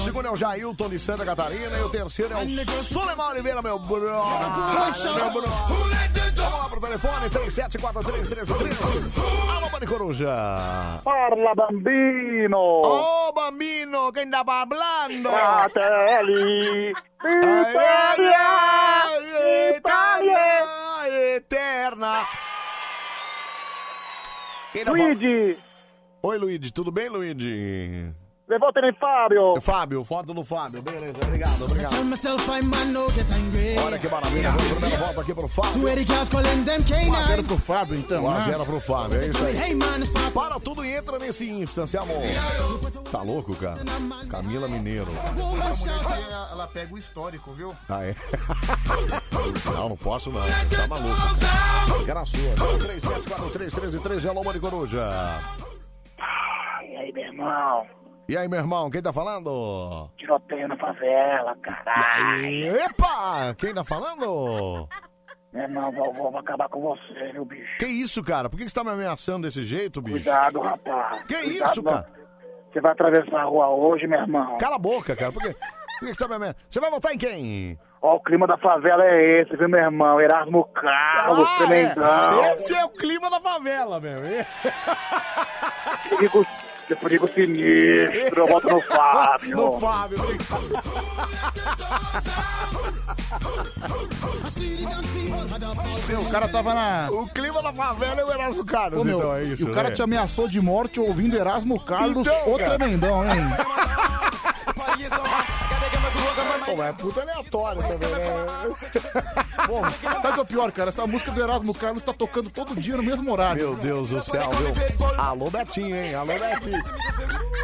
Speaker 1: segundo é o Jailton de Santa Catarina e o terceiro é o Solemar Oliveira, meu brother. Meu brother. Vamos lá pro telefone, 37431313. Alô, Maricoruja.
Speaker 25: Parla bambino!
Speaker 1: Ô, bambino, quem tá falando?
Speaker 24: Ah, tá
Speaker 25: Fratelli!
Speaker 1: Italia! Italia eterna!
Speaker 25: Luigi!
Speaker 1: Oi, Luigi, tudo bem, Luigi? É
Speaker 25: Levanta ele, Fábio!
Speaker 1: Fábio, foto do Fábio, beleza, obrigado, obrigado.
Speaker 2: Tell myself I man no get angry.
Speaker 1: Olha que maravilha, vamos primeiro voto aqui pro Fábio.
Speaker 2: 280 girls calling them K9.
Speaker 1: pro Fábio, então.
Speaker 2: né?
Speaker 1: 1 pro Fábio, é isso
Speaker 2: Hey
Speaker 1: aí.
Speaker 2: man, it's pop.
Speaker 1: Para tudo e entra nesse instance, amor. Tá louco, cara? Camila Mineiro.
Speaker 25: Ela, ela pega o histórico, viu?
Speaker 1: Ah, é? Não, não posso não. Tá maluco. Fica na sua. 37431313, alô, Mori Coruja.
Speaker 26: E aí, meu irmão?
Speaker 1: E aí, meu irmão, quem tá falando?
Speaker 26: Tiroteio na favela, caralho.
Speaker 1: Epa! Quem tá falando?
Speaker 26: Meu irmão, vovô, vou acabar com você, meu bicho.
Speaker 1: Que isso, cara? Por que que você tá me ameaçando desse jeito, bicho?
Speaker 26: Cuidado, rapaz.
Speaker 1: Que
Speaker 26: Cuidado,
Speaker 1: isso, cara?
Speaker 26: Você vai atravessar a rua hoje, meu irmão.
Speaker 1: Cala a boca, cara. Por que, por que que você tá me ameaçando? Você vai votar em quem?
Speaker 26: Ó, o clima da favela é esse, viu, meu irmão? Erasmo Carlos,
Speaker 1: Ah,
Speaker 26: Tremendão.
Speaker 1: é. Esse é o clima da favela, meu.
Speaker 26: Perigo, perigo sinistro, eu voto no Fábio.
Speaker 1: No Fábio,
Speaker 3: Meu, o cara tava na.
Speaker 1: O clima da favela é o Erasmo Carlos,
Speaker 3: Ô, meu,
Speaker 1: então, é isso,
Speaker 3: e o cara
Speaker 1: né?
Speaker 3: te ameaçou de morte ouvindo Erasmo Carlos,
Speaker 1: Então,
Speaker 3: o
Speaker 1: cara.
Speaker 3: tremendão, hein?
Speaker 1: Pô, mas é puta aleatório também, né?
Speaker 3: Bom, sabe o que é o pior, cara? Essa música do Erasmo Carlos tá tocando todo dia no mesmo horário.
Speaker 1: Meu Deus do céu, viu? Alô, Betinho, hein? Alô, Betinho.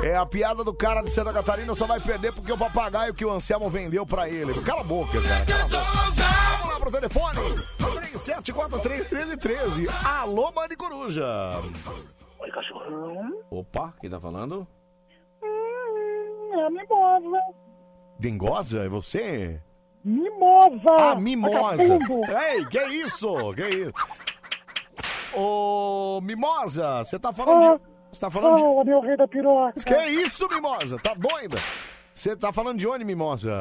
Speaker 1: É, a piada do cara de Santa Catarina só vai perder porque o papagaio que o Anselmo vendeu pra ele. Cala a boca, cara. Cala a boca. Vamos lá pro telefone. 37431313. Alô, Mani Coruja.
Speaker 26: Oi, cachorrão.
Speaker 1: Opa, quem tá falando?
Speaker 26: É amigosa.
Speaker 1: Dengosa, é você? Mimosa! Ah, mimosa! Ei, que isso? Que isso? Ô, Mimosa, você tá falando de. Você tá falando de.
Speaker 17: Ah, Fala, meu rei da piroca.
Speaker 1: Que é isso, Mimosa? Tá doida? Você tá falando de onde, Mimosa?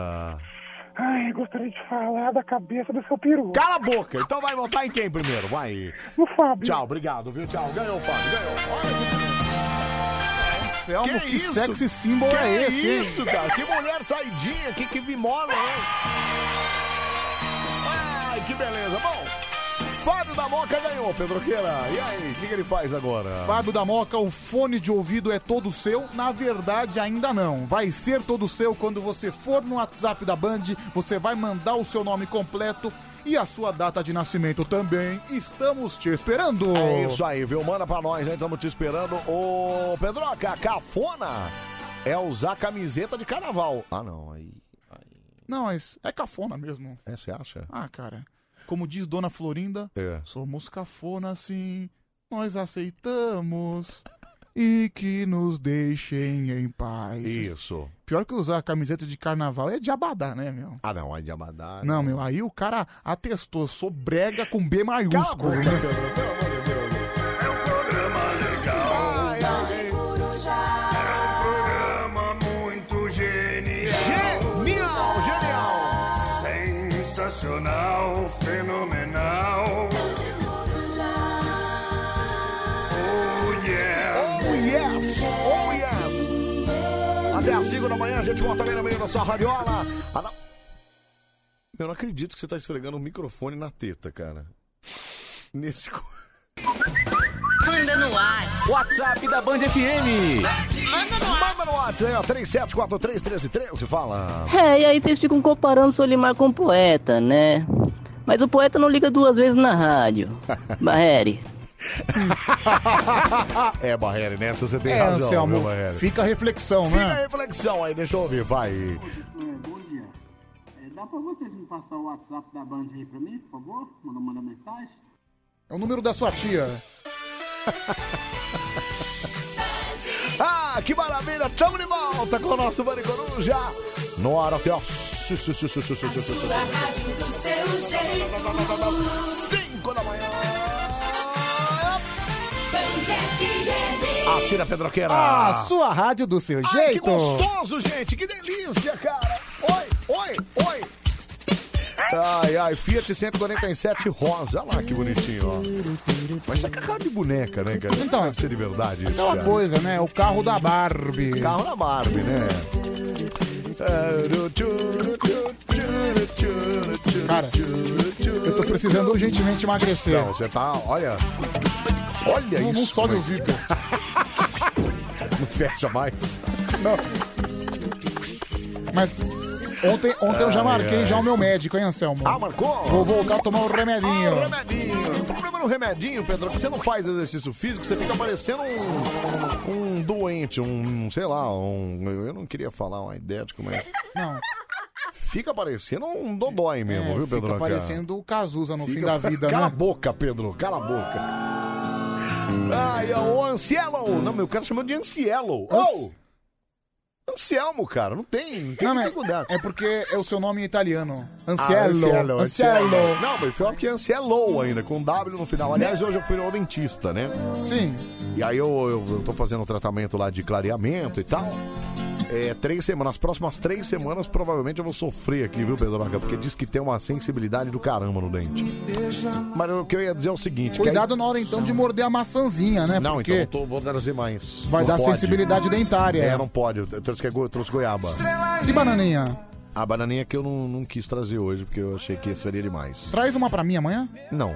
Speaker 17: Ai, gostaria de falar da cabeça do seu peru.
Speaker 1: Cala a boca! Então vai votar em quem primeiro? Vai.
Speaker 17: No Fábio.
Speaker 1: Tchau, obrigado, viu? Tchau. Ganhou, Fábio, ganhou. Olha
Speaker 3: Anselmo, é um que, sexy symbol
Speaker 1: que
Speaker 3: é esse, hein?
Speaker 1: isso, cara? Que mulher saidinha, que, que mimola, hein? Ai, que beleza. Bom, Fábio da Moca ganhou, Pedroqueira. E aí, o que, que ele faz agora?
Speaker 3: Fábio da Moca, o fone de ouvido é todo seu? Na verdade, ainda não. Vai ser todo seu quando você for no WhatsApp da Band, você vai mandar o seu nome completo e a sua data de nascimento também. Estamos te esperando.
Speaker 1: É isso aí, viu? Manda pra nós, né? Estamos te esperando. Ô, Pedroca, cafona é usar camiseta de carnaval. Ah, não, aí...
Speaker 3: Não, mas é cafona mesmo.
Speaker 1: É, você acha?
Speaker 3: Ah, cara. Como diz Dona Florinda,
Speaker 1: É.
Speaker 3: somos cafona sim, nós aceitamos e que nos deixem em paz.
Speaker 1: Isso.
Speaker 3: Pior que usar camiseta de carnaval é de abadá, né, meu?
Speaker 1: Ah, não, aí de Abadá.
Speaker 3: Não, meu, aí o cara atestou, sou brega com B maiúsculo. né?
Speaker 10: Band Coruja. É um programa muito genial.
Speaker 1: Genial, genial.
Speaker 10: Sensacional, fenomenal. Oh yeah.
Speaker 1: Oh yes, oh yes. Até às 5 da manhã a gente volta bem no meio da sua radiola. Ah, não. Eu não acredito que você tá esfregando o microfone na teta, cara. Nesse... co-
Speaker 10: Manda no ar.
Speaker 1: WhatsApp da Band FM.
Speaker 10: Manda no ar.
Speaker 1: Manda no WhatsApp aí, ó, 37431313, fala.
Speaker 19: É, e aí vocês ficam comparando o Solimar com o poeta, né? Mas o poeta não liga duas vezes na rádio. Barreri.
Speaker 1: É, Barreira, nessa você tem
Speaker 3: É,
Speaker 1: razão,
Speaker 3: Anselmo,
Speaker 1: viu, Barreira?
Speaker 3: fica a reflexão,
Speaker 1: Fica a
Speaker 3: né?
Speaker 1: reflexão aí, deixa eu ouvir, vai.
Speaker 20: Bom dia. É, dá pra vocês me passar o WhatsApp da Band aí pra mim, por favor? Manda, manda mensagem.
Speaker 3: É o número da sua tia.
Speaker 1: Ah, que maravilha, tamo de volta com o nosso Bande Coruja. No ar até, ó. su- su- su- su- su- su- su- su- su-
Speaker 10: rádio do seu jeito.
Speaker 1: 5 da manhã.
Speaker 10: Band FM.
Speaker 1: Assina Pedroqueira.
Speaker 3: Ah, sua rádio do seu
Speaker 1: Ai, que
Speaker 3: jeito.
Speaker 1: gostoso, gente, que delícia, cara. Oi, oi, oi. Ai, ai, Fiat 147 rosa, olha lá que bonitinho, ó. Mas isso é cacau de boneca, né, cara? Então, deve ser de verdade. isso,
Speaker 3: Aquela
Speaker 1: cara.
Speaker 3: coisa, né? O carro da Barbie.
Speaker 1: Carro da Barbie, né?
Speaker 3: Cara, eu tô precisando urgentemente emagrecer.
Speaker 1: Não, você tá, olha. Olha
Speaker 3: Não-
Speaker 1: isso.
Speaker 3: não sobe o
Speaker 1: vídeo. não fecha mais.
Speaker 3: Mas ontem, ontem eu já
Speaker 1: Ai,
Speaker 3: marquei
Speaker 1: ai.
Speaker 3: já o meu médico, hein, Anselmo?
Speaker 1: Ah, marcou?
Speaker 3: Vou voltar a tomar o remedinho.
Speaker 1: Ah, o remedinho. O problema no remedinho, Pedro, é que você não faz exercício físico, você fica parecendo um, um doente, um, sei lá, um. Eu não queria falar um aidético, mas.
Speaker 3: Não.
Speaker 1: Fica parecendo um dodói mesmo,
Speaker 3: É,
Speaker 1: viu, Pedro?
Speaker 3: Fica parecendo o Cazuza no fim da vida,
Speaker 1: Cala a
Speaker 3: né?
Speaker 1: boca, Pedro, cala a boca. Ai, o Ancielo! Não, meu cara chamou de Ancielo. Oh! Anselmo, cara, não tem, não tem
Speaker 3: Não, mas
Speaker 1: dificuldade.
Speaker 3: é porque é o seu nome em italiano.
Speaker 1: Ah,
Speaker 3: Anselmo. Anselmo.
Speaker 1: Não, mas pior que Anselmo ainda, com um W no final. Aliás, hoje eu fui ao dentista, né?
Speaker 3: Né? Sim.
Speaker 1: E aí eu, eu, eu tô fazendo um tratamento lá de clareamento e tal. É, três semanas, as próximas três semanas provavelmente eu vou sofrer aqui, viu, Pedro Marca? Porque diz que tem uma sensibilidade do caramba no dente. Mas o que eu ia dizer é o seguinte: que aí-
Speaker 3: Cuidado na hora então de morder a maçãzinha, né?
Speaker 1: Não,
Speaker 3: porque
Speaker 1: então eu tô, vou trazer mais.
Speaker 3: Vai
Speaker 1: Não
Speaker 3: dar sensibilidade dentária.
Speaker 1: É, não pode. Eu trouxe, que é go- eu trouxe goiaba.
Speaker 3: E bananinha?
Speaker 1: A bananinha que eu não, não quis trazer hoje, porque eu achei que seria demais.
Speaker 3: Traz uma pra mim amanhã?
Speaker 1: Não.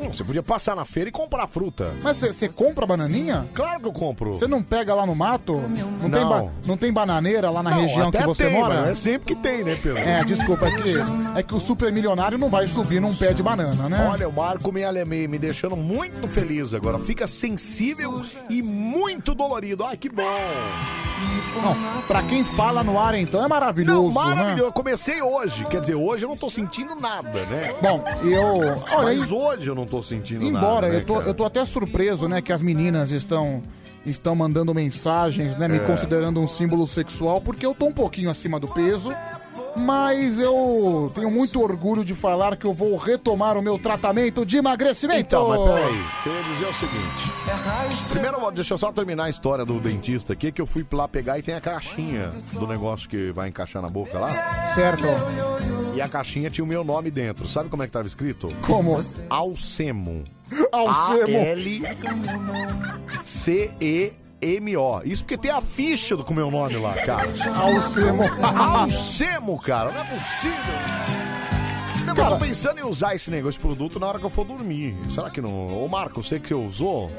Speaker 1: Não, você podia passar na feira e comprar fruta.
Speaker 3: Mas você compra bananinha?
Speaker 1: Claro que eu compro.
Speaker 3: Você não pega lá no mato? Não, Tem, ba-
Speaker 1: Não.
Speaker 3: não tem bananeira lá na
Speaker 1: Não,
Speaker 3: região
Speaker 1: até
Speaker 3: que você
Speaker 1: tem,
Speaker 3: mora?
Speaker 1: mas não é sempre que tem, né, Pedro?
Speaker 3: É, desculpa, é que, é que o super milionário não vai subir num pé de banana, né?
Speaker 1: Olha, o Marco me alemei, me deixando muito feliz agora. Fica sensível e muito dolorido. Ai, que bom.
Speaker 3: Não, pra quem fala no ar, então, é maravilhoso,
Speaker 1: Não, maravilhoso.
Speaker 3: né?
Speaker 1: Eu comecei hoje. Quer dizer, hoje eu não tô sentindo nada, né?
Speaker 3: Bom, eu... Olha,
Speaker 1: Mas hoje eu não tô sentindo nada.
Speaker 3: Embora,
Speaker 1: né,
Speaker 3: eu, tô,
Speaker 1: cara?
Speaker 3: eu tô até surpreso, né, que as meninas estão estão mandando mensagens, né, me
Speaker 1: É.
Speaker 3: considerando um símbolo sexual, porque eu tô um pouquinho acima do peso, Mas eu tenho muito orgulho de falar que eu vou retomar o meu tratamento de emagrecimento.
Speaker 1: Então, mas peraí, o que eu ia dizer é o seguinte. Primeiro, eu vou- deixa eu só terminar a história do dentista aqui, que eu fui lá pegar e tem a caixinha do negócio que vai encaixar na boca lá.
Speaker 3: Certo.
Speaker 1: E a caixinha tinha o meu nome dentro. Sabe como é que tava escrito?
Speaker 3: Como?
Speaker 1: Alcemo.
Speaker 3: Alcemo.
Speaker 1: A-L-C-E-M-O. Isso porque tem a ficha do, com o meu nome lá, cara.
Speaker 3: Alcemo.
Speaker 1: Alcemo, cara. Não é possível. Meu, eu tô pensando em usar esse negócio, esse produto, na hora que eu for dormir. Será que não... Ô, Marco, você que você usou,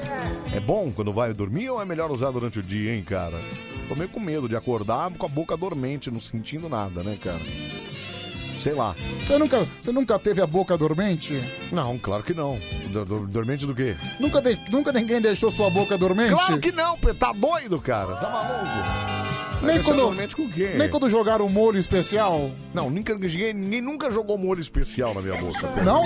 Speaker 1: é bom quando vai dormir ou é melhor usar durante o dia, hein, cara? Tô meio com medo de acordar com a boca dormente, não sentindo nada, né, cara? Sei lá.
Speaker 3: Você nunca, você nunca teve a boca dormente?
Speaker 1: Não, claro que não. Do- do- Dormente do quê?
Speaker 3: Nunca, de- nunca ninguém deixou sua boca dormente?
Speaker 1: Claro que não, Pedro. Tá doido, cara. Tá maluco.
Speaker 3: Nem
Speaker 1: Vai
Speaker 3: quando-
Speaker 1: deixar dormente é, com o quê?
Speaker 3: nem quando jogaram um molho especial?
Speaker 1: Não, nunca, ninguém, ninguém nunca jogou molho especial na minha boca. Pedro.
Speaker 3: Não?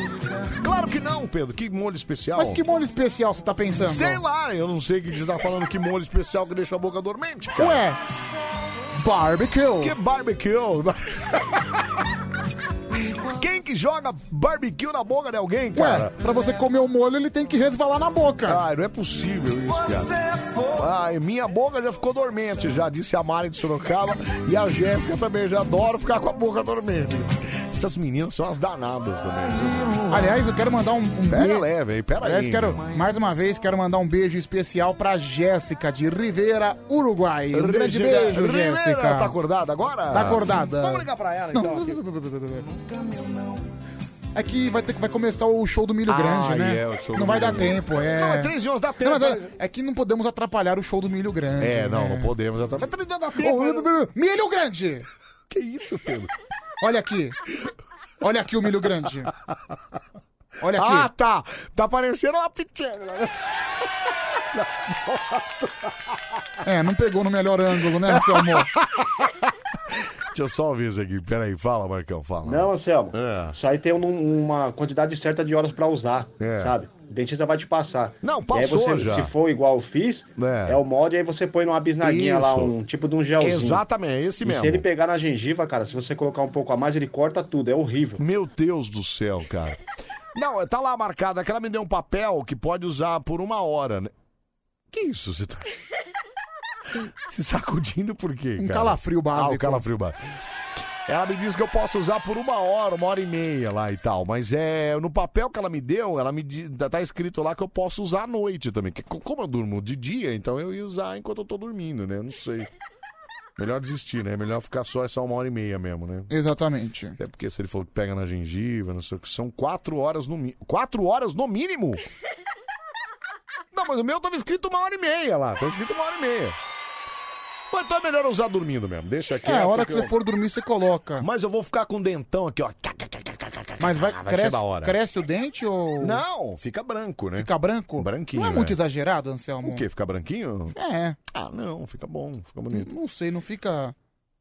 Speaker 1: Claro que não, Pedro. Que molho especial?
Speaker 3: Mas que molho especial você tá pensando?
Speaker 1: Sei lá, eu não sei o que que você tá falando. Que molho especial que deixa a boca dormente, cara.
Speaker 3: Ué, barbecue.
Speaker 1: Que barbecue? Quem que joga barbecue na boca de alguém, cara?
Speaker 3: Ué, pra você comer o molho, ele tem que resvalar na boca.
Speaker 1: Ah, não é possível isso, cara. Ai, minha boca já ficou dormente, já disse a Mari de Sorocaba. E a Jéssica também já adora ficar com a boca dormente. Essas meninas são as danadas também. viu?
Speaker 3: Aliás, eu quero mandar um, um
Speaker 1: Pega
Speaker 3: beijo.
Speaker 1: leve, hein? Pera aí.
Speaker 3: Aliás, quero, mais uma vez, quero mandar um beijo especial pra Jéssica de Rivera, Uruguai. Um grande
Speaker 1: Jéssica-
Speaker 3: beijo,
Speaker 1: Rivera,
Speaker 3: Jéssica.
Speaker 1: tá acordada agora?
Speaker 3: Tá acordada.
Speaker 1: Vamos ligar pra ela, então,
Speaker 3: Não. É que vai, ter, que- vai começar o show do Milho
Speaker 1: Ah,
Speaker 3: Grande, né?
Speaker 1: é, o show do
Speaker 3: não vai
Speaker 1: Milho
Speaker 3: dar
Speaker 1: Grande.
Speaker 3: tempo, é.
Speaker 1: Não, é 13 horas, dá tempo,
Speaker 3: Não, mas é,
Speaker 1: mas-
Speaker 3: é que não podemos atrapalhar o show do Milho Grande.
Speaker 1: É, não,
Speaker 3: né?
Speaker 1: não podemos. Eu tava-
Speaker 3: Ô, milho Grande!
Speaker 1: Que isso, Pedro?
Speaker 3: Olha aqui. Olha aqui o Milho Grande. Olha aqui.
Speaker 1: Ah, tá. Tá parecendo uma pitanga. Tá
Speaker 3: É, não pegou no melhor ângulo, né, seu amor?
Speaker 1: Deixa eu só ouvir isso aqui. Peraí, fala, Marcão, fala.
Speaker 4: Não, Anselmo.
Speaker 1: É.
Speaker 4: Isso aí tem um- uma quantidade certa de horas pra usar,
Speaker 1: É.
Speaker 4: sabe? O dentista vai te passar.
Speaker 1: Não,
Speaker 4: E aí
Speaker 1: passou
Speaker 4: você,
Speaker 1: já.
Speaker 4: Se for igual eu fiz,
Speaker 1: É.
Speaker 4: é, o molde, aí você põe numa bisnaguinha
Speaker 1: Isso.
Speaker 4: lá, um tipo de um gelzinho.
Speaker 1: Exatamente, é esse
Speaker 4: e
Speaker 1: mesmo.
Speaker 4: se ele pegar na gengiva, cara, se você colocar um pouco a mais, ele corta tudo, é horrível.
Speaker 1: Meu Deus do céu, cara. Não, tá lá marcado. Aquela me deu um papel que pode usar por uma hora, né? Que isso? Você tá se sacudindo por quê,
Speaker 3: Um
Speaker 1: cara?
Speaker 3: calafrio básico.
Speaker 1: Ah, o calafrio básico. Ela me disse que eu posso usar por uma hora, uma hora e meia lá e tal. Mas é no papel que ela me deu, ela me di- tá- tá escrito lá que eu posso usar à noite também. Que, co- como eu durmo de dia, então eu ia usar enquanto eu tô dormindo, né? Eu não sei. Melhor desistir, né? Melhor ficar só essa uma hora e meia mesmo, né?
Speaker 3: Exatamente.
Speaker 1: Até porque se ele falou que pega na gengiva, não sei o que, são quatro horas no mínimo. Quatro horas no mínimo? Não, mas o meu tava escrito uma hora e meia lá. Tava escrito uma hora e meia. Mas então é melhor usar dormindo mesmo. Deixa aqui.
Speaker 3: É, a hora que você for dormir, você coloca.
Speaker 1: Mas eu vou ficar com o dentão aqui, ó.
Speaker 3: Mas vai,
Speaker 1: Ah, vai ser
Speaker 3: cresce,
Speaker 1: da hora.
Speaker 3: cresce o dente ou.
Speaker 1: Não, fica branco, né?
Speaker 3: Fica branco?
Speaker 1: Branquinho.
Speaker 3: Não é muito
Speaker 1: né?
Speaker 3: exagerado, Anselmo?
Speaker 1: O quê? Fica branquinho?
Speaker 3: É.
Speaker 1: Ah, não, fica bom, fica bonito.
Speaker 3: Não sei, não fica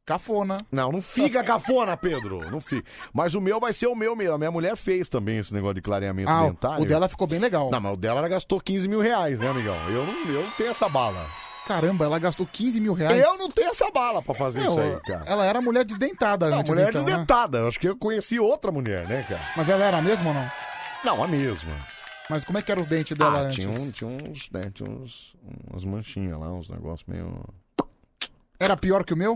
Speaker 3: cafona.
Speaker 1: Não, não fica cafona, Pedro. Não fica. Mas o meu vai ser o meu mesmo. A minha mulher fez também esse negócio de clareamento
Speaker 3: Ah,
Speaker 1: dentário.
Speaker 3: o dela ficou bem legal.
Speaker 1: Não, mas o dela ela gastou 15 mil reais, né, amigão? Eu não, eu não tenho essa bala.
Speaker 3: Caramba, ela gastou 15 mil reais.
Speaker 1: Eu não tenho essa bala pra fazer
Speaker 3: Meu,
Speaker 1: isso aí, cara.
Speaker 3: Ela era mulher desdentada
Speaker 1: Não,
Speaker 3: antes,
Speaker 1: mulher
Speaker 3: então, né?
Speaker 1: desdentada. Eu Acho que eu conheci outra mulher, né, cara?
Speaker 3: Mas ela era a mesma ou não?
Speaker 1: Não, a mesma.
Speaker 3: Mas como é que era o dente dela
Speaker 1: Ah,
Speaker 3: antes?
Speaker 1: tinha, um- tinha uns, né, tinha uns, umas manchinhas lá, uns negócios meio...
Speaker 3: Era pior que o meu?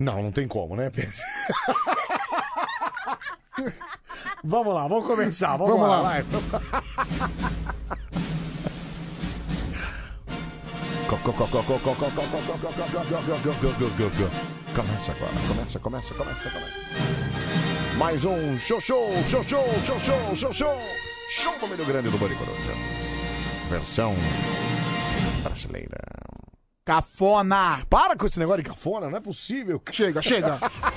Speaker 1: Não, não tem como, né, Pedro? vamos lá, vamos começar. Ah, Vamos,
Speaker 3: Vamos
Speaker 1: lá.
Speaker 3: lá.
Speaker 1: vai. Co- co- co- co- co- co- co- co- co- co- co- co- co- co- co- co- co- co- co- Começa agora, começa, começa, começa, começa. Mais um show, show, show, show, show, show, show, show. Show do Milho Grande do Bande Coruja. Versão brasileira.
Speaker 3: Cafona!
Speaker 1: Para com esse negócio de cafona, não é possível.
Speaker 3: Chega, chega.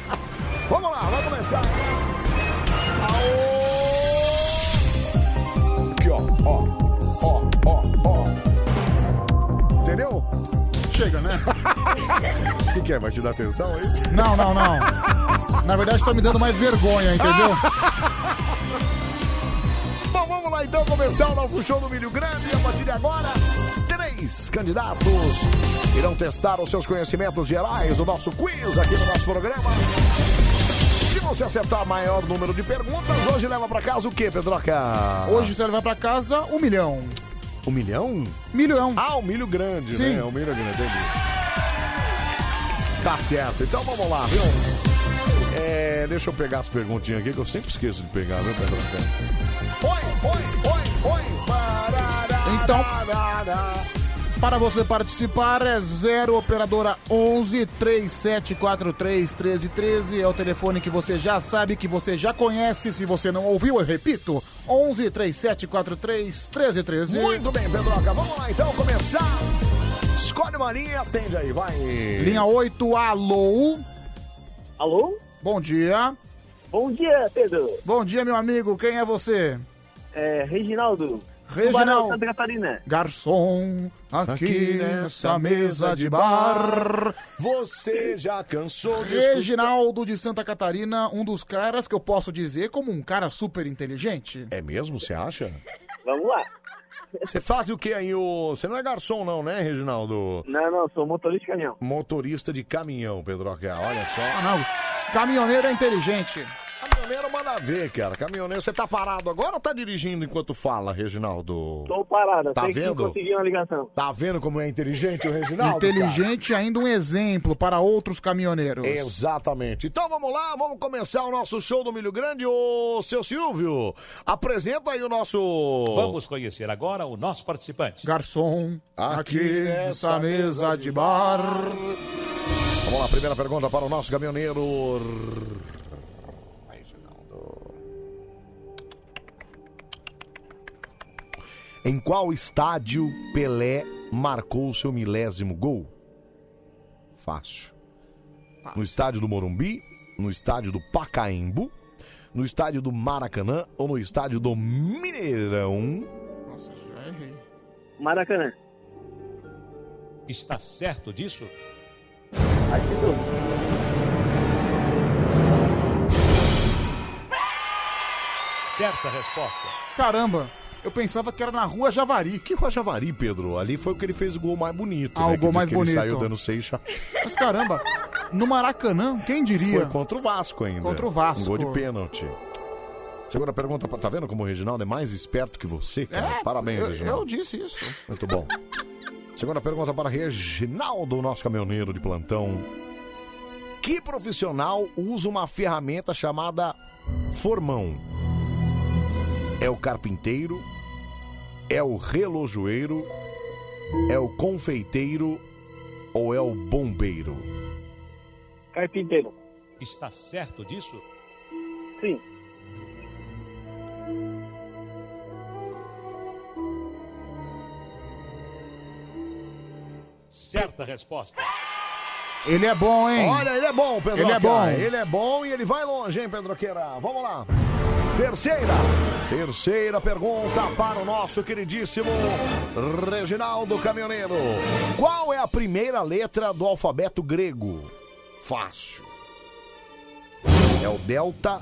Speaker 1: Vamos lá, vamos começar. Aô! Aqui, ó, ó, ó, ó, ó. Entendeu?
Speaker 3: Chega, né?
Speaker 1: O que, que é? Vai te dar atenção aí?
Speaker 3: Não, não, não. Na verdade, tá me dando mais vergonha, entendeu?
Speaker 1: Bom, vamos lá então começar o nosso show do Milho Grande. E a partir de agora, três candidatos irão testar os seus conhecimentos gerais, o nosso quiz aqui no nosso programa. Se acertar maior número de perguntas, hoje leva pra casa o quê, Pedroca?
Speaker 3: Hoje você levar pra casa um milhão.
Speaker 1: Um milhão?
Speaker 3: Milhão.
Speaker 1: Ah, um milho grande,
Speaker 3: Sim.
Speaker 1: né? Um milho grande, entendi. Tá certo, então vamos lá, viu? É, deixa eu pegar as perguntinhas aqui que eu sempre esqueço de pegar, viu, Pedroca?
Speaker 3: Então,
Speaker 1: Ah,
Speaker 3: para você participar é 0 operadora 11 3743 1313. É o telefone que você já sabe, que você já conhece. Se você não ouviu, eu repito: 11 3743 1313.
Speaker 1: Muito bem, Pedroca, vamos lá então começar. Escolhe uma linha e atende aí, vai.
Speaker 3: Linha 8, alô.
Speaker 5: Alô?
Speaker 3: Bom dia.
Speaker 5: Bom dia, Pedro.
Speaker 3: Bom dia, meu amigo. Quem é você?
Speaker 5: É, Reginaldo.
Speaker 3: Reginaldo.
Speaker 5: Tubarão, Santa Catarina.
Speaker 3: Garçom, aqui nessa mesa de bar.
Speaker 1: Você já cansou de
Speaker 3: Reginaldo de Santa Catarina, um dos caras que eu posso dizer como um cara super inteligente.
Speaker 1: É mesmo, você acha?
Speaker 5: Vamos lá.
Speaker 1: Você faz o que aí? ô? Você não é garçom não, né, Reginaldo?
Speaker 5: Não, não, sou motorista de
Speaker 15: né?
Speaker 5: caminhão.
Speaker 1: Motorista de caminhão, Pedroca, olha só.
Speaker 3: Ah, Caminhoneiro é inteligente.
Speaker 1: Caminhoneiro manda ver, cara. Caminhoneiro, você tá parado agora ou tá dirigindo enquanto fala, Reginaldo?
Speaker 5: Tô parada,
Speaker 1: Tá
Speaker 5: sei que
Speaker 1: vendo?
Speaker 5: consegui uma ligação.
Speaker 1: Tá vendo como é inteligente o Reginaldo? cara?
Speaker 3: inteligente ainda um exemplo para outros caminhoneiros.
Speaker 1: Exatamente. Então vamos lá, vamos começar o nosso show do Milho Grande. Ô, seu Silvio, apresenta aí o nosso.
Speaker 6: Vamos conhecer agora o nosso participante.
Speaker 3: Garçom, aqui nessa mesa de bar.
Speaker 1: Vamos lá, primeira pergunta para o nosso caminhoneiro. Em qual estádio Pelé marcou seu milésimo gol? Fácil. No estádio do Morumbi, no estádio do Pacaembu, no estádio do Maracanã ou no estádio do Mineirão?
Speaker 3: Nossa, já errei.
Speaker 5: Maracanã.
Speaker 6: Está certo disso? Certa resposta.
Speaker 3: Caramba, eu pensava que era na rua Javari.
Speaker 1: Que rua Javari, Pedro? Ali foi o que ele fez o gol mais bonito.
Speaker 3: Ah,
Speaker 1: né?
Speaker 3: o gol
Speaker 1: que diz
Speaker 3: mais
Speaker 1: que
Speaker 3: bonito.
Speaker 1: Ele saiu dando seis cha-
Speaker 3: Mas caramba, no Maracanã, quem diria?
Speaker 1: Foi contra o Vasco ainda.
Speaker 3: Contra o Vasco.
Speaker 1: Um gol de pênalti. Segunda pergunta, tá vendo como o Reginaldo é mais esperto que você, cara? Parabéns,
Speaker 3: É, eu,
Speaker 1: Reginaldo.
Speaker 3: eu disse isso.
Speaker 1: Muito bom. Segunda pergunta para Reginaldo, nosso caminhoneiro de plantão. Que profissional usa uma ferramenta chamada formão? É o carpinteiro? É o relojoeiro? É o confeiteiro? Ou é o bombeiro?
Speaker 5: Carpinteiro.
Speaker 6: Está certo disso?
Speaker 5: Sim.
Speaker 6: Certa resposta.
Speaker 3: Ele é bom, hein?
Speaker 1: Olha, ele é bom, Pedro.
Speaker 3: Ele é bom.
Speaker 1: Ele é bom e ele vai longe, hein, Pedroqueira? Vamos lá. Terceira. Terceira pergunta para o nosso queridíssimo Reginaldo Caminhoneiro. Qual é a primeira letra do alfabeto grego? Fácil. É o delta,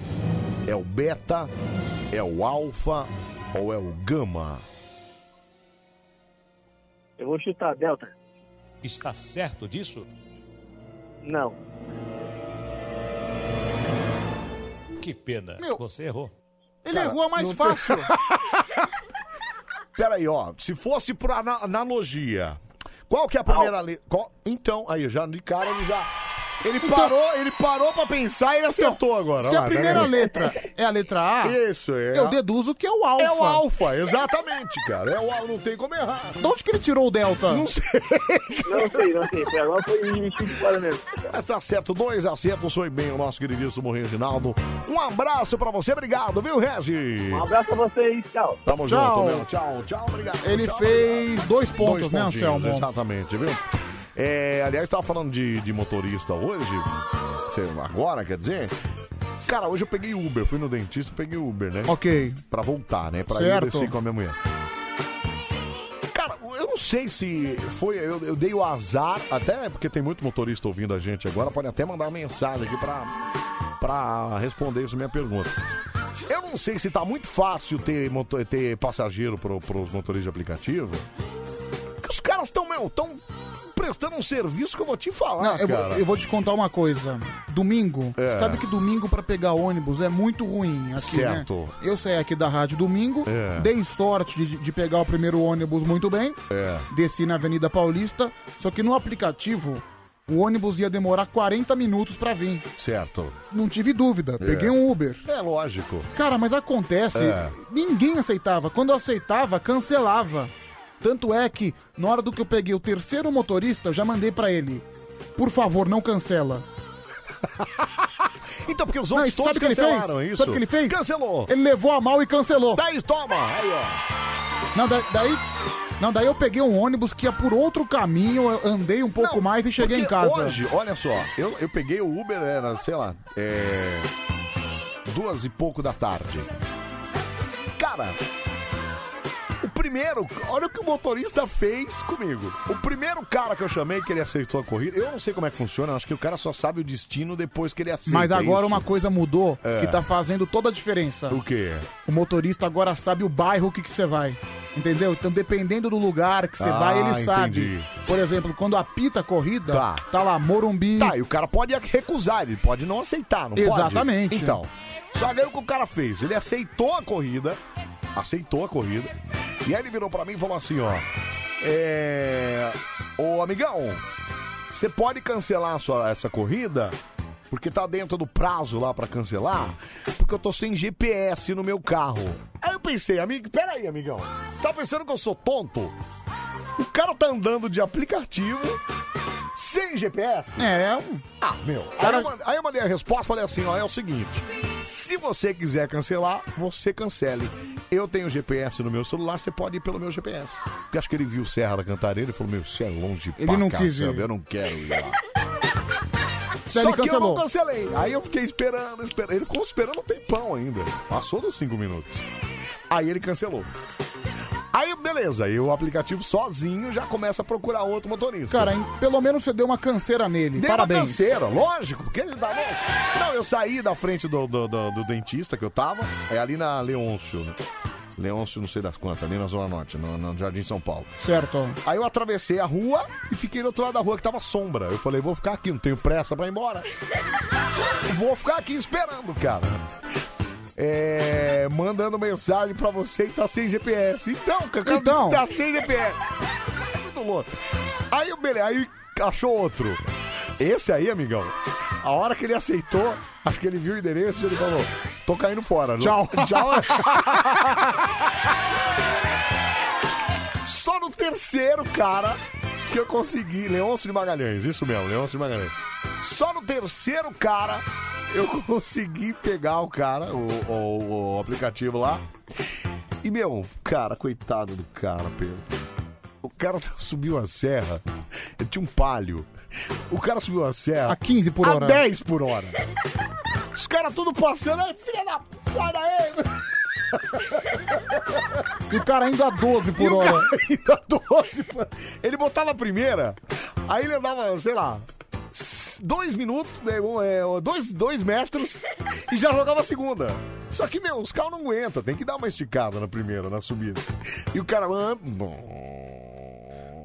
Speaker 1: é o beta, é o alfa ou é o gama?
Speaker 5: Eu vou chutar Delta.
Speaker 6: Está certo disso?
Speaker 5: Não.
Speaker 6: Que pena. Você errou.
Speaker 3: Ele errou a mais
Speaker 1: não
Speaker 3: fácil.
Speaker 1: Peraí, ó. Se fosse por ana- analogia, qual que é a primeira letra? Então, aí, já de cara ele já. Ele parou, ele parou pra pensar e ele acertou agora.
Speaker 3: Então, Se
Speaker 1: Olha
Speaker 3: a
Speaker 1: lá,
Speaker 3: primeira
Speaker 1: tá vendo?
Speaker 3: letra é a letra A,
Speaker 1: Isso, é.
Speaker 3: eu deduzo que é o alfa.
Speaker 1: É o alfa, exatamente, cara. É o alfa, não tem como errar.
Speaker 3: De onde que ele tirou o delta?
Speaker 1: Não sei.
Speaker 5: Não sei, não sei. Foi agora foi um chute fora mesmo.
Speaker 1: Mas tá certo, dois acertos, foi bem o nosso queridíssimo Reginaldo. Um abraço pra você, obrigado, viu, Regi?
Speaker 5: Um abraço a vocês, tchau.
Speaker 1: Tamo
Speaker 3: Tchau.
Speaker 1: junto, meu. Tchau, tchau, obrigado.
Speaker 3: Ele
Speaker 1: tchau,
Speaker 3: fez
Speaker 1: Dois
Speaker 3: dois pontos, né,
Speaker 1: pontinhos,
Speaker 3: Anselmo?
Speaker 1: Exatamente, viu? É, aliás, tava falando de, de motorista hoje. Cê- Agora, quer dizer? Cara, hoje eu peguei Uber, fui no dentista e peguei Uber, né?
Speaker 3: Ok.
Speaker 1: Pra voltar, né? Pra ir
Speaker 3: Certo.
Speaker 1: eu desci com a minha mulher. Cara, eu não sei se foi. Eu, eu dei o azar, até porque tem muito motorista ouvindo a gente agora, pode até mandar uma mensagem aqui pra, pra responder isso, minha pergunta. Eu não sei se tá muito fácil ter, moto- ter passageiro pro, pros motoristas de aplicativo. Que os caras estão, meu, Então, tão prestando um serviço que eu vou te falar,
Speaker 3: Não, eu, vou-
Speaker 1: cara.
Speaker 3: eu vou te contar uma coisa. Domingo,
Speaker 1: É.
Speaker 3: sabe que domingo pra pegar ônibus é muito ruim aqui, né?
Speaker 1: Certo.
Speaker 3: Eu saí aqui da rádio domingo,
Speaker 1: É.
Speaker 3: dei sorte de, de pegar o primeiro ônibus muito bem,
Speaker 1: É.
Speaker 3: desci na Avenida Paulista, só que no aplicativo o ônibus ia demorar 40 minutos pra vir.
Speaker 1: Certo.
Speaker 3: Não tive dúvida,
Speaker 1: É.
Speaker 3: peguei um Uber.
Speaker 1: É lógico.
Speaker 3: Cara, mas acontece,
Speaker 1: É.
Speaker 3: ninguém aceitava. Quando eu aceitava, cancelava. Tanto é que, na hora do que eu peguei o terceiro motorista, eu já mandei pra ele: Por favor, não cancela.
Speaker 1: Então, porque os
Speaker 3: Não, e
Speaker 1: outros
Speaker 3: sabe
Speaker 1: todos
Speaker 3: o que ele fez?
Speaker 1: cancelaram é isso.
Speaker 3: Sabe o que ele fez?
Speaker 1: Cancelou.
Speaker 3: Ele levou a mal e cancelou.
Speaker 1: Daí, toma! Aí, ó.
Speaker 3: Não, da- daí. Não, daí eu peguei um ônibus que ia por outro caminho, eu andei um pouco mais e cheguei em
Speaker 1: Porque
Speaker 3: casa.
Speaker 1: Hoje, olha só, eu, eu peguei o Uber, era, sei lá, é, duas e pouco da tarde. Cara, o primeiro, olha o que o motorista fez comigo. O primeiro cara que eu chamei que ele aceitou a corrida, eu não sei como é que funciona, eu acho que o cara só sabe o destino depois que ele aceita. é
Speaker 3: Mas agora
Speaker 1: isso.
Speaker 3: uma coisa mudou
Speaker 1: É.
Speaker 3: que tá fazendo toda a diferença.
Speaker 1: O quê?
Speaker 3: O motorista agora sabe o bairro que que você vai. Entendeu? Então, dependendo do lugar que você
Speaker 1: Ah,
Speaker 3: vai, ele sabe.
Speaker 1: entendi.
Speaker 3: Por exemplo, quando apita a corrida,
Speaker 1: Tá.
Speaker 3: tá, lá Morumbi.
Speaker 1: Tá, e o cara pode recusar, ele pode não aceitar, Tá, não pode?
Speaker 3: Exatamente.
Speaker 1: Então, só que aí o que o cara fez? Ele aceitou a corrida, aceitou a corrida, e aí ele virou pra mim e falou assim, ó, é... Ô, amigão, você pode cancelar a sua, essa corrida? Porque tá dentro do prazo lá pra cancelar, porque eu tô sem GPS no meu carro. Aí eu pensei, amigo, peraí, amigão, você tá pensando que eu sou tonto? O cara tá andando de aplicativo, sem GPS?
Speaker 3: É.
Speaker 1: Ah, meu. Aí, eu mandei, aí eu mandei a resposta, falei assim, ó, é o seguinte. Se você quiser cancelar, você cancele. Eu tenho GPS no meu celular, você pode ir pelo meu GPS. Porque acho que ele viu Serra da Cantareira e falou, meu, isso é longe
Speaker 3: Ele
Speaker 1: pra
Speaker 3: não
Speaker 1: cacete,
Speaker 3: quis ir.
Speaker 1: Eu não quero ir. lá.
Speaker 3: Daí
Speaker 1: Só
Speaker 3: ele
Speaker 1: que eu não
Speaker 3: cancelou.
Speaker 1: cancelei. Aí eu fiquei esperando, esperando. Ele ficou esperando um tempão ainda. Passou dos cinco minutos. Aí ele cancelou. Aí, beleza, aí o aplicativo sozinho já começa a procurar outro motorista.
Speaker 3: Cara, hein, pelo menos você deu uma canseira nele.
Speaker 1: Dei
Speaker 3: Parabéns.
Speaker 1: uma canseira, lógico. Que ele dá, né? Não, eu saí da frente do, do, do- do dentista que eu tava, é ali na Leôncio, né? Leôncio, não sei das quantas, ali na Zona Norte, no, no Jardim São Paulo.
Speaker 3: Certo.
Speaker 1: Aí eu atravessei a rua e fiquei do outro lado da rua que tava sombra. Eu falei, vou ficar aqui, não tenho pressa pra ir embora. Vou ficar aqui esperando, cara. É. Mandando mensagem pra você que tá sem GPS. Então, Cacau,
Speaker 3: Então.
Speaker 1: tá sem GPS. É muito louco. Aí o Belé, aí achou outro. Esse aí, amigão, a hora que ele aceitou, acho que ele viu o endereço e ele falou: tô caindo fora.
Speaker 3: Tchau.
Speaker 1: Tchau. Só no terceiro, cara, que eu consegui. Leôncio de Magalhães, isso mesmo, Leôncio de Magalhães. Só no terceiro, cara, eu consegui pegar o cara, o, o- o aplicativo lá. E, meu, cara, coitado do cara, Pedro. O cara subiu a serra, ele tinha um palio. O cara subiu a serra.
Speaker 3: A 15 por hora.
Speaker 1: A 10 por hora. Os caras tudo passando, aí, filha da. Sai daí!
Speaker 3: E o cara ainda a 12 por
Speaker 1: E o
Speaker 3: hora.
Speaker 1: cara ainda 12 por- Ele botava a primeira, aí ele andava, sei lá, s- dois minutos, né, um, é, dois, dois metros, e já jogava a segunda. Só que, meu, os carros não aguentam, tem que dar uma esticada na primeira, na subida. E o cara. ah, bom.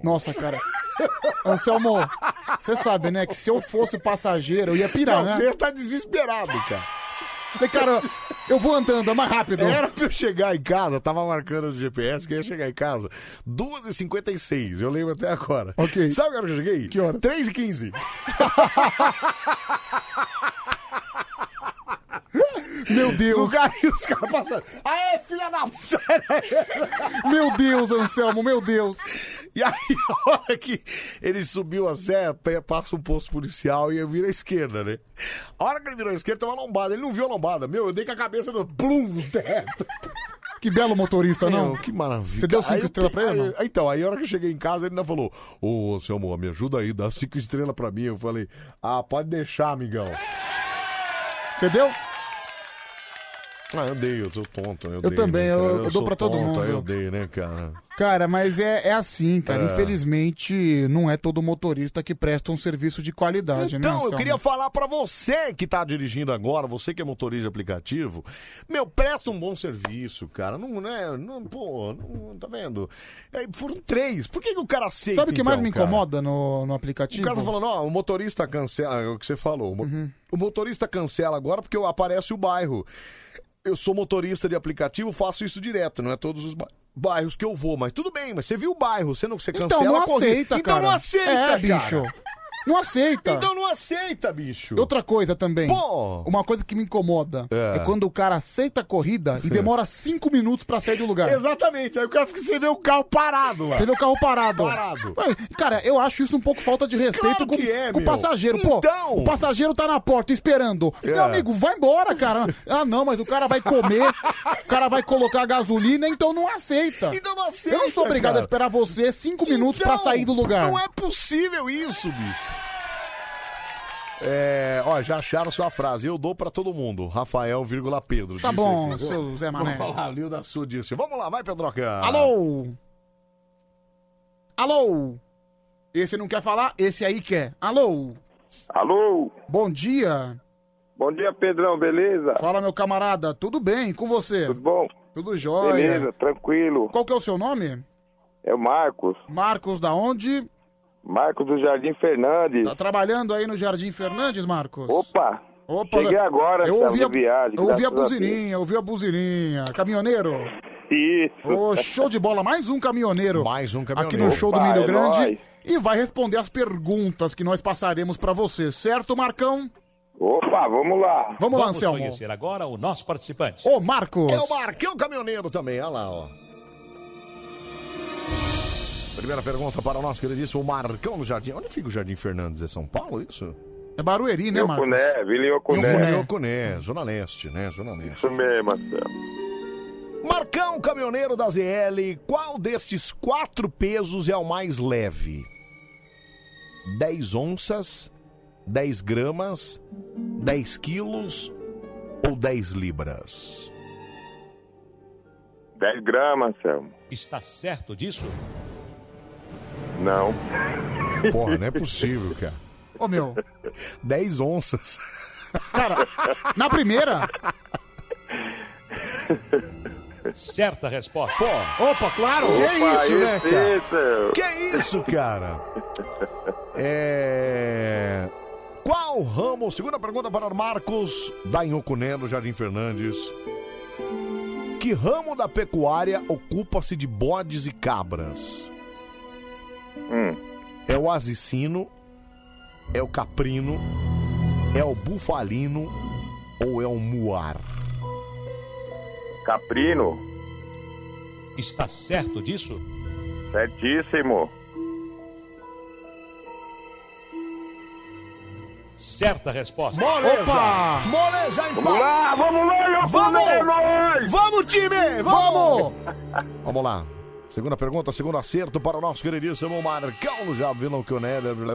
Speaker 3: Nossa, cara. Anselmo, você sabe, né, que se eu fosse passageiro, eu ia pirar,
Speaker 1: Não,
Speaker 3: né?
Speaker 1: Você tá desesperado, cara.
Speaker 3: Falei, Cara, eu vou andando, é mais rápido.
Speaker 1: Era pra eu chegar em casa, tava marcando o GPS que eu ia chegar em casa. 2h56, eu lembro até agora. Ok. Sabe a hora que eu cheguei? Que hora? 3h15.
Speaker 3: Meu Deus.
Speaker 1: O cara e os caras passando. Aê, filha da.
Speaker 3: Meu Deus, Anselmo, meu Deus.
Speaker 1: E aí, a hora que ele subiu a serra, pe- passa um posto policial e eu viro à esquerda, né? A hora que ele virou à esquerda, tem uma lombada. Ele não viu a lombada. Meu, eu dei com a cabeça no plum no teto.
Speaker 3: Que belo motorista, não?
Speaker 1: Meu, que maravilha.
Speaker 3: Você deu
Speaker 1: Aí
Speaker 3: cinco
Speaker 1: eu
Speaker 3: estrelas pra ele,
Speaker 1: pe-
Speaker 3: não?
Speaker 1: aí- Então, aí a hora que eu cheguei em casa, ele ainda falou: Ô, seu amor, me ajuda aí, dá cinco estrelas pra mim. Eu falei: Ah, pode deixar, amigão.
Speaker 3: Você deu?
Speaker 1: Ah, eu dei, eu sou tonto. Eu,
Speaker 3: Eu
Speaker 1: dei,
Speaker 3: também,
Speaker 1: né, cara?
Speaker 3: eu- eu dou
Speaker 1: sou
Speaker 3: pra todo
Speaker 1: tonto,
Speaker 3: mundo.
Speaker 1: aí Eu dei, né, cara?
Speaker 3: Cara, mas é, é assim, cara.
Speaker 1: É.
Speaker 3: Infelizmente, não é todo motorista que presta um serviço de qualidade, né?
Speaker 1: Então, eu
Speaker 3: Anselmo?
Speaker 1: queria falar pra você que tá dirigindo agora, você que é motorista de aplicativo, meu, presta um bom serviço, cara. Não, né? Não, pô, não, tá vendo? É, foram três. Por que, que o cara aceita?
Speaker 3: Sabe o que mais
Speaker 1: então,
Speaker 3: me
Speaker 1: cara?
Speaker 3: incomoda no, no aplicativo? Uhum.
Speaker 1: O cara tá falando, ó, o motorista cancela. é O que você falou. o mo- O motorista cancela agora porque aparece o bairro. Eu sou motorista de aplicativo, faço isso direto, não é todos os ba- bairros que eu vou, mas tudo bem, mas você viu o bairro, você não você cancela
Speaker 3: Então não
Speaker 1: a corrida.
Speaker 3: aceita,
Speaker 1: Então
Speaker 3: cara.
Speaker 1: não aceita,
Speaker 3: é,
Speaker 1: cara.
Speaker 3: bicho. Não aceita.
Speaker 1: Então não aceita, bicho.
Speaker 3: Outra coisa também.
Speaker 1: Pô.
Speaker 3: Uma coisa que me incomoda é.
Speaker 1: É.
Speaker 3: quando o cara aceita a corrida e demora cinco minutos pra sair do lugar.
Speaker 1: Exatamente, aí o cara fica sem ver o carro parado lá.
Speaker 3: Você vê o carro parado.
Speaker 1: Parado.
Speaker 3: Cara, eu acho isso um pouco falta de respeito com,
Speaker 1: que é,
Speaker 3: com o
Speaker 1: meu.
Speaker 3: passageiro. Pô,
Speaker 1: Então.
Speaker 3: o passageiro tá na porta esperando.
Speaker 1: É.
Speaker 3: Meu amigo, vai embora, cara. Ah, não, mas o cara vai comer, o cara vai colocar gasolina, então não aceita.
Speaker 1: Então não aceita,
Speaker 3: Eu não sou obrigado
Speaker 1: cara.
Speaker 3: a esperar você cinco minutos pra
Speaker 1: Então,
Speaker 3: sair do lugar.
Speaker 1: Não é possível isso, bicho. É, ó, já acharam sua frase. Eu dou pra todo mundo. Rafael, vírgula Pedro.
Speaker 3: Tá
Speaker 1: disse
Speaker 3: bom,
Speaker 1: aqui.
Speaker 3: seu Zé Mané.
Speaker 1: Vamos lá, Lio da Sul disse. Vamos lá, vai, Pedroca.
Speaker 3: Ah. Alô? Alô? Esse não quer falar, esse aí quer. Alô?
Speaker 2: Alô?
Speaker 3: Bom dia.
Speaker 2: Bom dia, Pedrão, beleza?
Speaker 3: Fala, meu camarada. Tudo bem? E Com você? Tudo
Speaker 2: bom?
Speaker 3: Tudo jóia.
Speaker 2: Beleza, tranquilo.
Speaker 3: Qual que é o seu nome?
Speaker 2: É o Marcos.
Speaker 3: Marcos da onde?
Speaker 2: Marcos do Jardim Fernandes.
Speaker 3: Tá trabalhando aí no Jardim Fernandes, Marcos?
Speaker 2: Opa!
Speaker 3: Opa, né?
Speaker 2: Cheguei agora,
Speaker 3: eu ouvi a,
Speaker 2: da viagem.
Speaker 3: eu ouvi a
Speaker 2: graças Deus.
Speaker 3: buzininha, eu ouvi a buzininha. Caminhoneiro?
Speaker 2: Isso.
Speaker 3: Ô, show de bola, mais um caminhoneiro.
Speaker 1: Mais um
Speaker 3: Aqui
Speaker 1: caminhoneiro.
Speaker 3: no show do
Speaker 2: Opa,
Speaker 3: Milho
Speaker 2: é
Speaker 3: Grande.
Speaker 2: nóis.
Speaker 3: E vai responder as perguntas que nós passaremos pra você, certo, Marcão?
Speaker 2: Opa, vamos lá.
Speaker 3: Vamos lá,
Speaker 6: Vamos
Speaker 3: Anselmo.
Speaker 6: conhecer agora o nosso participante.
Speaker 3: Ô, Marcos.
Speaker 1: É o Marcão Caminhoneiro também, olha lá, ó. Primeira pergunta para o nosso queridíssimo Marcão do Jardim. Onde fica o Jardim Fernandes? É São Paulo, isso?
Speaker 3: É Barueri,
Speaker 2: né, Marcos? Iocuné, Vila Iocuné.
Speaker 1: Iocuné, Zona Leste, né? Zona Leste.
Speaker 2: Isso mesmo, Marcelo.
Speaker 1: Marcão Caminhoneiro da ZL, qual destes quatro pesos é o mais leve? 10 onças, 10 gramas, 10 quilos ou 10 libras?
Speaker 2: 10 gramas, Marcelo.
Speaker 6: Está certo disso?
Speaker 2: Não.
Speaker 1: Porra, não é possível, cara.
Speaker 3: Ô, meu.
Speaker 1: 10 onças.
Speaker 3: Cara, na primeira.
Speaker 6: Certa resposta.
Speaker 3: Opa, claro.
Speaker 1: Que
Speaker 6: Opa,
Speaker 1: isso, né,
Speaker 6: esse,
Speaker 1: cara? Que isso, cara? É... Qual ramo? Segunda pergunta para Marcos da Inhocuné, do Jardim Fernandes. Que ramo da pecuária ocupa-se de bodes e cabras? É o asicino? É o caprino? É o bufalino? Ou é o muar?
Speaker 2: Caprino,
Speaker 6: Está certo disso?
Speaker 2: certíssimo.
Speaker 6: Certa resposta.
Speaker 1: Moleza! Moleza em pau.
Speaker 6: é
Speaker 2: é
Speaker 1: Vamos! Vamos, time! Vamos! Vamos lá. Segunda pergunta, segundo acerto para o nosso queridíssimo Marcão já vilão que o Deve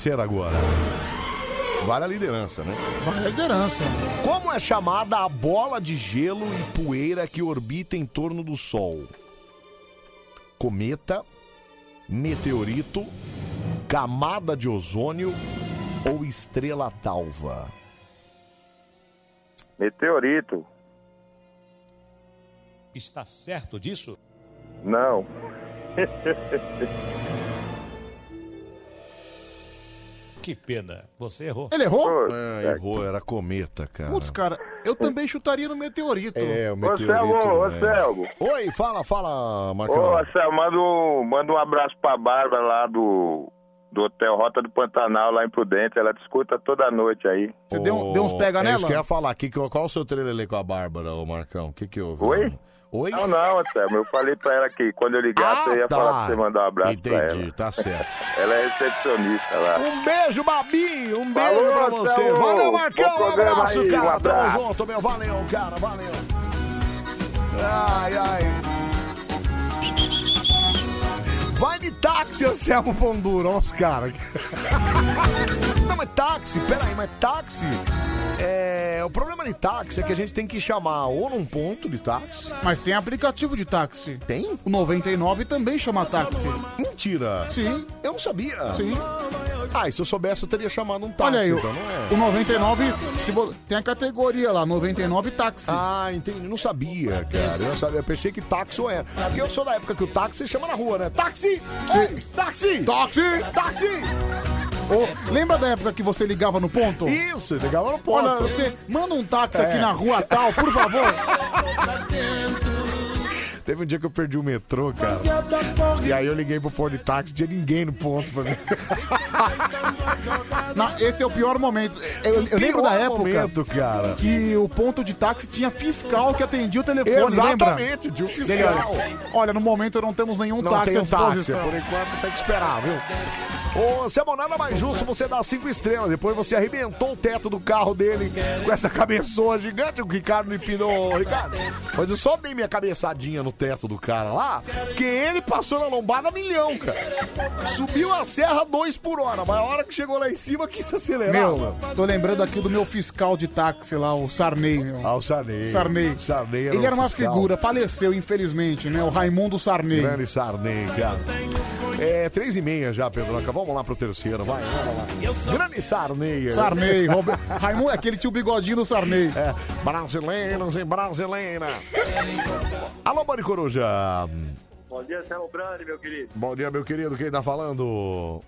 Speaker 1: ser agora. Vale a liderança, né?
Speaker 3: Vale a liderança.
Speaker 1: Como é chamada a bola de gelo e poeira que orbita em torno do Sol? Cometa, meteorito, camada de ozônio ou estrela talva?
Speaker 2: Meteorito.
Speaker 6: Está certo disso?
Speaker 2: Não.
Speaker 6: Que pena, você errou.
Speaker 1: É, errou, era cometa, cara.
Speaker 3: Putz, cara, eu também chutaria no meteorito.
Speaker 1: É, o
Speaker 2: Ô,
Speaker 1: meteorito.
Speaker 2: Selmo, ô,
Speaker 1: né?
Speaker 2: Selmo.
Speaker 1: Oi, fala, fala, Marcão.
Speaker 2: é. Ô, Marcelo, manda um, manda um abraço pra Bárbara lá do, do Hotel Rota do Pantanal, lá em Prudente. Ela te escuta toda noite aí.
Speaker 1: Você
Speaker 11: um-
Speaker 3: deu- um, deu uns pega
Speaker 1: é
Speaker 3: nela?
Speaker 1: Isso que eu ia falar. Que, que- qual o seu trelelê com a Bárbara, ô Marcão? O que, que houve?
Speaker 2: Oi?
Speaker 1: Oi?
Speaker 2: Não, não, Anselmo. Eu falei pra ela que quando eu ligar,
Speaker 1: Ah,
Speaker 2: você ia
Speaker 1: tá.
Speaker 2: falar pra você mandar um abraço pra ela.
Speaker 1: Entendi, tá certo.
Speaker 2: ela é recepcionista lá.
Speaker 1: Um beijo, Babi! Um beijo
Speaker 2: Falou,
Speaker 1: pra você.
Speaker 2: Marcão.
Speaker 1: Valeu,
Speaker 2: Bom
Speaker 1: Marcão! Um
Speaker 2: programa
Speaker 1: abraço,
Speaker 2: aí,
Speaker 1: cara.
Speaker 2: um abraço.
Speaker 1: Tamo junto, meu. Valeu, cara. Valeu. Ai, ai. Vai de táxi, Anselmo Pão Duro. Olha os caras. Não, mas táxi, peraí, mas táxi. É, o problema de táxi é que a gente tem que chamar ou num ponto de táxi.
Speaker 3: Mas tem aplicativo de táxi.
Speaker 1: Tem?
Speaker 3: O 99 também chama táxi.
Speaker 1: Mentira.
Speaker 3: Sim.
Speaker 1: Eu não sabia.
Speaker 3: Sim.
Speaker 1: Ah, e se eu soubesse, eu teria chamado um táxi,
Speaker 3: Olha aí,
Speaker 1: então, não é?
Speaker 3: o 99, se vo- tem a categoria lá, 99 táxi.
Speaker 1: Ah, entendi. Não sabia, cara. Eu não sabia. Eu pensei que táxi ou era. Porque eu sou da época que o táxi chama na rua, né? Táxi! Ei, Táxi!
Speaker 3: Táxi!
Speaker 1: Táxi!
Speaker 3: Ô, lembra da época que você ligava no ponto?
Speaker 1: Isso, ligava no ponto.
Speaker 3: Olha, você manda um táxi
Speaker 1: É.
Speaker 3: aqui na rua tal, por favor.
Speaker 1: Teve um dia que eu perdi o metrô, cara. E aí eu liguei pro ponto de táxi, tinha ninguém no ponto pra mim.
Speaker 3: Não, esse é o pior momento. Eu, eu
Speaker 1: Pior
Speaker 3: lembro da época
Speaker 1: momento, cara.
Speaker 3: que o ponto de táxi tinha fiscal que atendia o telefone, lembra?
Speaker 1: Exatamente, de um fiscal.
Speaker 3: Dele, olha, olha, no momento não temos nenhum
Speaker 1: Não
Speaker 3: táxi
Speaker 1: tem
Speaker 3: à
Speaker 1: um táxi,
Speaker 3: disposição.
Speaker 1: por enquanto tem que esperar, viu? Ô, Samuel, nada mais justo você dar cinco estrelas. Depois você arrebentou o teto do carro dele com essa cabeçona gigante. O Ricardo me pinou. Ricardo, mas eu só dei minha cabeçadinha no teto do cara lá, porque ele passou na lombada milhão, cara. Subiu a serra dois por hora, mas a hora que chegou lá em cima quis acelerar.
Speaker 3: Meu,
Speaker 1: mano.
Speaker 3: tô lembrando aqui do meu fiscal de táxi lá, o Sarney, meu.
Speaker 1: Ah, o Sarney.
Speaker 3: Sarney.
Speaker 1: Sarney era
Speaker 3: Ele
Speaker 1: um
Speaker 3: era uma
Speaker 1: fiscal.
Speaker 3: figura, faleceu, infelizmente, né? O Raimundo Sarney.
Speaker 1: Grande Sarney, cara. É, três e meia já, Pedroca. Vamos lá pro terceiro, vai. Vamos lá. Grande Sarney.
Speaker 3: Sarney, Robert... Raimundo, aquele tio bigodinho do Sarney.
Speaker 1: É, brasileiros e brasileiras. Alô, Bande Coruja.
Speaker 5: Bom dia, Céu Brani, meu querido.
Speaker 1: Bom dia, meu querido. Quem tá falando?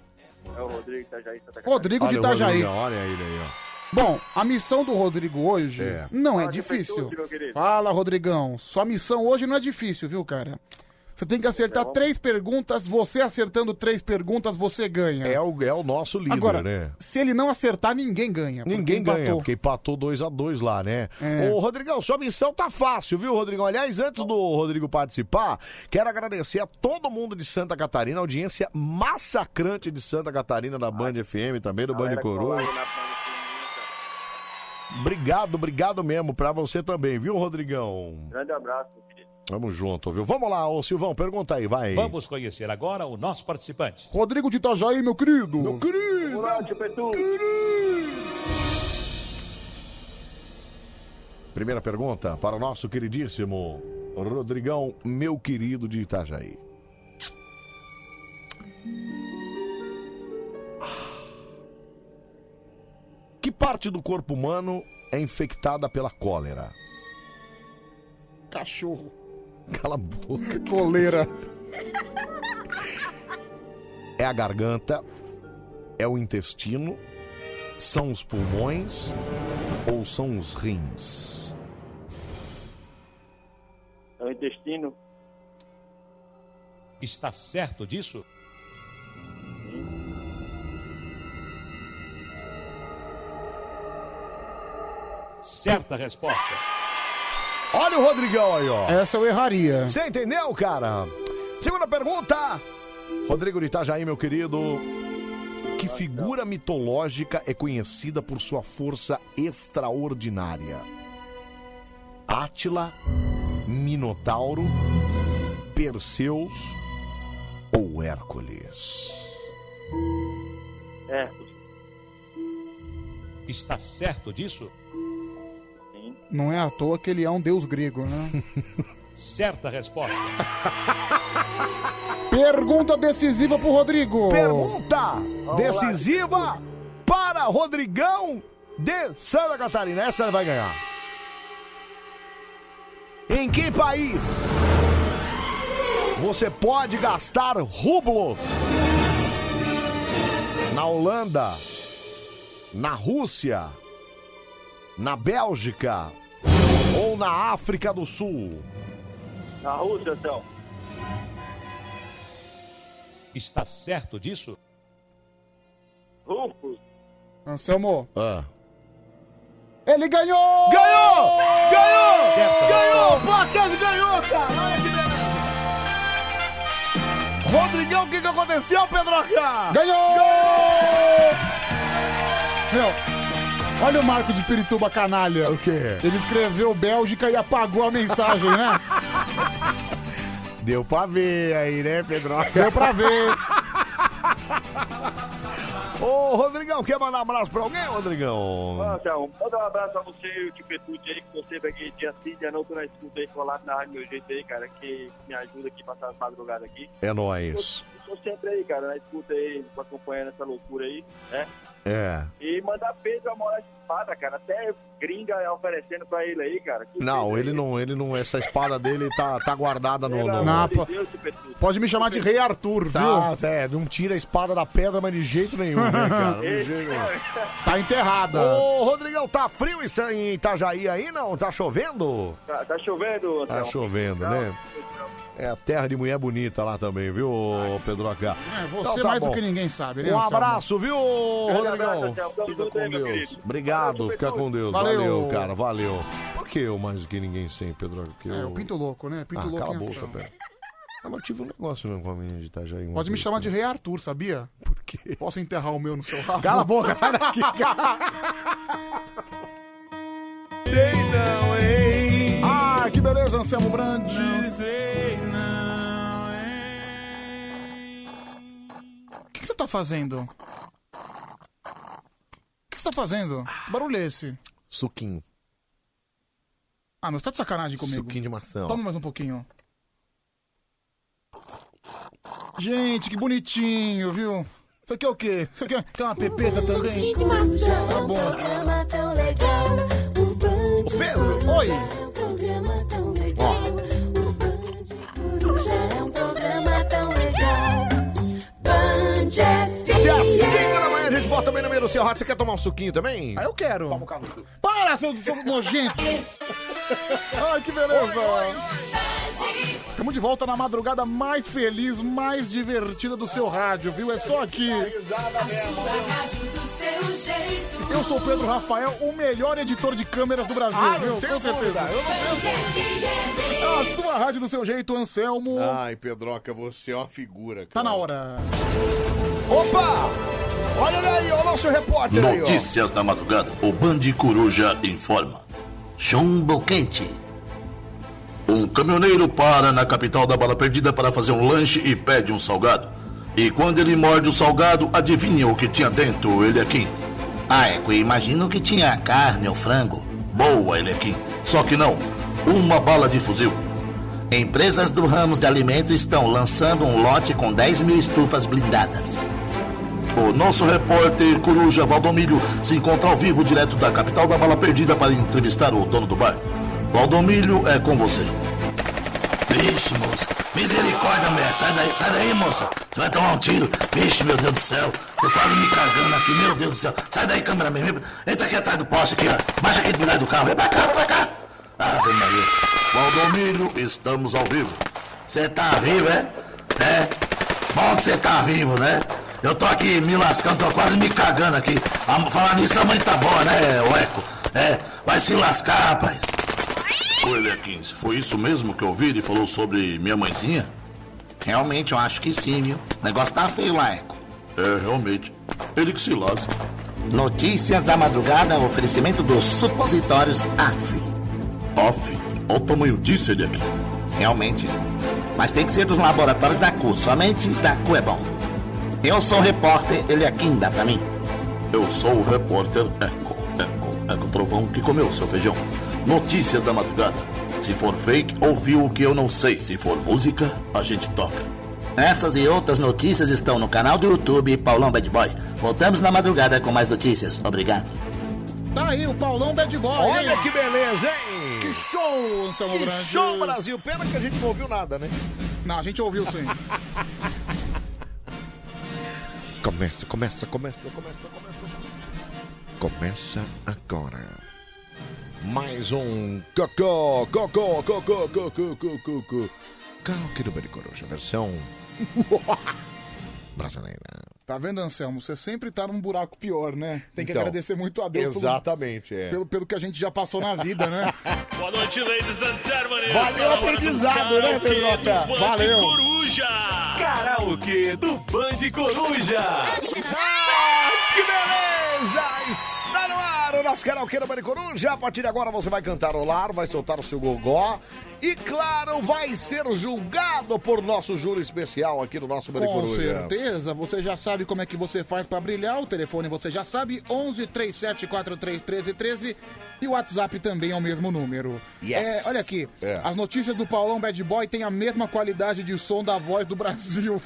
Speaker 5: É o Rodrigo Itajaí, Santa Catarina.
Speaker 3: Rodrigo de
Speaker 1: Olha o
Speaker 3: Itajaí.
Speaker 1: Rodrigão, Olha ele aí, ó.
Speaker 3: Bom, a missão do Rodrigo hoje
Speaker 1: É.
Speaker 3: não é
Speaker 5: Fala de
Speaker 3: difícil.
Speaker 5: Petucci, meu querido.
Speaker 3: Fala, Rodrigão. Sua missão hoje não é difícil, viu, cara? Você tem que acertar três perguntas, você acertando três perguntas, você ganha.
Speaker 1: É o, é o nosso líder,
Speaker 3: Agora,
Speaker 1: né?
Speaker 3: se ele não acertar, ninguém ganha. É, porque
Speaker 1: Ninguém ganha,
Speaker 3: empatou.
Speaker 1: porque empatou 2 a 2 lá, né?
Speaker 3: É.
Speaker 1: Ô, Rodrigão, sua missão tá fácil, viu, Rodrigão? Aliás, antes do Rodrigo participar, quero agradecer a todo mundo de Santa Catarina, a audiência massacrante de Santa Catarina, da Band FM também, do Band
Speaker 5: Galera
Speaker 1: Coroa.
Speaker 5: colada na Band.
Speaker 1: Obrigado, obrigado mesmo pra você também, viu, Rodrigão?
Speaker 5: Grande abraço, meu querido.
Speaker 1: Tamo junto, viu? Vamos lá, ô Silvão, pergunta aí, vai.
Speaker 6: Vamos conhecer agora o nosso participante.
Speaker 3: Rodrigo de Itajaí, meu querido. Meu
Speaker 1: querido. Primeira pergunta para o nosso queridíssimo Rodrigão, meu querido de Itajaí. Que parte do corpo humano é infectada pela cólera?
Speaker 3: Cachorro.
Speaker 1: Cala a boca.
Speaker 3: Coleira.
Speaker 1: É a garganta? É o intestino? São os pulmões? Ou são os rins?
Speaker 5: É o intestino.
Speaker 6: Está certo disso? Certa resposta.
Speaker 1: Olha o Rodrigão aí, ó.
Speaker 3: Essa eu erraria.
Speaker 1: Você entendeu, cara? Segunda pergunta. Rodrigo de Itajaí, meu querido. Que figura mitológica é conhecida por sua força extraordinária? Átila, Minotauro, Perseus ou Hércules?
Speaker 5: É.
Speaker 6: Está certo disso?
Speaker 3: Não é à toa que ele é um deus grego, né?
Speaker 6: Certa resposta.
Speaker 3: Pergunta decisiva pro Rodrigo.
Speaker 1: Pergunta decisiva para Rodrigão de Santa Catarina. Essa ele vai ganhar. Em que país você pode gastar rublos? Na Holanda, na Rússia, na Bélgica ou na África do Sul?
Speaker 5: Na Rússia, Céu.
Speaker 6: Está certo disso?
Speaker 5: Rufus.
Speaker 3: Anselmo.
Speaker 1: Ah.
Speaker 3: Ele ganhou!
Speaker 1: Ganhou! Ganhou!
Speaker 3: Certa
Speaker 1: Ganhou!
Speaker 3: resposta.
Speaker 1: Bacana, ganhou, cara! Olha que beleza! Rodrigão, o que, que aconteceu, Pedroca?
Speaker 3: Ganhou! Meu, olha o Marco de Pirituba canalha. O
Speaker 1: quê?
Speaker 3: Ele escreveu Bélgica e apagou a mensagem, né?
Speaker 1: Deu pra ver aí, né, Pedroca?
Speaker 3: Deu pra ver.
Speaker 1: Ô, Rodrigão, Rodrigão, quer mandar um abraço pra alguém, Rodrigão?
Speaker 5: Ó, Tchau, manda um abraço a você e o Tio Petucci aí, que eu sempre aqui dia sim, dia né? não, tô na escuta aí, colado na rádio meu jeito aí, cara, que me ajuda aqui a passar as madrugadas aqui.
Speaker 1: É nóis.
Speaker 5: Eu tô sempre aí, cara, na escuta aí, acompanhando essa loucura aí, né?
Speaker 1: É.
Speaker 5: E mandar Pedro Amorá de espada, cara, até gringa é oferecendo pra ele aí, cara. Que
Speaker 1: Não, ele não, ele não, essa espada dele tá, tá guardada no. no...
Speaker 3: Não, pô. Pode me chamar de Rei Arthur,
Speaker 1: Tá,
Speaker 3: viu?
Speaker 1: é, não tira a espada da pedra, mas de jeito nenhum, né, cara? De jeito nenhum.
Speaker 3: Tá enterrada.
Speaker 1: Ô, Rodrigão, tá frio isso aí em Itajaí aí, não? Tá chovendo?
Speaker 5: Tá, tá chovendo,
Speaker 1: Tá
Speaker 5: Anselmo?
Speaker 1: chovendo,
Speaker 5: Não,
Speaker 1: né? É a terra de mulher bonita lá também, viu, Pedroca?
Speaker 3: É, você mais do que ninguém sabe, né,
Speaker 1: Então Um
Speaker 3: Anselmo?
Speaker 1: abraço, viu,
Speaker 3: Grande
Speaker 1: tá Rodrigão?
Speaker 3: abraço, Anselmo.
Speaker 1: Fica
Speaker 3: Tudo
Speaker 1: com
Speaker 3: bem, meu
Speaker 1: Deus.
Speaker 3: querido.
Speaker 1: Obrigado, fica com Deus.
Speaker 3: Valeu.
Speaker 1: Valeu, cara, valeu. Por que eu mais do que ninguém sem, Pedroca? Que
Speaker 3: É, o Pinto Louco, né? Pinto
Speaker 1: ah,
Speaker 3: Louco
Speaker 1: cala a
Speaker 3: em
Speaker 1: boca,
Speaker 3: ação.
Speaker 1: pera. Ah, mas eu tive um negócio mesmo com a menina de Itajaí. um uma
Speaker 3: Pode me
Speaker 1: vez,
Speaker 3: chamar
Speaker 1: cara.
Speaker 3: de Rei Arthur, sabia?
Speaker 1: né? Por quê?
Speaker 3: Posso enterrar o meu no seu rabo?
Speaker 1: Cala a boca, sai daqui,
Speaker 7: Sei não, hein?
Speaker 3: Ah, que beleza, Anselmo Brandi.
Speaker 7: Não sei não,
Speaker 3: O que, que você tá fazendo? O que você tá fazendo? Que barulho é esse?
Speaker 1: Suquinho.
Speaker 3: Ah, mas tá de sacanagem comigo.
Speaker 1: Suquinho de maçã. ó.
Speaker 3: Toma mais um pouquinho. Gente, que bonitinho, viu? Isso aqui é o quê? Isso aqui é quer uma pepeta também? Tá bom. Pedro, oi!
Speaker 1: Até às 5 da manhã a gente bota bem no meio do seu rato. Você quer tomar um suquinho também?
Speaker 3: Ah, eu quero.
Speaker 1: Toma o canudo.
Speaker 3: Para, seu, seu nojento! Ai, que beleza! Estamos de volta na madrugada mais feliz, mais divertida do seu rádio, viu? É só aqui. Eu sou o Pedro Rafael, o melhor editor de câmeras do Brasil,
Speaker 1: Ah, não
Speaker 3: viu?
Speaker 1: tenho
Speaker 3: Com certeza. é
Speaker 1: dúvida, eu
Speaker 3: A sua rádio do seu jeito, Anselmo.
Speaker 1: Ai, Pedroca, você é uma figura,
Speaker 3: Tá na hora.
Speaker 1: Opa! Olha ele aí, ó, o nosso repórter aí, ó.
Speaker 9: Notícias da madrugada. O Band Coruja informa. Chumbo quente. Um caminhoneiro para na capital da Bala Perdida para fazer um lanche e pede um salgado. E quando ele morde o salgado, adivinha o que tinha dentro, Elequim? Ah, é, imagino que tinha carne ou frango. Boa, Elequim. Só que não. Uma bala de fuzil. Empresas do ramo de alimento estão lançando um lote com 10 mil estufas blindadas. O nosso repórter Coruja Valdomiro se encontra ao vivo direto da capital da Bala Perdida para entrevistar o dono do bar. Valdomiro é com você. Vixe, moça. Misericórdia, mulher. Sai daí, sai daí, moça. Você vai tomar um tiro. Vixe, meu Deus do céu. Tô quase me cagando aqui, meu Deus do céu. Sai daí, cameraman. Vem- Entra aqui atrás do poste aqui, ó. Baixa aqui do lado do carro. Vem pra cá, vem pra cá. Ave Maria. Valdomiro, estamos ao vivo. Você tá vivo, é? É. Bom que você tá vivo, né? Eu tô aqui me lascando, tô quase me cagando aqui. A- Falar nisso, a mãe tá boa, né, o Eco? É, vai se lascar, rapaz. Foi, Lequins, foi isso mesmo que eu ouvi? Ele falou sobre minha mãezinha? Realmente, eu acho que sim, viu? O negócio tá feio lá, Eco. É, realmente. Ele que se lasca. Notícias da madrugada, oferecimento dos supositórios AF. AF? Olha o tamanho disso, ele aqui. Realmente. Mas tem que ser dos laboratórios da CU, somente da CU é bom. Eu sou o repórter, ele aqui dá pra mim. Eu sou o repórter Eco, Eco, Eco Trovão que comeu seu feijão. Notícias da madrugada. Se for fake, ouviu o que eu não sei. Se for música, a gente toca. Essas e outras notícias estão no canal do YouTube Paulão Bad Boy. Voltamos na madrugada com mais notícias. Obrigado.
Speaker 3: Tá aí o Paulão Bad Boy.
Speaker 1: Olha
Speaker 3: hein?
Speaker 1: que beleza, hein?
Speaker 3: Que show, Anselmo
Speaker 1: Que
Speaker 3: Brandi.
Speaker 1: show, Brasil. Pena que a gente não ouviu nada, né?
Speaker 3: Não, a gente ouviu sim.
Speaker 21: Começa, começa, começa, começa, começa. Começa agora.
Speaker 1: Mais um Cocô, Cocô, Cocô, Cocô, Cocô, Cocô. Karaokê do Bande Coruja, versão brasileira.
Speaker 3: Tá vendo, Anselmo? Você sempre tá num buraco pior, né? Tem que
Speaker 1: Então,
Speaker 3: agradecer muito a Deus. pelo-
Speaker 1: Exatamente, é.
Speaker 3: Pelo, pelo que a gente já passou na vida, né?
Speaker 22: Boa noite, ladies and gentlemen.
Speaker 3: Valeu
Speaker 22: Está na hora do
Speaker 3: aprendizado,
Speaker 22: karaokê
Speaker 3: né, Pedrota?
Speaker 22: do Band
Speaker 3: Valeu.
Speaker 22: Coruja. Karaokê É do Band Coruja.
Speaker 1: Ah, que beleza! Está no ar o nosso karaokê da Maricoruja. A partir de agora você vai cantarolar, vai soltar o seu gogó. E claro, vai ser julgado por nosso júri especial aqui no nosso
Speaker 3: Com
Speaker 1: Maricoruja.
Speaker 3: certeza, você já sabe como é que você faz pra brilhar. O telefone você já sabe, 11 37 43 13 13. E o WhatsApp também é o mesmo número.
Speaker 1: Yes.
Speaker 3: É, olha aqui,
Speaker 1: É.
Speaker 3: as notícias do Paulão Bad Boy têm a mesma qualidade de som da voz do Brasil.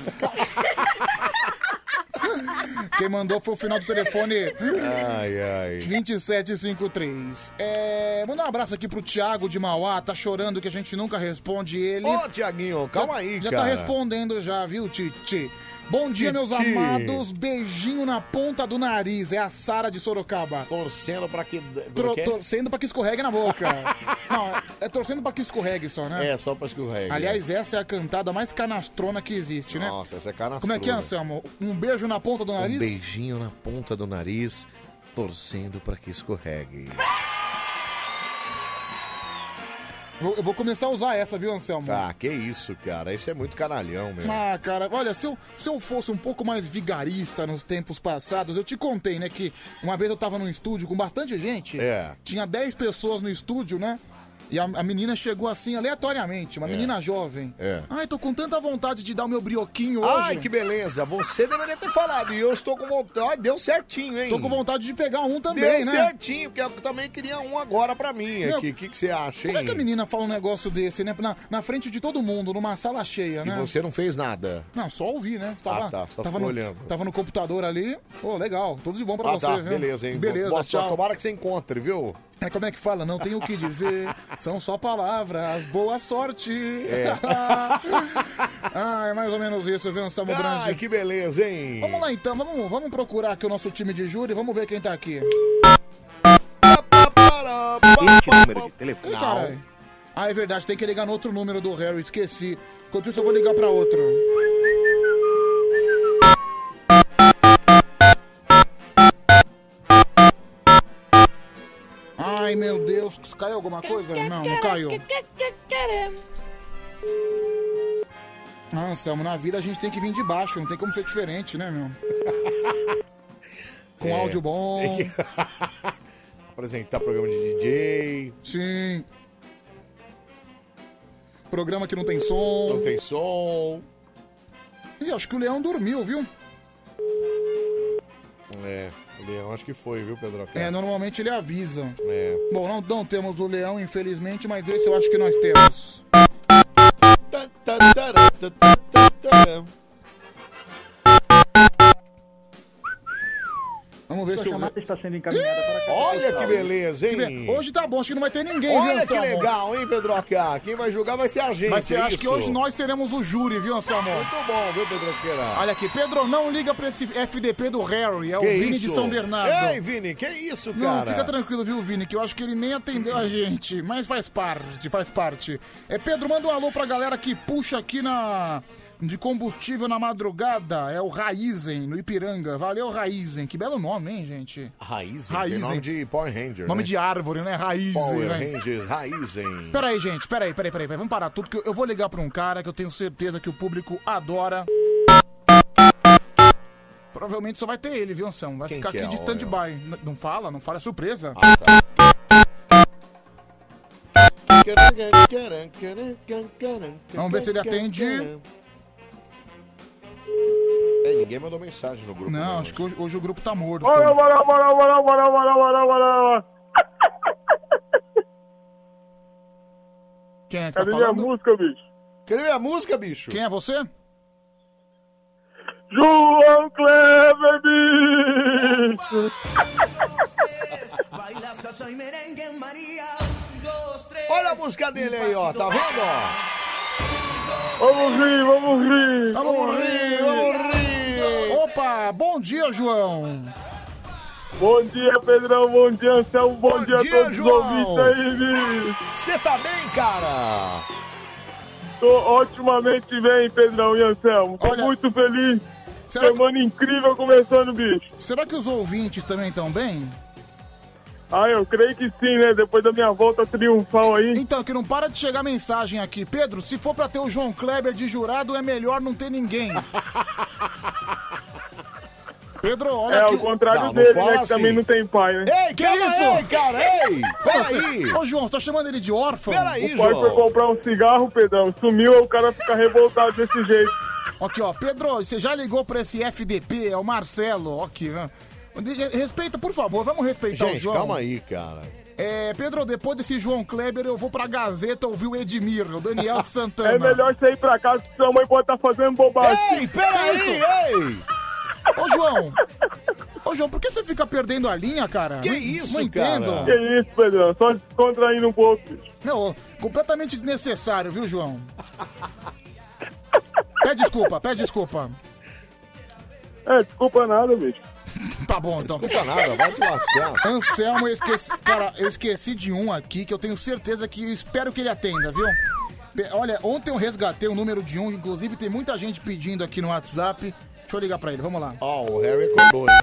Speaker 3: Quem mandou foi o final do telefone
Speaker 1: Ai, ai.
Speaker 3: 2753. É, mandar um abraço aqui pro Thiago de Mauá, tá chorando que a gente nunca responde ele.
Speaker 1: Ô, Tiaguinho, calma
Speaker 3: Já-
Speaker 1: aí,
Speaker 3: já
Speaker 1: cara.
Speaker 3: tá respondendo já, viu, Titi? Bom dia, meus
Speaker 1: Titi.
Speaker 3: amados. Beijinho na ponta do nariz. É a Sara de Sorocaba.
Speaker 1: Torcendo pra que...
Speaker 3: Tro-
Speaker 1: quê?
Speaker 3: torcendo pra que escorregue na boca. Não, é torcendo pra que escorregue só, né?
Speaker 1: É, só pra escorregar.
Speaker 3: Aliás, essa é a cantada mais canastrona que existe, né?
Speaker 1: Nossa, essa é canastrona.
Speaker 3: Como é que é, Anselmo? Um beijo na ponta do nariz?
Speaker 1: Um beijinho na ponta do nariz, torcendo pra que escorregue.
Speaker 3: Vou- Eu vou começar a usar essa, viu, Anselmo?
Speaker 1: Ah, que isso, cara. Isso é muito canalhão, meu.
Speaker 3: Ah, cara, olha, se eu, se eu fosse um pouco mais vigarista nos tempos passados, eu te contei, né, que uma vez eu tava num estúdio com bastante gente.
Speaker 1: É.
Speaker 3: Tinha 10 pessoas no estúdio, né? E a, a menina chegou assim, aleatoriamente, uma menina jovem.
Speaker 1: É.
Speaker 3: Ai, tô com tanta vontade de dar o meu brioquinho hoje.
Speaker 1: Ai, que beleza. Você deveria ter falado. E eu estou com vontade. Ai, deu certinho, hein?
Speaker 3: Tô com vontade de pegar um também,
Speaker 1: deu
Speaker 3: né?
Speaker 1: certinho, porque eu também queria um agora pra mim
Speaker 3: Meu,
Speaker 1: aqui. O que, que você acha, hein?
Speaker 3: Como é que a menina fala um negócio desse, né? Na, na frente de todo mundo, numa sala cheia,
Speaker 1: E
Speaker 3: né?
Speaker 1: você não fez nada.
Speaker 3: Não, só ouvi, né? Tava,
Speaker 1: Ah, tá, só
Speaker 3: tava
Speaker 1: ficou
Speaker 3: no,
Speaker 1: olhando.
Speaker 3: Tava no computador ali. Ô, legal. Tudo de bom pra
Speaker 1: ah,
Speaker 3: você,
Speaker 1: tá.
Speaker 3: viu?
Speaker 1: Beleza, hein?
Speaker 3: Beleza,
Speaker 1: Boa sorte.
Speaker 3: tchau.
Speaker 1: Tomara que você encontre, viu?
Speaker 3: É como é que fala? Não tenho o que dizer. São só palavras. Boa sorte.
Speaker 1: É.
Speaker 3: ah, é mais ou menos isso, viu, Anselmo
Speaker 1: Ai,
Speaker 3: Grande?
Speaker 1: que beleza, hein?
Speaker 3: Vamos lá então, vamos, vamos procurar aqui o nosso time de júri. Vamos ver quem tá aqui.
Speaker 8: Este número de
Speaker 3: Ih,
Speaker 8: telefone.
Speaker 3: caralho. Ah, é verdade, tem que ligar no outro número do Harry, esqueci. Enquanto isso, eu vou ligar pra outro. Ai, meu Deus, caiu alguma coisa? Não, não caiu. Ah, Anselmo, na vida a gente tem que vir de baixo, não tem como ser diferente, né, meu? Com
Speaker 1: É.
Speaker 3: áudio bom.
Speaker 1: Apresentar programa de DJ.
Speaker 3: Sim. Programa que não tem som.
Speaker 1: Não tem som.
Speaker 3: Ih, acho que o Leão dormiu, viu?
Speaker 1: É, o Leão acho que foi, viu, Pedro?
Speaker 3: É, normalmente ele avisa.
Speaker 1: É.
Speaker 3: Bom, não, não temos o Leão, infelizmente, mas esse eu acho que nós temos. Vamos ver se o... está sendo encaminhada para
Speaker 1: Olha que beleza, hein?
Speaker 3: Hoje tá bom, acho que não vai ter ninguém, viu,
Speaker 1: Olha que
Speaker 3: Anselmo?
Speaker 1: legal, hein, Pedroca? Quem vai julgar vai ser a gente.
Speaker 3: Mas você
Speaker 1: é
Speaker 3: acha que
Speaker 1: isso?
Speaker 3: hoje nós teremos o júri, viu, Anselmo?
Speaker 1: Muito bom, viu, Pedroqueira?
Speaker 3: Olha aqui, Pedro, não liga pra esse FDP do Harry, é o
Speaker 1: Que
Speaker 3: Vini
Speaker 1: isso?
Speaker 3: de São Bernardo.
Speaker 1: Ei, Vini, que isso,
Speaker 3: Não,
Speaker 1: cara?
Speaker 3: fica tranquilo, viu, Vini, que eu acho que ele nem atendeu a gente, mas faz parte, faz parte. É, Pedro, manda um alô pra galera que puxa aqui na... De combustível na madrugada, é o Raizen, no Ipiranga. Valeu, Raizen. Que belo nome, hein, gente?
Speaker 1: Raizen,
Speaker 3: Raizen.
Speaker 1: tem nome de Power Ranger,
Speaker 3: Nome
Speaker 1: né?
Speaker 3: de árvore, né? Raizen,
Speaker 1: Power
Speaker 3: né?
Speaker 1: Rangers, Raizen.
Speaker 3: Peraí, gente, peraí, peraí, peraí, peraí. Vamos parar tudo, que eu, eu vou ligar pra um cara que eu tenho certeza que o público adora. Provavelmente só vai ter ele, viu, Anselmo? Vai
Speaker 1: Quem
Speaker 3: ficar
Speaker 1: que
Speaker 3: aqui
Speaker 1: é, Ah,
Speaker 3: de
Speaker 1: ó,
Speaker 3: stand-by. N- Não fala, não fala, é surpresa.
Speaker 1: tá.
Speaker 3: Vamos ver se ele atende.
Speaker 1: É, ninguém mandou mensagem no grupo. né?
Speaker 3: Não, acho que hoje, hoje o grupo tá morto.
Speaker 1: Bora, bora, bora, bora, bora, bora, bora, bora.
Speaker 3: Quem é que tá
Speaker 1: Cadê minha
Speaker 3: falando?
Speaker 1: música, bicho? Cadê minha música, bicho?
Speaker 3: Quem é você?
Speaker 1: João Kleber, bicho!
Speaker 16: Baila salsa y merengue en María. Dos, tres.
Speaker 1: Olha a música dele aí, ó, tá vendo? ó?
Speaker 3: Vamos rir, vamos rir. Vamos rir,
Speaker 1: vamos
Speaker 3: rir. Opa, bom dia, João.
Speaker 11: Bom dia, Pedrão. Bom dia, Anselmo. Bom, dia,
Speaker 1: dia,
Speaker 11: a todos
Speaker 1: João.
Speaker 11: os ouvintes aí, bicho.
Speaker 1: Você tá bem, cara?
Speaker 11: Tô otimamente bem, Pedrão e Anselmo. Tô muito feliz. Semana incrível começando, bicho.
Speaker 3: Será que os ouvintes também estão bem?
Speaker 11: Ah, eu creio que sim, né? Depois da minha volta triunfal aí.
Speaker 3: Então, que não para de chegar mensagem aqui. Pedro, se for pra ter o João Kleber de jurado, é melhor não ter ninguém. Pedro, olha
Speaker 11: É,
Speaker 3: que
Speaker 11: o contrário
Speaker 3: Não, não
Speaker 11: dele,
Speaker 3: fala
Speaker 11: né? Que
Speaker 3: assim.
Speaker 11: também não tem pai, né?
Speaker 1: Ei,
Speaker 3: Que isso?
Speaker 1: peraí.
Speaker 3: Ô, João, você tá chamando ele de
Speaker 11: o
Speaker 3: órfão?
Speaker 11: pai foi comprar um cigarro, Pedrão. Sumiu, aí o cara fica revoltado desse jeito.
Speaker 3: Aqui, ó, Pedro, você já ligou pra esse FDP, é o Marcelo, ó aqui, né? Respeita, por favor, vamos respeitar o
Speaker 1: Gente,
Speaker 3: João.
Speaker 1: calma aí, cara.
Speaker 3: É, Pedro, depois desse João Kleber, eu vou pra Gazeta ouvir o Edmir, o Daniel de Santana.
Speaker 11: É melhor você ir pra casa que sua mãe pode estar fazendo bobagem.
Speaker 3: Ei, peraí, ei! Ô, João! Ô, João, por que você fica perdendo a linha, cara?
Speaker 11: Que
Speaker 3: Não-
Speaker 11: isso,
Speaker 3: não
Speaker 11: cara?
Speaker 3: entendo.
Speaker 11: Que isso, Pedrão? Só se contraindo um pouco.
Speaker 3: Não, completamente desnecessário, viu, João? Pede desculpa, pede desculpa.
Speaker 11: É, desculpa nada, bicho.
Speaker 3: Tá bom, então.
Speaker 1: Desculpa nada, vai te lascar.
Speaker 3: Anselmo, eu esqueci. Cara, eu esqueci de um aqui que eu tenho certeza que eu espero que ele atenda, viu? Pe- Olha, ontem eu resgatei o número de um, inclusive tem muita gente pedindo aqui no WhatsApp. Deixa eu ligar pra ele, vamos lá.
Speaker 1: Ó, o Harry acordou, hein?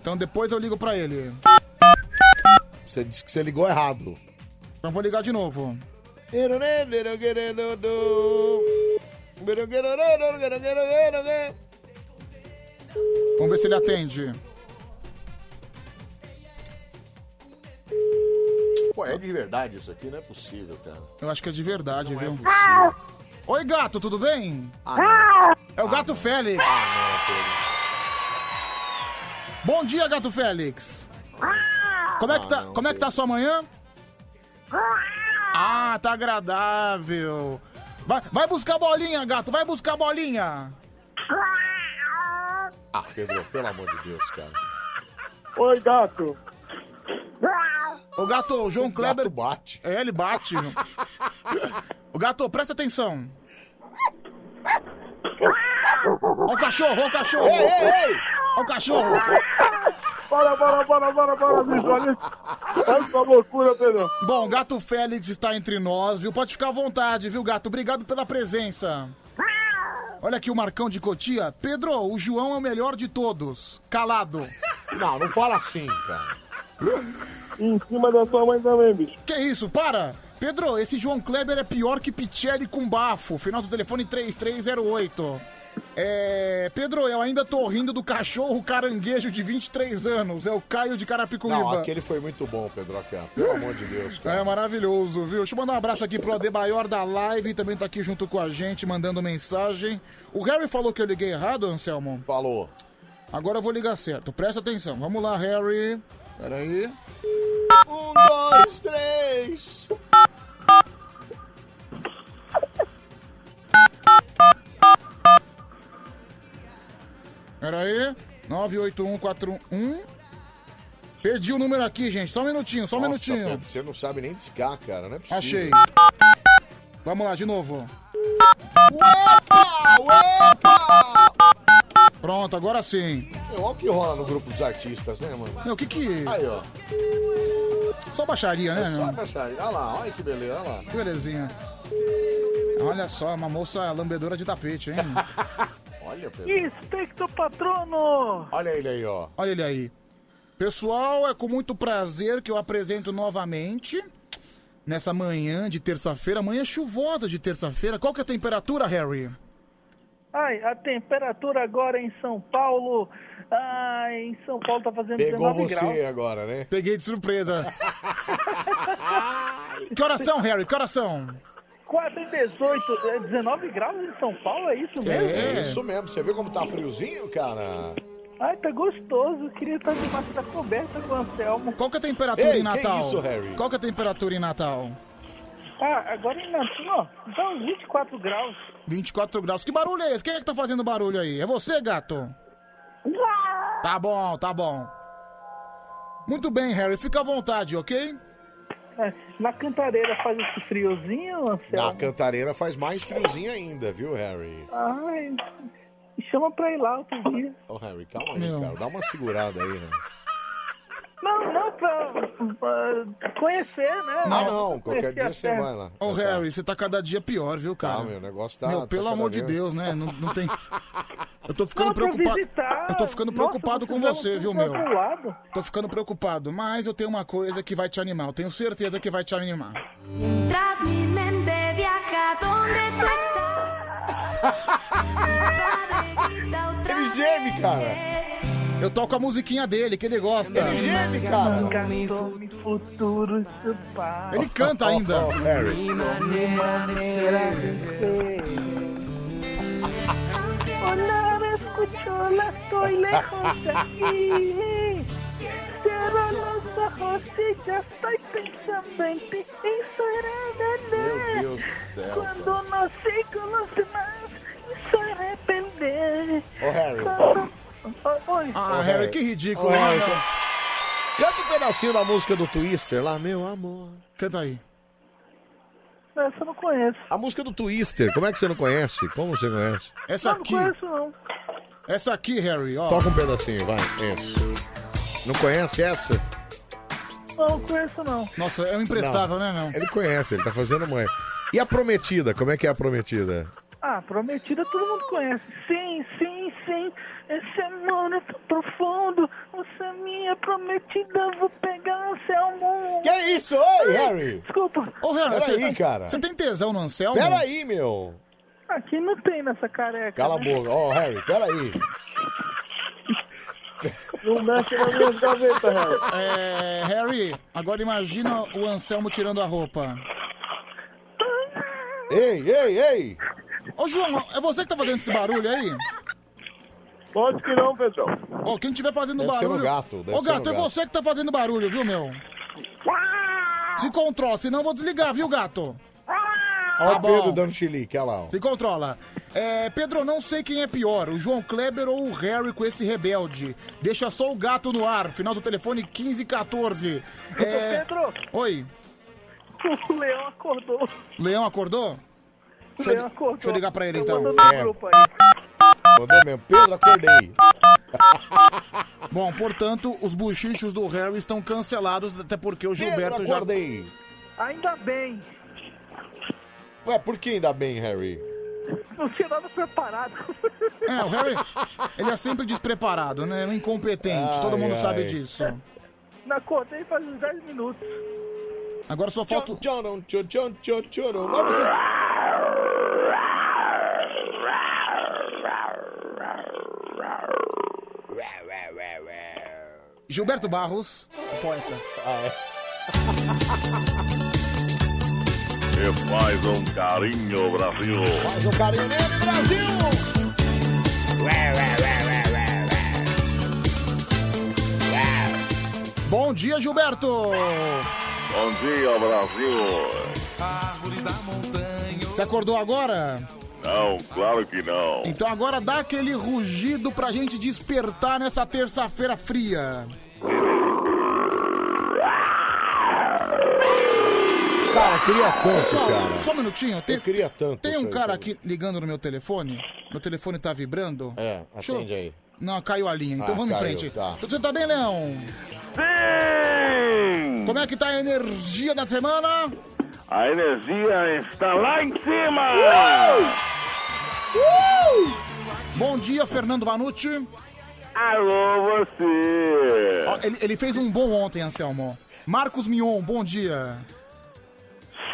Speaker 3: Então depois eu ligo pra ele.
Speaker 1: Você disse que você ligou errado.
Speaker 3: Então vou ligar de novo. né, Vamos ver se ele atende.
Speaker 21: Pô, é de verdade isso aqui, não é possível, cara.
Speaker 3: Eu acho que é de verdade, viu? Oi, gato, tudo bem?
Speaker 21: Ah,
Speaker 3: É o gato Félix.
Speaker 1: Ah,
Speaker 3: Bom dia, gato Félix.
Speaker 11: Ah!
Speaker 3: Como é que tá, como é que tá a sua manhã? Ah, tá agradável. Vai, vai buscar a bolinha, gato, vai buscar a bolinha.
Speaker 21: Ah, Pedro, pelo amor de Deus, cara.
Speaker 11: Oi, gato.
Speaker 3: O gato, o João Kleber. O gato bate. É, ele bate. o gato, presta atenção.
Speaker 11: Ah!
Speaker 3: Ó o cachorro, ó o cachorro.
Speaker 11: Ei, ei, ei.
Speaker 3: Ó o cachorro.
Speaker 11: Bora, bora, bora, bora, bora, bicho. Olha isso. Olha essa loucura, Pedrão.
Speaker 3: Bom, o gato Félix está entre nós, viu? Pode ficar à vontade, viu, gato? Obrigado pela presença. Olha aqui o Marcão de Cotia. Pedro, o João é o melhor de todos. Calado.
Speaker 1: Não, não fala assim, cara.
Speaker 11: Em cima da sua mãe também, bicho.
Speaker 3: Que isso, para! Pedro, esse João Kleber é pior que Pichelli com bafo. Final do telefone 3308. É. Pedro, eu ainda tô rindo do cachorro caranguejo de 23 anos. É o Caio de Carapicuíba.
Speaker 1: Não, aquele foi muito bom, Pedro Acá. Pelo amor de Deus, cara.
Speaker 3: É maravilhoso, viu? Deixa eu mandar um abraço aqui pro Adebaior da live, também tá aqui junto com a gente, mandando mensagem. O Harry falou que eu liguei errado, Anselmo?
Speaker 1: Falou.
Speaker 3: Agora eu vou ligar certo, presta atenção. Vamos lá, Harry. Peraí.
Speaker 1: Um, dois, três.
Speaker 3: Peraí. 981411. Perdi o número aqui, gente. Só um minutinho, só um
Speaker 1: Nossa,
Speaker 3: minutinho.
Speaker 1: Pedro, você não sabe nem discar, cara. Não é possível.
Speaker 3: Achei. Vamos lá, de novo. Pronto, agora sim.
Speaker 1: Meu, É, Olha o que rola no grupo dos artistas, né, mano?
Speaker 3: Meu, o que que...
Speaker 1: Aí, ó.
Speaker 3: Só baixaria, né?
Speaker 1: É só
Speaker 3: meu?
Speaker 1: baixar. Olha lá, olha que beleza, olha lá.
Speaker 3: Que belezinha. Olha só, uma moça lambedora de tapete, hein?
Speaker 1: Olha, Pedro.
Speaker 3: Inspecto Patrono!
Speaker 1: Olha ele aí, ó.
Speaker 3: Olha ele aí. Pessoal, é com muito prazer que eu apresento novamente nessa manhã de terça-feira. Manhã chuvosa de terça-feira. Qual que é a temperatura, Harry?
Speaker 12: Ai, a temperatura agora em São Paulo. Ai, em São Paulo tá fazendo
Speaker 1: Pegou
Speaker 12: 19
Speaker 1: você
Speaker 12: graus.
Speaker 1: agora, né?
Speaker 3: Peguei de surpresa. que horas são, Harry? Que horas são?
Speaker 12: 4 e 18, é 19 graus em São Paulo, é isso mesmo?
Speaker 1: É, isso mesmo. Você viu como tá friozinho, cara?
Speaker 12: Ai, tá gostoso. Queria estar debaixo da coberta com o Anselmo.
Speaker 3: Qual que é a temperatura
Speaker 1: Ei,
Speaker 3: em
Speaker 1: que
Speaker 3: Natal?
Speaker 1: isso, Harry?
Speaker 3: Qual que é a temperatura em Natal?
Speaker 12: Ah, agora em Natal, ó, dá uns 24 graus.
Speaker 3: 24 graus. Que barulho é esse? Quem é que tá fazendo barulho aí? É você, gato? Tá bom, tá bom. Muito bem, Harry. Fica à vontade, ok?
Speaker 12: É, Na cantareira faz esse friozinho, Anselmo?
Speaker 1: Na Cantareira faz mais friozinho ainda, viu, Harry?
Speaker 12: Ai, me chama pra ir lá outro dia.
Speaker 1: Ô, Harry, calma aí, cara. Dá uma segurada aí, né?
Speaker 12: Não, não, é pra, pra conhecer, né?
Speaker 1: Não, Ah, não,
Speaker 12: Conhecer
Speaker 1: qualquer dia
Speaker 12: a
Speaker 1: você
Speaker 12: terra.
Speaker 1: vai lá.
Speaker 3: Ô, Harry, você tá cada dia pior, viu, cara?
Speaker 1: Ah, meu, o negócio tá.
Speaker 3: Meu,
Speaker 1: tá
Speaker 3: pelo
Speaker 1: cada
Speaker 3: amor de
Speaker 1: vez-
Speaker 3: Deus, né? Não, não tem. Eu tô ficando
Speaker 12: Não, pra
Speaker 3: preocupado.
Speaker 12: visitar.
Speaker 3: Eu tô ficando
Speaker 12: Nossa,
Speaker 3: preocupado com
Speaker 12: precisamos
Speaker 3: você,
Speaker 12: tudo
Speaker 3: viu,
Speaker 12: do
Speaker 3: meu?
Speaker 12: outro lado.
Speaker 3: Tô ficando preocupado, mas eu tenho uma coisa que vai te animar. Eu tenho certeza que vai te animar.
Speaker 13: Tras mi mente viaja donde tú estás.
Speaker 1: Ele geme, cara.
Speaker 3: Eu toco a musiquinha dele, que ele gosta.
Speaker 1: Ele geme, cara.
Speaker 12: futuro chupar.
Speaker 3: Ele
Speaker 1: Oh,
Speaker 3: canta ainda.
Speaker 2: Una vez cuchola, estoy lejos de aquí. Cierro los ojos y ya estoy pensando en ti. Eso era
Speaker 27: Meu Deus do céu,
Speaker 2: Cuando no sigo los demás, eso era depender.
Speaker 1: Ô, Harry.
Speaker 2: Oi.
Speaker 1: Ô,
Speaker 3: Harry, que ridículo,
Speaker 1: Ah, Ô,
Speaker 3: né,
Speaker 1: Harry,
Speaker 3: cara?
Speaker 1: can- Canta um pedacinho da música do Twister lá, meu amor.
Speaker 3: Canta aí.
Speaker 12: É, Essa eu não conheço.
Speaker 1: A música do Twister, como é que você não conhece? Como você conhece?
Speaker 3: Essa
Speaker 12: Não, não
Speaker 3: aqui.
Speaker 12: conheço, não.
Speaker 3: Essa aqui, Harry, ó.
Speaker 1: Toca um pedacinho, vai. Essa. Não conhece essa?
Speaker 12: Não, não conheço, não.
Speaker 3: Nossa, é um
Speaker 1: imprestável,
Speaker 3: né, não?
Speaker 1: Ele conhece, ele tá fazendo mãe. E a prometida, como é que é a prometida?
Speaker 12: Ah, Prometida todo mundo conhece. Sim, sim, sim. Esse amor é tão profundo. Você é minha prometida. Vou pegar o seu É um mundo.
Speaker 1: Que isso? Oi,
Speaker 12: Ai,
Speaker 1: Harry.
Speaker 12: Desculpa.
Speaker 3: Ô, Harry,
Speaker 1: Peraí,
Speaker 3: você- tá-
Speaker 1: cara.
Speaker 3: Você tem um- tesão no Anselmo?
Speaker 1: Peraí, meu.
Speaker 12: Aqui não tem nessa careca.
Speaker 1: Cala a
Speaker 12: né?
Speaker 1: boca. Ó, Harry, peraí.
Speaker 11: Não mexe nas minhas gavetas, Harry.
Speaker 3: É, Harry, agora imagina o Anselmo tirando a roupa.
Speaker 1: Ei, ei, ei!
Speaker 3: Ô, João, é você que tá fazendo esse barulho aí?
Speaker 28: Pode que não, Pedrão.
Speaker 3: Ó, quem tiver fazendo
Speaker 1: Deve ser
Speaker 3: barulho.
Speaker 1: no gato, deve
Speaker 3: Ô,
Speaker 1: ser no
Speaker 3: gato, é
Speaker 1: gato.
Speaker 3: você que tá fazendo barulho, viu, meu? Se controla, senão eu vou desligar, viu, gato?
Speaker 1: Ó
Speaker 3: Tá
Speaker 1: o Pedro
Speaker 3: bom.
Speaker 1: dando chilique, olha lá. ó.
Speaker 3: Se controla. É, Pedro, não sei quem é pior, o João Kleber ou o Harry com esse rebelde. Deixa só o gato no ar. Final do telefone 1514. É...
Speaker 12: Pedro,
Speaker 3: Oi,
Speaker 12: o leão acordou.
Speaker 3: Leão acordou?
Speaker 12: O
Speaker 3: Deixa eu-
Speaker 12: leão acordou.
Speaker 3: deixa eu ligar pra ele,
Speaker 12: Eu
Speaker 3: então.
Speaker 12: mando no
Speaker 3: É.
Speaker 12: grupo aí.
Speaker 1: Mandou mesmo. Pedro, acordei.
Speaker 3: Bom, portanto, os bochichos do Harry estão cancelados, até porque o Gilberto já.
Speaker 1: acordei.
Speaker 12: Ainda bem.
Speaker 1: Ué, por que ainda bem, Harry?
Speaker 12: Não tinha nada preparado.
Speaker 3: É, o Harry, ele é sempre despreparado, né? É um incompetente, todo
Speaker 1: Ai,
Speaker 3: mundo
Speaker 1: ai.
Speaker 3: sabe disso.
Speaker 12: Não acordei faz uns 10 minutos.
Speaker 3: Agora só falta.
Speaker 1: Tchoron, tchor, tchor, tchor, tchoron. Lá vocês-
Speaker 3: Gilberto Barros, Ah, o poeta.
Speaker 18: E faz um carinho, Brasil.
Speaker 1: Faz um carinho nele, Brasil!
Speaker 3: é. Bom dia, Gilberto!
Speaker 18: Bom dia, Brasil.
Speaker 3: Você acordou agora?
Speaker 18: Não, claro que não.
Speaker 3: Então agora dá aquele rugido pra gente despertar nessa terça-feira fria.
Speaker 1: Cara, queria tanto,
Speaker 3: Só,
Speaker 1: cara.
Speaker 3: só um minutinho. Tem,
Speaker 1: Eu queria tanto.
Speaker 3: tem um
Speaker 1: isso aí,
Speaker 3: cara aqui ligando no meu telefone. Meu telefone tá vibrando.
Speaker 1: É,
Speaker 3: Deixa eu-
Speaker 1: atende aí.
Speaker 3: Não, caiu a linha, então
Speaker 1: Ah,
Speaker 3: vamos
Speaker 1: caiu,
Speaker 3: em frente.
Speaker 1: tá.
Speaker 3: Você tá bem, Leão?
Speaker 18: Sim!
Speaker 3: Como é que tá a energia da semana?
Speaker 18: A energia está lá em cima!
Speaker 3: Uh! Bom dia, Fernando Vanucci.
Speaker 18: Alô, você!
Speaker 3: Ó, ele, ele fez um bom ontem, Anselmo. Marcos Mion, bom dia.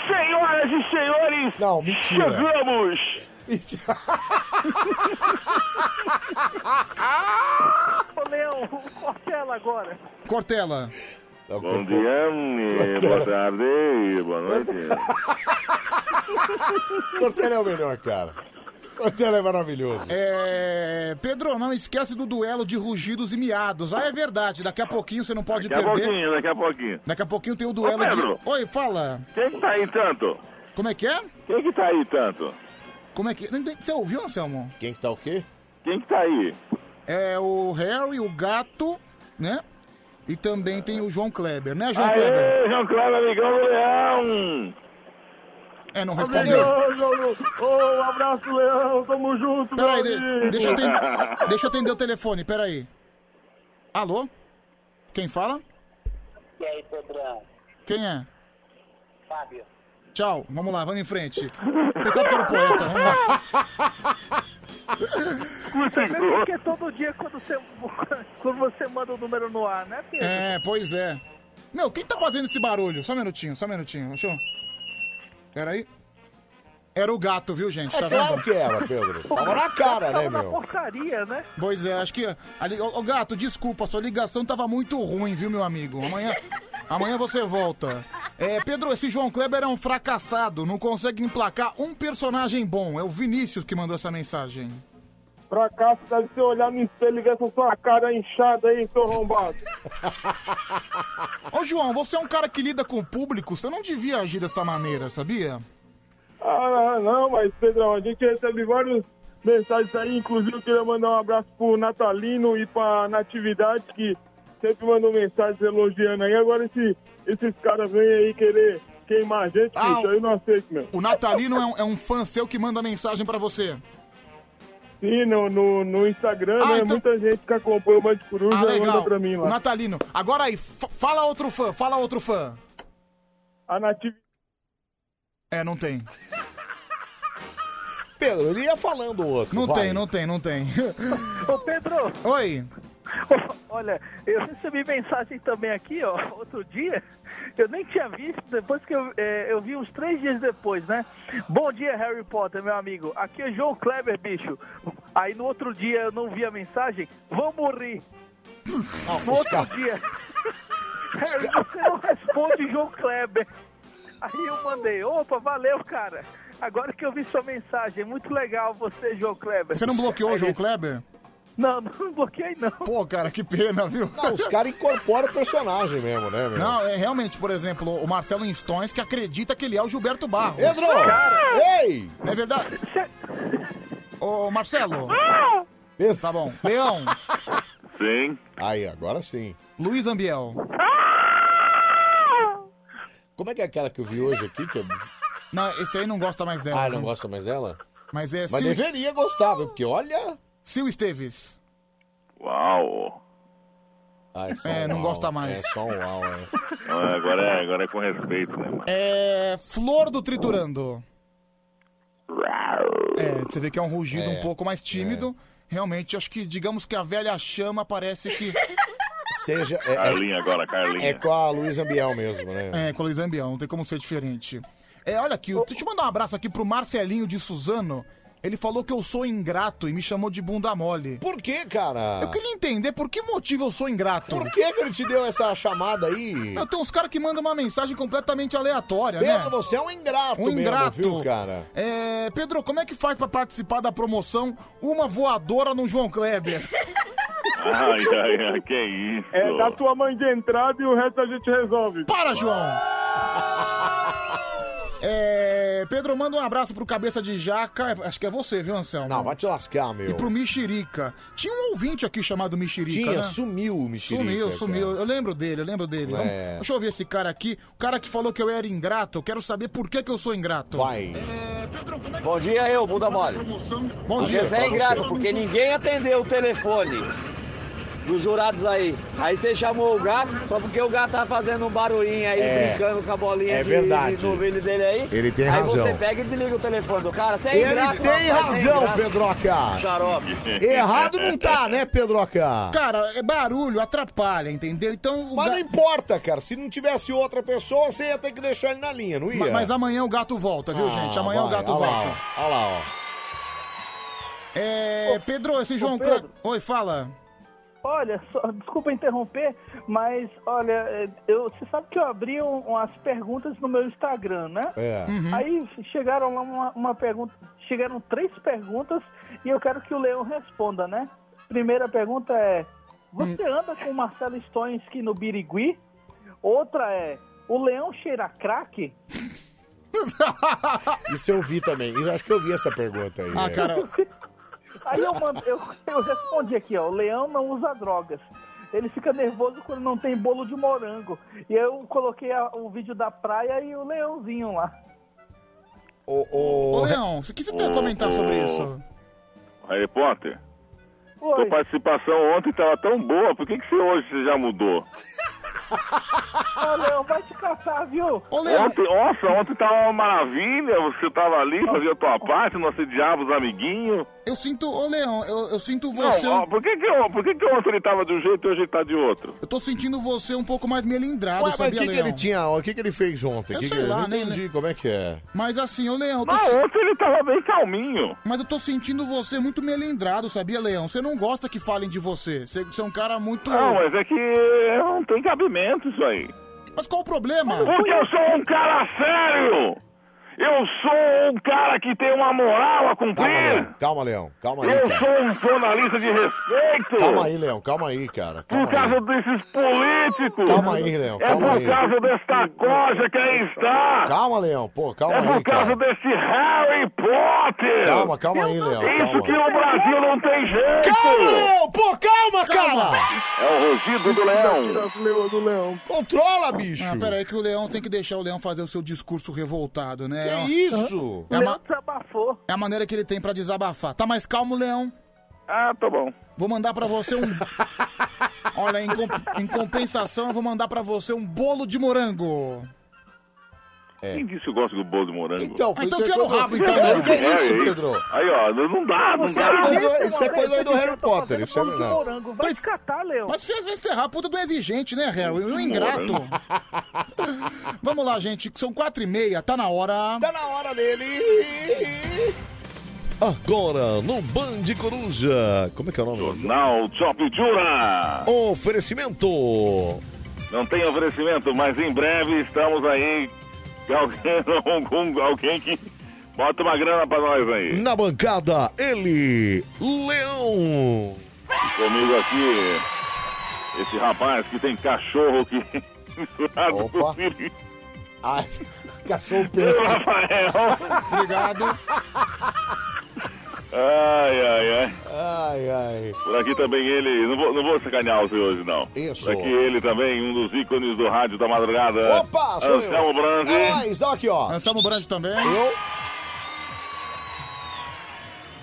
Speaker 18: Senhoras e senhores!
Speaker 1: Não, mentira.
Speaker 18: Chegamos!
Speaker 12: Ô, leão, corta ela agora.
Speaker 3: Cortella.
Speaker 18: Bom dia, e boa tarde e boa noite.
Speaker 1: Cortella é o melhor, cara. Cortella é maravilhoso.
Speaker 3: É, Pedro, não esquece do duelo de rugidos e miados. Ah, é verdade. Daqui a pouquinho você não pode
Speaker 18: Daqui a
Speaker 3: perder.
Speaker 18: pouquinho, daqui a pouquinho.
Speaker 3: Daqui a pouquinho tem o duelo
Speaker 18: Ô, Pedro.
Speaker 3: de. Oi, fala.
Speaker 18: Quem que tá aí tanto?
Speaker 3: Como é que é?
Speaker 18: Quem que tá aí tanto?
Speaker 3: Como é que. não entendi. Você ouviu, Anselmo?
Speaker 1: Quem que tá o quê?
Speaker 18: Quem que tá aí?
Speaker 3: É o Harry, o gato, né? E também tem o João Kleber, né, João
Speaker 18: Aê,
Speaker 3: Kleber?
Speaker 18: João Kleber, amigão do Leão!
Speaker 3: É, não respondeu.
Speaker 28: Amigão, João. Ô, um abraço, Leão. Tamo junto,
Speaker 3: Peraí,
Speaker 28: meu
Speaker 3: de-
Speaker 28: amigo.
Speaker 3: deixa, eu atender, deixa eu atender o telefone, peraí. Alô? Quem fala?
Speaker 29: E aí, Pedrão?
Speaker 3: Quem é?
Speaker 29: Fábio?
Speaker 3: Tchau, vamos lá, vamos em frente. Pensava que era o poeta, vamos lá.
Speaker 12: Muito mesmo porque todo dia quando você, quando você manda o número no ar, né, Pedro?
Speaker 3: É, pois é. Meu, quem tá fazendo esse barulho? Só um minutinho, só um minutinho. Deixa eu... Peraí. Era o gato, viu, gente?
Speaker 1: É
Speaker 3: Tá
Speaker 1: claro
Speaker 3: vendo?
Speaker 1: que era, Pedro. Tava na cara, né, meu?
Speaker 3: porcaria, né? Pois é, acho que. Ali, ô, ô, gato, desculpa, sua ligação tava muito ruim, viu, meu amigo? Amanhã, amanhã você volta. É, Pedro, esse João Kleber é um fracassado, não consegue emplacar um personagem bom. É o Vinícius que mandou essa mensagem.
Speaker 11: Fracasso deve ser olhar no espelho e ver essa sua cara inchada aí, seu arrombado.
Speaker 3: Ô, João, você é um cara que lida com o público, você não devia agir dessa maneira, sabia?
Speaker 11: Ah, não, mas Pedrão, a gente recebe vários mensagens aí, inclusive eu queria mandar um abraço pro Natalino e pra Natividade, que sempre mandam mensagens elogiando aí. Agora esse- esses caras vêm aí querer queimar a gente,
Speaker 3: Ah,
Speaker 11: bicho, aí eu não aceito, meu.
Speaker 3: O Natalino é um, é um fã seu que manda mensagem pra você.
Speaker 11: Sim, né? no, no, no Instagram,
Speaker 3: Ah,
Speaker 11: né,
Speaker 3: então-
Speaker 11: muita gente que acompanha o Band Coruja
Speaker 3: Ah,
Speaker 11: manda
Speaker 3: legal.
Speaker 11: pra mim lá.
Speaker 3: O Natalino. Agora aí, fa- fala outro fã, fala outro fã.
Speaker 11: A Nativ...
Speaker 3: É, não tem.
Speaker 1: Pedro, ele ia falando o outro.
Speaker 3: Não
Speaker 1: vai.
Speaker 3: tem, não tem, não tem.
Speaker 12: Ô Pedro,
Speaker 3: Oi.
Speaker 12: olha, eu recebi mensagem também aqui, ó, outro dia. Eu nem tinha visto, depois que eu, eh, eu vi uns três dias depois, né? Bom dia, Harry Potter, meu amigo. Aqui é João Kleber, bicho. Aí no outro dia eu não vi a mensagem. Vamos rir. No outro dia. Harry, você não responde João Kleber. Aí eu mandei, opa, valeu, cara. Agora que eu vi sua mensagem, muito legal você, João Kleber.
Speaker 3: Você não bloqueou
Speaker 12: Aí
Speaker 3: o João
Speaker 12: ele-
Speaker 3: Kleber?
Speaker 12: Não, não bloqueei não.
Speaker 3: Pô, cara, que pena, viu?
Speaker 1: Não, os caras incorporam o personagem mesmo, né, meu?
Speaker 3: Não, é realmente, por exemplo, o Marcelo Instões que acredita que ele é o Gilberto Barros.
Speaker 1: Pedro! Ei!
Speaker 3: Não é verdade? Ô, Marcelo. Tá bom. Leão,
Speaker 1: Sim. Aí, agora sim.
Speaker 3: Luiz Ambiel.
Speaker 1: Como é que é aquela que eu vi hoje aqui? Que eu...
Speaker 3: Não, esse aí não gosta mais dela.
Speaker 1: Ah, não
Speaker 3: né?
Speaker 1: gosta mais dela?
Speaker 3: Mas é
Speaker 1: Mas
Speaker 3: Sil-
Speaker 1: deveria gostar, viu? porque olha...
Speaker 3: Sil Esteves.
Speaker 14: Uau!
Speaker 1: Ah, só
Speaker 3: É, não gosta mais.
Speaker 1: É só um uau, é.
Speaker 14: Ah, Agora é, agora é com respeito, né, mano?
Speaker 3: É. Flor do Triturando. É, você vê que é um rugido
Speaker 1: É,
Speaker 3: um pouco mais tímido. Realmente, acho que, digamos que a velha chama parece que.
Speaker 1: Seja... É,
Speaker 14: Carlinha agora, Carlinha.
Speaker 1: É com a Luiz Ambiel mesmo, né?
Speaker 3: É, com a Luiz Ambiel, não tem como ser diferente. É, olha aqui, eu- deixa eu mandar um abraço aqui pro Marcelinho de Suzano. Ele falou que eu sou ingrato e me chamou de bunda mole.
Speaker 1: Por quê, cara?
Speaker 3: Eu queria entender por que motivo eu sou ingrato.
Speaker 1: Por que, que ele te deu essa chamada aí?
Speaker 3: Eu tenho uns caras que mandam uma mensagem completamente aleatória, né?
Speaker 1: Pedro, você é um ingrato
Speaker 3: Um
Speaker 1: mesmo,
Speaker 3: ingrato.
Speaker 1: viu, cara?
Speaker 3: É, Pedro, como é que faz pra participar da promoção Uma Voadora no João Kleber?
Speaker 14: Ai, ai, ai, que isso?
Speaker 11: É, dá tua mãe de entrada e o resto a gente resolve.
Speaker 3: Para, João! É, Pedro, manda um abraço pro Cabeça de Jaca. Acho que é você, viu, Anselmo?
Speaker 1: Não, vai te lascar, meu.
Speaker 3: E pro Mexerica. Tinha um ouvinte aqui chamado Mexerica,
Speaker 1: Tinha,
Speaker 3: né?
Speaker 1: sumiu o mexerica.
Speaker 3: Sumiu,
Speaker 1: cara.
Speaker 3: sumiu. Eu lembro dele, eu lembro dele.
Speaker 1: É.
Speaker 3: Vamos- Deixa eu ver esse cara aqui. O cara que falou que eu era ingrato. Eu quero saber por que, que eu sou ingrato.
Speaker 1: Vai.
Speaker 17: É, Bom dia, eu, bunda mole.
Speaker 3: Bom dia.
Speaker 17: Você é ingrato, porque ninguém atendeu o telefone dos jurados aí. Aí você chamou o gato, só porque o gato tá fazendo um barulhinho aí,
Speaker 1: É.
Speaker 17: brincando com a bolinha
Speaker 1: É
Speaker 17: de,
Speaker 1: verdade.
Speaker 17: de novilho dele aí.
Speaker 1: Ele tem
Speaker 17: aí Aí
Speaker 1: razão.
Speaker 17: você pega e desliga o telefone do cara. Você é
Speaker 1: Ele
Speaker 17: ingrato,
Speaker 1: tem
Speaker 17: rapaz, você é
Speaker 1: razão,
Speaker 17: ingrato.
Speaker 1: Pedroca.
Speaker 17: Xarope.
Speaker 1: Errado não tá, né, Pedroca?
Speaker 3: Cara, é barulho, atrapalha, entendeu? Então.
Speaker 1: Mas não importa, cara. Se não tivesse outra pessoa, você ia ter que deixar ele na linha, não ia?
Speaker 3: Ma- Mas amanhã o gato volta, viu, gente? Amanhã o gato volta.
Speaker 1: Ah, Olha lá,
Speaker 3: É, Pedro, esse João
Speaker 12: Pedro.
Speaker 3: Cra- Oi, fala.
Speaker 12: Olha, só, desculpa interromper, mas olha, é, eu, você sabe que eu abri um- umas perguntas no meu Instagram, né?
Speaker 1: É. Uhum.
Speaker 12: Aí chegaram lá uma, uma pergunta, chegaram três perguntas e eu quero que o Leão responda, né? Primeira pergunta é: você anda com o Marcelo Stoinski no Birigui? Outra é: o Leão cheira crack?
Speaker 1: ó. Isso eu vi também. Eu acho que eu vi essa pergunta aí.
Speaker 3: Ah,
Speaker 1: é.
Speaker 3: cara.
Speaker 12: Aí eu, mando, eu, eu respondi aqui, ó. O leão não usa drogas. Ele fica nervoso quando não tem bolo de morango. E eu coloquei a- o vídeo da praia e o leãozinho lá.
Speaker 1: Ô,
Speaker 3: Ô, Leão, o que você tem a comentar sobre isso?
Speaker 14: Harry Potter,
Speaker 12: Oi.
Speaker 14: tua participação ontem tava tão boa, por que, que você hoje você já mudou?
Speaker 12: Ô, leão, vai te catar, viu?
Speaker 3: Ô,
Speaker 14: Ontem, nossa, ontem tava uma maravilha, você tava ali, fazia a tua parte, não assediava os amiguinhos.
Speaker 3: Eu sinto, ô Leão, eu, eu sinto você. um é
Speaker 18: Não, ó, por que, que, eu, por que, que ontem ele tava de um jeito e hoje ele tá de outro?
Speaker 3: Eu tô sentindo você um pouco mais melindrado,
Speaker 21: Ué, mas o
Speaker 3: sabia,
Speaker 21: que, que
Speaker 3: Leão?
Speaker 21: ele tinha? O que, que ele fez ontem?
Speaker 3: Eu
Speaker 21: Que
Speaker 3: sei
Speaker 21: que-
Speaker 3: lá,
Speaker 21: não
Speaker 3: nem-
Speaker 21: entendi como é que é.
Speaker 3: Mas assim, ô Leão, eu tô
Speaker 21: Mas
Speaker 3: ontem
Speaker 18: ele tava bem calminho.
Speaker 3: Mas eu tô sentindo você muito melindrado, sabia, Leão? Você não gosta que falem de você. Você, você é um cara muito.
Speaker 18: Não, mas é que não tem cabimento isso aí.
Speaker 3: Mas qual o problema?
Speaker 18: Porque eu sou um cara sério! Eu sou um cara que tem uma moral a cumprir!
Speaker 21: Calma, Leão, calma aí.
Speaker 18: Eu
Speaker 21: cara.
Speaker 18: sou um jornalista de respeito!
Speaker 21: Calma aí, Leão, calma aí, cara.
Speaker 18: Por causa um desses políticos!
Speaker 21: Calma aí, Leão,
Speaker 18: É
Speaker 21: calma
Speaker 18: por
Speaker 21: aí.
Speaker 18: causa desta coja que aí está!
Speaker 21: Calma, Leão, pô, calma
Speaker 18: é por
Speaker 21: aí, cara.
Speaker 18: causa desse Harry Potter!
Speaker 21: Calma, calma aí, Leão,
Speaker 18: Isso
Speaker 21: calma.
Speaker 18: que o Brasil não tem
Speaker 11: É
Speaker 18: jeito!
Speaker 21: Calma, Leão, pô, calma, cara!
Speaker 18: É o rugido do leão!
Speaker 3: do leão.
Speaker 21: Controla, bicho!
Speaker 3: Ah, peraí, que o leão tem que deixar o leão fazer o seu discurso revoltado, né?
Speaker 21: Que
Speaker 3: É uma-
Speaker 21: isso?
Speaker 3: É uma... desabafou. É a maneira que ele tem pra desabafar. Tá mais calmo, leão?
Speaker 18: Ah, tá bom.
Speaker 3: Vou mandar pra você um. Olha, em, com- em compensação, eu vou mandar pra você um bolo de morango.
Speaker 18: Quem disse que gosta do bolo de morango?
Speaker 3: Então, Ah, É. então
Speaker 21: isso é
Speaker 3: enfia no
Speaker 21: coisa-
Speaker 3: rabo, então,
Speaker 21: É,
Speaker 3: né?
Speaker 21: que é
Speaker 18: Aí,
Speaker 21: isso,
Speaker 18: aí.
Speaker 21: Pedro?
Speaker 18: Aí, ó, não não dá, não
Speaker 21: Você é
Speaker 18: dá.
Speaker 21: coisa do- Isso é coisa aí do Harry Potter, isso é verdade.
Speaker 3: Vai catar, Leão. Mas fez vai ferrar, puta do exigente, né, Harry? Um ingrato. Vamos lá, gente, que são quatro e meia, tá na hora.
Speaker 21: Tá na hora dele. Agora, no Band Coruja. Como é que é o nome?
Speaker 18: Jornal Chop Jura.
Speaker 21: Oferecimento.
Speaker 18: Não tem oferecimento, mas em breve estamos aí com alguém, com alguém que bota uma grana pra nós aí.
Speaker 21: Na bancada, ele, Leão.
Speaker 18: Comigo aqui, esse rapaz que tem cachorro que misturado com filho.
Speaker 21: Cachorro
Speaker 18: pensa. Rafael.
Speaker 3: Obrigado.
Speaker 18: Ai, ai, ai.
Speaker 21: Ai, ai.
Speaker 18: Por aqui também ele, não vou, não vou sacanear você hoje não.
Speaker 21: Isso.
Speaker 18: Por aqui ele também, um dos ícones do rádio da madrugada.
Speaker 21: Opa, sou eu.
Speaker 18: Anselmo Brandi.
Speaker 21: É nóis, ó aqui, ó.
Speaker 3: Anselmo Brand também.
Speaker 21: Eu.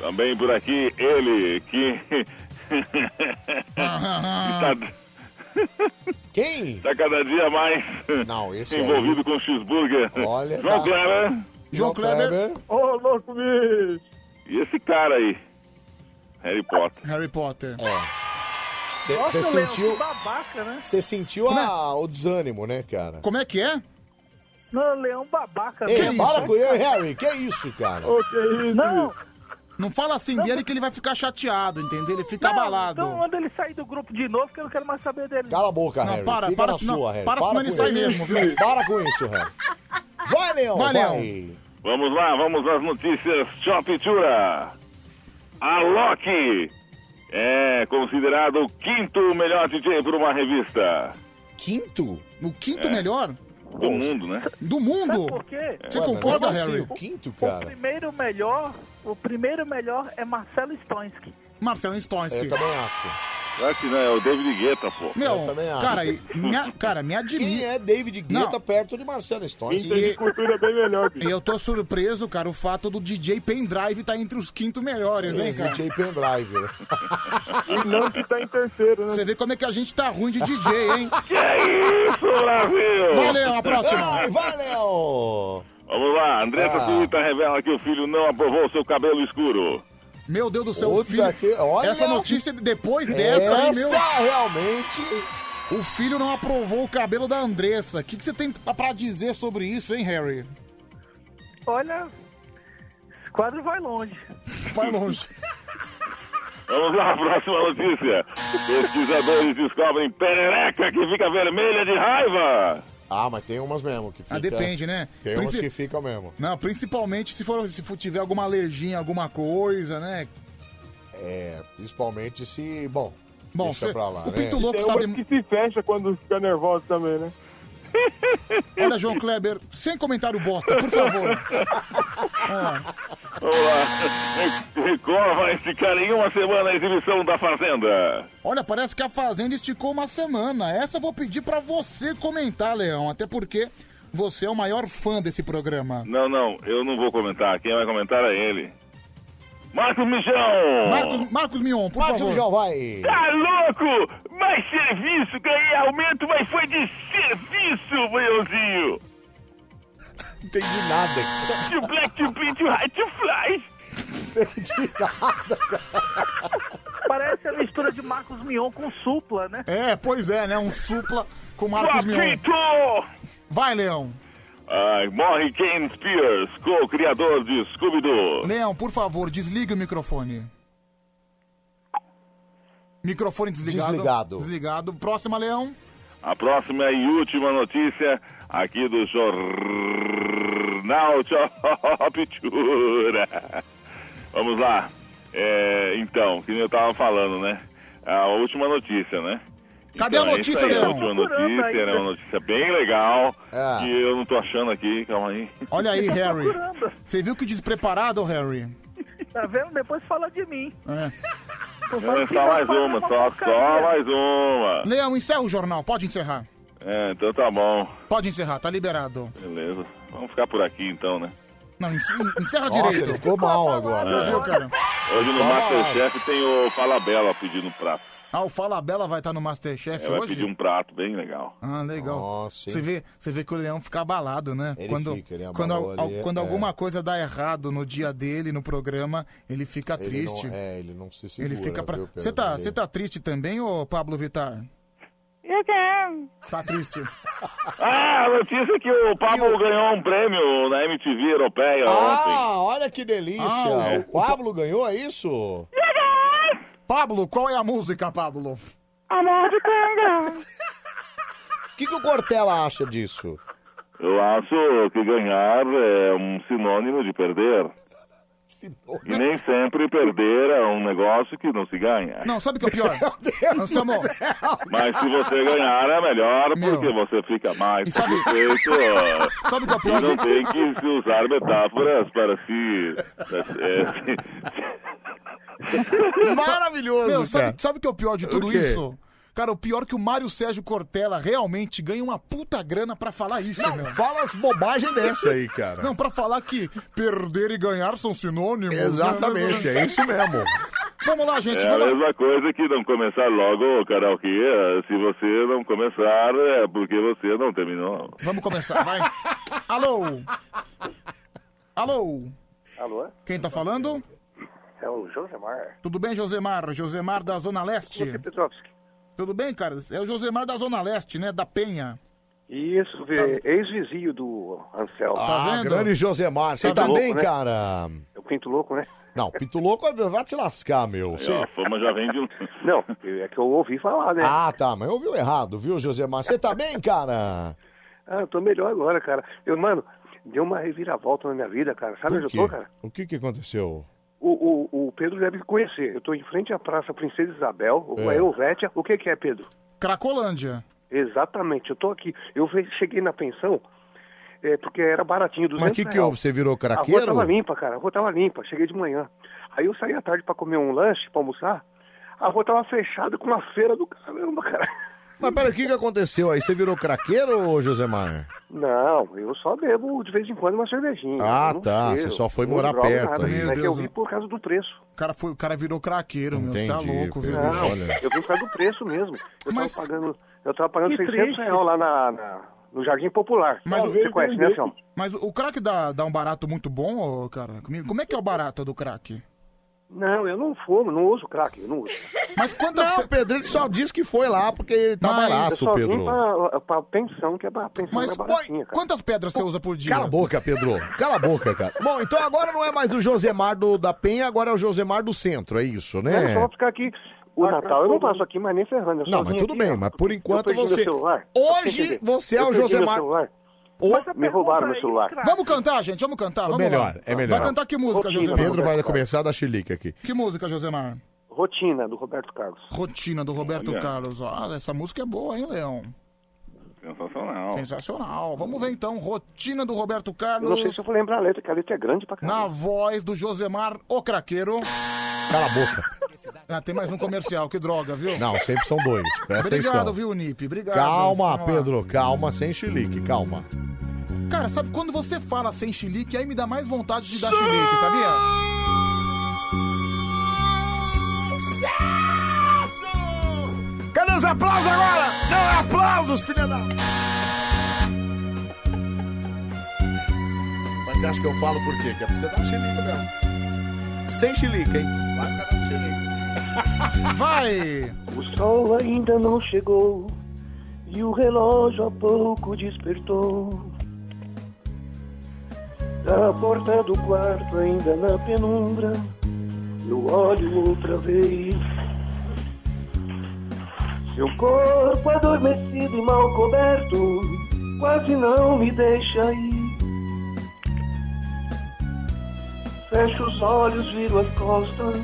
Speaker 18: Também por aqui ele que. está...
Speaker 21: Quem?
Speaker 18: Está Tá- cada dia mais
Speaker 21: Não, esse aí.
Speaker 18: envolvido com cheeseburger.
Speaker 21: Olha,
Speaker 18: João
Speaker 21: tá.
Speaker 18: Kleber.
Speaker 21: João Kleber. Kleber.
Speaker 18: Ô, louco, bicho. E esse cara aí? Harry Potter.
Speaker 3: Harry Potter.
Speaker 21: Você
Speaker 12: Nossa, Leão,
Speaker 21: É. sentiu,
Speaker 12: que babaca, né?
Speaker 21: você sentiu a- o desânimo, né, cara?
Speaker 3: é? Como é que é?
Speaker 12: Não, Leão babaca.
Speaker 21: Ei,
Speaker 12: mesmo. né?
Speaker 21: para com é. eu, Harry. Que isso, cara?
Speaker 12: Não,
Speaker 3: Não fala assim dele que ele vai ficar chateado, entendeu? Ele fica
Speaker 12: não,
Speaker 3: abalado.
Speaker 12: Então manda ele sair do grupo de novo, que eu não quero mais saber dele.
Speaker 21: Cala a boca,
Speaker 3: Não,
Speaker 21: Harry.
Speaker 3: para,
Speaker 21: Fica
Speaker 3: para,
Speaker 21: na
Speaker 3: senão-
Speaker 21: sua, Harry.
Speaker 3: para, senão ele
Speaker 21: com
Speaker 3: sai
Speaker 21: isso.
Speaker 3: mesmo, viu?
Speaker 21: Para com isso, Harry. Vai, Leão.
Speaker 3: Vai,
Speaker 21: Então, Vai,
Speaker 18: Vamos lá, vamos às notícias. Chop Tura. A Loki é considerado o quinto melhor DJ por uma revista
Speaker 21: Quinto?
Speaker 3: O quinto
Speaker 18: É.
Speaker 3: melhor?
Speaker 18: do mundo, né?
Speaker 3: Do mundo?
Speaker 12: Por quê?
Speaker 3: Você concorda, Harry?
Speaker 21: quinto,
Speaker 12: O primeiro melhor, o primeiro melhor é Marcelo Stoinski.
Speaker 3: Marcelo é um Stoinski.
Speaker 21: Eu também acho.
Speaker 18: Claro que não, é o David Guetta, pô.
Speaker 3: Meu,
Speaker 21: também acho.
Speaker 3: cara, e- minha, cara, me admira.
Speaker 21: Quem é David Guetta perto de Marcelo Stone?
Speaker 3: cultura bem melhor. E eu tô surpreso, cara, o fato do DJ Pendrive tá entre os quinto melhores, hein, cara?
Speaker 21: DJ Pendrive. né?
Speaker 3: E não que tá em terceiro, né? Você vê como é que a gente tá ruim de DJ, hein?
Speaker 18: Que isso, Brasil!
Speaker 3: Valeu, a próxima.
Speaker 21: Ai, vai, Leão.
Speaker 18: Vamos lá, Andressa
Speaker 21: Ah.
Speaker 18: Suíta revela que o filho não aprovou seu cabelo escuro.
Speaker 3: Meu Deus do céu, o
Speaker 21: Puta
Speaker 3: filho.
Speaker 21: que- olha.
Speaker 3: Essa notícia depois dessa, aí, meu.
Speaker 21: Essa, realmente.
Speaker 3: O filho não aprovou o cabelo da Andressa. O que, que você tem pra dizer sobre isso, hein, Harry?
Speaker 12: Olha, esse quadro vai longe.
Speaker 3: Vai longe.
Speaker 18: Vamos lá, próxima notícia. Pesquisadores descobrem perereca que fica vermelha de raiva.
Speaker 21: Ah, mas tem umas mesmo que fica...
Speaker 3: Ah, depende, né?
Speaker 21: Tem umas
Speaker 3: Princi-
Speaker 21: que ficam mesmo.
Speaker 3: Não, principalmente se, for, se for- tiver alguma alergia, alguma coisa, né?
Speaker 21: É, principalmente se... Bom,
Speaker 3: Bom,
Speaker 21: deixa
Speaker 3: cê-
Speaker 21: pra lá,
Speaker 3: o
Speaker 21: né?
Speaker 3: Pinto Louco
Speaker 11: Tem
Speaker 3: sabe-
Speaker 11: umas que se fecha quando fica nervoso também, né?
Speaker 3: Olha, João Kleber, sem comentário bosta, por favor.
Speaker 18: Vamos lá. Record vai ficar em uma semana a exibição da Fazenda.
Speaker 3: Olha, parece que a Fazenda esticou uma semana. Essa eu vou pedir pra você comentar, Leão. Até porque você é o maior fã desse programa.
Speaker 18: Não, não, eu não vou comentar. Quem vai comentar é ele. Marcos Michão!
Speaker 3: Marcos, Marcos Mion, por
Speaker 21: Marcos
Speaker 3: favor.
Speaker 21: Mion, vai.
Speaker 18: Tá louco? Mais serviço, ganhei aumento, mas foi de serviço, Leãozinho!
Speaker 21: Não entendi nada.
Speaker 18: To black, to blue, to high, to fly!
Speaker 12: Parece a mistura de Marcos Mion com Supla, né?
Speaker 3: É, pois é, né? Um supla com Marcos
Speaker 12: Papito!
Speaker 3: Mion. Vai, Leão.
Speaker 18: Ai, morre Ken Spears, co-criador de Scooby-Doo.
Speaker 3: Leão, por favor, desliga o microfone. Microfone desligado.
Speaker 18: Desligado.
Speaker 3: Desligado. Próxima, Leão.
Speaker 18: A próxima e última notícia aqui do Jornal Pitura. Vamos lá. É, então, que nem eu tava falando, né? A última notícia, né?
Speaker 3: Cadê a
Speaker 18: é isso
Speaker 3: notícia,
Speaker 18: aí, A
Speaker 3: Leão?
Speaker 18: última
Speaker 3: Procurando
Speaker 18: notícia,
Speaker 3: ainda.
Speaker 18: era uma notícia bem legal,
Speaker 3: É.
Speaker 18: que eu não tô achando aqui, calma aí.
Speaker 3: Olha
Speaker 18: Tá
Speaker 3: aí, Harry. Você viu que despreparado, Harry?
Speaker 12: Tá vendo? Depois fala de mim. Não
Speaker 18: É,
Speaker 12: fala que
Speaker 18: só
Speaker 12: não
Speaker 18: mais
Speaker 12: fala
Speaker 18: uma, só, só
Speaker 12: porcaria.
Speaker 18: mais uma.
Speaker 3: Leão, encerra o jornal. Pode encerrar.
Speaker 18: É, então tá bom,
Speaker 3: Pode encerrar, tá liberado.
Speaker 18: beleza. Vamos ficar por aqui então, né?
Speaker 3: Não, en- encerra
Speaker 1: Nossa,
Speaker 3: direito.
Speaker 1: ele ficou mal agora.
Speaker 3: Você viu, cara?
Speaker 18: Hoje no
Speaker 1: Fala.
Speaker 18: Masterchef tem o Falabella pedindo um prato.
Speaker 3: Ah, o Fala Bela vai estar no Masterchef
Speaker 18: É, vai
Speaker 3: hoje?
Speaker 18: pedir um prato bem legal.
Speaker 3: Ah, legal.
Speaker 18: Nossa, hein?
Speaker 3: você, vê, você vê que o leão fica abalado, né?
Speaker 18: Ele
Speaker 3: quando
Speaker 18: fica, ele
Speaker 3: quando,
Speaker 18: abalou
Speaker 3: al-
Speaker 18: ali,
Speaker 3: quando
Speaker 18: é.
Speaker 3: alguma coisa dá errado no dia dele, no programa, ele fica
Speaker 1: Ele
Speaker 3: triste.
Speaker 1: não- é, ele não se segura.
Speaker 3: Ele fica pra...
Speaker 1: viu, Pedro?
Speaker 3: Você tá,
Speaker 1: Ele-
Speaker 3: você tá triste também, ô Pablo Vittar?
Speaker 1: Eu quero.
Speaker 3: Tá triste.
Speaker 18: Ah, a notícia é que o Pablo ganhou um prêmio na MTV europeia É ontem.
Speaker 1: Ah, olha que delícia.
Speaker 18: Ah,
Speaker 1: o Pablo ganhou, é isso?
Speaker 3: Pablo, qual é a música, Pablo?
Speaker 1: Amor de canga. O que, que o Cortella acha disso?
Speaker 18: Eu acho que ganhar é um sinônimo de perder. E nem sempre perder é um negócio que não se ganha.
Speaker 3: Não, sabe o que é o pior? Anselmo,
Speaker 18: Mas se você ganhar é melhor, porque você fica mais satisfeito. ó.
Speaker 3: Sabe o que é o
Speaker 18: E
Speaker 3: pior?
Speaker 18: não tem que se usar metáforas para se... para se-
Speaker 3: Maravilhoso, Meu, sabe,
Speaker 18: cara.
Speaker 3: sabe o que é o pior de
Speaker 18: O
Speaker 3: tudo
Speaker 18: quê?
Speaker 3: isso? Cara, o pior é que o Mário Sérgio Cortella realmente ganha uma puta grana pra falar isso, Não,
Speaker 1: fala as bobagens dessa aí, cara.
Speaker 3: Não, pra falar que perder e ganhar são sinônimos. né?
Speaker 1: Exatamente, é isso mesmo.
Speaker 3: Vamos lá, gente.
Speaker 18: é a
Speaker 3: vamos lá.
Speaker 18: mesma coisa que não começar logo o karaokê. eh, Se você não começar, é porque você não terminou.
Speaker 3: Vamos começar, vai. Alô? Alô?
Speaker 26: Alô?
Speaker 3: Quem tá falando?
Speaker 26: É o Josemar.
Speaker 3: Tudo bem, Josemar? Josemar da Zona Leste?
Speaker 26: Petrovski.
Speaker 3: Tudo bem, cara? É o Josemar da Zona Leste, né? Da Penha.
Speaker 26: Isso, vê, ex-vizinho do Anselmo.
Speaker 1: Ah, grande Josemar. Você
Speaker 26: Pinto
Speaker 1: tá,
Speaker 26: louco,
Speaker 1: bem,
Speaker 26: né?
Speaker 1: cara?
Speaker 26: É o Pinto Louco, né?
Speaker 1: Não, Pito Louco vai te lascar, meu. Você-
Speaker 18: Ó, A fama já vem de um...
Speaker 26: Não, é que eu ouvi falar, né?
Speaker 1: Ah, tá, mas ouviu errado, viu, Josemar? Você tá bem, cara?
Speaker 26: Ah, eu tô melhor agora, cara. Eu, mano, deu uma reviravolta na minha vida, cara. Sabe
Speaker 1: Por
Speaker 26: onde
Speaker 1: quê?
Speaker 26: eu tô, cara?
Speaker 1: O que que aconteceu?
Speaker 26: O, o, o Pedro deve conhecer. Eu tô em frente à Praça Princesa Isabel, o
Speaker 1: É.
Speaker 26: Euvétia. O que que é, Pedro?
Speaker 3: Cracolândia.
Speaker 26: Exatamente, eu tô aqui. Eu ve- cheguei na pensão, é, porque era baratinho, 200
Speaker 1: Mas o que que
Speaker 26: real.
Speaker 1: houve? Você virou
Speaker 26: A rua
Speaker 1: craqueiro?
Speaker 26: tava limpa, cara. A rua tava limpa. Cheguei de manhã. Aí eu saí à tarde pra comer um lanche, pra almoçar. A rua tava fechada com uma feira do caramba, cara.
Speaker 1: Mas peraí, o que que aconteceu aí? Você virou craqueiro, ô, Josemar?
Speaker 26: Não, eu só bebo de vez em quando uma cervejinha.
Speaker 1: Ah,
Speaker 26: Eu não
Speaker 1: tá,
Speaker 26: bebo,
Speaker 1: você só foi
Speaker 26: não
Speaker 1: morar
Speaker 26: drogo,
Speaker 1: perto
Speaker 26: nada.
Speaker 1: aí.
Speaker 26: É
Speaker 1: Meu
Speaker 26: que eu
Speaker 1: Deus.
Speaker 26: vim por causa do preço.
Speaker 3: O cara, foi, o cara virou craqueiro, meu. Você tá
Speaker 1: Entendi,
Speaker 3: louco, viu?
Speaker 1: Pedro,
Speaker 3: bicho?
Speaker 1: olha.
Speaker 26: Eu vim por causa do preço mesmo. Eu tava pagando, eu tava pagando
Speaker 3: Que
Speaker 26: 600
Speaker 3: triste.
Speaker 26: reais lá na, na- no Jardim Popular.
Speaker 3: Mas o-
Speaker 26: você conhece, né, Selma?
Speaker 3: Mas o crack dá, dá um barato muito bom, ô, cara? Comigo? Como é que é o barato do crack?
Speaker 26: Não, eu não fumo, não uso crack, eu não uso.
Speaker 3: Mas quanto Não,
Speaker 1: o Pedro só disse que foi lá porque ele
Speaker 3: tá
Speaker 26: eu
Speaker 1: barato,
Speaker 26: só
Speaker 1: Pedro.
Speaker 26: Vim pra, pra pensão, que é ba- pensão
Speaker 1: Mas,
Speaker 26: que é baratinha, cara.
Speaker 3: Quantas pedras você usa por dia?
Speaker 1: Cala a boca, Pedro. Cala a boca, cara. Bom, então agora não é mais o Josemar do, da Penha, agora é o Josemar do Centro, é isso,
Speaker 26: Eu só
Speaker 1: né?
Speaker 26: vou ficar aqui. O Natal eu não passo aqui, mas nem ferrando. eu
Speaker 1: Não,
Speaker 26: só
Speaker 1: mas
Speaker 26: vim
Speaker 1: tudo
Speaker 26: aqui,
Speaker 1: bem,
Speaker 26: ó.
Speaker 1: mas por enquanto
Speaker 26: Eu perdi meu
Speaker 1: você-
Speaker 26: celular.
Speaker 1: Hoje
Speaker 26: Eu perdi-
Speaker 1: você é
Speaker 26: eu
Speaker 1: o
Speaker 26: perdi
Speaker 1: Josemar.
Speaker 26: meu celular. é
Speaker 1: Ô,
Speaker 26: Me roubaram meu celular.
Speaker 3: Vamos cantar, gente, vamos cantar. Vamos
Speaker 1: melhor,
Speaker 3: lá.
Speaker 1: é melhor.
Speaker 3: Vai cantar que música, Josemar?
Speaker 1: Pedro vai começar a dar chilique aqui.
Speaker 3: Que música, Josemar?
Speaker 26: Rotina, do Roberto Carlos.
Speaker 3: Rotina do Roberto
Speaker 1: Olha.
Speaker 3: Carlos. Ó, essa música é boa, hein, Leão?
Speaker 18: Sensacional.
Speaker 3: Sensacional. Vamos ver então. Rotina do Roberto
Speaker 26: Eu
Speaker 3: Carlos.
Speaker 26: não sei se eu vou lembrar a letra, que a letra é grande pra caramba.
Speaker 3: Na voz do Josemar, o craqueiro.
Speaker 1: Cala a boca.
Speaker 3: Ah, tem mais um comercial, que droga, viu?
Speaker 1: Não, sempre são dois. Presta
Speaker 3: Obrigado,
Speaker 1: atenção.
Speaker 3: viu, Nip? Obrigado.
Speaker 1: Calma,
Speaker 3: Vamos lá.
Speaker 1: Pedro, calma, sem chilique, calma.
Speaker 3: Cara, sabe quando você fala sem chilique, aí me dá mais vontade de dar chilique, sabia?
Speaker 2: Cadê os aplausos agora? Não é aplausos, filha da...
Speaker 1: Mas você acha que eu falo por quê? Que é pra você dar chilique um mesmo.
Speaker 30: sem chilica, hein?
Speaker 3: Vai!
Speaker 12: O sol ainda não chegou e o relógio há pouco despertou. Da porta do quarto, ainda é na penumbra, eu olho outra vez. Seu corpo adormecido e mal coberto quase não me deixa ir. Fecho os olhos, viro as costas,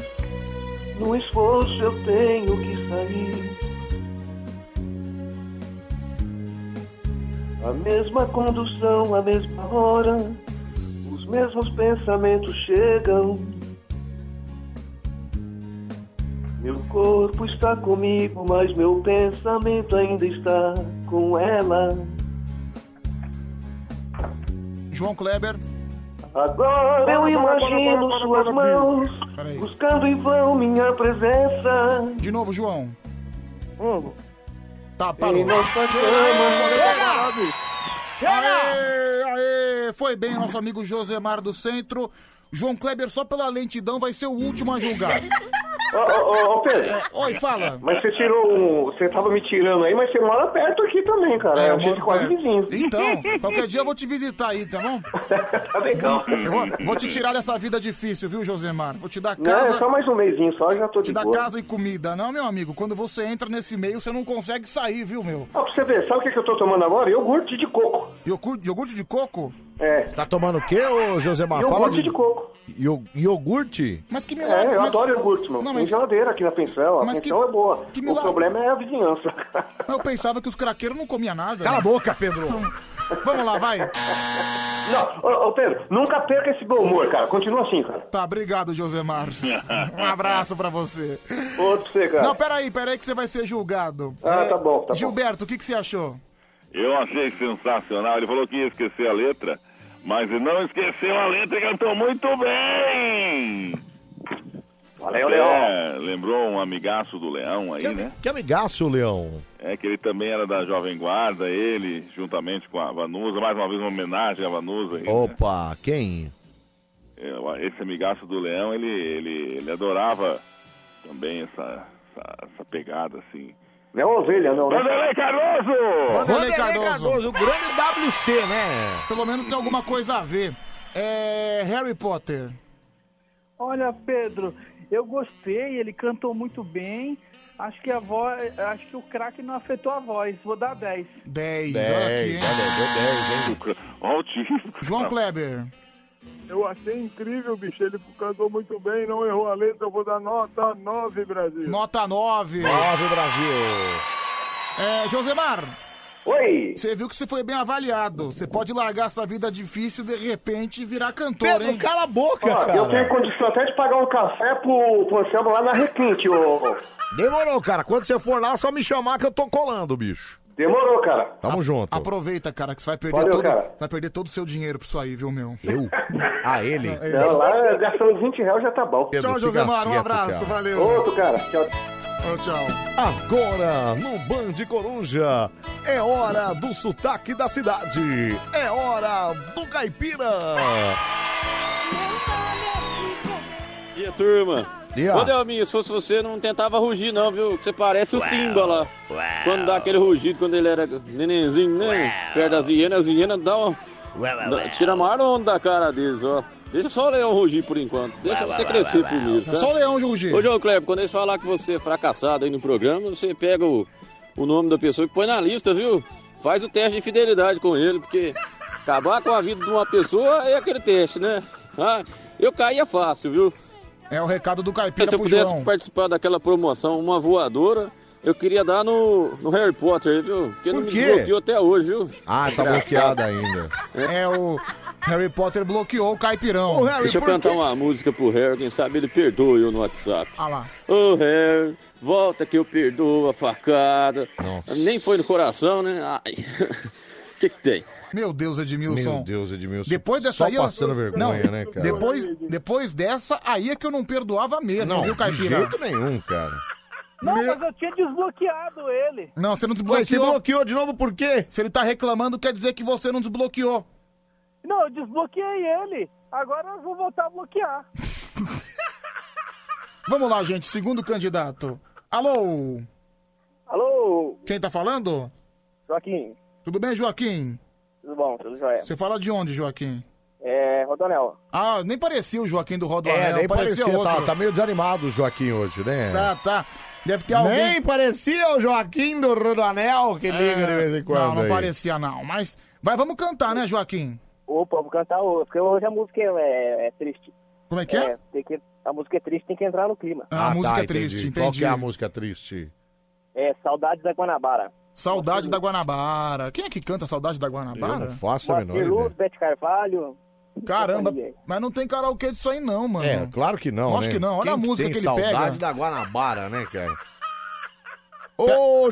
Speaker 12: no esforço eu tenho que sair. A mesma condução, a mesma hora, os mesmos pensamentos chegam. Meu corpo está comigo, mas meu pensamento ainda está com ela.
Speaker 3: João Kleber.
Speaker 12: Agora eu
Speaker 3: Para, para,
Speaker 12: imagino
Speaker 3: para, para,
Speaker 12: suas
Speaker 3: para, para,
Speaker 12: mãos
Speaker 3: Peraí.
Speaker 12: buscando em vão minha presença.
Speaker 3: De novo, João. Tá, parou.
Speaker 12: Em nossa cama.
Speaker 3: Chega! Aê, aê, foi bem o nosso amigo Josemar do Centro. João Kleber, só pela lentidão, vai ser o último a julgar.
Speaker 26: Ô, ô, ô, Pedro.
Speaker 3: É, oi, fala.
Speaker 26: Mas você tirou um. Você tava me tirando aí, mas você mora perto aqui também, cara.
Speaker 3: É,
Speaker 26: É,
Speaker 3: eu
Speaker 26: a gente
Speaker 3: moro
Speaker 26: quase
Speaker 3: perto.
Speaker 26: vizinho.
Speaker 3: Então, qualquer dia eu vou te visitar aí, tá bom?
Speaker 26: Tá legal.
Speaker 3: Eu vou, vou te tirar dessa vida difícil, viu, Josemar? Vou te dar
Speaker 26: Não,
Speaker 3: casa.
Speaker 26: é só mais um mêsinho só, eu já tô
Speaker 3: Te
Speaker 26: de
Speaker 3: dá
Speaker 26: boa.
Speaker 3: casa e comida. Não, meu amigo, quando você entra nesse meio, você não consegue sair, viu, meu?
Speaker 26: Ah, pra você ver, sabe o que, que eu tô tomando agora? Iogurte de coco.
Speaker 3: Iogurte, iogurte de coco?
Speaker 26: É.
Speaker 1: Tá tomando o quê, ô Josemar?
Speaker 26: Iogurte
Speaker 1: Fala
Speaker 26: de coco.
Speaker 1: Io- Iogurte?
Speaker 3: Mas que
Speaker 26: É, eu adoro iogurte, mano.
Speaker 3: Não,
Speaker 26: Tem
Speaker 3: mas-
Speaker 26: geladeira aqui na pensão. A
Speaker 3: Mas que-
Speaker 26: pensão é boa.
Speaker 3: que
Speaker 26: o
Speaker 3: milagre.
Speaker 26: problema é a vizinhança.
Speaker 3: Mas Eu pensava que os craqueiros não comiam nada.
Speaker 26: Cala a
Speaker 1: boca, Pedro.
Speaker 3: Vamos lá, vai.
Speaker 26: Não, ô, ô, Pedro, nunca perca esse bom humor, cara. Continua assim, cara.
Speaker 3: Tá, obrigado, Josemar. Um abraço pra você.
Speaker 26: Outro pra você, cara.
Speaker 3: Não, peraí, peraí que você vai ser julgado. É,
Speaker 26: Ah, tá bom, tá bom.
Speaker 3: Gilberto, o que, que você achou?
Speaker 18: Eu achei sensacional. Ele falou que ia esquecer a letra, mas ele não esqueceu a letra e cantou muito bem.
Speaker 26: Valeu,
Speaker 18: É, lembrou um amigaço do Leão aí, né?
Speaker 1: Que amigaço, Leão.
Speaker 18: É que ele também era da Jovem Guarda, ele, juntamente com a Vanusa, mais uma vez uma homenagem à Vanusa. aí, né?
Speaker 1: Opa, quem?
Speaker 18: Eu- Esse amigaço do Leão, ele, ele, ele adorava também essa, essa, essa pegada, assim.
Speaker 26: Não é ovelha, não. né?
Speaker 18: Vanderlei Cardoso!
Speaker 3: Vanderlei Cardoso,
Speaker 1: o grande WC, né?
Speaker 3: Pelo menos tem alguma coisa a ver. É. Harry Potter.
Speaker 31: Olha, Pedro, eu gostei, ele cantou muito bem. Acho que a voz, acho que o craque não afetou a voz. Vou dar 10.
Speaker 3: 10,
Speaker 31: olha aqui, hein?
Speaker 3: João Kleber.
Speaker 11: Eu achei incrível, bicho. Ele cantou muito bem, não errou a letra. Eu vou dar nota 9, Brasil.
Speaker 3: Nota 9.
Speaker 1: 9, Brasil.
Speaker 3: É, Josemar.
Speaker 26: Oi.
Speaker 3: Você viu que você foi bem avaliado. Você pode largar essa vida difícil de repente e virar cantor,
Speaker 26: Pedro,
Speaker 3: hein?
Speaker 1: cala a boca,
Speaker 26: Ó, eu tenho condição até de pagar um café pro, pro Anselmo lá na Requinte, ô.
Speaker 1: Demorou, cara. Quando você for lá, é só me chamar que eu tô colando, bicho.
Speaker 26: Demorou, cara.
Speaker 1: Tamo junto.
Speaker 3: Aproveita, cara, que você vai perder,
Speaker 1: Valeu,
Speaker 3: todo,
Speaker 1: cara.
Speaker 3: vai perder todo o seu dinheiro pra isso aí, viu, meu? É,
Speaker 1: Eu? A ele?
Speaker 26: Não, É lá gastando 20 reais já tá bom.
Speaker 3: Tchau, Josemar. Um abraço, valeu.
Speaker 26: Outro, cara. Tchau.
Speaker 3: Tchau, tchau.
Speaker 32: Agora, no Band Coruja,
Speaker 1: É hora do sotaque da cidade. Ah, É hora do caipira.
Speaker 20: dia, turma.
Speaker 1: Dia.
Speaker 20: Ô, Delminho, se fosse você, não tentava rugir, não, viu? Que você parece o Simba lá. Quando dá aquele rugido, quando ele era nenenzinho, né? Perto das hienas, as hienas dá uma... dá- Tira a maior onda da cara deles, ó. Deixa só o leão rugir por enquanto. Deixa
Speaker 3: Ué,
Speaker 20: você
Speaker 3: ué,
Speaker 20: crescer
Speaker 3: ué, ué,
Speaker 20: primeiro,
Speaker 3: ué.
Speaker 20: tá?
Speaker 3: Só o leão rugir.
Speaker 20: Ô, João Kleber, quando eles falar que você é fracassado aí no programa, você pega o, o nome da pessoa e põe na lista, viu? Faz o teste de fidelidade com ele, porque acabar com a vida de uma pessoa é aquele teste, né? Ah, eu caía fácil, viu?
Speaker 3: É o recado do Caipira
Speaker 20: Se eu
Speaker 3: pro
Speaker 20: pudesse
Speaker 3: João.
Speaker 20: participar daquela promoção, uma voadora, eu queria dar no, no Harry Potter, viu? Porque não
Speaker 3: Por
Speaker 20: me
Speaker 3: quê?
Speaker 20: desbloqueou até hoje, viu?
Speaker 1: Ah, tá
Speaker 20: Engraçado.
Speaker 1: bloqueada ainda.
Speaker 3: É o Harry Potter bloqueou o Caipirão.
Speaker 20: Deixa eu cantar uma música pro Harry, quem sabe ele perdoa eu no WhatsApp.
Speaker 3: Ah lá.
Speaker 20: Ô, Harry, volta que eu perdoo a facada. Nem foi no coração, né? Ai. O que que tem?
Speaker 3: Meu Deus, Edmilson.
Speaker 20: Meu
Speaker 1: Deus, Edmilson.
Speaker 3: Depois dessa
Speaker 1: Só
Speaker 3: aí, ó-
Speaker 1: passando vergonha,
Speaker 3: Não,
Speaker 1: né, cara?
Speaker 3: Depois, depois dessa, aí é que eu não perdoava mesmo,
Speaker 1: Não,
Speaker 3: viu,
Speaker 1: de
Speaker 3: Caipira?
Speaker 1: jeito nenhum, cara.
Speaker 31: Não, mas eu tinha desbloqueado ele.
Speaker 3: Não, você não
Speaker 31: Mas você
Speaker 3: desbloqueou.
Speaker 1: de novo por quê?
Speaker 3: Se ele tá reclamando, quer dizer que você não desbloqueou.
Speaker 31: Não, eu desbloqueei ele. Agora eu vou voltar a bloquear.
Speaker 3: Vamos lá, gente. Segundo candidato. Alô?
Speaker 15: Alô?
Speaker 3: Quem tá falando?
Speaker 15: Joaquim,
Speaker 3: Tudo bem, Joaquim?
Speaker 15: tudo bom? Tudo
Speaker 31: É.
Speaker 15: jóia?
Speaker 3: Você fala de onde, Joaquim?
Speaker 15: É, Rodonel.
Speaker 3: Ah, nem parecia o Joaquim do Rodoanel.
Speaker 1: É, nem parecia, tá,
Speaker 3: outro.
Speaker 1: tá meio desanimado o Joaquim hoje, né?
Speaker 3: Tá, tá. Deve ter alguém... É.
Speaker 1: Nem parecia o Joaquim do Rodoanel que liga de vez em quando.
Speaker 3: Não, não
Speaker 1: aí.
Speaker 3: parecia não, mas... Vai, vamos cantar, né, Joaquim?
Speaker 15: Opa, vou cantar hoje, porque hoje a música é, é triste.
Speaker 3: Como é que é?
Speaker 15: tem que, a música é triste, tem que entrar no clima.
Speaker 1: Ah, tá,
Speaker 3: música triste,
Speaker 1: Qual
Speaker 3: entendi.
Speaker 1: que é a música triste?
Speaker 15: É Saudades da Guanabara.
Speaker 3: Saudade da Guanabara. Quem é que canta Saudade da Guanabara?
Speaker 1: Eu tá não faço a menor
Speaker 15: Moacir Luz, Bete Carvalho.
Speaker 3: Caramba,
Speaker 15: companhia.
Speaker 3: mas não tem karaokê disso aí não, mano.
Speaker 1: É, claro que não,
Speaker 3: Lógico
Speaker 1: né?
Speaker 3: que não. Olha
Speaker 1: Quem
Speaker 3: a música
Speaker 1: tem
Speaker 3: que ele
Speaker 1: saudade
Speaker 3: pega.
Speaker 1: da Guanabara, né, cara?
Speaker 3: Ô,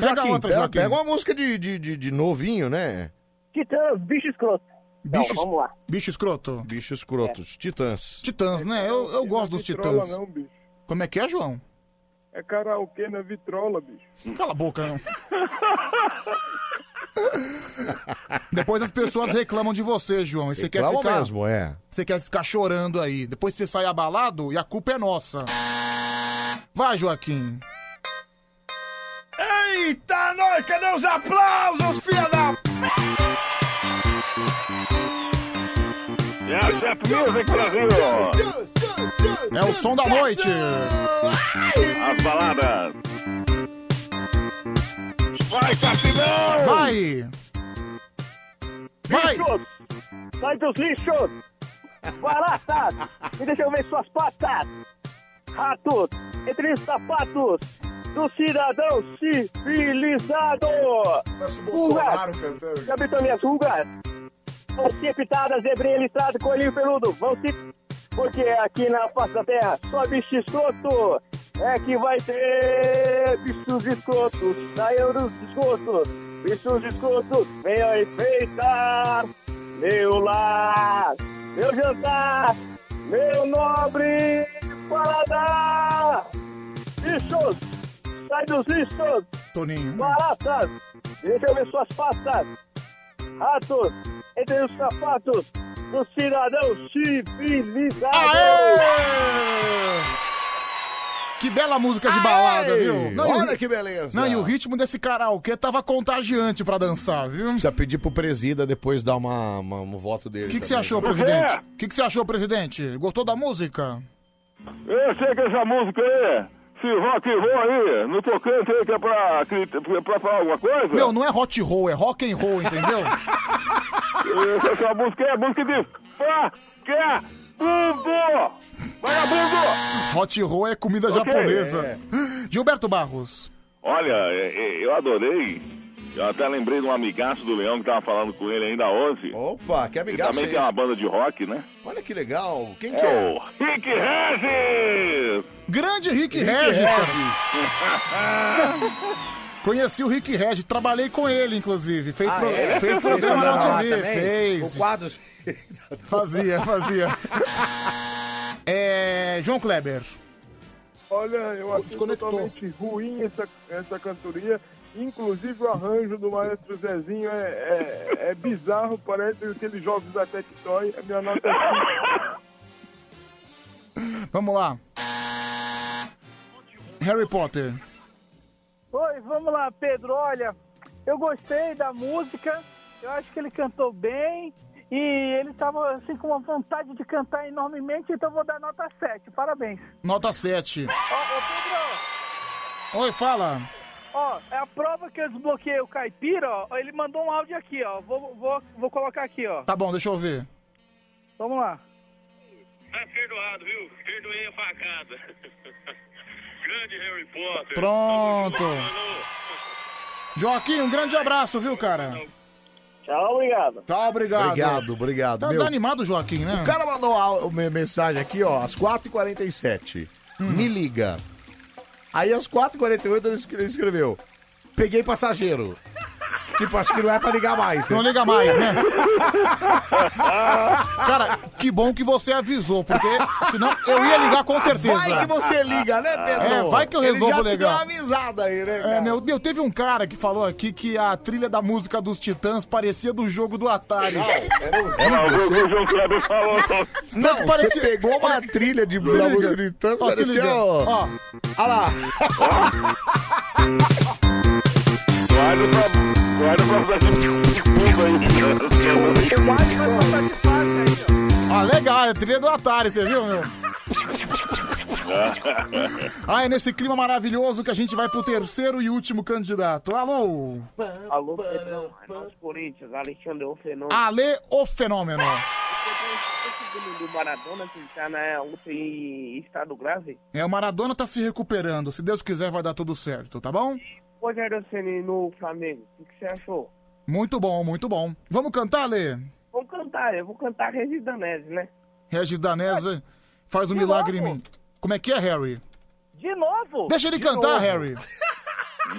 Speaker 1: Joaquim,
Speaker 3: pega outra,
Speaker 1: pega,
Speaker 3: Joaquim.
Speaker 1: pega uma música de, de, de, de novinho, né?
Speaker 15: Titãs, bicho escroto.
Speaker 3: Bicho,
Speaker 15: vamos lá. É.
Speaker 3: bicho escroto?
Speaker 1: Bicho escroto, Titãs.
Speaker 3: Titãs, né? Eu, eu gosto dos
Speaker 11: Vitrola
Speaker 3: titãs.
Speaker 11: não, bicho.
Speaker 3: Como é que é, João?
Speaker 11: É karaokê na vitrola, bicho.
Speaker 3: Cala a boca, não. Depois as pessoas reclamam de você, João. E você quer
Speaker 1: Reclamam
Speaker 3: ficar.
Speaker 1: mesmo, é.
Speaker 3: Você quer ficar chorando aí. Depois você sai abalado e a culpa é nossa. Vai, Joaquim.
Speaker 33: Eita, nós, cadê os aplausos, filha da...
Speaker 18: É a Jap Music Brasil.
Speaker 3: É o som da noite.
Speaker 18: As baladas. Vai, Capitão!
Speaker 3: Vai! Vai!
Speaker 15: Sai dos lixos! Baratas! Me deixa eu ver suas patas! Ratos! Entre os sapatos! Do cidadão civilizado!
Speaker 19: Parece o Bolsonaro
Speaker 15: Rugas.
Speaker 19: cantando.
Speaker 15: Capitão minhas rugas! Vão ser pitadas, zebrinha listrada, coelhinho peludo! Vão se... Porque é aqui na face da terra só bicho escroto é que vai ter bichos escrotos, saiam dos escrotos, bichos escrotos, venham enfeitar meu lar, meu jantar, meu nobre paladar. Bichos, sai dos lixos,
Speaker 3: Toninho.
Speaker 15: baratas, deixa eu ver suas pastas, ratos, entre os sapatos do cidadão civilizado.
Speaker 3: Que bela música de balada, viu?
Speaker 1: olha
Speaker 3: e o-
Speaker 1: que beleza.
Speaker 3: Não, e o ritmo desse karaokê tava contagiante pra dançar, viu?
Speaker 1: Precisa pedir pro presida depois dar uma, uma- um voto dele.
Speaker 3: O que, que você
Speaker 1: também.
Speaker 3: achou, presidente?
Speaker 15: É.
Speaker 3: O que, que você achou, presidente? Gostou da música?
Speaker 18: Eu sei que essa música é aí, se rock and roll aí, no tocante aí que é pra, cri- pra falar alguma coisa.
Speaker 3: Meu, não é hot roll, é rock and roll, entendeu?
Speaker 18: Essa, essa música é música de vagabundo! Vagabundo!
Speaker 3: hot roll é comida
Speaker 18: Ok,
Speaker 3: japonesa.
Speaker 18: é.
Speaker 3: Gilberto Barros.
Speaker 18: Olha, é, é, eu adorei. Eu até lembrei de um amigaço do Leão que tava falando com ele ainda hoje.
Speaker 1: Opa, que
Speaker 18: Ele
Speaker 1: amigaço
Speaker 18: também
Speaker 1: é
Speaker 18: tem
Speaker 1: esse?
Speaker 18: uma banda de rock, né?
Speaker 1: Olha que legal. Quem
Speaker 18: É,
Speaker 1: que é?
Speaker 18: o Rick Regis!
Speaker 3: Grande Rick,
Speaker 1: Rick
Speaker 18: É.
Speaker 3: Regis,
Speaker 1: Regis.
Speaker 3: cara. Conheci o Rick Regis, trabalhei com ele, inclusive. Fez,
Speaker 1: Ah,
Speaker 3: pro-
Speaker 1: é?
Speaker 3: fez
Speaker 1: Fez
Speaker 3: programa na
Speaker 1: programa lá
Speaker 3: TV,
Speaker 1: também?
Speaker 3: fez.
Speaker 1: O quadro-
Speaker 3: Fazia, fazia. É, João Kleber.
Speaker 11: Olha, eu achei totalmente ruim essa, essa cantoria. Inclusive o arranjo do maestro Zezinho é, é, é bizarro, parece aqueles jogos da Tectoy. A minha nota é cinco.
Speaker 3: Vamos lá. Harry Potter.
Speaker 12: Oi, vamos lá, Pedro. Olha, eu gostei da música, eu acho que ele cantou bem e ele tava assim com uma vontade de cantar enormemente, então eu vou dar nota 7. Parabéns.
Speaker 3: Nota 7.
Speaker 12: Ó, ô
Speaker 3: Oi, fala.
Speaker 12: Pedro, ó, é a prova que eu desbloqueei o caipira, ó. Ele mandou um áudio aqui, ó. Vou, vou, vou colocar aqui, ó.
Speaker 3: Tá bom, deixa eu ver.
Speaker 12: Vamos lá.
Speaker 2: Tá perdoado, viu? Perdoei a facada. Grande Harry Potter.
Speaker 3: Pronto. Joaquim, um grande abraço, viu, cara?
Speaker 15: Tchau, obrigado.
Speaker 3: Tchau, obrigado.
Speaker 1: Obrigado, obrigado.
Speaker 3: Tá
Speaker 1: meu.
Speaker 3: desanimado, Joaquim, né?
Speaker 1: O cara mandou a- uma mensagem aqui, ó, às 4h47.
Speaker 3: Hum.
Speaker 1: Me liga. Aí às 4h48 ele escre- ele escreveu: Peguei passageiro.
Speaker 2: Tipo, acho que não é pra ligar mais.
Speaker 3: Não liga mais, né? Cara, que bom que você avisou, porque senão eu ia ligar com certeza.
Speaker 2: Vai que você liga, né, Pedro?
Speaker 3: É, vai que eu
Speaker 2: Ele
Speaker 3: resolvo
Speaker 2: já te deu
Speaker 3: ligar.
Speaker 2: uma avisada aí, né, cara?
Speaker 3: É, meu, meu, teve um cara que falou aqui que a trilha da música dos Titãs parecia do jogo do Atari.
Speaker 18: Ah, o que o João Kleber falou.
Speaker 2: um Não, você
Speaker 3: Tanto parecia-
Speaker 2: pegou uma trilha de
Speaker 3: É. Se liga.
Speaker 2: música gritando,
Speaker 3: Ó, se
Speaker 2: parecia...
Speaker 3: liga.
Speaker 2: Ó,
Speaker 3: Ó.
Speaker 2: olha lá.
Speaker 18: Guarda o próprio- guarda o próprio daqui de fundo aí. Eu acho que vai passar de
Speaker 3: Ah, legal, é a trilha do Atari, você viu, meu? Ah, é nesse clima maravilhoso que a gente vai pro terceiro e último candidato. Alô,
Speaker 15: Alô, Pedrão, Arnaldo Corinthians, Alexandre o Fenômeno.
Speaker 3: Ale o Fenômeno.
Speaker 15: O segundo do Maradona que está na UTI em estado grave.
Speaker 3: É, o Maradona tá se recuperando. Se Deus quiser, vai dar tudo certo, tá bom?
Speaker 15: Rogério Ceni no Flamengo, o que você achou?
Speaker 3: Muito bom, muito bom. Vamos cantar, Ale?
Speaker 15: Vou cantar, eu vou cantar Regis Danese, né?
Speaker 3: Regis Danese, faz um milagre em mim. Como é que é, Harry?
Speaker 15: De novo?
Speaker 3: Deixa ele cantar, Harry.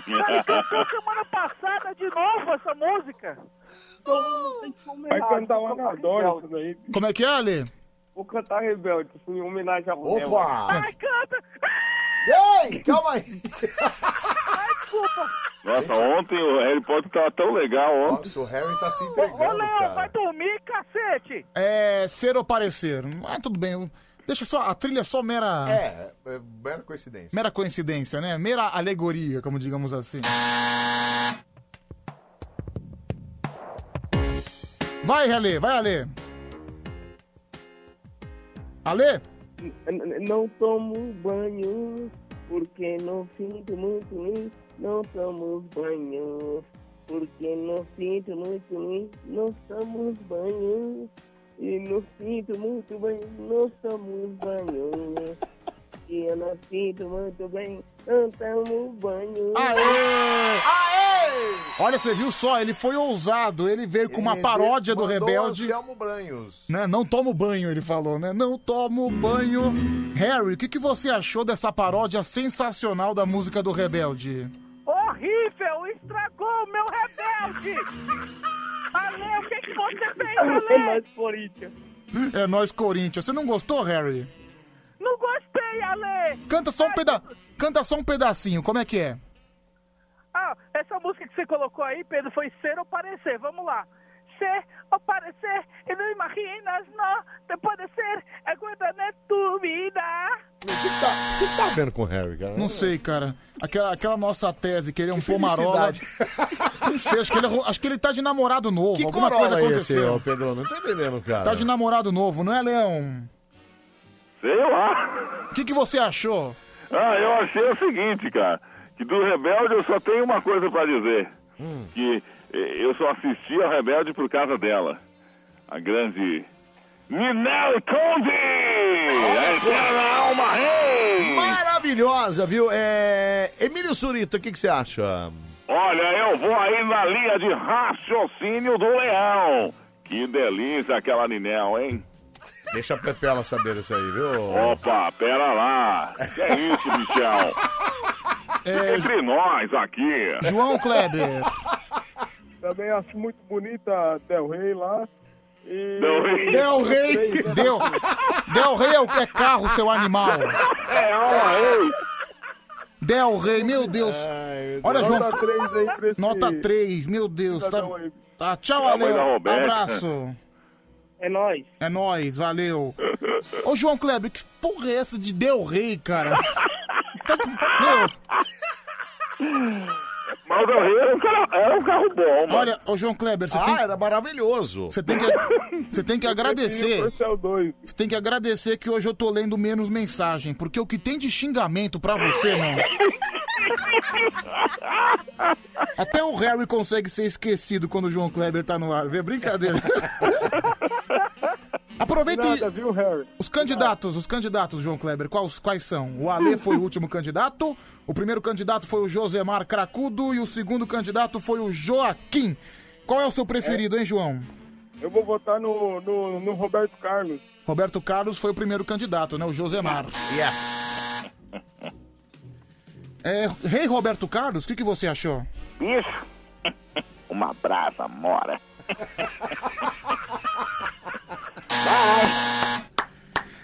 Speaker 15: Ele cantou semana passada de novo essa música.
Speaker 11: Vai cantar um anadoro isso daí.
Speaker 3: Como é que é, Ale?
Speaker 15: Vou cantar Rebelde, em homenagem a
Speaker 11: Opa!
Speaker 15: Ai, canta!
Speaker 2: Ei, calma aí.
Speaker 18: Nossa, ontem o Harry Potter tava tão legal, ó.
Speaker 12: Nossa, o Harry tá se
Speaker 15: Ô,
Speaker 12: entregando,
Speaker 15: Léo, vai
Speaker 12: cara.
Speaker 15: dormir, cacete!
Speaker 3: É ser ou parecer. Ah, tudo bem. eu- Deixa só, a trilha é só mera...
Speaker 12: É, é mera coincidência.
Speaker 3: Mera coincidência, né? Mera alegoria, como digamos assim. Vai, Ale, vai, Ale. Ale?
Speaker 15: Não tomo banho, porque não sinto muito ruim. Não tomo banho, porque não sinto muito ruim. Não somos banho, e não sinto muito bem. Não somos banho, e eu não sinto muito bem. Não tomo banho.
Speaker 3: Aê!
Speaker 12: Aê!
Speaker 3: Olha, você viu só, ele foi ousado. Ele veio com uma
Speaker 12: Ele
Speaker 3: paródia do
Speaker 12: mandou assim,
Speaker 3: Rebelde.
Speaker 12: Anselmo Branhos.
Speaker 3: Né? Não tomo banho, ele falou, né? Não tomo banho. Harry, o que, que você achou dessa paródia sensacional da música do Rebelde?
Speaker 15: Horrível! Estragou o meu rebelde! Ale, o que, que você fez, Ale? Corinthians.
Speaker 3: É nós Corinthians. Você não gostou, Harry?
Speaker 15: Não gostei, Ale!
Speaker 3: Canta só um peda... Canta só um pedacinho, como é que é?
Speaker 15: Ah, essa música que você colocou aí, Pedro, foi Ser ou Parecer. Vamos lá. Ser ou parecer, e não imaginas, não. Te pode ser, é aguenta na tua vida.
Speaker 1: tá vendo com o Harry, cara?
Speaker 3: Não sei, cara. Aquela, aquela nossa tese, que ele é um pomarola. Não sei, acho que, ele, acho que ele tá de namorado novo.
Speaker 1: Que
Speaker 3: Alguma
Speaker 1: corolla
Speaker 3: coisa
Speaker 1: é esse,
Speaker 3: aconteceu.
Speaker 1: ô, Pedro? Não tô entendendo, cara.
Speaker 3: Tá de namorado novo, não é, Leão?
Speaker 18: Sei lá.
Speaker 3: O que, que você achou?
Speaker 18: Ah, eu achei o seguinte, cara, que do Rebelde eu só tenho uma coisa pra dizer.
Speaker 3: Hum.
Speaker 18: Que eh, eu só assisti ao Rebelde por causa dela. A grande Ninel Conde! A eterna alma rei!
Speaker 1: Maravilhosa, viu? É... Emílio Surita, o que que você acha?
Speaker 18: Olha, eu vou aí na linha de raciocínio do Leão. Que delícia é aquela Ninel, hein?
Speaker 1: Deixa a Pepela saber isso aí, viu?
Speaker 18: Opa, pera lá. Que é isso, bichão?
Speaker 3: É,
Speaker 18: Entre nós aqui.
Speaker 3: João Kleber.
Speaker 11: Também acho muito bonita a Del Rey lá. E... né?
Speaker 18: Del Rey.
Speaker 3: Del Rey. Del, Del Rey é, o- é carro, seu animal.
Speaker 18: É, alma rei.
Speaker 3: Del Rey, meu Deus. Olha, João.
Speaker 11: Nota 3 aí pra esse...
Speaker 3: Nota 3, meu Deus. Tá,
Speaker 11: Cidadão aí.
Speaker 3: tá, tchau,
Speaker 11: É a mãe
Speaker 3: Ale.
Speaker 11: da Roberta.
Speaker 3: Abraço.
Speaker 15: É nóis.
Speaker 3: É nóis, valeu. Ô, João Kleber, que porra é essa de Del Rey, cara? Tá de- Meu,
Speaker 18: Mas o Del Rey era um carro, era um carro bom, mano.
Speaker 3: olha, ô, João Kleber, você
Speaker 1: Ah,
Speaker 3: tem...
Speaker 1: era maravilhoso.
Speaker 3: Você tem que, você tem que agradecer. Você tem que agradecer que hoje eu tô lendo menos mensagem, porque o que tem de xingamento pra você, mano. Até o Harry consegue ser esquecido quando o João Kleber tá no ar. Vê, brincadeira. Aproveita e- Os candidatos, os candidatos, João Kleber, quais, quais são? O Alê foi o último candidato, o primeiro candidato foi o Josemar Cracudo e o segundo candidato foi o Joaquim. Qual é o seu preferido, hein, João?
Speaker 11: Eu vou votar no, no, no Roberto Carlos.
Speaker 3: Roberto Carlos foi o primeiro candidato, né? O Josemar.
Speaker 1: Yes.
Speaker 3: É, Rei Roberto Carlos, o que, que você achou?
Speaker 18: Bicho. uma brasa mora.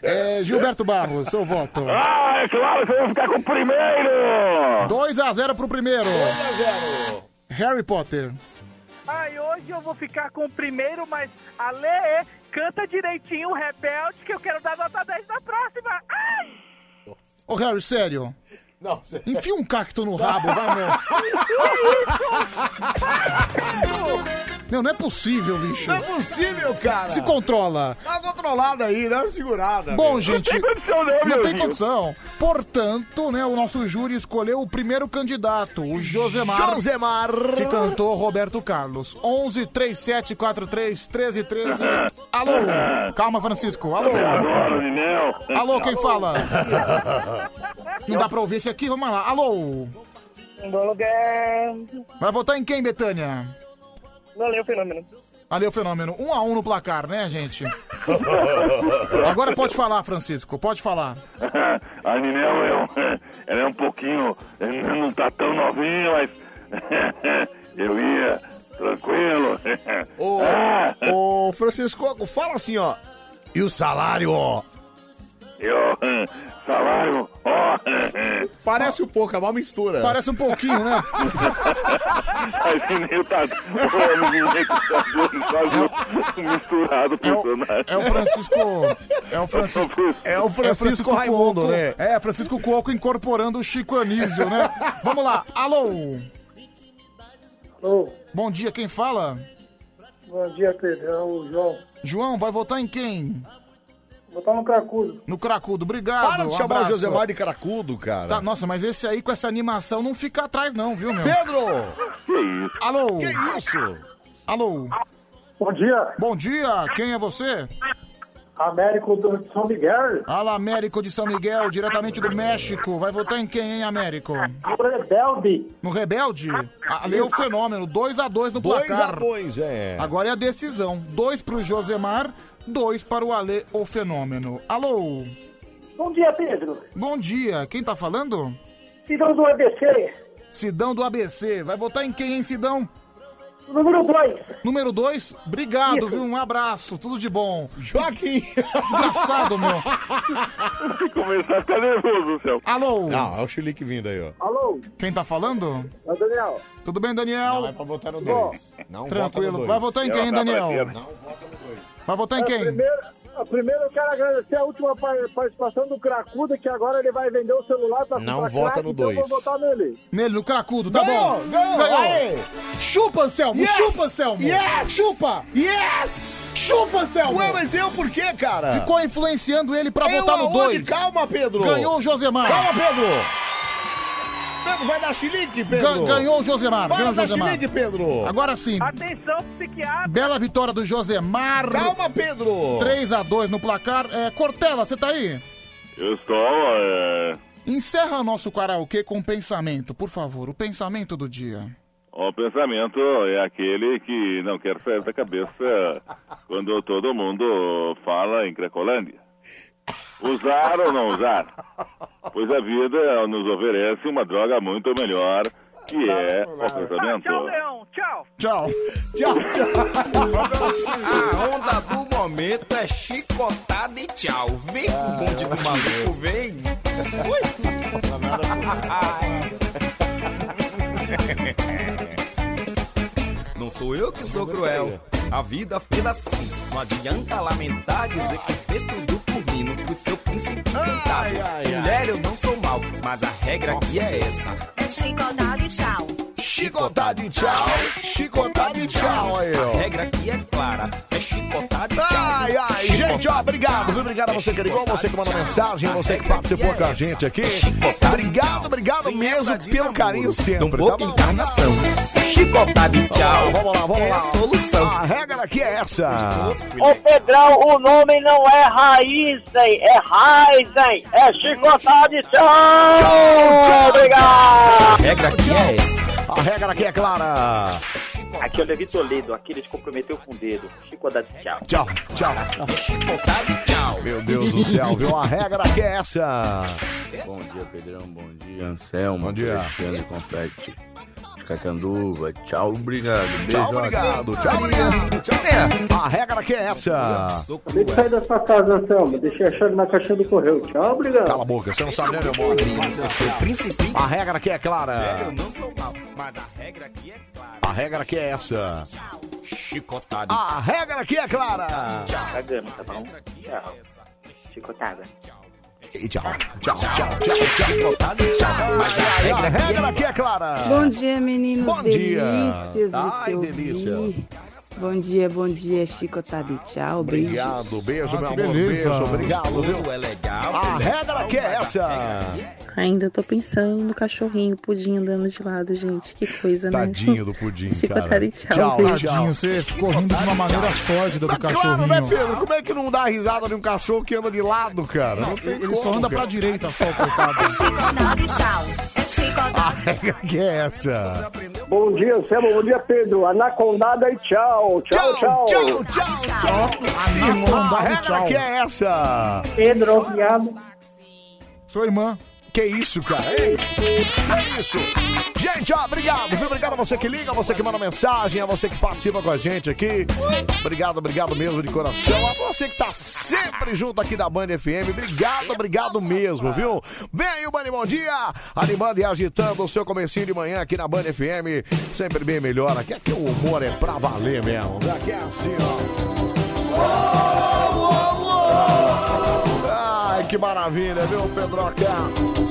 Speaker 3: É, Gilberto Barros, seu voto.
Speaker 18: Ah, é claro que eu vou ficar com o primeiro!
Speaker 3: 2x0 pro primeiro.
Speaker 18: 2x0.
Speaker 3: Harry Potter.
Speaker 12: Ai, hoje eu vou ficar com o primeiro, mas Ale, canta direitinho o Rebelde que eu quero dar nota 10 na próxima. Ai!
Speaker 3: Ô, Harry, sério.
Speaker 1: Não,
Speaker 3: Enfia um cacto no rabo, vai, meu. Meu, não é possível, bicho.
Speaker 1: Não é possível, cara.
Speaker 3: Se controla.
Speaker 1: Dá uma controlada aí, dá uma segurada.
Speaker 3: Bom,
Speaker 1: meu.
Speaker 3: gente,
Speaker 18: né,
Speaker 3: não tem condição. Portanto, né, o nosso júri escolheu o primeiro candidato, o Josemar.
Speaker 1: Josemar.
Speaker 3: Que cantou Roberto Carlos. 11 37 43 13 13. Alô? Calma, Francisco. Ah. Alô?
Speaker 18: Adoro, Ninel.
Speaker 3: Alô, quem fala? Não dá pra ouvir esse aqui? Vamos lá. Alô? Vai votar em quem, Betânia?
Speaker 34: Valeu, fenômeno.
Speaker 3: Ali é o fenômeno. Um a um no placar, né, gente? Agora pode falar, Francisco. Pode falar.
Speaker 18: A Ninel, é um- ela é um pouquinho. Não tá tão novinha, mas. Eu ia tranquilo. Ah,
Speaker 1: Ô, ô, Francisco, fala assim, ó. E o salário, ó.
Speaker 18: Eu. Salário, ó.
Speaker 1: Parece um pouco, é uma mistura.
Speaker 3: Parece um pouquinho, né?
Speaker 18: A Ninel tá. O menino que tá doido, quase misturado personagem.
Speaker 3: É o Francisco. É o Francisco.
Speaker 1: É o Francisco Raimundo,
Speaker 3: Cuoco,
Speaker 1: né?
Speaker 3: É, Francisco Cuoco incorporando o Chico Anísio, né? Vamos lá. Alô?
Speaker 15: Alô?
Speaker 3: Bom dia, quem fala?
Speaker 15: Bom dia, Pedro. É o João.
Speaker 3: João, vai votar em quem?
Speaker 15: Votar no Cracudo.
Speaker 3: No Cracudo,
Speaker 1: um
Speaker 3: obrigado.
Speaker 35: Para de chamar o Josemar de caracudo,
Speaker 3: Cracudo.
Speaker 35: cara.
Speaker 3: Tá, nossa, mas esse aí com essa animação não fica atrás, não, viu, meu?
Speaker 35: Pedro!
Speaker 3: Alô?
Speaker 35: Que isso?
Speaker 3: Alô?
Speaker 15: Bom dia.
Speaker 3: Bom dia, quem é você?
Speaker 15: Américo de São Miguel.
Speaker 3: Fala, Américo de São Miguel, diretamente do México. Vai votar em quem, hein, Américo?
Speaker 15: No Rebelde.
Speaker 3: No Rebelde? Ali é o fenômeno, 2 a 2 no
Speaker 35: 2 a
Speaker 3: placar.
Speaker 35: 2 é.
Speaker 3: Agora é a decisão. Dois pro Josemar, dois para o Ale, o fenômeno. Alô?
Speaker 15: Bom dia, Pedro.
Speaker 3: Bom dia, quem tá falando?
Speaker 15: Cidão do ABC.
Speaker 3: Sidão do ABC. Vai votar em quem, hein, Sidão?
Speaker 15: Número 2.
Speaker 3: Número 2? Obrigado,
Speaker 15: Isso.
Speaker 3: viu? Um abraço, tudo de bom. Joaquim! Desgraçado, meu.
Speaker 18: Começar a ficar nervoso, do céu.
Speaker 3: Alô?
Speaker 35: Ah, é o Chilique vindo aí, ó.
Speaker 15: Alô?
Speaker 3: Quem tá falando?
Speaker 15: É o Daniel.
Speaker 3: Tudo bem, Daniel?
Speaker 35: Vai é pra votar no
Speaker 15: Bom.
Speaker 35: 2. Não
Speaker 3: Tranquilo.
Speaker 35: vota no dois. é
Speaker 3: Vai votar em
Speaker 18: tá
Speaker 3: quem, Daniel? Vai
Speaker 15: É
Speaker 3: votar em quem?
Speaker 15: Primeiro, a- primeiro eu quero agradecer a última par- participação do Cracudo, que agora ele vai vender o celular pra
Speaker 35: Não
Speaker 15: comprar
Speaker 35: vota
Speaker 15: crack,
Speaker 35: no
Speaker 15: então eu
Speaker 35: dois.
Speaker 15: vou votar nele.
Speaker 3: Nele, no cracudo, tá
Speaker 15: Ganhou,
Speaker 3: bom?
Speaker 15: ganhou, aê!
Speaker 3: Chupa, Anselmo!
Speaker 15: Yes!
Speaker 3: Chupa, Anselmo!
Speaker 15: Yes!
Speaker 3: Chupa!
Speaker 1: Yes!
Speaker 3: Chupa, Anselmo!
Speaker 1: Ué, mas eu por quê, cara?
Speaker 3: Ficou influenciando ele pra
Speaker 1: Eu
Speaker 3: votar no
Speaker 1: aonde?
Speaker 3: 2.
Speaker 1: Calma, Pedro.
Speaker 3: Ganhou o Josemar.
Speaker 1: Calma, Pedro. Pedro, vai dar chilique, Pedro.
Speaker 3: Ga- ganhou o Josemar.
Speaker 1: Vai
Speaker 3: ganhou o
Speaker 1: dar
Speaker 3: Josemar.
Speaker 1: chilique, Pedro.
Speaker 3: Agora sim.
Speaker 12: Atenção, psiquiatra.
Speaker 3: Bela vitória do Josemar.
Speaker 1: Calma, Pedro.
Speaker 3: 3x2 no placar. É, Cortella, você tá aí?
Speaker 18: Eu estou. É...
Speaker 3: Encerra nosso karaokê com pensamento, por favor. O pensamento do dia.
Speaker 18: O pensamento é aquele que não quer sair da cabeça quando todo mundo fala em Cracolândia. Usar ou não usar? Pois a vida nos oferece uma droga muito melhor, que é o pensamento.
Speaker 12: Leão, tchau.
Speaker 3: Tchau.
Speaker 1: Tchau, tchau. A onda do momento é chicotada e tchau. Vem com o bonde do maluco, vem.
Speaker 2: Não sou eu que sou cruel. A vida fez assim. Não adianta lamentar, dizer que fez tudo por mim. Não fui seu príncipe encantado. Mulher, eu não sou mal, mas a regra aqui é essa.
Speaker 11: É chicotado e tchau.
Speaker 1: Chicotada e tchau. Chicotada e tchau. Aí, ó. Ah,
Speaker 2: A regra aqui é clara. É chicotada e tchau.
Speaker 1: Ai, ai, gente, ó, obrigado, viu? Obrigado a você que ligou, você que mandou mensagem, você que participou com a gente aqui. Obrigado, obrigado mesmo pelo carinho sempre. Tá bom?
Speaker 2: Encarnação. Chicotada e tchau.
Speaker 1: Vamos lá, vamos lá.
Speaker 2: É a solução.
Speaker 1: A regra aqui é essa.
Speaker 15: Ô Pedrão, o nome não é Raizen, é Raizen, é Chicotado de Tchau!
Speaker 1: Tchau,
Speaker 15: obrigado!
Speaker 1: A regra aqui é essa. A regra aqui é clara.
Speaker 36: Aqui é o Levi Toledo, aquele que comprometeu com o dedo. Chico dá tchau.
Speaker 1: Tchau, tchau. Meu Deus do céu, viu? A regra aqui é essa.
Speaker 20: Bom dia, Pedrão. Bom dia, Anselmo.
Speaker 1: Bom dia.
Speaker 20: Alexandre Confetti.
Speaker 4: Cacanduva. Tchau, obrigado. Beijo,
Speaker 1: Tchau, obrigado. Tchau, obrigado. Tchau, né? A regra que é essa.
Speaker 13: Deixa eu sair da sua casa, Anselmo. Deixei a chave na caixinha do correio. Tchau, obrigado.
Speaker 1: Cala a boca, você não sabe nem meu modo. A regra que é clara.
Speaker 2: é
Speaker 1: A regra que é essa.
Speaker 6: Chicotado.
Speaker 1: A regra que é clara.
Speaker 8: Cagando, tá bom?
Speaker 2: é
Speaker 8: Tchau. Chicotada.
Speaker 1: E tchau, tchau, tchau, tchau, tchau, Chicotado, tchau. Mas a regra, aqui é clara.
Speaker 16: Bom dia, meninos.
Speaker 1: Bom dia.
Speaker 16: delícias de
Speaker 1: Ai,
Speaker 16: se ouvir.
Speaker 1: delícia.
Speaker 16: Bom dia, bom dia, chicotada e tchau. Beijos.
Speaker 1: Obrigado, beijo,
Speaker 16: Ah,
Speaker 1: meu
Speaker 16: que
Speaker 1: amor,
Speaker 16: beleza.
Speaker 1: beijo, obrigado, viu? A regra que é essa.
Speaker 16: Ainda tô pensando no cachorrinho, pudim andando de lado, gente. Que coisa,
Speaker 19: Tadinho
Speaker 16: né?
Speaker 19: do pudim,
Speaker 16: Chicotada
Speaker 19: cara.
Speaker 16: e tchau.
Speaker 19: Tchau,
Speaker 16: beijos.
Speaker 19: tadinho,
Speaker 3: Você ficou rindo de uma maneira sórdida do
Speaker 1: Claro, né,
Speaker 3: cachorrinho.
Speaker 1: Pedro? Como é que não dá risada de um cachorro que anda de lado, cara? Não, tem
Speaker 3: Ele
Speaker 1: como,
Speaker 3: só anda
Speaker 1: cara.
Speaker 3: pra direita, só, coitado.
Speaker 23: É chicotada e tchau. É chicotada.
Speaker 1: que é essa?
Speaker 13: Bom dia, Anselmo. Bom dia, Pedro. Anacondada e tchau. Tchau, tchau.
Speaker 1: Tchau, tchau, tchau. A regra que é essa?
Speaker 13: Pedro, obrigado.
Speaker 1: Sua irmã. Que isso, cara? Ei, É isso. Gente, ó, obrigado. Viu? Obrigado a você que liga, a você que manda mensagem, a você que participa com a gente aqui. Obrigado, obrigado mesmo de coração. A você que tá sempre junto aqui da Band FM. Obrigado, obrigado mesmo, viu? Vem aí o Band Bom Dia, animando e agitando o seu comecinho de manhã aqui na Band FM. Sempre bem melhor. Aqui, aqui o humor é pra valer mesmo. Aqui é assim, ó. Ai, que maravilha, viu, Pedroca?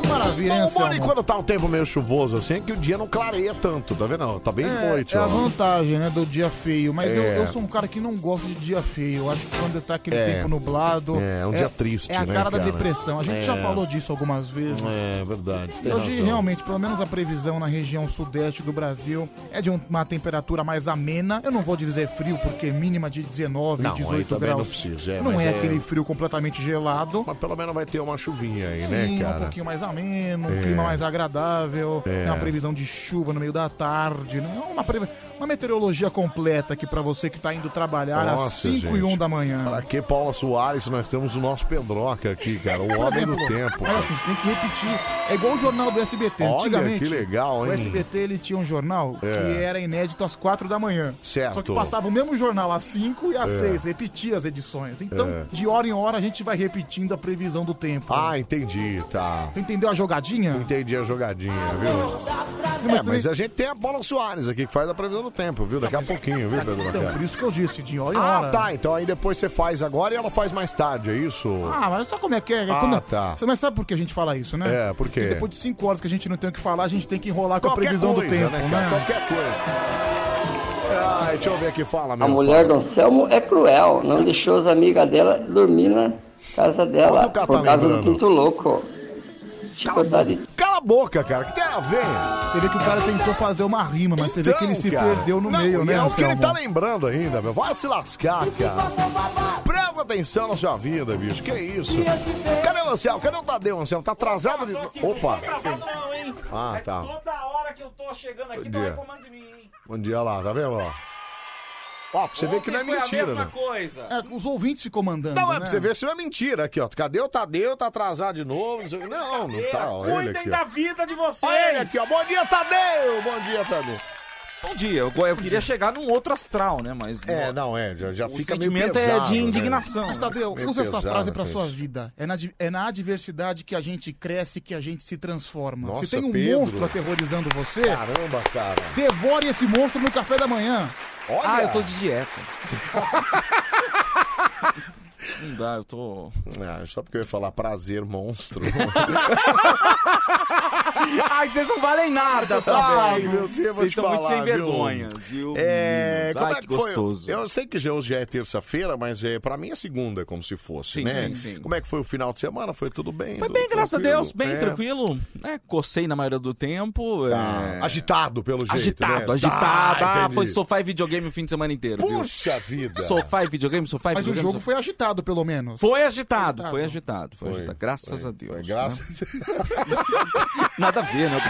Speaker 3: Maravilha, hein,
Speaker 1: Bom, o Mori,
Speaker 3: Anselmo?
Speaker 1: quando tá um tempo meio chuvoso assim, é que o dia não clareia tanto, tá vendo? Tá bem noite,
Speaker 3: é a
Speaker 1: ó.
Speaker 3: vantagem, né, do dia feio. Mas eu,
Speaker 1: É.
Speaker 3: eu sou um cara que não gosta de dia feio. Eu acho que quando tá aquele
Speaker 1: É.
Speaker 3: tempo nublado...
Speaker 1: É, um dia triste,
Speaker 3: É a
Speaker 1: né,
Speaker 3: cara da
Speaker 1: cara?
Speaker 3: depressão. A gente já
Speaker 1: É.
Speaker 3: falou disso algumas vezes.
Speaker 1: É verdade, você
Speaker 3: E
Speaker 1: tem
Speaker 3: hoje,
Speaker 1: razão.
Speaker 3: realmente, pelo menos a previsão na região sudeste do Brasil é de um- uma temperatura mais amena. Eu não vou dizer frio, porque é mínima de 19,
Speaker 1: Não, aí
Speaker 3: 18
Speaker 1: também
Speaker 3: graus.
Speaker 1: não precisa, é,
Speaker 3: não
Speaker 1: mas
Speaker 3: é,
Speaker 1: é-
Speaker 3: aquele frio completamente gelado.
Speaker 1: Mas pelo menos vai ter uma chuvinha aí,
Speaker 3: Sim,
Speaker 1: né, cara?
Speaker 3: um pouquinho mais ameno, um
Speaker 1: É.
Speaker 3: clima mais agradável,
Speaker 1: É.
Speaker 3: tem uma previsão de chuva no meio da tarde, né? É Uma, pre- uma meteorologia completa aqui pra você que tá indo trabalhar às
Speaker 1: Nossa,
Speaker 3: 5 e
Speaker 1: gente.
Speaker 3: 1 da manhã.
Speaker 1: Pra que Paula Soares, nós temos o nosso Pedroca aqui, cara. O
Speaker 3: um, Por
Speaker 1: um homem do
Speaker 3: exemplo,
Speaker 1: tempo.
Speaker 3: Olha assim, você tem que repetir. É igual o jornal do SBT.
Speaker 1: Olha,
Speaker 3: Antigamente,
Speaker 1: que legal, hein?
Speaker 3: o SBT ele tinha um jornal
Speaker 1: É.
Speaker 3: que era inédito às 4 da manhã.
Speaker 1: Certo.
Speaker 3: Só que passava o mesmo jornal às 5 e às
Speaker 1: É.
Speaker 3: 6, repetia as edições. Então,
Speaker 1: É.
Speaker 3: de hora em hora, a gente vai repetindo a previsão do tempo. né?
Speaker 1: Ah, entendi, tá.
Speaker 3: Você entendeu a jogadinha? Ah,
Speaker 1: Entendi a jogadinha, viu? É,
Speaker 3: Mas
Speaker 1: mas
Speaker 3: também-
Speaker 1: a gente tem a Paula Soares aqui que faz a previsão do tempo, viu? Daqui a pouquinho, viu, Pedroca?
Speaker 3: Então, por isso que eu disse, de hora em hora.
Speaker 1: Ah, tá. Então aí depois você faz agora e ela faz mais tarde, é isso?
Speaker 3: Ah, mas sabe como é que é?
Speaker 1: Ah,
Speaker 3: Quando-
Speaker 1: tá.
Speaker 3: Você- Mas sabe por que a gente fala isso, né?
Speaker 1: É, por quê?
Speaker 3: Porque depois de 5 horas que a gente não tem o que falar, a gente tem que enrolar com a
Speaker 1: Qualquer
Speaker 3: previsão do
Speaker 1: coisa,
Speaker 3: tempo,
Speaker 1: né,
Speaker 3: né?
Speaker 1: cara? Qualquer coisa. Ai, deixa eu ver aqui, fala, meu.
Speaker 26: A mulher do
Speaker 1: fala.
Speaker 26: Anselmo é cruel, não deixou as amigas dela dormir na casa dela
Speaker 1: cara
Speaker 26: por
Speaker 1: tá
Speaker 26: causa do
Speaker 1: lembrando?
Speaker 26: pinto louco. Chicotada e
Speaker 1: Cala a boca, cara, que tem a ver?
Speaker 3: Você vê que o cara tentou fazer uma rima, mas você vê que ele se
Speaker 1: Então, cara,
Speaker 3: perdeu no
Speaker 1: não,
Speaker 3: meio,
Speaker 1: e
Speaker 3: né?
Speaker 1: É o que ele
Speaker 3: Anselmo?
Speaker 1: tá lembrando ainda, meu. Vai se lascar, cara. Presta atenção na sua vida, bicho. Que isso? Cadê o Anselmo? Cadê o Tadeu, Anselmo? Tá atrasado de.
Speaker 37: tá
Speaker 1: Opa! Ah, tá.
Speaker 37: É Toda hora que eu tô chegando aqui,
Speaker 1: Bom
Speaker 37: não
Speaker 1: dia.
Speaker 37: recomendo de mim, hein?
Speaker 1: Bom dia lá, tá vendo? Ó,
Speaker 2: Ah,
Speaker 1: ó pra você ver que não é
Speaker 37: Ontem foi a
Speaker 1: mentira,
Speaker 37: mesma
Speaker 1: né?
Speaker 37: coisa.
Speaker 3: É, os ouvintes ficam mandando.
Speaker 1: Não, é
Speaker 3: né?
Speaker 1: pra você ver se não é mentira. Aqui, ó. Cadê o Tadeu? Tá atrasado de novo. não sei- Não, não tá. ó, ele
Speaker 37: Cuidem
Speaker 1: aqui,
Speaker 37: da
Speaker 1: ó.
Speaker 37: vida de vocês.
Speaker 1: Olha ele aqui, ó. Bom dia, Tadeu! Bom dia, Tadeu.
Speaker 37: Bom dia, eu, eu queria chegar num outro astral, né? Mas.
Speaker 1: É, não, é, já, já
Speaker 37: o
Speaker 1: fica meio
Speaker 37: sentimento
Speaker 1: pesado,
Speaker 37: é de
Speaker 1: né?
Speaker 37: indignação.
Speaker 3: Mas, Tadeu,
Speaker 1: Meio
Speaker 3: usa essa
Speaker 1: pesado,
Speaker 3: frase pra
Speaker 1: né,
Speaker 3: sua
Speaker 1: isso.
Speaker 3: vida. É na, di- é na adversidade que a gente cresce, que a gente se transforma.
Speaker 1: Nossa,
Speaker 3: se tem um
Speaker 1: Pedro.
Speaker 3: monstro aterrorizando você,
Speaker 1: Caramba, cara.
Speaker 3: devore esse monstro no café da manhã.
Speaker 1: Olha. Ah, eu tô
Speaker 37: de dieta. Não dá, eu tô.
Speaker 1: Ah, só porque eu ia falar prazer, monstro.
Speaker 37: Ai, vocês não valem nada,
Speaker 1: Ai,
Speaker 37: sabe?
Speaker 1: meu Deus, eu vou
Speaker 37: Vocês
Speaker 1: te
Speaker 37: são muito
Speaker 1: falar,
Speaker 37: sem
Speaker 1: viu?
Speaker 37: vergonha, viu?
Speaker 1: É,
Speaker 37: meninos?
Speaker 1: como
Speaker 37: Ai,
Speaker 1: é
Speaker 37: que
Speaker 1: que foi?
Speaker 37: gostoso.
Speaker 1: Eu sei que já hoje já é terça-feira, mas é, pra mim é segunda, como se fosse,
Speaker 37: Sim,
Speaker 1: né?
Speaker 37: sim, sim.
Speaker 1: Como é que foi o final de semana? Foi tudo bem?
Speaker 37: Foi
Speaker 1: Tudo
Speaker 37: bem, graças a
Speaker 1: tranquilo?
Speaker 37: Deus, bem
Speaker 1: É.
Speaker 37: tranquilo. né? cocei na maioria do tempo.
Speaker 1: Ah,
Speaker 37: é,
Speaker 1: Agitado, pelo jeito,
Speaker 37: Agitado,
Speaker 1: né?
Speaker 37: agitado.
Speaker 1: Tá,
Speaker 37: Ah,
Speaker 1: entendi.
Speaker 37: foi sofá e videogame o fim de semana inteiro. viu?
Speaker 1: Puxa vida.
Speaker 37: Sofá e videogame, sofá e
Speaker 3: Mas o
Speaker 37: videogame.
Speaker 3: jogo
Speaker 37: sofá-
Speaker 3: foi agitado, pelo menos.
Speaker 37: Foi agitado, foi agitado, foi, agitado. Graças né? a Deus.
Speaker 1: graças
Speaker 37: Nada a ver, né?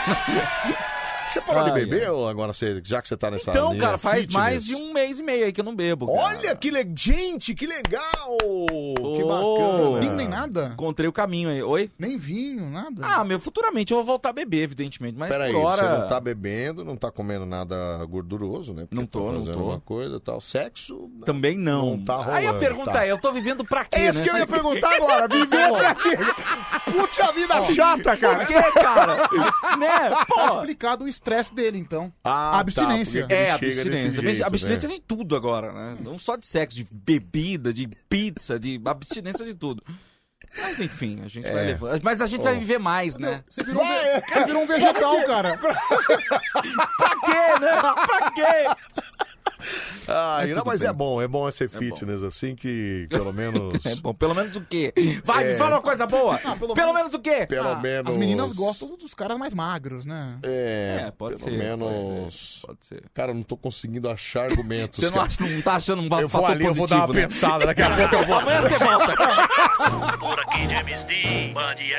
Speaker 1: Você parou de
Speaker 2: Ai,
Speaker 1: beber ou agora você, já que você tá nessa
Speaker 2: Então,
Speaker 1: linha
Speaker 2: cara, faz
Speaker 1: fitness?
Speaker 2: mais de um mês e meio aí que eu não bebo.
Speaker 1: Olha que legal. Gente, que legal!
Speaker 2: Que
Speaker 3: bacana. Vinho nem nada?
Speaker 2: Encontrei o caminho aí. Ah. Oi?
Speaker 3: Nem vinho, nada.
Speaker 2: Ah, meu, futuramente eu vou voltar a beber, evidentemente. Mas
Speaker 1: Peraí,
Speaker 2: por hora.
Speaker 1: você não tá bebendo, não tá comendo nada gorduroso, né? Porque
Speaker 2: Não tô, não
Speaker 1: tá fazendo
Speaker 2: tô.
Speaker 1: alguma coisa e tal. Sexo...
Speaker 2: Também não.
Speaker 1: tá rolando,
Speaker 2: aí a pergunta
Speaker 1: tá.
Speaker 2: é, eu tô vivendo pra quê,
Speaker 1: É isso
Speaker 2: né?
Speaker 1: que eu ia perguntar agora, viver pra quê? Putz, a vida chata, cara.
Speaker 2: Por quê, cara?
Speaker 3: Né?
Speaker 2: né?
Speaker 3: Tá
Speaker 2: Pô.
Speaker 3: explicado o estresse dele, então.
Speaker 2: Ah,
Speaker 3: a abstinência.
Speaker 2: tá, porque é, abstinência. Abs- abstinência de tudo agora, né? Não só de sexo, de bebida, de pizza, de abstinência de tudo. Mas enfim, a gente É. vai levando. Mas a gente Pô. vai viver mais, né?
Speaker 3: Você virou, um ve- você virou um vegetal, cara.
Speaker 2: Pra quê, né? Pra quê?
Speaker 1: Ah,
Speaker 2: Mas
Speaker 1: não,
Speaker 2: tudo
Speaker 1: mas
Speaker 2: bem.
Speaker 1: é bom, é bom ser fitness assim que pelo menos. é
Speaker 2: bom, pelo menos o quê? Vai, me fala uma coisa boa. pelo, menos o quê?
Speaker 1: Pelo
Speaker 3: Ah,
Speaker 1: menos.
Speaker 3: As meninas gostam dos caras mais magros, né?
Speaker 1: É,
Speaker 2: É, pode
Speaker 1: pode
Speaker 2: ser,
Speaker 1: ser. menos.
Speaker 2: Pode ser.
Speaker 1: Cara, eu não tô conseguindo achar argumentos.
Speaker 2: Você não,
Speaker 1: cara.
Speaker 2: acha, não tá achando um
Speaker 1: Eu vou
Speaker 2: fator
Speaker 1: ali, eu vou dar
Speaker 2: positivo,
Speaker 1: uma
Speaker 2: né?
Speaker 1: pensada, daqui a pouco eu volto.
Speaker 2: Amanhã você volta.
Speaker 38: Por aqui de MSD, Band